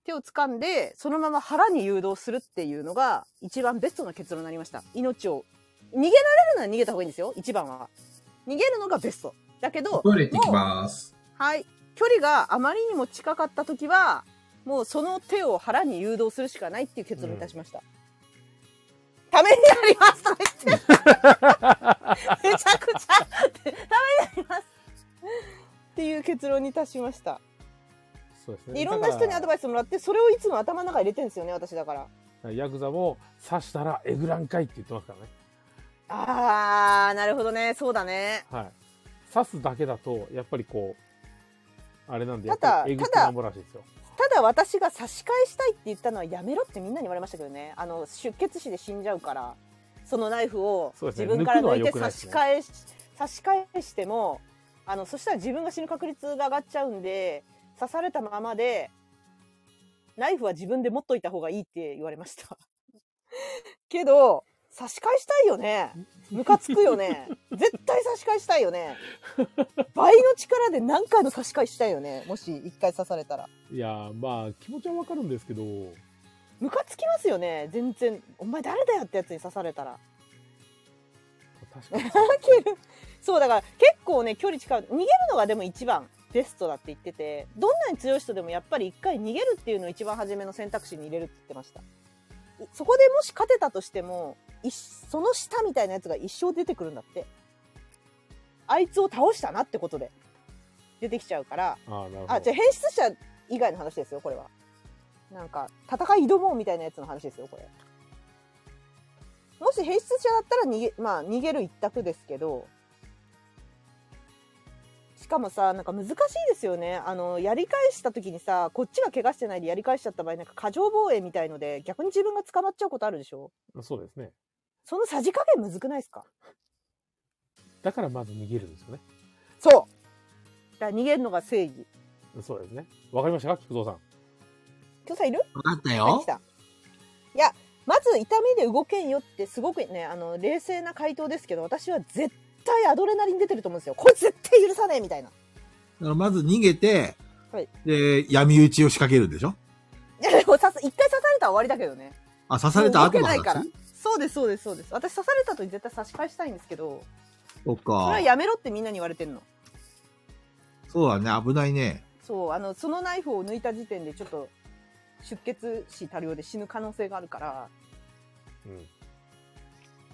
Speaker 4: 手を掴んで、そのまま腹に誘導するっていうのが一番ベストな結論になりました。命を。逃げられるなら逃げた方がいいんですよ、一番は。逃げるのがベスト。だけど、
Speaker 25: トイレ行ってきます。
Speaker 4: はい。距離があまりにも近かった時は、もうその手を腹に誘導するしかないっていう結論にいたしました。ためになりますとか言って。めちゃくちゃ、ためになります。っていう結論に達しました。
Speaker 2: そうです
Speaker 4: で
Speaker 2: ね。
Speaker 4: いろんな人にアドバイスもらって、それをいつも頭の中に入れてるんですよね、私だから。
Speaker 2: ヤクザも刺したらえぐらんかいって言ってますからね。
Speaker 4: あー、なるほどね。そうだね。
Speaker 2: はい。刺すだけだと、やっぱりこう、あれなんで、
Speaker 4: ただ
Speaker 2: やっぱりえぐってなんぼらしいですよ。
Speaker 4: ただ私が差し返したいって言ったのはやめろってみんなに言われましたけどねあの出血死で死んじゃうからそのナイフを
Speaker 2: そうですね
Speaker 4: 自分から抜い
Speaker 2: 抜
Speaker 4: て
Speaker 2: くのは良くないで
Speaker 4: 差
Speaker 2: す
Speaker 4: し
Speaker 2: ね
Speaker 4: 返し,、差し返してもあのそしたら自分が死ぬ確率が上がっちゃうんで刺されたままでナイフは自分で持っといた方がいいって言われました けど差し返したいよねムカつくよね絶対差し返したいよね倍の力で何回も差し返したいよねもし一回刺されたら。
Speaker 2: いやー、まあ、気持ちはわかるんですけど、
Speaker 4: ムカつきますよね全然お前誰だよってやつに刺されたら
Speaker 2: 確かに。
Speaker 4: そうだから結構ね距離近い逃げるのがでも一番ベストだって言っててどんなに強い人でもやっぱり一回逃げるっていうのを一番初めの選択肢に入れるって言ってましたいそこでもし勝てたとしても一その下みたいなやつが一生出てくるんだってあいつを倒したなってことで出てきちゃうから
Speaker 2: ああ、なるほ
Speaker 4: あ、
Speaker 2: ど
Speaker 4: じゃあ。変質者以外の話ですよ、これは。なんか、戦い挑もうみたいなやつの話ですよ、これ。もし変質者だったら逃げ、まあ、逃げる一択ですけど、しかもさ、なんか難しいですよね。あの、やり返した時にさ、こっちが怪我してないでやり返しちゃった場合、なんか過剰防衛みたいので、逆に自分が捕まっちゃうことあるでしょ
Speaker 2: そうですね。
Speaker 4: そのさじ加減むずくないですか
Speaker 2: だからまず逃げるんですよね。
Speaker 4: そうだから逃げるのが正義。
Speaker 2: そうですね。わかりましたか菊蔵さん。
Speaker 4: 今日さんいる
Speaker 23: わかった
Speaker 4: はい
Speaker 23: よ
Speaker 4: 来。たいやまず痛みで動けんよってすごくねあの冷静な回答ですけど私は絶対アドレナリン出てると思うんですよこれ絶対許さねえみたいな
Speaker 3: だからまず逃げて、
Speaker 4: はい
Speaker 3: で、闇討ちを仕掛けるんでしょ
Speaker 4: いやでも刺す一回刺されたら終わりだけどね
Speaker 3: あ、刺された後
Speaker 4: も
Speaker 3: の
Speaker 4: う動けな
Speaker 3: 話
Speaker 4: いからそうですそうですそうです私刺されたと絶対差し返したいんですけど
Speaker 3: そっ
Speaker 4: それ
Speaker 3: か
Speaker 4: は。やめろってみんなに言われてんの
Speaker 3: そうだね、危ないね。
Speaker 4: そうあのそのナイフを抜いた時点でちょっと出血死多量で死ぬ可能性があるから
Speaker 22: うん。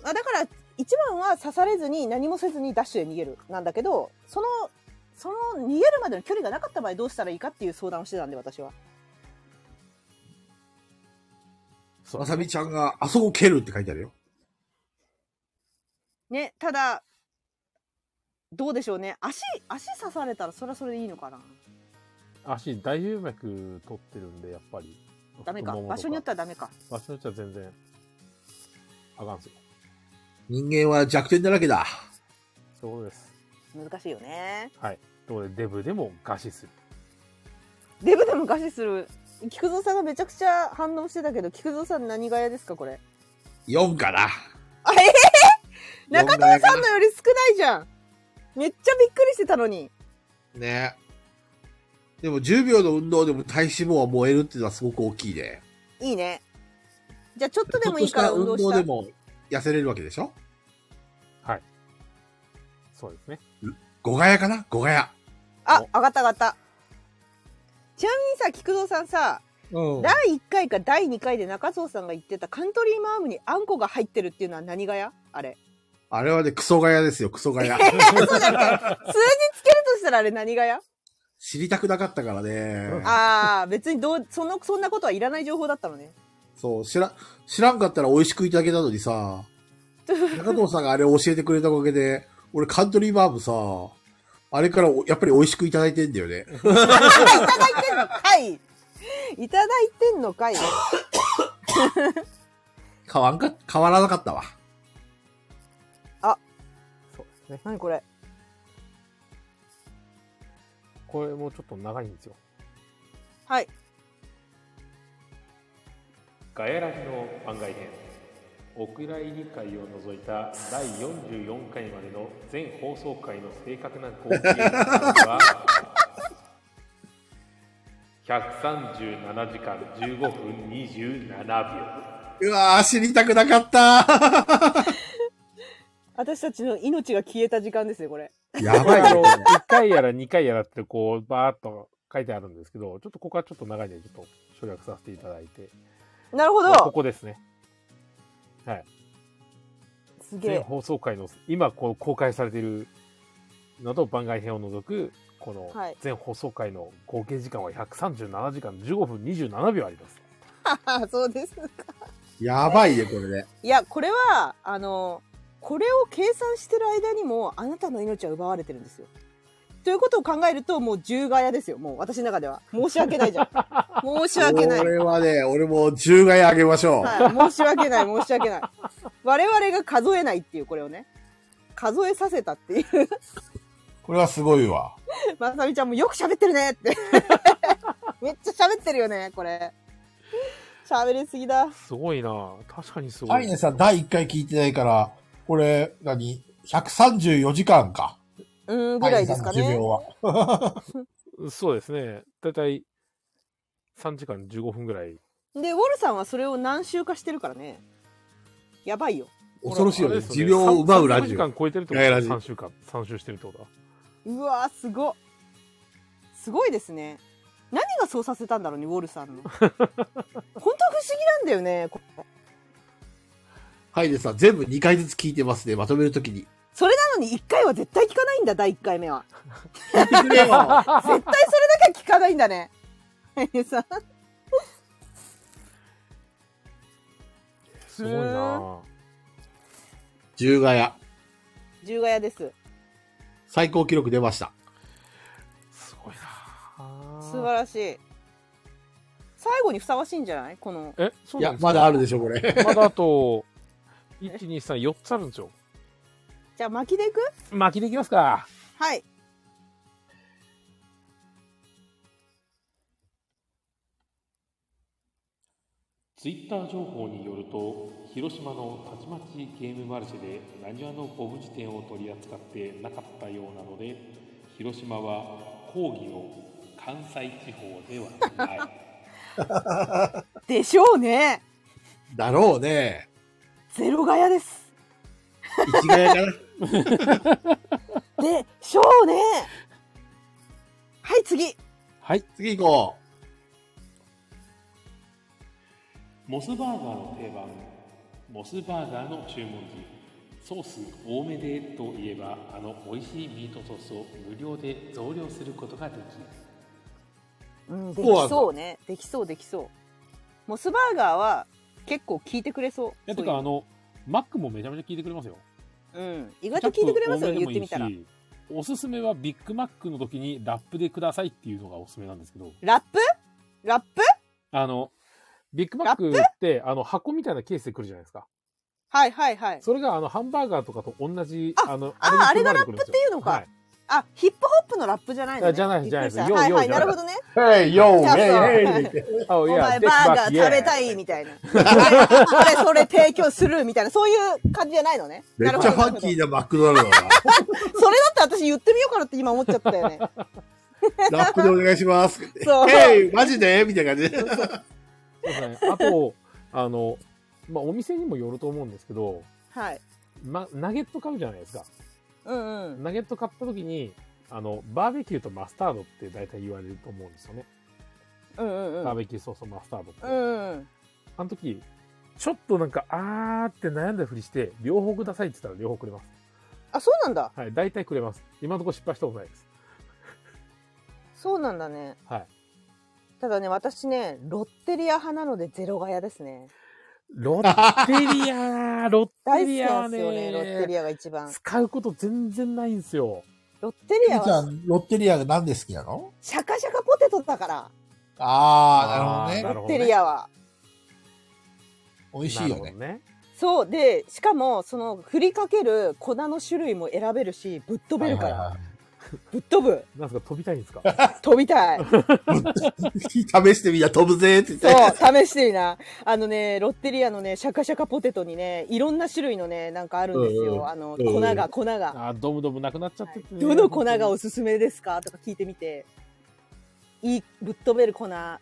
Speaker 4: あだから一番は刺されずに何もせずにダッシュで逃げるなんだけどそのその逃げるまでの距離がなかった場合どうしたらいいかっていう相談をしてたんで私は
Speaker 22: そう
Speaker 3: まさみちゃんが、あそこ蹴るって書いてあるよ。
Speaker 4: ねただどうでしょうね足足刺されたらそれはそれでいいのかな
Speaker 22: 足、大動脈取ってるんで、やっぱり。
Speaker 4: ダメか
Speaker 22: 太もも
Speaker 4: 場
Speaker 22: と
Speaker 4: 所によってはダメか
Speaker 22: 場所によっては全然、あかんすよ。
Speaker 3: 人間は弱点だらけだ。
Speaker 22: そういうことです。
Speaker 4: 難しいよね
Speaker 22: ということで、デブでも餓死する。
Speaker 4: デブでも餓死する菊蔵さんがめちゃくちゃ反応してたけど菊蔵さん何がやですかこれ
Speaker 3: 4かな。
Speaker 4: あええ
Speaker 3: 四
Speaker 4: 中
Speaker 3: か
Speaker 4: 藤
Speaker 3: な
Speaker 4: さんのより少ないじゃんめっちゃびっくりしてたのに
Speaker 3: ね。でも10秒の運動でも体脂肪は燃えるっていうのはすごく大きいね。
Speaker 4: いいねじゃあちょっと
Speaker 3: ち
Speaker 4: で
Speaker 3: ょっ
Speaker 4: もい
Speaker 3: と
Speaker 4: い
Speaker 3: し
Speaker 4: か
Speaker 3: た
Speaker 4: ら運
Speaker 3: 運
Speaker 4: 動
Speaker 3: 動
Speaker 4: し
Speaker 3: で
Speaker 4: た
Speaker 3: も痩せれるわけでしょ
Speaker 22: そうですね。
Speaker 3: 五ヶ谷かな五ヶ谷。
Speaker 4: あ上がった上がったちなみにさ菊蔵さんさ
Speaker 3: う
Speaker 4: 第1回か第2回で中蔵さんが言ってたカントリーマームにあんこが入ってるっていうのは何がや あれ
Speaker 3: あれはね、クソガヤですよ、クソガ ヤ。
Speaker 4: 数字つけるとしたらあれ何がや
Speaker 3: 知りたくなかったからね。
Speaker 4: ああ別にどうそのそんなことはいらない情報だったのね
Speaker 3: そう、知ら、知らんかったら美味しくいただけたのに さ、中藤さんがあれを教えてくれたおかげで、俺カントリーマームさ、あれからおやっぱり美味しくいただいてんだよね。
Speaker 4: いただいてんのかいいただいてんのかい
Speaker 3: 変わんか、変わらなかったわ。
Speaker 22: そうですね。
Speaker 4: 何これ
Speaker 22: これもちょっと長いんですよ。
Speaker 4: はい
Speaker 2: ガヤラジの番外編お蔵入り会を除いた第44回までの全放送回の正確な合計時間 は137時間15分27秒
Speaker 3: うわー、知りたくなかった
Speaker 4: 私たちの命が消えた時間ですねこれ
Speaker 3: や
Speaker 22: これ
Speaker 3: ばい
Speaker 22: あ
Speaker 3: ね
Speaker 22: の、1回やら2回やらってこう、バーっと書いてあるんですけど、ちょっとここはちょっと長いんで、ちょっと省略させていただいて。
Speaker 4: なるほ
Speaker 22: こ
Speaker 4: ど
Speaker 22: こですね。
Speaker 4: すげ
Speaker 22: 全
Speaker 4: え
Speaker 22: 放送回の、今こう公開されているのと番外編を除く、この
Speaker 4: はい
Speaker 22: 全放送回の合計時間は137時間15分27秒あります。
Speaker 4: そうです
Speaker 3: やばいね、これね。
Speaker 4: いやこれはあのこれを計算してる間にもあなたの命は奪われてるんですよ。ということを考えるともう十ガヤですよもう私の中では申し訳ない じゃん申し訳ない、
Speaker 3: これはね、俺も10ガヤあげましょう。
Speaker 4: はい、申し訳ない申し訳ない我々が数えないっていうこれをね数えさせたっていう
Speaker 3: これはすごいわ。
Speaker 4: まさみちゃんもよく喋ってるねって めっちゃ喋ってるよねこれ喋りすぎだ
Speaker 22: すごいな確かにすごい。
Speaker 3: ハイネさん、第1回聞いてないから、これ、何 ?134 時間か。
Speaker 4: うんぐらいですか
Speaker 3: ハイネさんの寿
Speaker 4: ね
Speaker 3: 命は。
Speaker 22: そうですね。だいたい3時間15分ぐらい。
Speaker 4: でウォルさんはそれを何周かしてるからねやばいよ
Speaker 3: 恐ろしいよ
Speaker 22: あ
Speaker 3: ね。
Speaker 22: れです
Speaker 3: 寿命を奪うラジ
Speaker 22: 3時
Speaker 3: オ。
Speaker 22: 間超えてるってこ
Speaker 3: ガ
Speaker 22: と
Speaker 3: ヤ
Speaker 22: だ
Speaker 3: ラジ
Speaker 22: 3週間、3週してるってことだ。
Speaker 4: うわーすごっすごいですね何がそうさせたんだろうねウォルさん の本当不思議なんだよねこれ
Speaker 3: ハイネさん、全部2回ずつ聞いてますね。まとめるとき に。
Speaker 4: それなのに1回は絶対聞かないんだ第1回目は
Speaker 3: 聞いてくれよ
Speaker 4: 絶対それだけは聞かないんだね さ
Speaker 22: すごいな
Speaker 3: 10ガヤ。
Speaker 4: 十ヶ谷です
Speaker 3: 最高記録出ました。
Speaker 22: すごい
Speaker 4: 素
Speaker 22: な
Speaker 4: 晴らしい最後にふさわしいんじゃないこの
Speaker 22: え、そう
Speaker 3: い
Speaker 22: な
Speaker 3: や
Speaker 22: んで、すか
Speaker 3: まだあるでしょ、これ。
Speaker 22: まだあと、1、2、3、4つあるんですよ。
Speaker 4: じゃあ巻きでいく
Speaker 22: 巻きでいきますか。
Speaker 4: はい
Speaker 2: ツイッター情報によると広島のたちまちゲームマルシェで何話のボブ辞典を取り扱ってなかったようなので広島は抗議を関西地方ではない
Speaker 4: でしょうね
Speaker 3: だろうね。
Speaker 4: ゼロガヤです
Speaker 3: 1ガヤかな。
Speaker 4: でしょうねはい次
Speaker 22: はい。
Speaker 3: 次行こ
Speaker 2: モスバーガーの定番モスバーガーの注文時ソース多めでといえばあの美味しいミートソースを無料で増量することができる
Speaker 4: うん、できそうねできそうできそうモスバーガーは結構聞いてくれそう
Speaker 22: いや、
Speaker 4: そ
Speaker 22: て
Speaker 4: ういう
Speaker 22: か、
Speaker 4: の
Speaker 22: あの、マックもめちゃめちゃ聞いてくれますよ。
Speaker 4: うん、意外と聞いてくれますよ
Speaker 22: ケチ
Speaker 4: 言
Speaker 22: ャップ多めでも
Speaker 4: っ
Speaker 22: い
Speaker 4: て
Speaker 22: い
Speaker 4: み
Speaker 22: した
Speaker 4: ら
Speaker 22: おすすめはビッグマックの時にラップでくださいっていうのがおすすめなんですけど、
Speaker 4: ラップラップ
Speaker 22: あの、ビッグマックって、あの、箱みたいなケースで来るじゃないですか。
Speaker 4: はいはいはい
Speaker 22: それが、あの、ハンバーガーとかと同じ、
Speaker 4: あ
Speaker 22: の、
Speaker 4: あ
Speaker 22: に組まれ
Speaker 4: あれがラップ
Speaker 22: くるんです
Speaker 4: っ
Speaker 22: よ
Speaker 4: ていうのか
Speaker 22: はい
Speaker 4: あヒップホップのラップじゃないの、ね、
Speaker 22: じゃないじゃない
Speaker 4: びっくりした
Speaker 22: よう
Speaker 4: はいは
Speaker 22: よう
Speaker 4: い
Speaker 22: じ
Speaker 4: な
Speaker 22: ゃない
Speaker 4: るほ
Speaker 3: う。よイ
Speaker 4: どねじゃあそう
Speaker 3: ェイ
Speaker 22: あ
Speaker 4: お
Speaker 22: いや
Speaker 4: 前
Speaker 22: デ
Speaker 4: バ
Speaker 22: ス
Speaker 4: ー
Speaker 22: マ
Speaker 4: ガ
Speaker 22: ッ
Speaker 4: ー
Speaker 22: クイエ
Speaker 4: 食べたいみたいな。それそれ提供するみたいな、そういう感じじゃないのね。
Speaker 3: めっちゃファンキーなマクドナルドだ
Speaker 4: なるほどそれだって私言ってみようかなって今思っちゃったよね。
Speaker 3: な。ラップでお願いします。
Speaker 4: そう。
Speaker 3: えい、マジでみたいな感じで。
Speaker 22: そうですねあと、 あの、まあ、お店にもよると思うんですけど、
Speaker 4: はい。
Speaker 22: ま、ナゲット買うじゃないですか。
Speaker 4: うんうん。
Speaker 22: ナゲット買った時に、あの、バーベキューとマスタードって大体言われると思うんですよね。
Speaker 4: うんうんう
Speaker 22: バー
Speaker 4: ん。
Speaker 22: ベキューソースとマスタードって。
Speaker 4: うんうん。
Speaker 22: あの時、ちょっとなんか、あーって悩んだふりして、両方くださいって言ったら両方くれます。
Speaker 4: あ、そうなんだ。
Speaker 22: はい、大体くれます。今のところ失敗したことないです。
Speaker 4: そうなんだね。
Speaker 22: はい。
Speaker 4: ただね、私ね、ロッテリア派なのでゼロガヤですね。
Speaker 22: ロッテリ アー、ロッ
Speaker 4: 大好き
Speaker 22: テリ
Speaker 4: な
Speaker 22: ア
Speaker 4: んですよね、ロッテ
Speaker 22: ー
Speaker 4: リ
Speaker 22: ね。
Speaker 4: アが一番。
Speaker 22: 使うこと全然ないんですよ。
Speaker 4: ロッテリア
Speaker 3: ちゃ
Speaker 4: は
Speaker 3: ん、ロッテリアがなんで好きなの
Speaker 4: シャカシャカポテトだから、
Speaker 3: あー、なるほ
Speaker 22: あーな
Speaker 3: どね。
Speaker 4: ロ
Speaker 22: るほ
Speaker 4: ッ
Speaker 22: どね
Speaker 4: テリアは。
Speaker 3: 美味しいよね。
Speaker 22: ね。
Speaker 4: そうでしかもその振りかける粉の種類も選べるしぶっ飛べるから、
Speaker 3: はいはい
Speaker 4: ぶっ飛ぶ
Speaker 22: なんですか、飛びたいんですか
Speaker 4: 飛 びたいそ
Speaker 3: 試
Speaker 4: う
Speaker 3: してみた、飛ぶぜって言って。
Speaker 4: 試していいなあのねロッテリアのねシャカシャカポテトにねいろんな種類のねなんかあるんですよ、
Speaker 3: うんうん
Speaker 4: あの
Speaker 3: うん
Speaker 4: 粉が粉が、
Speaker 22: あー、ドムドムなくなっちゃっててね
Speaker 4: どの粉がおすすめですかとか聞いてみていいぶっ飛べる粉店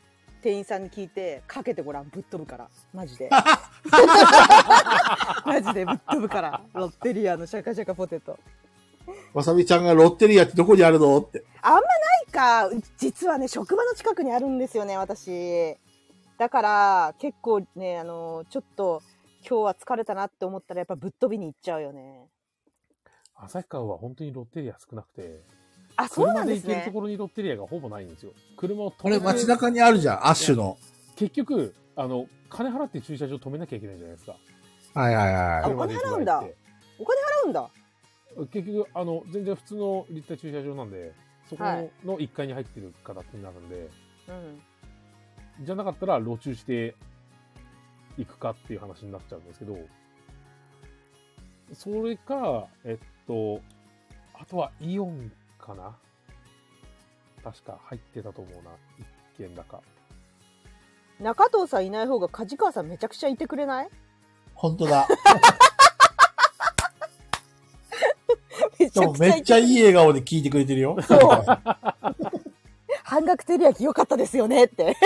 Speaker 4: 員さんに聞いてかけてごらんぶっ飛ぶからマ ジで マジでぶっ飛ぶからロッテリアのシャカシャカポテト
Speaker 3: わさびちゃんがロッテリアってどこにあるのって。
Speaker 4: か実はね職場の近くにあるんですよね私だから結構ねあのちょっと今日は疲れたなって思ったらやっぱぶっ飛びに行っちゃうよね
Speaker 22: 旭川は本当にロッテリア少なくて、
Speaker 4: あそうな
Speaker 22: 車
Speaker 4: ん
Speaker 22: で
Speaker 4: で
Speaker 22: 行
Speaker 4: す
Speaker 22: けると
Speaker 4: ね
Speaker 22: ころにロッテリアがほぼないんですよ。車を
Speaker 3: こ
Speaker 22: 止
Speaker 3: れ
Speaker 22: めて
Speaker 3: 街中にあるじゃん、アッシュの。
Speaker 22: 結局、あの、金払って駐車場止めなきゃいけないじゃないですか。
Speaker 3: はいはいは
Speaker 4: あ
Speaker 3: い。
Speaker 4: お金払うん
Speaker 22: 車
Speaker 4: だ
Speaker 22: で行く場合って
Speaker 4: お金払うんだ
Speaker 22: 結局あの全然普通の立体駐車場なんでそこ
Speaker 4: はい
Speaker 22: の1階に入ってる形になるんで、
Speaker 4: うん
Speaker 22: じゃなかったら路駐して行くかっていう話になっちゃうんですけどそれかえっとあとはイオンかな確か入ってたと思うな一軒だか
Speaker 4: 中藤さんいない方が梶川さんめちゃくちゃいてくれない
Speaker 3: 本当だ。でも
Speaker 4: めちゃくち
Speaker 3: め
Speaker 4: ゃ
Speaker 3: っ
Speaker 4: い
Speaker 3: ち
Speaker 4: て
Speaker 3: ゃいい笑顔で聞いてくれてるよ。
Speaker 4: 半額照り焼き良かったですよねって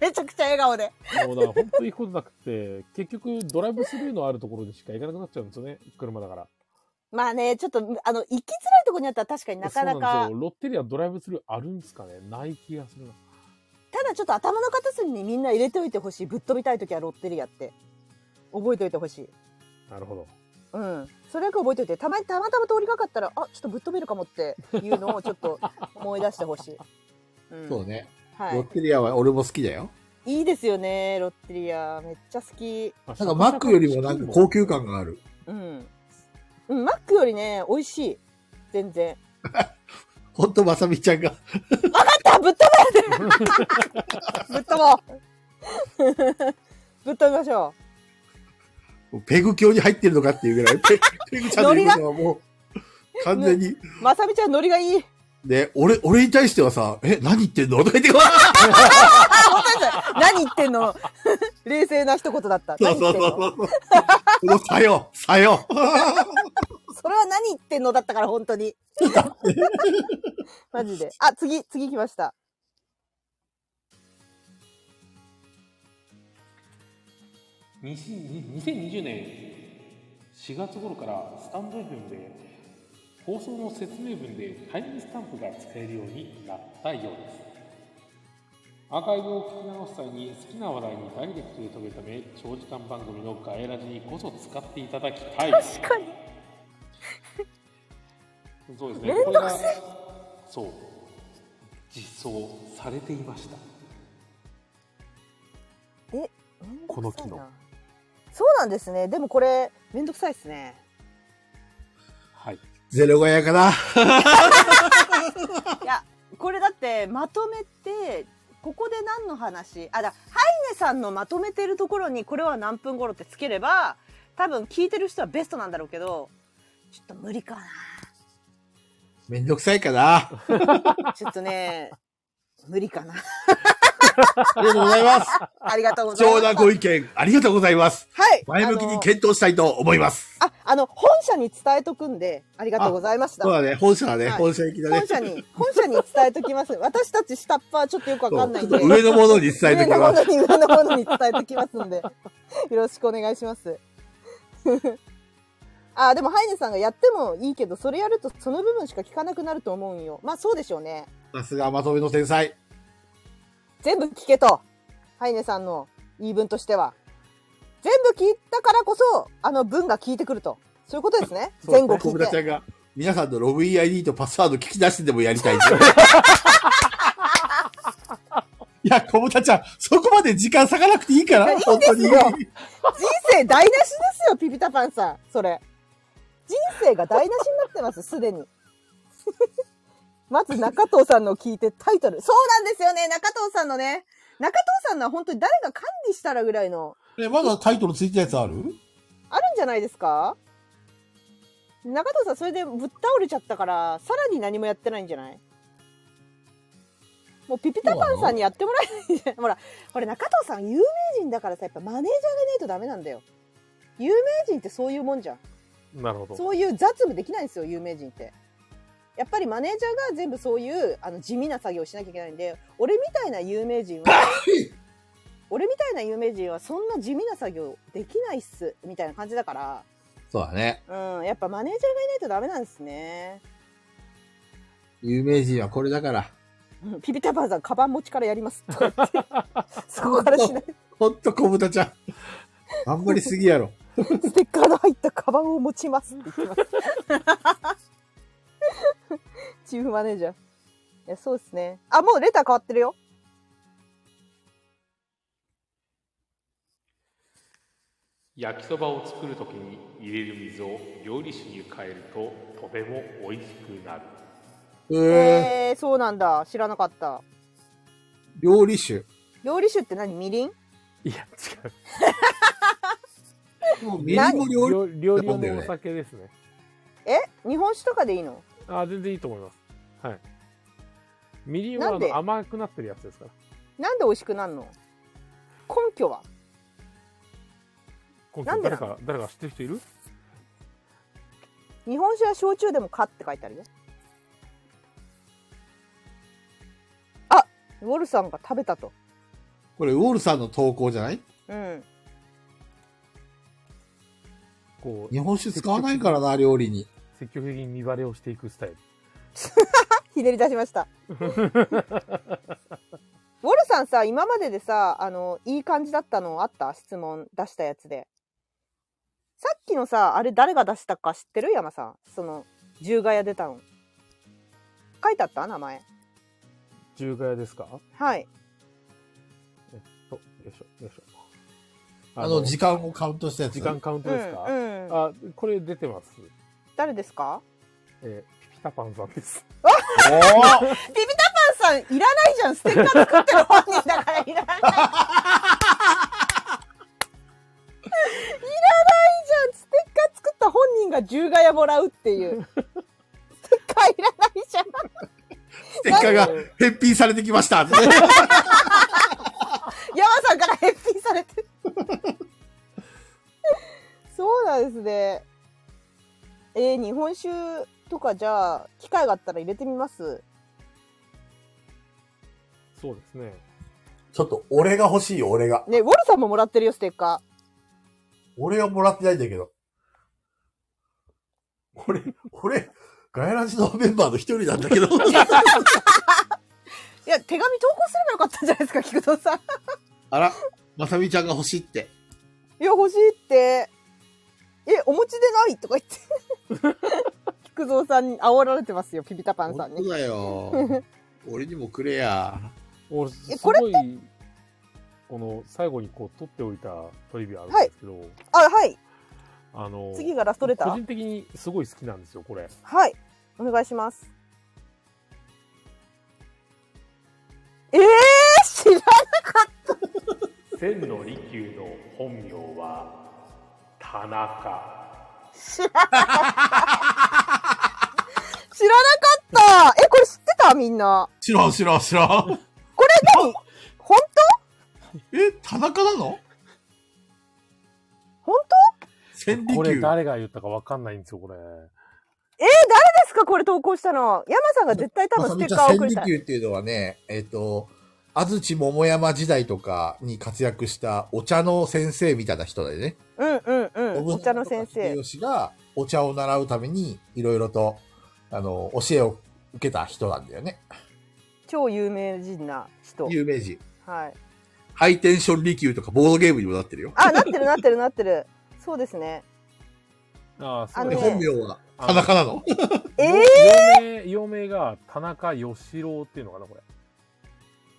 Speaker 4: めちゃくちゃ笑顔で
Speaker 22: もうだから本当に行くことなくて 結局ドライブスルーのあるところにしか行かなくなっちゃうんですよね車だから
Speaker 4: まあねちょっとあの行きづらいところにあったら確かになかな
Speaker 22: そうなん
Speaker 4: か
Speaker 22: ですよロッテリアドライブスルーあるんですかねない気がするな
Speaker 4: ただちょっと頭の片隅にみんな入れておいてほしいぶっ飛びたい時はロッテリアって覚えておいてほしい
Speaker 22: なるほど
Speaker 4: うんそれだけ覚えておいてたまにたまたま通りかかったらあちょっとぶっ飛べるかもっていうのをちょっと思い出してほしい、うん、
Speaker 3: そうね。ロッ
Speaker 4: は
Speaker 3: テリアは俺も好きだよ。
Speaker 4: いいいですよねロッテリアめっちゃ好き
Speaker 22: な
Speaker 3: なんかマックよりもなんか高級感がある。
Speaker 4: うん、うん、マックよりね美味しい全然
Speaker 3: ほんとまさみちゃんが。
Speaker 4: あぶっ飛べぶっ飛ぼうぶっ飛びましょ
Speaker 3: ペグ卿に入ってるのかっていうぐらい、ペペグちゃんの言うことはもう、完全に。
Speaker 4: うまさみちゃんノリがいい
Speaker 3: で、俺、俺に対してはさ、え、何言ってんのとか言って、わ
Speaker 4: 本当です 何言ってんの冷静な一言だった。
Speaker 3: ー
Speaker 4: 何
Speaker 3: そう
Speaker 4: 言
Speaker 3: そ
Speaker 4: っ
Speaker 3: うそ
Speaker 4: てんの
Speaker 3: うそう。このさよ、さよ。
Speaker 4: それは何言ってんのだったから、本当に。 マジで。あ、次、次来ました。
Speaker 2: 20 2020年4月頃からスタンド FM で放送の説明文でタイムスタンプが使えるようになったようです
Speaker 22: アーカイブを聞き直す際に好きな話題にダイレクトで飛べるため長時間番組のガエラジにこそ使っていただきたい
Speaker 30: 確かに。
Speaker 22: そうですねこれがそう実装されていました
Speaker 4: え、
Speaker 2: この機能
Speaker 4: めんどくさいな。そうなんですね。でもこれ、めんどくさいですね。
Speaker 22: はい
Speaker 3: ゼロがやかな。
Speaker 4: いや、これだって、まとめて、ここで何の話あ、だ、ハイネさんのまとめてるところに、これは何分頃ってつければ、多分聞いてる人はベストなんだろうけど、ちょっと無理か
Speaker 3: めんどくさいかな。
Speaker 4: な。ちょっと ね、無理かな。
Speaker 3: ありがとうございます。
Speaker 4: ありがとうご
Speaker 3: 貴
Speaker 4: ざいま
Speaker 3: 重
Speaker 4: す。
Speaker 3: なご意見、ありがとうございます。
Speaker 4: はい。
Speaker 3: 前向き
Speaker 4: あ
Speaker 3: に
Speaker 4: の
Speaker 3: 検討したいと思います。
Speaker 4: あ、あの、本社に伝えとくんで、ありがとうございました。
Speaker 3: そうだね、本社だね、
Speaker 4: はい
Speaker 3: 本社行きだね
Speaker 4: 本。社に、本社に伝えときます。 私たち下っ端はちょっとよくわかんないんで。
Speaker 3: そう上のものに伝えてき
Speaker 4: 上のも
Speaker 3: ま
Speaker 4: の
Speaker 3: す。
Speaker 4: に、上のものに伝えてきますんで。よろしくお願いします。 あ、でもハイネさんがやってもいいけど、それやるとその部分しか聞かなくなると思うんよ。まあそうでしょうね。
Speaker 3: さすがまとめの天才。
Speaker 4: 全部聞けと。ハイネさんの言い分としては。全部聞いたからこそ、あの文が聞いてくると。そういうことですね。前後
Speaker 3: 小
Speaker 4: 聞い
Speaker 3: 倉ちゃ
Speaker 4: て。
Speaker 3: んが、皆さんのログイン ID とパスワード聞き出してでもやりたいって。 いや、小倉ちゃん、そこまで時間割かなくていいから、
Speaker 4: いや
Speaker 3: 本当に。
Speaker 4: いいですよ人生台無しですよ、ピピタパンさん。それ。人生が台無しになってます、すでに。まず中藤さんの聞いてタイトル。そうなんですよね、中藤さんのね。中藤さんのは本当に誰が管理したらぐらいの、
Speaker 3: え、まだタイトルついてたやつある
Speaker 4: あるんじゃないですか中藤さん、それでぶっ倒れちゃったから、さらに何もやってないんじゃないもうピピタパンさんにやってもらえないんじゃないほら、ほら中藤さん有名人だからさ、やっぱマネージャーがいないとダメなんだよ。有名人ってそういうもんじゃん。
Speaker 2: なるほど。
Speaker 4: そういう雑務できないんですよ有名人ってやっぱりマネージャーが全部そういうあの地味な作業をしなきゃいけないんで俺みたいな有名人は俺みたいな有名人はそんな地味な作業できないっすみたいな感じだか
Speaker 3: そうだね。
Speaker 4: らうんやっぱマネージャーがいないとダメなんですね
Speaker 3: 有名人はこれだから。
Speaker 4: うんピピタパンさんカバン持ちからやりますとか言ってそこからしない
Speaker 3: ほんと小豚ちゃん。あんまりすぎやろ。
Speaker 4: ステッカーの入ったカバンを持ちますって言ってます。 チーフマネージャー。いや、そうですね。あ、もうレター変わってるよ。
Speaker 22: 焼きそばを作るときに入れる水を料理酒に変えるととても美味しくなる
Speaker 3: え
Speaker 4: え
Speaker 3: ー、
Speaker 4: ー、そうなんだ。知らなかった。
Speaker 3: 料理酒。
Speaker 4: 料理酒って何みりん
Speaker 2: いや、違う。
Speaker 3: もうみりんも料理。
Speaker 2: 料料理
Speaker 3: なんだよ
Speaker 2: 用
Speaker 3: ね
Speaker 2: のお酒ですね。
Speaker 4: え日本酒とかでいいの
Speaker 2: あ全然いいと思います。はい。みりんは
Speaker 4: な
Speaker 2: あ
Speaker 4: んで
Speaker 2: の甘くなってるやつですから。
Speaker 4: なんで美味しくなるの根拠は
Speaker 2: 今
Speaker 4: な
Speaker 2: 回
Speaker 4: んで
Speaker 2: 誰
Speaker 4: なの
Speaker 2: か、誰か知ってる人いる
Speaker 4: 日本酒は焼酎でも「か」って書いてあるよあウォルさんが食べたと
Speaker 3: これ、ウォールさんの投稿じゃない
Speaker 4: うん
Speaker 2: こう、
Speaker 3: 日本酒使わないからな、料理に。
Speaker 2: 積極的に見バレをしていくスタイル。
Speaker 4: ひねり出しました ウォルさんさ今まででさあのいい感じだったのあった質問出したやつでさっきのさあれ誰が出したか知ってる山さんその十ガヤ出たの書いてあった名前
Speaker 2: 中華屋ですか
Speaker 4: はい
Speaker 2: と、よいしょ、よいしょ。
Speaker 3: あの、時間をカウントしたやつ。
Speaker 2: 時間カウントですか、
Speaker 4: うんうん、
Speaker 2: あ、これ出てます。
Speaker 4: 誰ですか
Speaker 2: えーピピタパンさんです。
Speaker 3: おー
Speaker 4: ビビタパンさんいらないじゃんステッカー作ってる本人だからいらないいらないじゃんステッカー作った本人が十ガヤもらうっていうステッカーいらないじゃん
Speaker 3: ステッカーが返品されてきま した。ね
Speaker 4: 山さんから返品されてるそうなんですねえー、日本酒とかじゃあ機会があったら入れてみます
Speaker 2: そうですね。
Speaker 3: ちょっと、俺が欲しいよ、俺が。
Speaker 4: ねウォルさんももらってるよステッカー
Speaker 3: 俺はもらってないんだけど。俺、俺、ガヤラジのメンバーの一人なんだけど。
Speaker 4: いや、ゃあ手紙投稿すればよかったんじゃないですか、菊蔵さん。
Speaker 3: あら、まさみちゃんが欲しいって。
Speaker 4: いや、欲しいって。え、お持ちでないとか言って。菊蔵さんに煽られてますよ、ピピタパンさん
Speaker 3: 本
Speaker 4: に。
Speaker 3: 当だよ。俺にもくれや。
Speaker 22: 俺、す
Speaker 4: これ
Speaker 22: ごい、この最後にこう取っておいたトリビアあるんですけど、
Speaker 4: あ、はい。
Speaker 22: あの、
Speaker 4: 次がラストレタ
Speaker 22: 個
Speaker 4: ー。
Speaker 22: 人的にすごい好きなんですよ、これ。
Speaker 4: はい。お願いします。えー、知らん
Speaker 31: 千の利休の本名は田中
Speaker 4: 知らなかった。知らなかった。え、これ知ってたみんな。
Speaker 3: 知らん知らん知らん。
Speaker 4: これ何本
Speaker 3: え、田中なの
Speaker 4: 当本
Speaker 3: 千利
Speaker 22: これ
Speaker 3: 休。
Speaker 22: 誰が言ったかわかんないんですよ、これ。
Speaker 4: 当えー、誰ですかこれ投稿したの。山さんが絶対多
Speaker 3: ま
Speaker 4: 分
Speaker 3: さ
Speaker 4: ス
Speaker 3: み
Speaker 4: テ
Speaker 3: ち
Speaker 4: ッ
Speaker 3: ゃ
Speaker 4: カ
Speaker 3: ん
Speaker 4: ー
Speaker 3: 千
Speaker 4: 送り
Speaker 3: 利
Speaker 4: たい。
Speaker 3: 休っていうのはね、えっ、と、安土桃山時代とかに活躍したお茶の先生みたいな人だよね。
Speaker 4: うんうんうん。お茶の先生。
Speaker 3: 秀吉がお茶を習うために、いろいろと、あの、教えを受けた人なんだよね。
Speaker 4: 超有名人な人。
Speaker 3: 有名人。
Speaker 4: はい。
Speaker 3: ハイテンション利休とかボードゲームにもなってるよ。
Speaker 4: あ、なってるなってるなってる。そうですね。
Speaker 22: ああ、
Speaker 4: あ
Speaker 22: そう
Speaker 4: の
Speaker 3: で
Speaker 22: で
Speaker 4: ね
Speaker 22: す
Speaker 3: 本名は田中なの
Speaker 4: えー、
Speaker 22: 幼名、幼名が田中義郎っていうのかな、これ。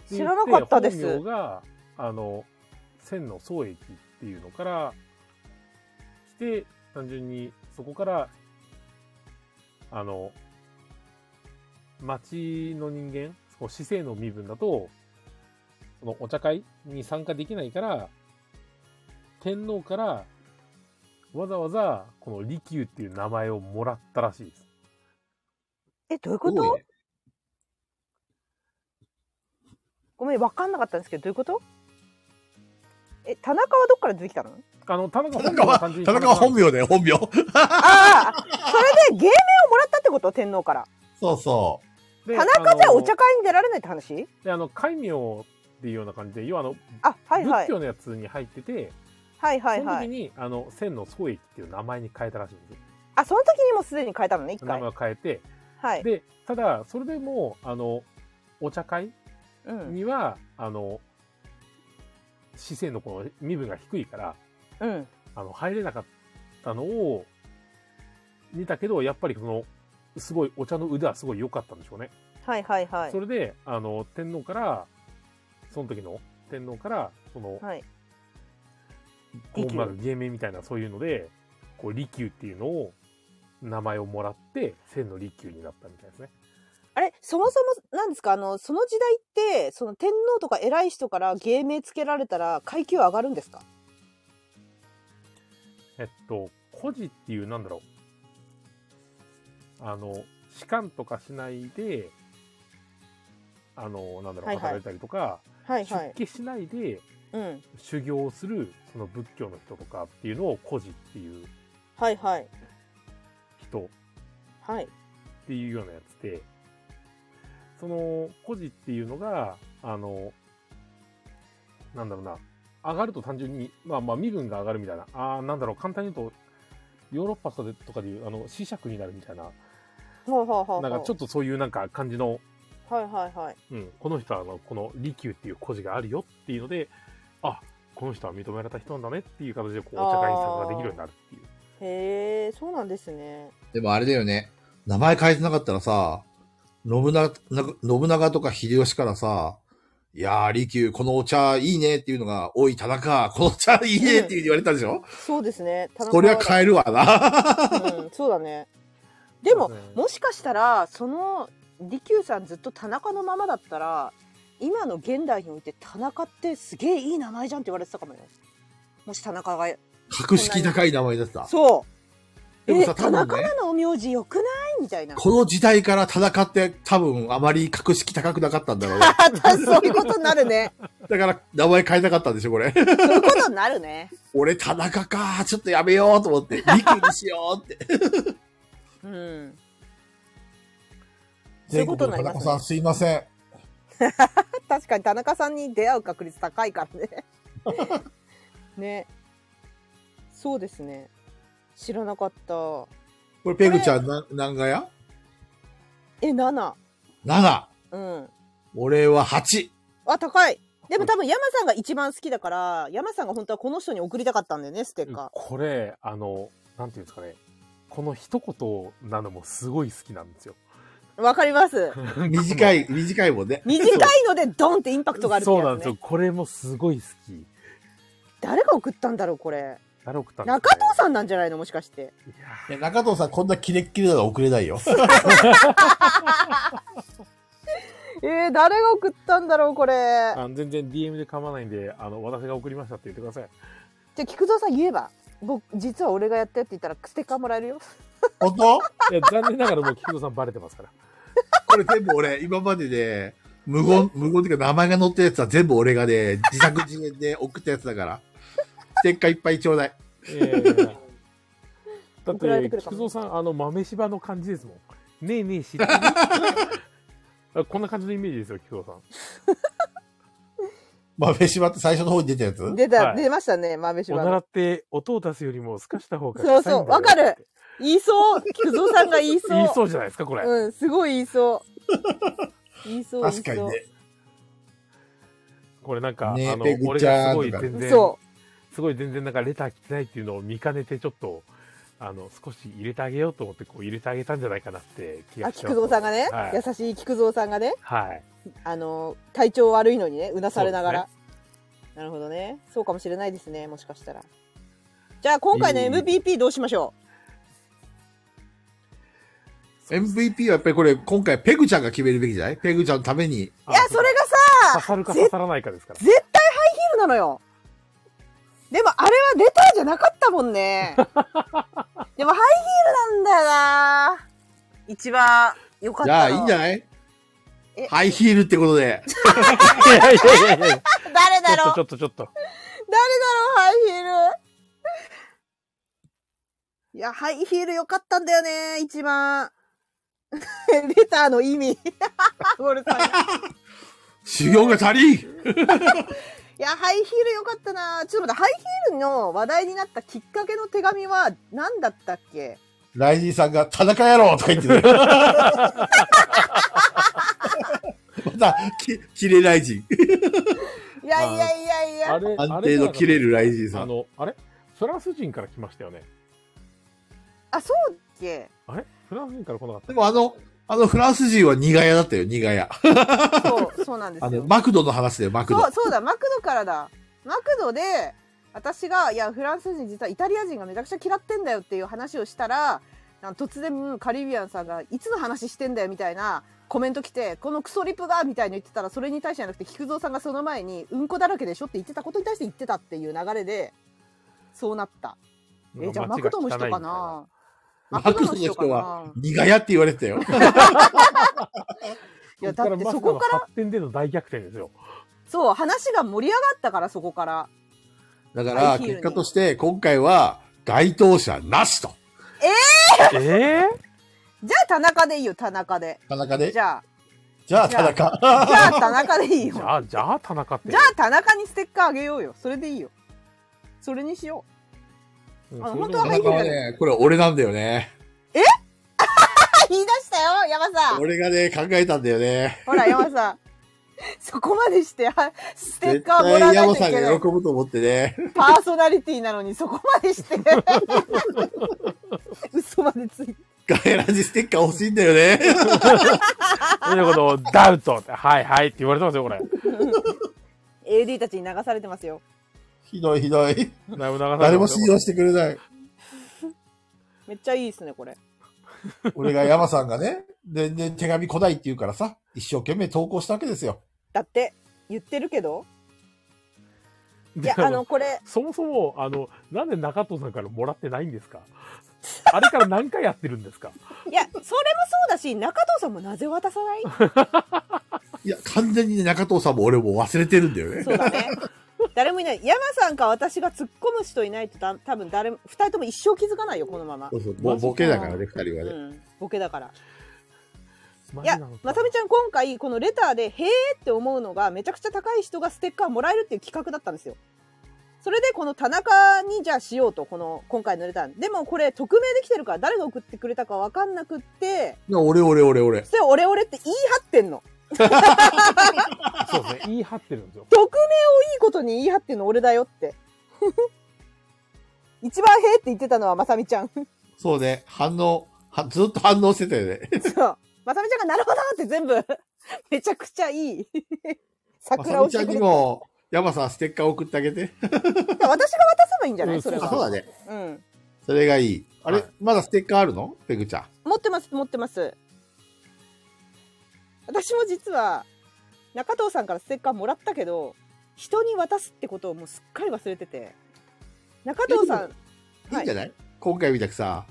Speaker 4: 知らなかったです
Speaker 22: 本名が、あの、千の宗益っていうのから来て、単純にそこから、あの、町の人間、こう市政の身分だと、そのお茶会に参加できないから、天皇からわざわざこの利休っていう名前をもらったらしいです。
Speaker 4: え、どういうこと、ごめん、わかんなかったんですけど、どういうことえ、田中はどっから出てきたの
Speaker 22: あの、田中
Speaker 3: 田
Speaker 22: 本
Speaker 3: 中
Speaker 22: 名
Speaker 3: は、
Speaker 22: は単純に
Speaker 3: 田中は本
Speaker 22: 名。
Speaker 3: 名だよ、本名。
Speaker 4: ああそれで芸名をもらったってこと天皇から。
Speaker 3: そうそ
Speaker 22: で
Speaker 4: 田中じゃ
Speaker 22: あの
Speaker 4: お茶会に出られないって話
Speaker 22: で、あの、戒名っていうような感じで、要はあの、
Speaker 4: あ、はいはい
Speaker 22: 仏。教のやつに入ってて、
Speaker 4: はいはいは
Speaker 22: その時
Speaker 4: い。
Speaker 22: に、あの、千の宗益っていう名前に変えたらしいんですよ。
Speaker 4: あ、その時にもうすでに変えたのね、一
Speaker 22: 名前
Speaker 4: 回。
Speaker 22: を変えて。
Speaker 4: はい。
Speaker 22: で、ただ、それでも、あの、お茶会
Speaker 4: うん。
Speaker 22: には、あの、市政のこの身分が低いから、
Speaker 4: うん。
Speaker 22: あの、入れなかったのを、見たけど、やっぱりこの、すごい、お茶の腕はすごい良かったんでしょうね。
Speaker 4: はいはいはい
Speaker 22: そ。れで、あの、天皇から、その時の天皇から、その、
Speaker 4: はい。
Speaker 22: こうまあ芸名みたいなそういうのでこう利休っていうのを名前をもらって千の利休になったみたいですね
Speaker 4: あれ、そもそも、なんですか、あの、その時代って、その天皇とか偉い人から芸名つけられたら階級上がるんですか
Speaker 22: えっと孤児っていうなんだろうあの士官とかしないであのなんだろ
Speaker 4: はいは
Speaker 22: う
Speaker 4: い
Speaker 22: 働いたりとか、
Speaker 4: はい はい。
Speaker 22: 出家しないで
Speaker 4: うん。
Speaker 22: 修行をするその仏教の人とかっていうのを孤児っていう
Speaker 4: はいはい。
Speaker 22: 人
Speaker 4: はい。
Speaker 22: っていうようなやつで、その、孤児っていうのが、あの、なんだろうな、上がると単純に、まあまあ身分が上がるみたいな、ああ、なんだろう、簡単に言うと、ヨーロッパとかでとかでいう、あの、死者になるみたいな、
Speaker 4: ほうほうほうほう。
Speaker 22: なんかちょっとそういうなんか感じの、
Speaker 4: はいはいはい。
Speaker 22: うん、この人はあの、この利休っていう孤児があるよっていうので、あ、この人は認められた人なんだねっていう形で、こう、お茶会に参加ができるようになるっていう。
Speaker 4: へえ、そうなんですね。
Speaker 3: う。でもあれだよね。名前変えてなかったらさ、信長、信長とか秀吉からさ、いやー、利休、このお茶いいねっていうのが、おい、田中、このお茶いいねっていうふうに言われたでしょ、
Speaker 4: そうですね。
Speaker 3: そりゃ変えるわな。
Speaker 4: うん、そうだね。でも
Speaker 22: そうですね
Speaker 4: もしかしたらその利休さんずっと田中のままだったら今の現代において田中ってすげえいい名前じゃんって言われてたかもよ。もし田中が
Speaker 3: 格式高い名前だった。
Speaker 4: そう。
Speaker 3: でも
Speaker 4: え
Speaker 3: さ
Speaker 4: 田
Speaker 3: 多分
Speaker 4: 中
Speaker 3: ね
Speaker 4: なのお名字よくないみた いな。
Speaker 3: この時代から戦って多分あまり格式高くなかったんだろう ね。
Speaker 4: またそういうことになるね。
Speaker 3: だから名前変えたかったんでしょ、こ れ。
Speaker 4: そういうことになるね。
Speaker 3: 俺、田中か、ちょっとやめようと思 って、利休にしようって。
Speaker 4: うん。そう
Speaker 3: 全
Speaker 4: いう
Speaker 3: 国
Speaker 4: こと
Speaker 3: の
Speaker 4: にな
Speaker 3: 田中
Speaker 4: ります
Speaker 3: さ
Speaker 4: ね
Speaker 3: ん、。すいません。
Speaker 4: 確かに田中さんに出会う確率高いから ねねそうですね知らなかった
Speaker 3: これ、ペグちゃん、な、何がや
Speaker 4: え7
Speaker 3: ?7!
Speaker 4: うん
Speaker 3: 俺は8。
Speaker 4: あ、高い。でも多分山さんが一番好きだから、山さんが本当はこの人に送りたかったんだよね、ステッカ
Speaker 22: これ、あの、なんていうんですかね。この一言なのもすごい好きなんですよ。
Speaker 4: ー。わかり ます。
Speaker 3: 短い、短いもんね。
Speaker 4: 短いのでドンってインパクトがあるって
Speaker 22: そうな
Speaker 4: や
Speaker 22: ん
Speaker 4: つ
Speaker 22: ですよ。
Speaker 4: ね。
Speaker 22: これもすごい好き。
Speaker 4: 誰が送ったんだろう、これ。
Speaker 22: 誰送ったんです
Speaker 4: 中
Speaker 22: かね
Speaker 4: 藤さんなんじゃないのもしかして。
Speaker 3: いや中藤さんこんなキレッキレなの送れない よ。
Speaker 4: えー、誰が送ったんだろう、これ。
Speaker 22: あの全然 DM で構わないんで、あの、私が送りましたって言ってください。
Speaker 4: じゃあ、菊蔵さん言えば。僕、実は俺がやったよって言ったら、ステッカーもらえるよ。
Speaker 3: 本当
Speaker 22: いや、残念ながらもう菊蔵さんバレてますから。
Speaker 3: これ全部俺、今までで、無言、無言っていうか名前が載ったやつは全部俺がね、自作自演で送ったやつだから。ステッカーいっぱいちょうだい。
Speaker 22: いやいや いやだっ
Speaker 4: 送られて
Speaker 22: て、
Speaker 4: くるか
Speaker 22: 菊
Speaker 4: も
Speaker 22: 蔵さん、あの、豆柴の感じですもん。ねえねえ、知ってる あこんな感じのイメージですよ、菊蔵さん。
Speaker 3: 豆柴って最初の方に出たやつ
Speaker 4: 出た、
Speaker 22: はい
Speaker 4: 出ましたね、豆
Speaker 22: お
Speaker 4: 柴
Speaker 22: なら
Speaker 4: の。
Speaker 22: って音を出すよりも透かした方が
Speaker 4: そうそう
Speaker 22: 臭いんだよ
Speaker 4: わかる言いそう。菊蔵さんが言いそう。
Speaker 22: 言いそうじゃないですかこれ、
Speaker 4: うん、すごい言い そう。言いそう、言いそ
Speaker 3: 確
Speaker 4: う。
Speaker 3: かにね。
Speaker 22: これなんか、
Speaker 3: ねえ
Speaker 22: あの
Speaker 3: ペグ
Speaker 22: 俺
Speaker 3: ち
Speaker 22: が
Speaker 3: ゃ
Speaker 22: す
Speaker 3: ん
Speaker 22: ごい
Speaker 3: とか
Speaker 22: 全然
Speaker 4: そ
Speaker 22: すごい全然なんかレター来てないっていうのを見かねてちょっとあの少し入れてあげようと思ってこう入れてあげたんじゃないかなって気
Speaker 4: う。あ、
Speaker 22: がして
Speaker 4: 菊蔵さんがね、
Speaker 22: はい、
Speaker 4: 優しい菊蔵さんがね、
Speaker 22: はい
Speaker 4: あの、体調悪いのにね、うなされなが
Speaker 22: そ
Speaker 4: ら。なるほどね。そうかもしれないですね、もしかしたら。じゃあ、今回の
Speaker 22: いい
Speaker 4: MVP どうしましょ
Speaker 3: MVP はやっぱりこれ、今回ペグちゃんが決めるべきじゃないペグちゃんのために。
Speaker 4: ういや、それがさ、
Speaker 22: 刺さるか刺さらないかですから
Speaker 4: 絶対ハイヒールなのよ。でも、あれはレターじゃなかったも んね。でも、ハイヒールなんだよな一番良かっ
Speaker 3: じ
Speaker 4: た
Speaker 3: ゃ
Speaker 4: の
Speaker 3: あいいんじゃない
Speaker 4: え
Speaker 3: ハイヒールってことで。
Speaker 22: いやいやいやいや
Speaker 4: 誰だ
Speaker 22: ちょ
Speaker 4: ろう
Speaker 22: っとちょっとちょっと
Speaker 4: 誰だろう、ハイヒール。いや、ハイヒール良かったんだよね、一番。 レターの 意味。ゴルさんが。い
Speaker 3: 修行が足りん
Speaker 4: や、ハイヒール良かったな。ちょっと待って、ハイヒールの話題になったきっかけの手紙は何だったっけ
Speaker 3: ライジンさんが、田中野郎とか言って る。また、き、キレライジン。
Speaker 4: いやいやいやいや
Speaker 22: あ。れ
Speaker 3: 安定の切れるライジン
Speaker 22: あ
Speaker 3: さん。
Speaker 22: のあれフランス人から来ましたよね
Speaker 4: あ、そうだっけ
Speaker 22: あれフランス人から来なかった
Speaker 3: でもあの、あのフランス人は苦屋だったよ、苦屋。
Speaker 4: そう、そうなんで
Speaker 3: あ
Speaker 4: す
Speaker 3: の、
Speaker 4: よ。
Speaker 3: マクドの話だよ、マクド
Speaker 4: そう、。そうだ、マクドからだ。マクドで、私が、いや、フランス人実はイタリア人がめちゃくちゃ嫌ってんだよっていう話をしたら、なんか突然カリビアンさんが、いつの話してんだよみたいなコメント来て、このクソリプがみたいに言ってたら、それに対してじゃなくて、菊蔵さんがその前に、うんこだらけでしょって言ってたことに対して言ってたっていう流れで、そうなった。えじゃあマクドの人かな
Speaker 3: マ
Speaker 4: マ
Speaker 3: ク
Speaker 4: ク
Speaker 3: ドの
Speaker 4: ドの
Speaker 3: 人
Speaker 4: 人
Speaker 3: か
Speaker 4: か
Speaker 3: な
Speaker 4: な
Speaker 3: 苦屋って言われてたよ。
Speaker 4: いや、だってそこ
Speaker 22: か
Speaker 4: からら、
Speaker 22: 発展での大逆転ですよ
Speaker 4: そう、話が盛り上がったから、そこから。
Speaker 3: だか
Speaker 4: ハ
Speaker 3: ら、
Speaker 4: イヒールに
Speaker 3: 結果として、今回は、該当者なしと。
Speaker 22: ええ
Speaker 4: じゃあ田中でいいよ、田中で。
Speaker 3: 田中で
Speaker 4: じ。ゃ
Speaker 3: じゃあ、田中。
Speaker 4: あ、じゃあ田中でいいよ。
Speaker 22: じゃあじゃあ田中って
Speaker 4: じゃあ田中にステッカーあげようよ。それでいいよ。それにしよ
Speaker 22: うん
Speaker 4: あの
Speaker 22: それ
Speaker 4: 本
Speaker 22: で
Speaker 4: 当
Speaker 22: も
Speaker 3: 田
Speaker 4: はハイヒ
Speaker 3: 中
Speaker 4: ール
Speaker 3: はね、これ俺なんだよね。
Speaker 4: う。あ、言い出したよ、山さん。
Speaker 3: 俺がね、考えたんだよね。
Speaker 4: ほら、山さん。 そこまでして、はステ
Speaker 3: 絶
Speaker 4: ッカー
Speaker 3: 対
Speaker 4: もらわない
Speaker 3: 山
Speaker 4: とい
Speaker 3: さん
Speaker 4: けな
Speaker 3: が
Speaker 4: い。
Speaker 3: 喜ぶと思ってね。
Speaker 4: パーソナリティなのに、そこまでして。嘘までついて。
Speaker 3: ガエラジステッカー欲しいんだよ ね。
Speaker 22: いやこのダウトってはいはいって言われてますよこれ
Speaker 4: AD たちに流されてますよ。
Speaker 3: ひどいひどい。
Speaker 22: だいぶ長さ
Speaker 3: 誰も信用してくれない。
Speaker 4: めっちゃいいですね、これ。
Speaker 3: 俺が山さんがね、全然手紙来ないって言うからさ、一生懸命投稿したわけですよ。
Speaker 4: だって、言ってるけど。い
Speaker 22: で
Speaker 4: や、あの、これ、
Speaker 22: そもそもあのなんで中藤さんからもらってないんですかあれから何回やってるんですか
Speaker 4: いや、それもそうだし、中藤さんもなぜ渡さない
Speaker 3: いや、完全にね、中藤さんも俺も忘れてるんだよね。
Speaker 4: そうだね。誰もいない。山さんか私が突っ込む人いないとだ多分誰も、二人とも一生気づかないよ、このまま
Speaker 3: そ。うそう、ぼボケだからね、二人
Speaker 4: う
Speaker 3: はね。
Speaker 4: ん。ボケだから。
Speaker 22: マ
Speaker 4: い
Speaker 22: ジ
Speaker 4: や
Speaker 22: なの、か
Speaker 4: まさみちゃん今回、このレターで、へーって思うのが、めちゃくちゃ高い人がステッカーもらえるっていう企画だったんですよ。それで、この田中にじゃあしようと、この、今回のレター。でもこれ、匿名できてるから、誰が送ってくれたかわかんなくって、
Speaker 3: いや、俺俺俺俺。
Speaker 4: それオレオレって言い張ってんの。
Speaker 22: そうですね。言い張ってるんですよ。
Speaker 4: 匿名をいいことに言い張ってんの俺だよって。 一番へーって言ってたのはまさみちゃん。
Speaker 3: そうね。反応、はずっと反応してたよね。
Speaker 4: そう。まさみちゃんがなるほどって全部、 めちゃくちゃいい。
Speaker 3: まさ
Speaker 4: 桜
Speaker 3: み
Speaker 4: をし
Speaker 3: ちゃ
Speaker 4: て
Speaker 3: ん
Speaker 4: く
Speaker 3: に
Speaker 4: れた。
Speaker 3: も、山さんステッカー送ってあげて。
Speaker 4: 私が渡せばいいんじゃな
Speaker 22: う
Speaker 4: い
Speaker 22: ん
Speaker 4: それ
Speaker 3: あ
Speaker 4: は。
Speaker 3: そうだね。
Speaker 4: うん。
Speaker 3: それがいい。あれ、
Speaker 22: はい
Speaker 3: まだステッカーあるのペグちゃん。
Speaker 4: 持ってます、持ってます。私も実は、中藤さんからステッカーもらったけど、人に渡すってことをもうすっかり忘れてて。中藤さん、
Speaker 3: いいんじゃ
Speaker 4: はい、
Speaker 3: ない、今回みたくさ、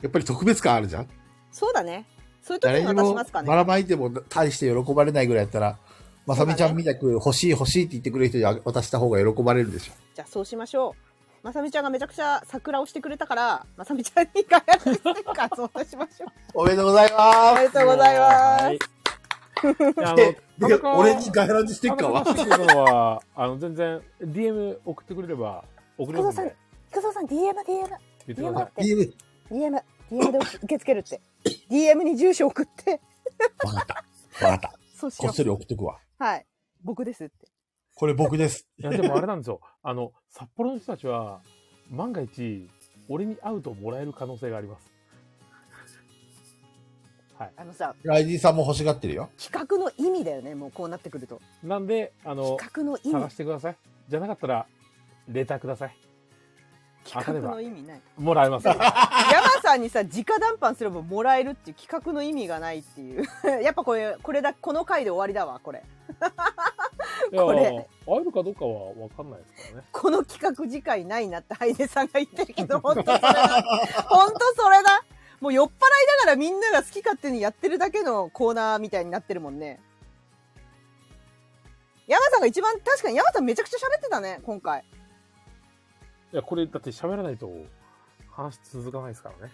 Speaker 3: やっぱり特別感あるじゃん
Speaker 4: そうだね。そういう時
Speaker 3: 誰
Speaker 4: に
Speaker 3: に
Speaker 4: 渡し
Speaker 3: も
Speaker 4: ますかね。
Speaker 3: ばらまいても大して喜ばれないぐらいやったら、まさみちゃんみたく欲しい欲しいって言ってくれる人にあげ渡した方が喜ばれるでしょ。
Speaker 4: じゃあそうしましょう。まさみちゃんがめちゃくちゃ桜をしてくれたから、まさみちゃんに輝くステッカーを渡しましょう。
Speaker 3: おめでとうござい
Speaker 4: お
Speaker 3: ま
Speaker 4: めでとうございます。
Speaker 22: いや
Speaker 3: す。
Speaker 22: あの
Speaker 3: で、で
Speaker 22: 田中
Speaker 3: 俺にガイランジステ
Speaker 22: 田
Speaker 3: ッカー
Speaker 22: 中
Speaker 3: は
Speaker 22: が欲しいっていうのは、あの、全然、DM 送ってくれれば、送りますんで、
Speaker 4: 菊蔵さん DM、DM、
Speaker 22: 言ってく
Speaker 4: DM
Speaker 22: だ
Speaker 4: だ
Speaker 22: さ
Speaker 4: っ
Speaker 22: い。
Speaker 4: て。
Speaker 3: DM
Speaker 4: DM、DM で受け付け るって。DM に住所送って。
Speaker 3: わかった。わかった。
Speaker 4: そうし
Speaker 3: こ
Speaker 4: よ
Speaker 3: っそり送っとくわ。
Speaker 4: う。はい。僕ですって。
Speaker 3: これ僕です。
Speaker 22: いや、でもあれなんですよ。あの、札幌の人たちは、万が一、俺に会うともらえる可能性があります。
Speaker 4: あのさ、
Speaker 3: ライジンさんも欲しがってるよ。
Speaker 4: 企画の意味だよね、もうこうなってくると。
Speaker 22: なんで、あの、
Speaker 4: 企画の意
Speaker 22: 探
Speaker 4: 味。
Speaker 22: してください。じゃなかったら、レターください。
Speaker 4: 企画の意味ない。
Speaker 22: もらえます。
Speaker 4: 山さんにさ直談判すればもらえるっていう企画の意味がないっていう やっぱこれこれだこの回で終わりだわこれ
Speaker 22: いや
Speaker 4: これ
Speaker 22: 会えるかどうかは分かんないですからね。
Speaker 4: この企画次回ないなってハイネさんが言ってるけど本当それだ本当それだもう酔っ払いながらみんなが好き勝手にやってるだけのコーナーみたいになってるもんね山さんが一番確かに山さんめちゃくちゃ喋ってたね今回
Speaker 22: いや、これだって喋らないと話続かないですからね。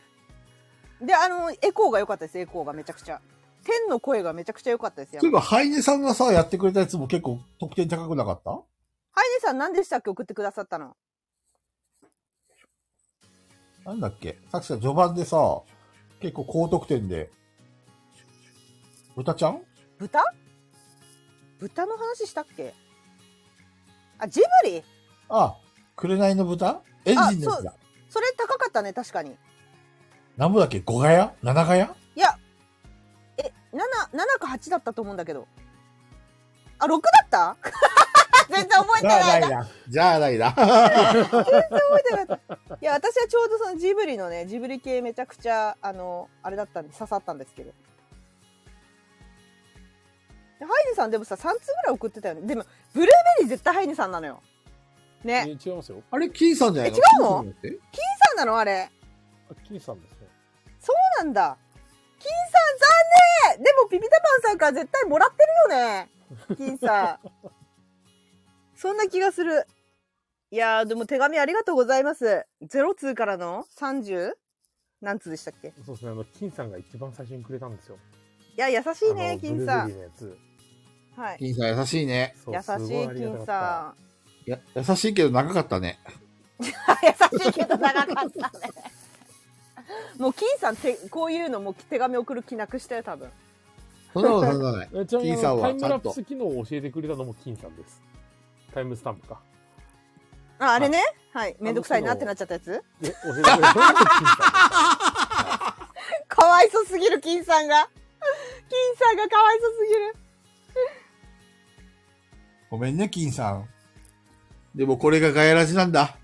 Speaker 4: であのエコーが良かったですエコーがめちゃくちゃ天の声がめちゃくちゃ良かったですよ
Speaker 3: そういえば、ハイネさんがさ、やってくれたやつも結構得点高くなかった
Speaker 4: ハイネさん何でしたっけ送ってくださったの
Speaker 3: なんだっけ確か序盤でさ、結構高得点で、豚ちゃん
Speaker 4: 豚豚の話したっけあジブリ
Speaker 3: あ、紅の豚エンジンのやつだ。
Speaker 4: それ高かったね確かに
Speaker 3: なんぼだっけ ?5 ガヤ ?7 ガヤ
Speaker 4: いやえ七7か8だったと思うんだけどあ6だった 全然覚えて
Speaker 3: じゃあない
Speaker 4: な
Speaker 3: い
Speaker 4: な
Speaker 3: な。じゃあないな。
Speaker 4: 覚えてなかったいや私はちょうどそのジブリのねジブリ系めちゃくちゃあのあれだったんで刺さったんですけどでハイネさんでもさ3通ぐらい送ってたよねでもブルーベリー絶対ハイネさんなのよね
Speaker 22: え違いますよ。
Speaker 3: あれ、金さんじゃないの
Speaker 4: え違うの
Speaker 3: 金さんだって
Speaker 4: さんなのあれ
Speaker 22: あ、金さんですね。
Speaker 4: そうなんだ。金さん残念でもピピタパンさんから絶対もらってるよね。金さ ん。そんな気がする。いやー、でも手紙ありがとうございます。0通からの 30? 何通でしたっけい
Speaker 22: そうですね。あの、金さんが一番最初にくれたんですよ。
Speaker 4: や、優しい
Speaker 22: あ
Speaker 4: ね
Speaker 22: の、
Speaker 4: 金さ
Speaker 22: ブ
Speaker 4: ん
Speaker 22: ル。ーベリーのやつ。
Speaker 4: はい。
Speaker 3: 金さん優しいね。
Speaker 22: そう
Speaker 4: 優しい金さん。
Speaker 3: いや、優しいけど長かったね。
Speaker 4: 優しいけど長かったね。もう金さんて、こういうのもう手紙送る気なくしたよ、多分。
Speaker 3: そんなことそんなことない。
Speaker 22: ん。えちなみに
Speaker 3: 金さんは
Speaker 22: タイムラ
Speaker 3: ちゃ
Speaker 22: プ
Speaker 3: んと
Speaker 22: ス機能を教えてくれたのも金さんです。タイムスタンプか。
Speaker 4: あ、あれね。はい。めんどくさいなってなっちゃったやつ
Speaker 22: え、教えてくれたのも金 さんで
Speaker 4: かわいそすぎる、金さんが。 金さんがかわいそすぎる。
Speaker 3: ごめんね、金さん。でもこれがガヤラジなんだ。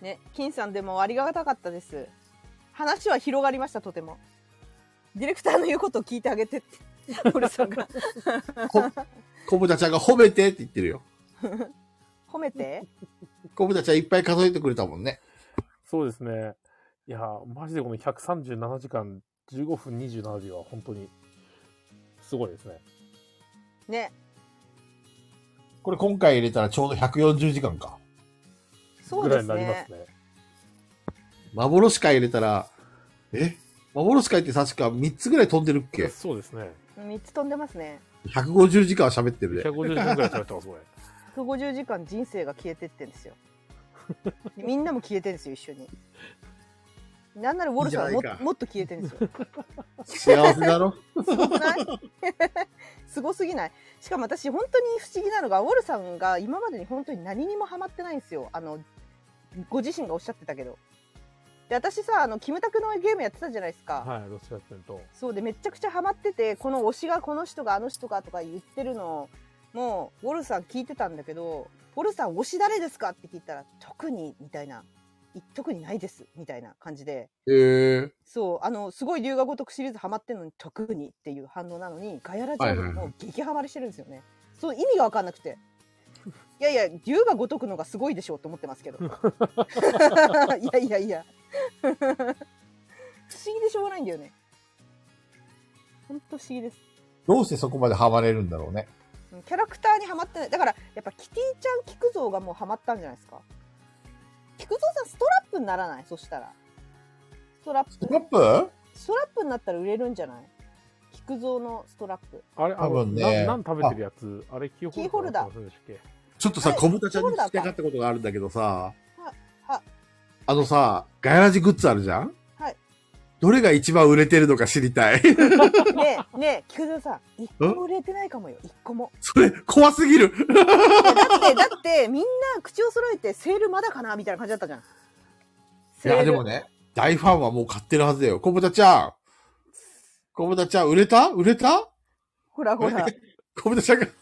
Speaker 4: ね、金さんでもありがたかったです。話は広がりました、とても。ディレクターの言うことを聞いてあげて って。俺さんが。
Speaker 3: こ、コブタちゃんが褒めてって言ってるよ。
Speaker 4: 褒めて。
Speaker 3: コブタちゃんいっぱい数えてくれたもんね。
Speaker 22: す。そうですね。いや、マジでこの137時間15分27秒は本当に、すごいですね。
Speaker 4: ね。
Speaker 3: これ今回入れたらちょうど140時間か。
Speaker 4: そうです
Speaker 22: ぐらいになりま
Speaker 4: ね
Speaker 22: す。ね。
Speaker 3: 幻会入れたら、え幻会って確か3つぐらい飛んでるっけ
Speaker 22: そうですね。
Speaker 4: 3つ飛んでますね。
Speaker 3: ?150 時間は喋ってる ね。
Speaker 22: 150時間ぐらい喋ってます、 これ。
Speaker 4: 150時間人生が消えてってん ですよ。みんなも消えてんですよ、一緒に。なんならウォルさんはい
Speaker 3: い
Speaker 4: も
Speaker 3: じゃないか
Speaker 4: もっと消えてんですよ。
Speaker 3: 幸せだろ
Speaker 4: すごくない すごすぎないしかも私本当に不思議なのがウォルさんが今までに本当に何にもハマってないんですよあのご自身がおっしゃってたけどで私さあのキムタクのゲームやってたじゃないですか、
Speaker 2: はい、ロシア戦と。
Speaker 4: そうでめっちゃくちゃハマっててこの推しがこの人があの人がとか言ってるのをもうウォルさん聞いてたんだけど「ウォルさん推し誰ですか?」って聞いたら「特に」みたいな「特にないです」みたいな感じで
Speaker 3: へえ。
Speaker 4: そうあのすごい龍が如くシリーズハマってるのに「特に」っていう反応なのにガヤラジオでもう激ハマりしてるんですよね、そう意味が分かんな くていやいや龍が如くのがすごいでしょうと思ってます けどいやいやいや不思議でしょうがないんだよねほんと不思議です
Speaker 3: どうしてそこまでハマれるんだろうね。
Speaker 4: うんキャラクターにはまってないだからやっぱキティちゃん菊蔵がもうハマったんじゃないですか菊蔵さんストラップにならないそしたらストラップ
Speaker 3: ストラップ
Speaker 4: ストラップになったら売れるんじゃない菊蔵のストラップ。
Speaker 2: あれ、あ
Speaker 3: 多
Speaker 2: の、
Speaker 3: 分
Speaker 2: な
Speaker 3: ね
Speaker 2: 何食べてるやつあれ、キーホルダー
Speaker 4: キーホルダー
Speaker 2: そうでしたっけ
Speaker 3: ちょっとさ、
Speaker 4: あれ
Speaker 3: 小豚ちゃんに聞きたかったことがあるんだけどさ
Speaker 4: あ、
Speaker 3: あのさ、ガヤラジグッズあるじゃん
Speaker 4: はい。
Speaker 3: どれが一番売れてるのか知りたい。
Speaker 4: ねえ、ねえ、菊蔵さん、一個も売れてないかもよ、一個も。
Speaker 3: それ、怖すぎる。
Speaker 4: いやだって、だって、みんな口を揃えて、セールまだかなみたいな感じだったじゃん。
Speaker 3: い
Speaker 4: セール
Speaker 3: や、でもね、大ファンはもう買ってるはずだよ。小豚ちゃん。小豚ちゃん、売れた売れた
Speaker 4: ほら ほら。
Speaker 3: 小豚ちゃんが、ク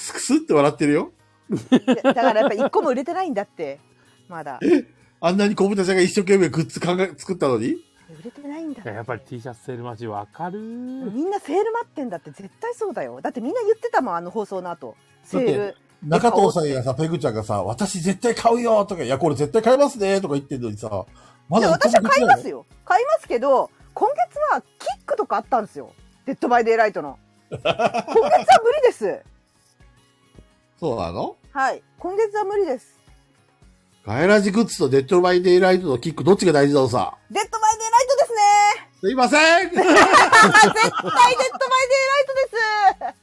Speaker 3: スクスって笑ってるよ。
Speaker 4: でだからやっぱ一個も売れてないんだって、まだ。売
Speaker 3: あんなに小豚ちゃんが一生懸命グッズ考え、作ったのに
Speaker 4: れてないんだ
Speaker 2: い
Speaker 4: って
Speaker 2: ややっぱり T シャツセール待ちわかるー。
Speaker 4: みんなセール待ってんだって、絶対そうだよ。だってみんな言ってたもん、あの放送の後。セー
Speaker 3: だ
Speaker 4: ル。
Speaker 3: 中藤さんやさ、ペグちゃんがさ、私絶対買うよとか、いや、これ絶対買いますねとか言ってんのにさ、ま
Speaker 4: いや
Speaker 3: だ
Speaker 4: 私は買います
Speaker 3: よ。
Speaker 4: よ買いますけど今月はキックとかあったんですよデッドバイデイライトの今月は無理です
Speaker 3: そうなの
Speaker 4: はい今月は無理です
Speaker 3: ガイラジグッズとデッドバイデイライトのキック、どっちが大事だろうさ。
Speaker 4: デッドバイデイライトですね
Speaker 3: すいません
Speaker 4: あ絶対デッドバイデイライトで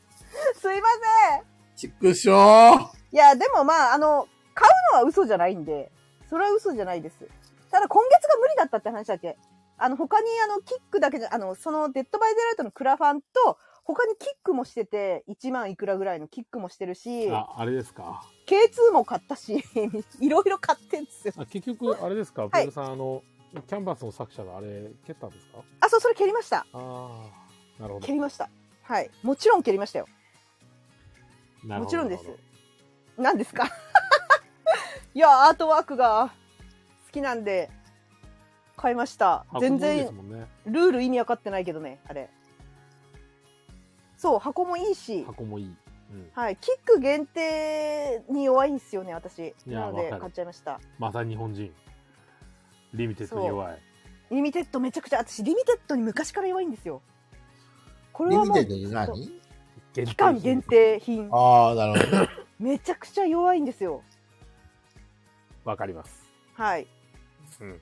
Speaker 4: すすいません
Speaker 3: ちくしょー。
Speaker 4: いやでもまああの買うのは嘘じゃないんでそれは嘘じゃないですただ今月が無理だったって話だけあの他にあのキックだけじゃあのそのデッドバイデイライトのクラファンと他にキックもしてて1万いくらぐらいのキックもしてるし
Speaker 2: あ、あれですか。
Speaker 4: K2 も買ったし、 いろいろ買ってんですよ。
Speaker 2: あ結局、あれですか、
Speaker 4: い
Speaker 2: ベルさん、あの、キャンバスの作者のあれ、蹴ったんですか
Speaker 4: あ、そう、それ蹴りました。
Speaker 2: ああ、なるほど
Speaker 4: 蹴。りました。はい。もちろん蹴りましたよ。
Speaker 2: なるほど
Speaker 4: もちろんです
Speaker 2: なる。
Speaker 4: 何ですか いや、アートワークが好きなんで、買いました。
Speaker 2: ほどあ
Speaker 4: 全然
Speaker 2: こ、んなもんですもんね
Speaker 4: ルール意味わかってないけどね、あれ。そう、箱もいいし、
Speaker 2: 箱もいい。うん。
Speaker 4: はい。キック限定に弱いんですよね、私。
Speaker 2: や
Speaker 4: なので
Speaker 2: わかる
Speaker 4: 買っちゃいました。
Speaker 2: また日本人。リミテッドに弱い。
Speaker 4: リミテッドめちゃくちゃ、私、リミテッドに昔から弱いんですよ。これ
Speaker 3: リ
Speaker 4: は
Speaker 3: ミ
Speaker 4: もう
Speaker 3: テッドに何
Speaker 2: 限
Speaker 4: 期間限。定品
Speaker 3: ああ、なるほど。
Speaker 4: めちゃくちゃ弱いんですよ
Speaker 2: わかります。
Speaker 4: はい
Speaker 2: うん。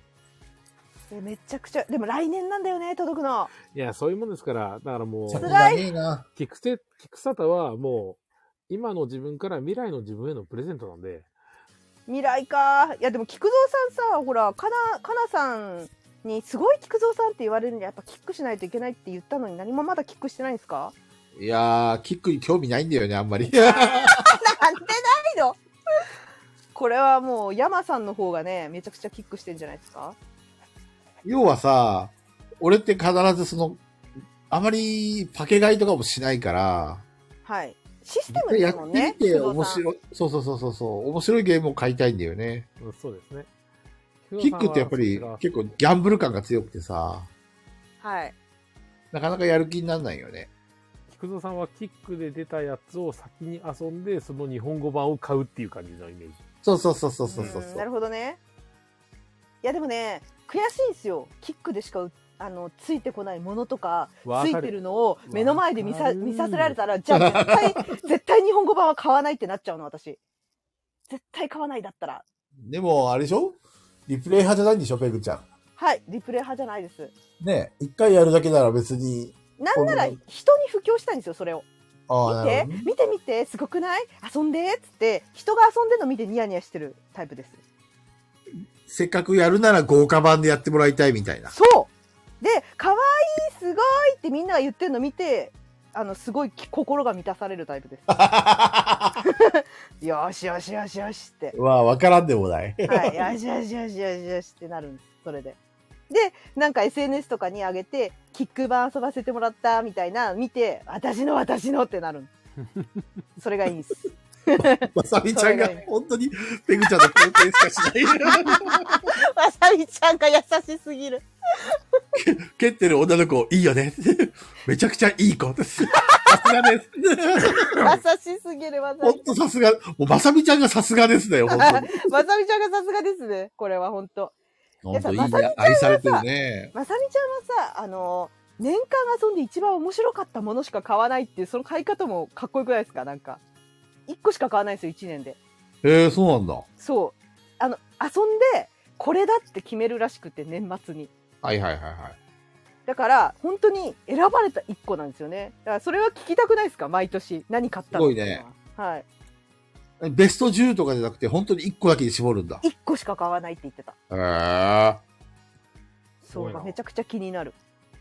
Speaker 4: でめちゃくちゃでも来年なんだよね届くの
Speaker 2: いや、そういうもんですから、だからもう、
Speaker 3: 先
Speaker 4: 辛い
Speaker 3: がねえな。
Speaker 2: キクセ、キクサタはもう、今の自分から未来の自分へのプレゼントなんで、
Speaker 4: 未来かいやでも菊蔵さんさほらかなかなさんにすごい菊蔵さんって言われるんでやっぱキックしないといけないって言ったのに何もまだキックしてないんですか
Speaker 3: いやー、キックに興味ないんだよね、あんまり。
Speaker 4: なんでないのこれはもう山さんの方がねめちゃくちゃキックしてんじゃないですか
Speaker 3: 要はさ、俺って必ずその、あまりパケ買いとかもしないから、
Speaker 4: はいシステムで
Speaker 3: や
Speaker 4: す
Speaker 3: っ
Speaker 4: もん
Speaker 3: て
Speaker 4: ね
Speaker 3: みて
Speaker 4: 菊
Speaker 3: 面
Speaker 4: 蔵さん
Speaker 3: 白い、そうそうそうそうそう、面白いゲームを買いたいんだよね。
Speaker 2: うんそうですね。
Speaker 3: キックってやっぱり結構ギャンブル感が強くてさ、
Speaker 4: はい
Speaker 3: なかなかやる気にならないよね。
Speaker 2: 菊蔵さんはキックで出たやつを先に遊んで、その日本語版を買うっていう感じのイメージ。
Speaker 3: そうそうそうそうそうそううん
Speaker 4: なるほどねいやでもね悔しいんですよキックでしかうあのついてこないものとか
Speaker 2: わ
Speaker 4: つ
Speaker 2: か
Speaker 4: い
Speaker 2: る
Speaker 4: てるのを目の前で見
Speaker 2: わ
Speaker 4: さ
Speaker 2: かる
Speaker 4: 見させられたらじゃあ絶 対絶対日本語版は買わないってなっちゃうの私絶対買わないだったら
Speaker 3: でも、あれでしょリプレイ派じゃないんでしょ、ペグちゃん。
Speaker 4: はいリプレイ派じゃないです
Speaker 3: ねえ一回やるだけなら別に、
Speaker 4: なんなら
Speaker 3: こん
Speaker 4: 人
Speaker 3: な
Speaker 4: に布教したいんですよそれを
Speaker 3: ああ、なる
Speaker 4: 見て
Speaker 3: ほどね。
Speaker 4: 見て見てすごくない遊んでっつって人が遊んでるの見てニヤニヤしてるタイプです
Speaker 3: せっかくやるなら豪華版でやってもらいたいみたいな。
Speaker 4: そうで可愛いすごいってみんなが言ってるの見てあのすごいき心が満たされるタイ プです。よしよしよしよしって。
Speaker 3: まあ、わからんでもない。
Speaker 4: はい、よしよしよしよしよしってなるんです、それで。で、なんか SNS とかに上げて、キック版遊ばせてもらったみたいな、見て、私の私のってなるんです。それがいいんです。
Speaker 3: まさみちゃんが本当にペグちゃんの貢献しかしない。
Speaker 4: わさびちゃんが優しすぎる。
Speaker 3: 蹴ってる女の子、いいよね。めちゃくちゃいい子です。さすがです。
Speaker 4: 優しすぎる、わさ
Speaker 3: ほん
Speaker 4: び。
Speaker 3: とさすが。もうまさみちゃんがさすがですね、本当に。
Speaker 4: わさびちゃんがさすがですね、これは本当。
Speaker 3: 本当いい
Speaker 4: まさみちゃん
Speaker 3: ね
Speaker 4: は。さ
Speaker 3: 愛されてるね。
Speaker 4: まさみちゃんはさ、あの、年間遊んで一番面白かったものしか買わないっていう、その買い方もかっこよくないですかなんか。一個しか買わないんですよ、一年で。
Speaker 3: ええそうなんだ。
Speaker 4: そう。あの、遊んで、これだって決めるらしくて、年末に。
Speaker 3: はいはいはいはい。
Speaker 4: だから、本当に選ばれた一個なんですよね。だから、それは聞きたくないですか毎年。何買ったの
Speaker 3: すごいね。
Speaker 4: はい。
Speaker 3: ベスト10とかじゃなくて、本当に1個だけに絞るんだ。
Speaker 4: 一個しか買わないって言ってた。
Speaker 3: へえ。
Speaker 2: ご
Speaker 4: そ
Speaker 2: いうな
Speaker 4: か、めちゃくちゃ気になる。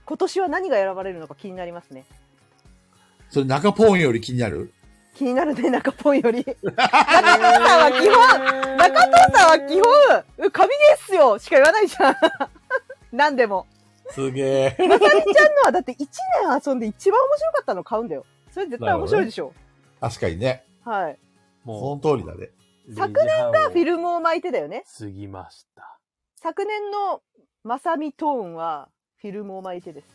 Speaker 4: 今年は何が選ばれるのか気になりますね。
Speaker 3: それ中ポーンより気になる
Speaker 4: 気になるね、中ポンより。中藤さんは基本、中藤さんは基本、うん神ですよしか言わないじゃん。 何でも。
Speaker 3: すげえ。
Speaker 4: まさみちゃんのはだって1年遊んで一番面白かったの買うんだよ。それ絶対面白いでしょ。
Speaker 3: 確かにね。
Speaker 4: はい。
Speaker 3: そ
Speaker 2: も
Speaker 3: の通りだね。
Speaker 2: う、
Speaker 4: 昨
Speaker 2: 年が
Speaker 4: フィルムを巻いてだよね。
Speaker 2: 過ぎました。
Speaker 4: 昨年のまさみトーンはフィルムを巻いてです。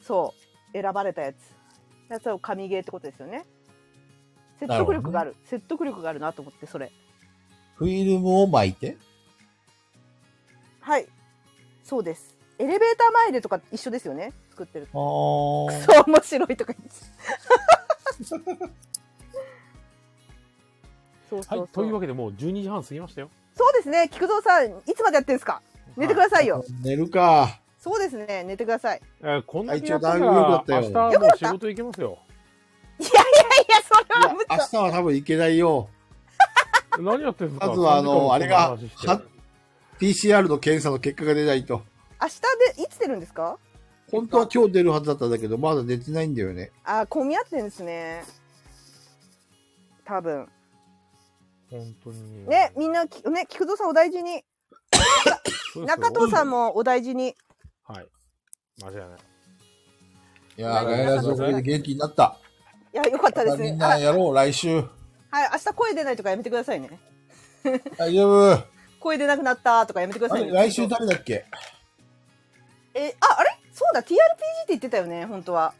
Speaker 4: そう。選ばれたやつ。やつは神ゲーってことですよね。説得力がある。説得力があるなと思って、それ。
Speaker 3: フィルムを巻いて。
Speaker 4: はい。そうです。エレベーター前でとか一緒ですよね。作ってる
Speaker 3: あー
Speaker 4: と。 そう、面白いとか言って。 そう
Speaker 2: はいう
Speaker 4: そ、そ
Speaker 2: と
Speaker 4: う。
Speaker 2: いうわけでもう12時半過ぎましたよ。
Speaker 4: そうですね。菊蔵さん、いつまでやってんですか寝てくださいよ。
Speaker 3: 寝るか。
Speaker 4: そうですね。寝てくだ さい。い
Speaker 2: えー、こんなにやった
Speaker 3: あ
Speaker 2: ら
Speaker 3: 一応だいぶ良かったよ
Speaker 2: 明日はもう仕事行けますよ。
Speaker 4: や、それは無
Speaker 3: 明
Speaker 4: 茶。
Speaker 3: 日は多分行けないよ。
Speaker 2: 何やってるんですか
Speaker 3: まずはあの
Speaker 2: 3時間もこんな話してる
Speaker 3: あれが PCR の検査の結果が出ないと。
Speaker 4: 明日で、いつ出るんですか
Speaker 3: 本当は今日出るはずだったんだけど、まだ出てないんだよね。
Speaker 4: あー、混み合ってんですね。多分。
Speaker 2: 本当に
Speaker 4: ね、みんな、きね、菊蔵さんお大事に。
Speaker 2: そうですよ
Speaker 4: 中藤さんもお大事に。
Speaker 2: はい。間違いない。
Speaker 3: いやー、
Speaker 4: い
Speaker 3: ガ
Speaker 4: や
Speaker 3: イラジおかげで元気になった。
Speaker 4: いや、よかったで
Speaker 3: ますたみ
Speaker 4: ね
Speaker 3: ん。
Speaker 4: あ
Speaker 3: なやろう、来週。
Speaker 4: はい、明日声出ないとかやめてくださいね。
Speaker 3: 大丈夫。
Speaker 4: 声出なくなったとかやめてくだ
Speaker 3: あ
Speaker 4: さい
Speaker 3: れ
Speaker 4: ね。
Speaker 3: 来週誰だっけ
Speaker 4: え、あ、あれそうだ、TRPG って言ってたよね、本当は。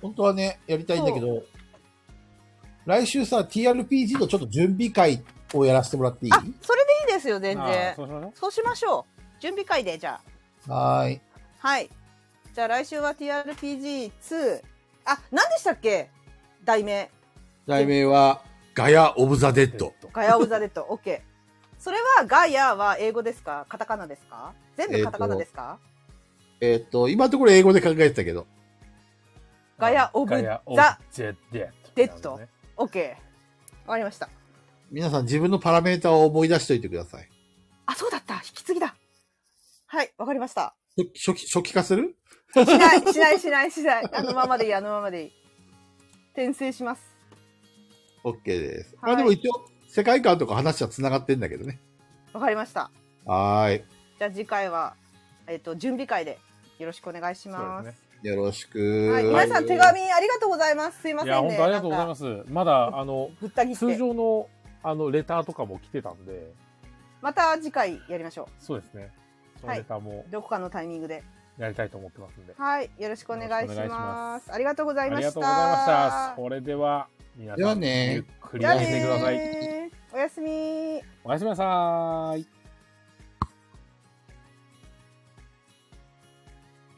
Speaker 3: 本当はね、やりたいんだけど、来週さ、TRPG のちょっと準備会をやらせてもらっていい
Speaker 4: あ、それでいいですよ、全
Speaker 2: あー
Speaker 4: 然
Speaker 2: そ。うしましょう
Speaker 4: そうしましょう。準備会で、じゃ
Speaker 3: はーい。
Speaker 4: あ。はい。じゃあ来週は TRPG2。あ、何でしたっけ題名。
Speaker 3: 題名は、ガヤ・オブ・ザ・デッド。
Speaker 4: ガヤオブザデッド。オッケー。それはガヤは英語ですかカタカナですか全部カタカナですか、
Speaker 3: えーっと、今のところ英語で考えてたけど、
Speaker 4: ガヤオブ
Speaker 2: ガヤオブ
Speaker 4: ザ
Speaker 2: ジェデ
Speaker 4: デッド
Speaker 2: ね
Speaker 4: オッケー。わかりました。
Speaker 3: 皆さん自分のパラメータを思い出しておいてください。
Speaker 4: あ、そうだった。引き継ぎだ。はい、わかりました。
Speaker 3: 初期、初期化する
Speaker 4: しない、しない、しない、しない。あのままでいい、あのままでいい。転生します。
Speaker 3: ?OK です。
Speaker 4: は
Speaker 3: ま
Speaker 4: い
Speaker 3: あでも一応、世界観とか話は繋がってんだけどね。
Speaker 4: わかりました。
Speaker 3: はー
Speaker 4: じゃあ次回は、えっ、と、準備会でよろしくお願いし
Speaker 2: そう
Speaker 4: ま。
Speaker 2: ですすね。
Speaker 3: い。よろしく。
Speaker 4: はい、皆さん手紙ありがとうございます。すいま
Speaker 2: い
Speaker 4: せ
Speaker 2: や、
Speaker 4: ん
Speaker 2: 本
Speaker 4: ね。
Speaker 2: 当ありがとうござい
Speaker 4: なんか
Speaker 2: ます。まだ、あの、
Speaker 4: ぶった切っ
Speaker 2: 通
Speaker 4: て。
Speaker 2: 常の、あの、レターとかも来てたんで、
Speaker 4: また次回やりましょ
Speaker 2: そうですね。その
Speaker 4: はい
Speaker 2: レターも
Speaker 4: う。どこかのタイミングで。
Speaker 2: やりたいと思ってますんで。
Speaker 4: はい、よろしくお願いし
Speaker 2: よろしくお願いし
Speaker 4: ま。
Speaker 2: ます
Speaker 4: ありがとうござい
Speaker 2: あ
Speaker 4: ま
Speaker 2: り
Speaker 4: し
Speaker 2: がとう
Speaker 4: た。
Speaker 2: ございました。それでは、皆
Speaker 3: で
Speaker 2: さ
Speaker 3: は
Speaker 2: ん、
Speaker 3: ね
Speaker 2: ゆっくりしてください。
Speaker 4: じゃあねーおやすみ。
Speaker 2: おやすみなさーい。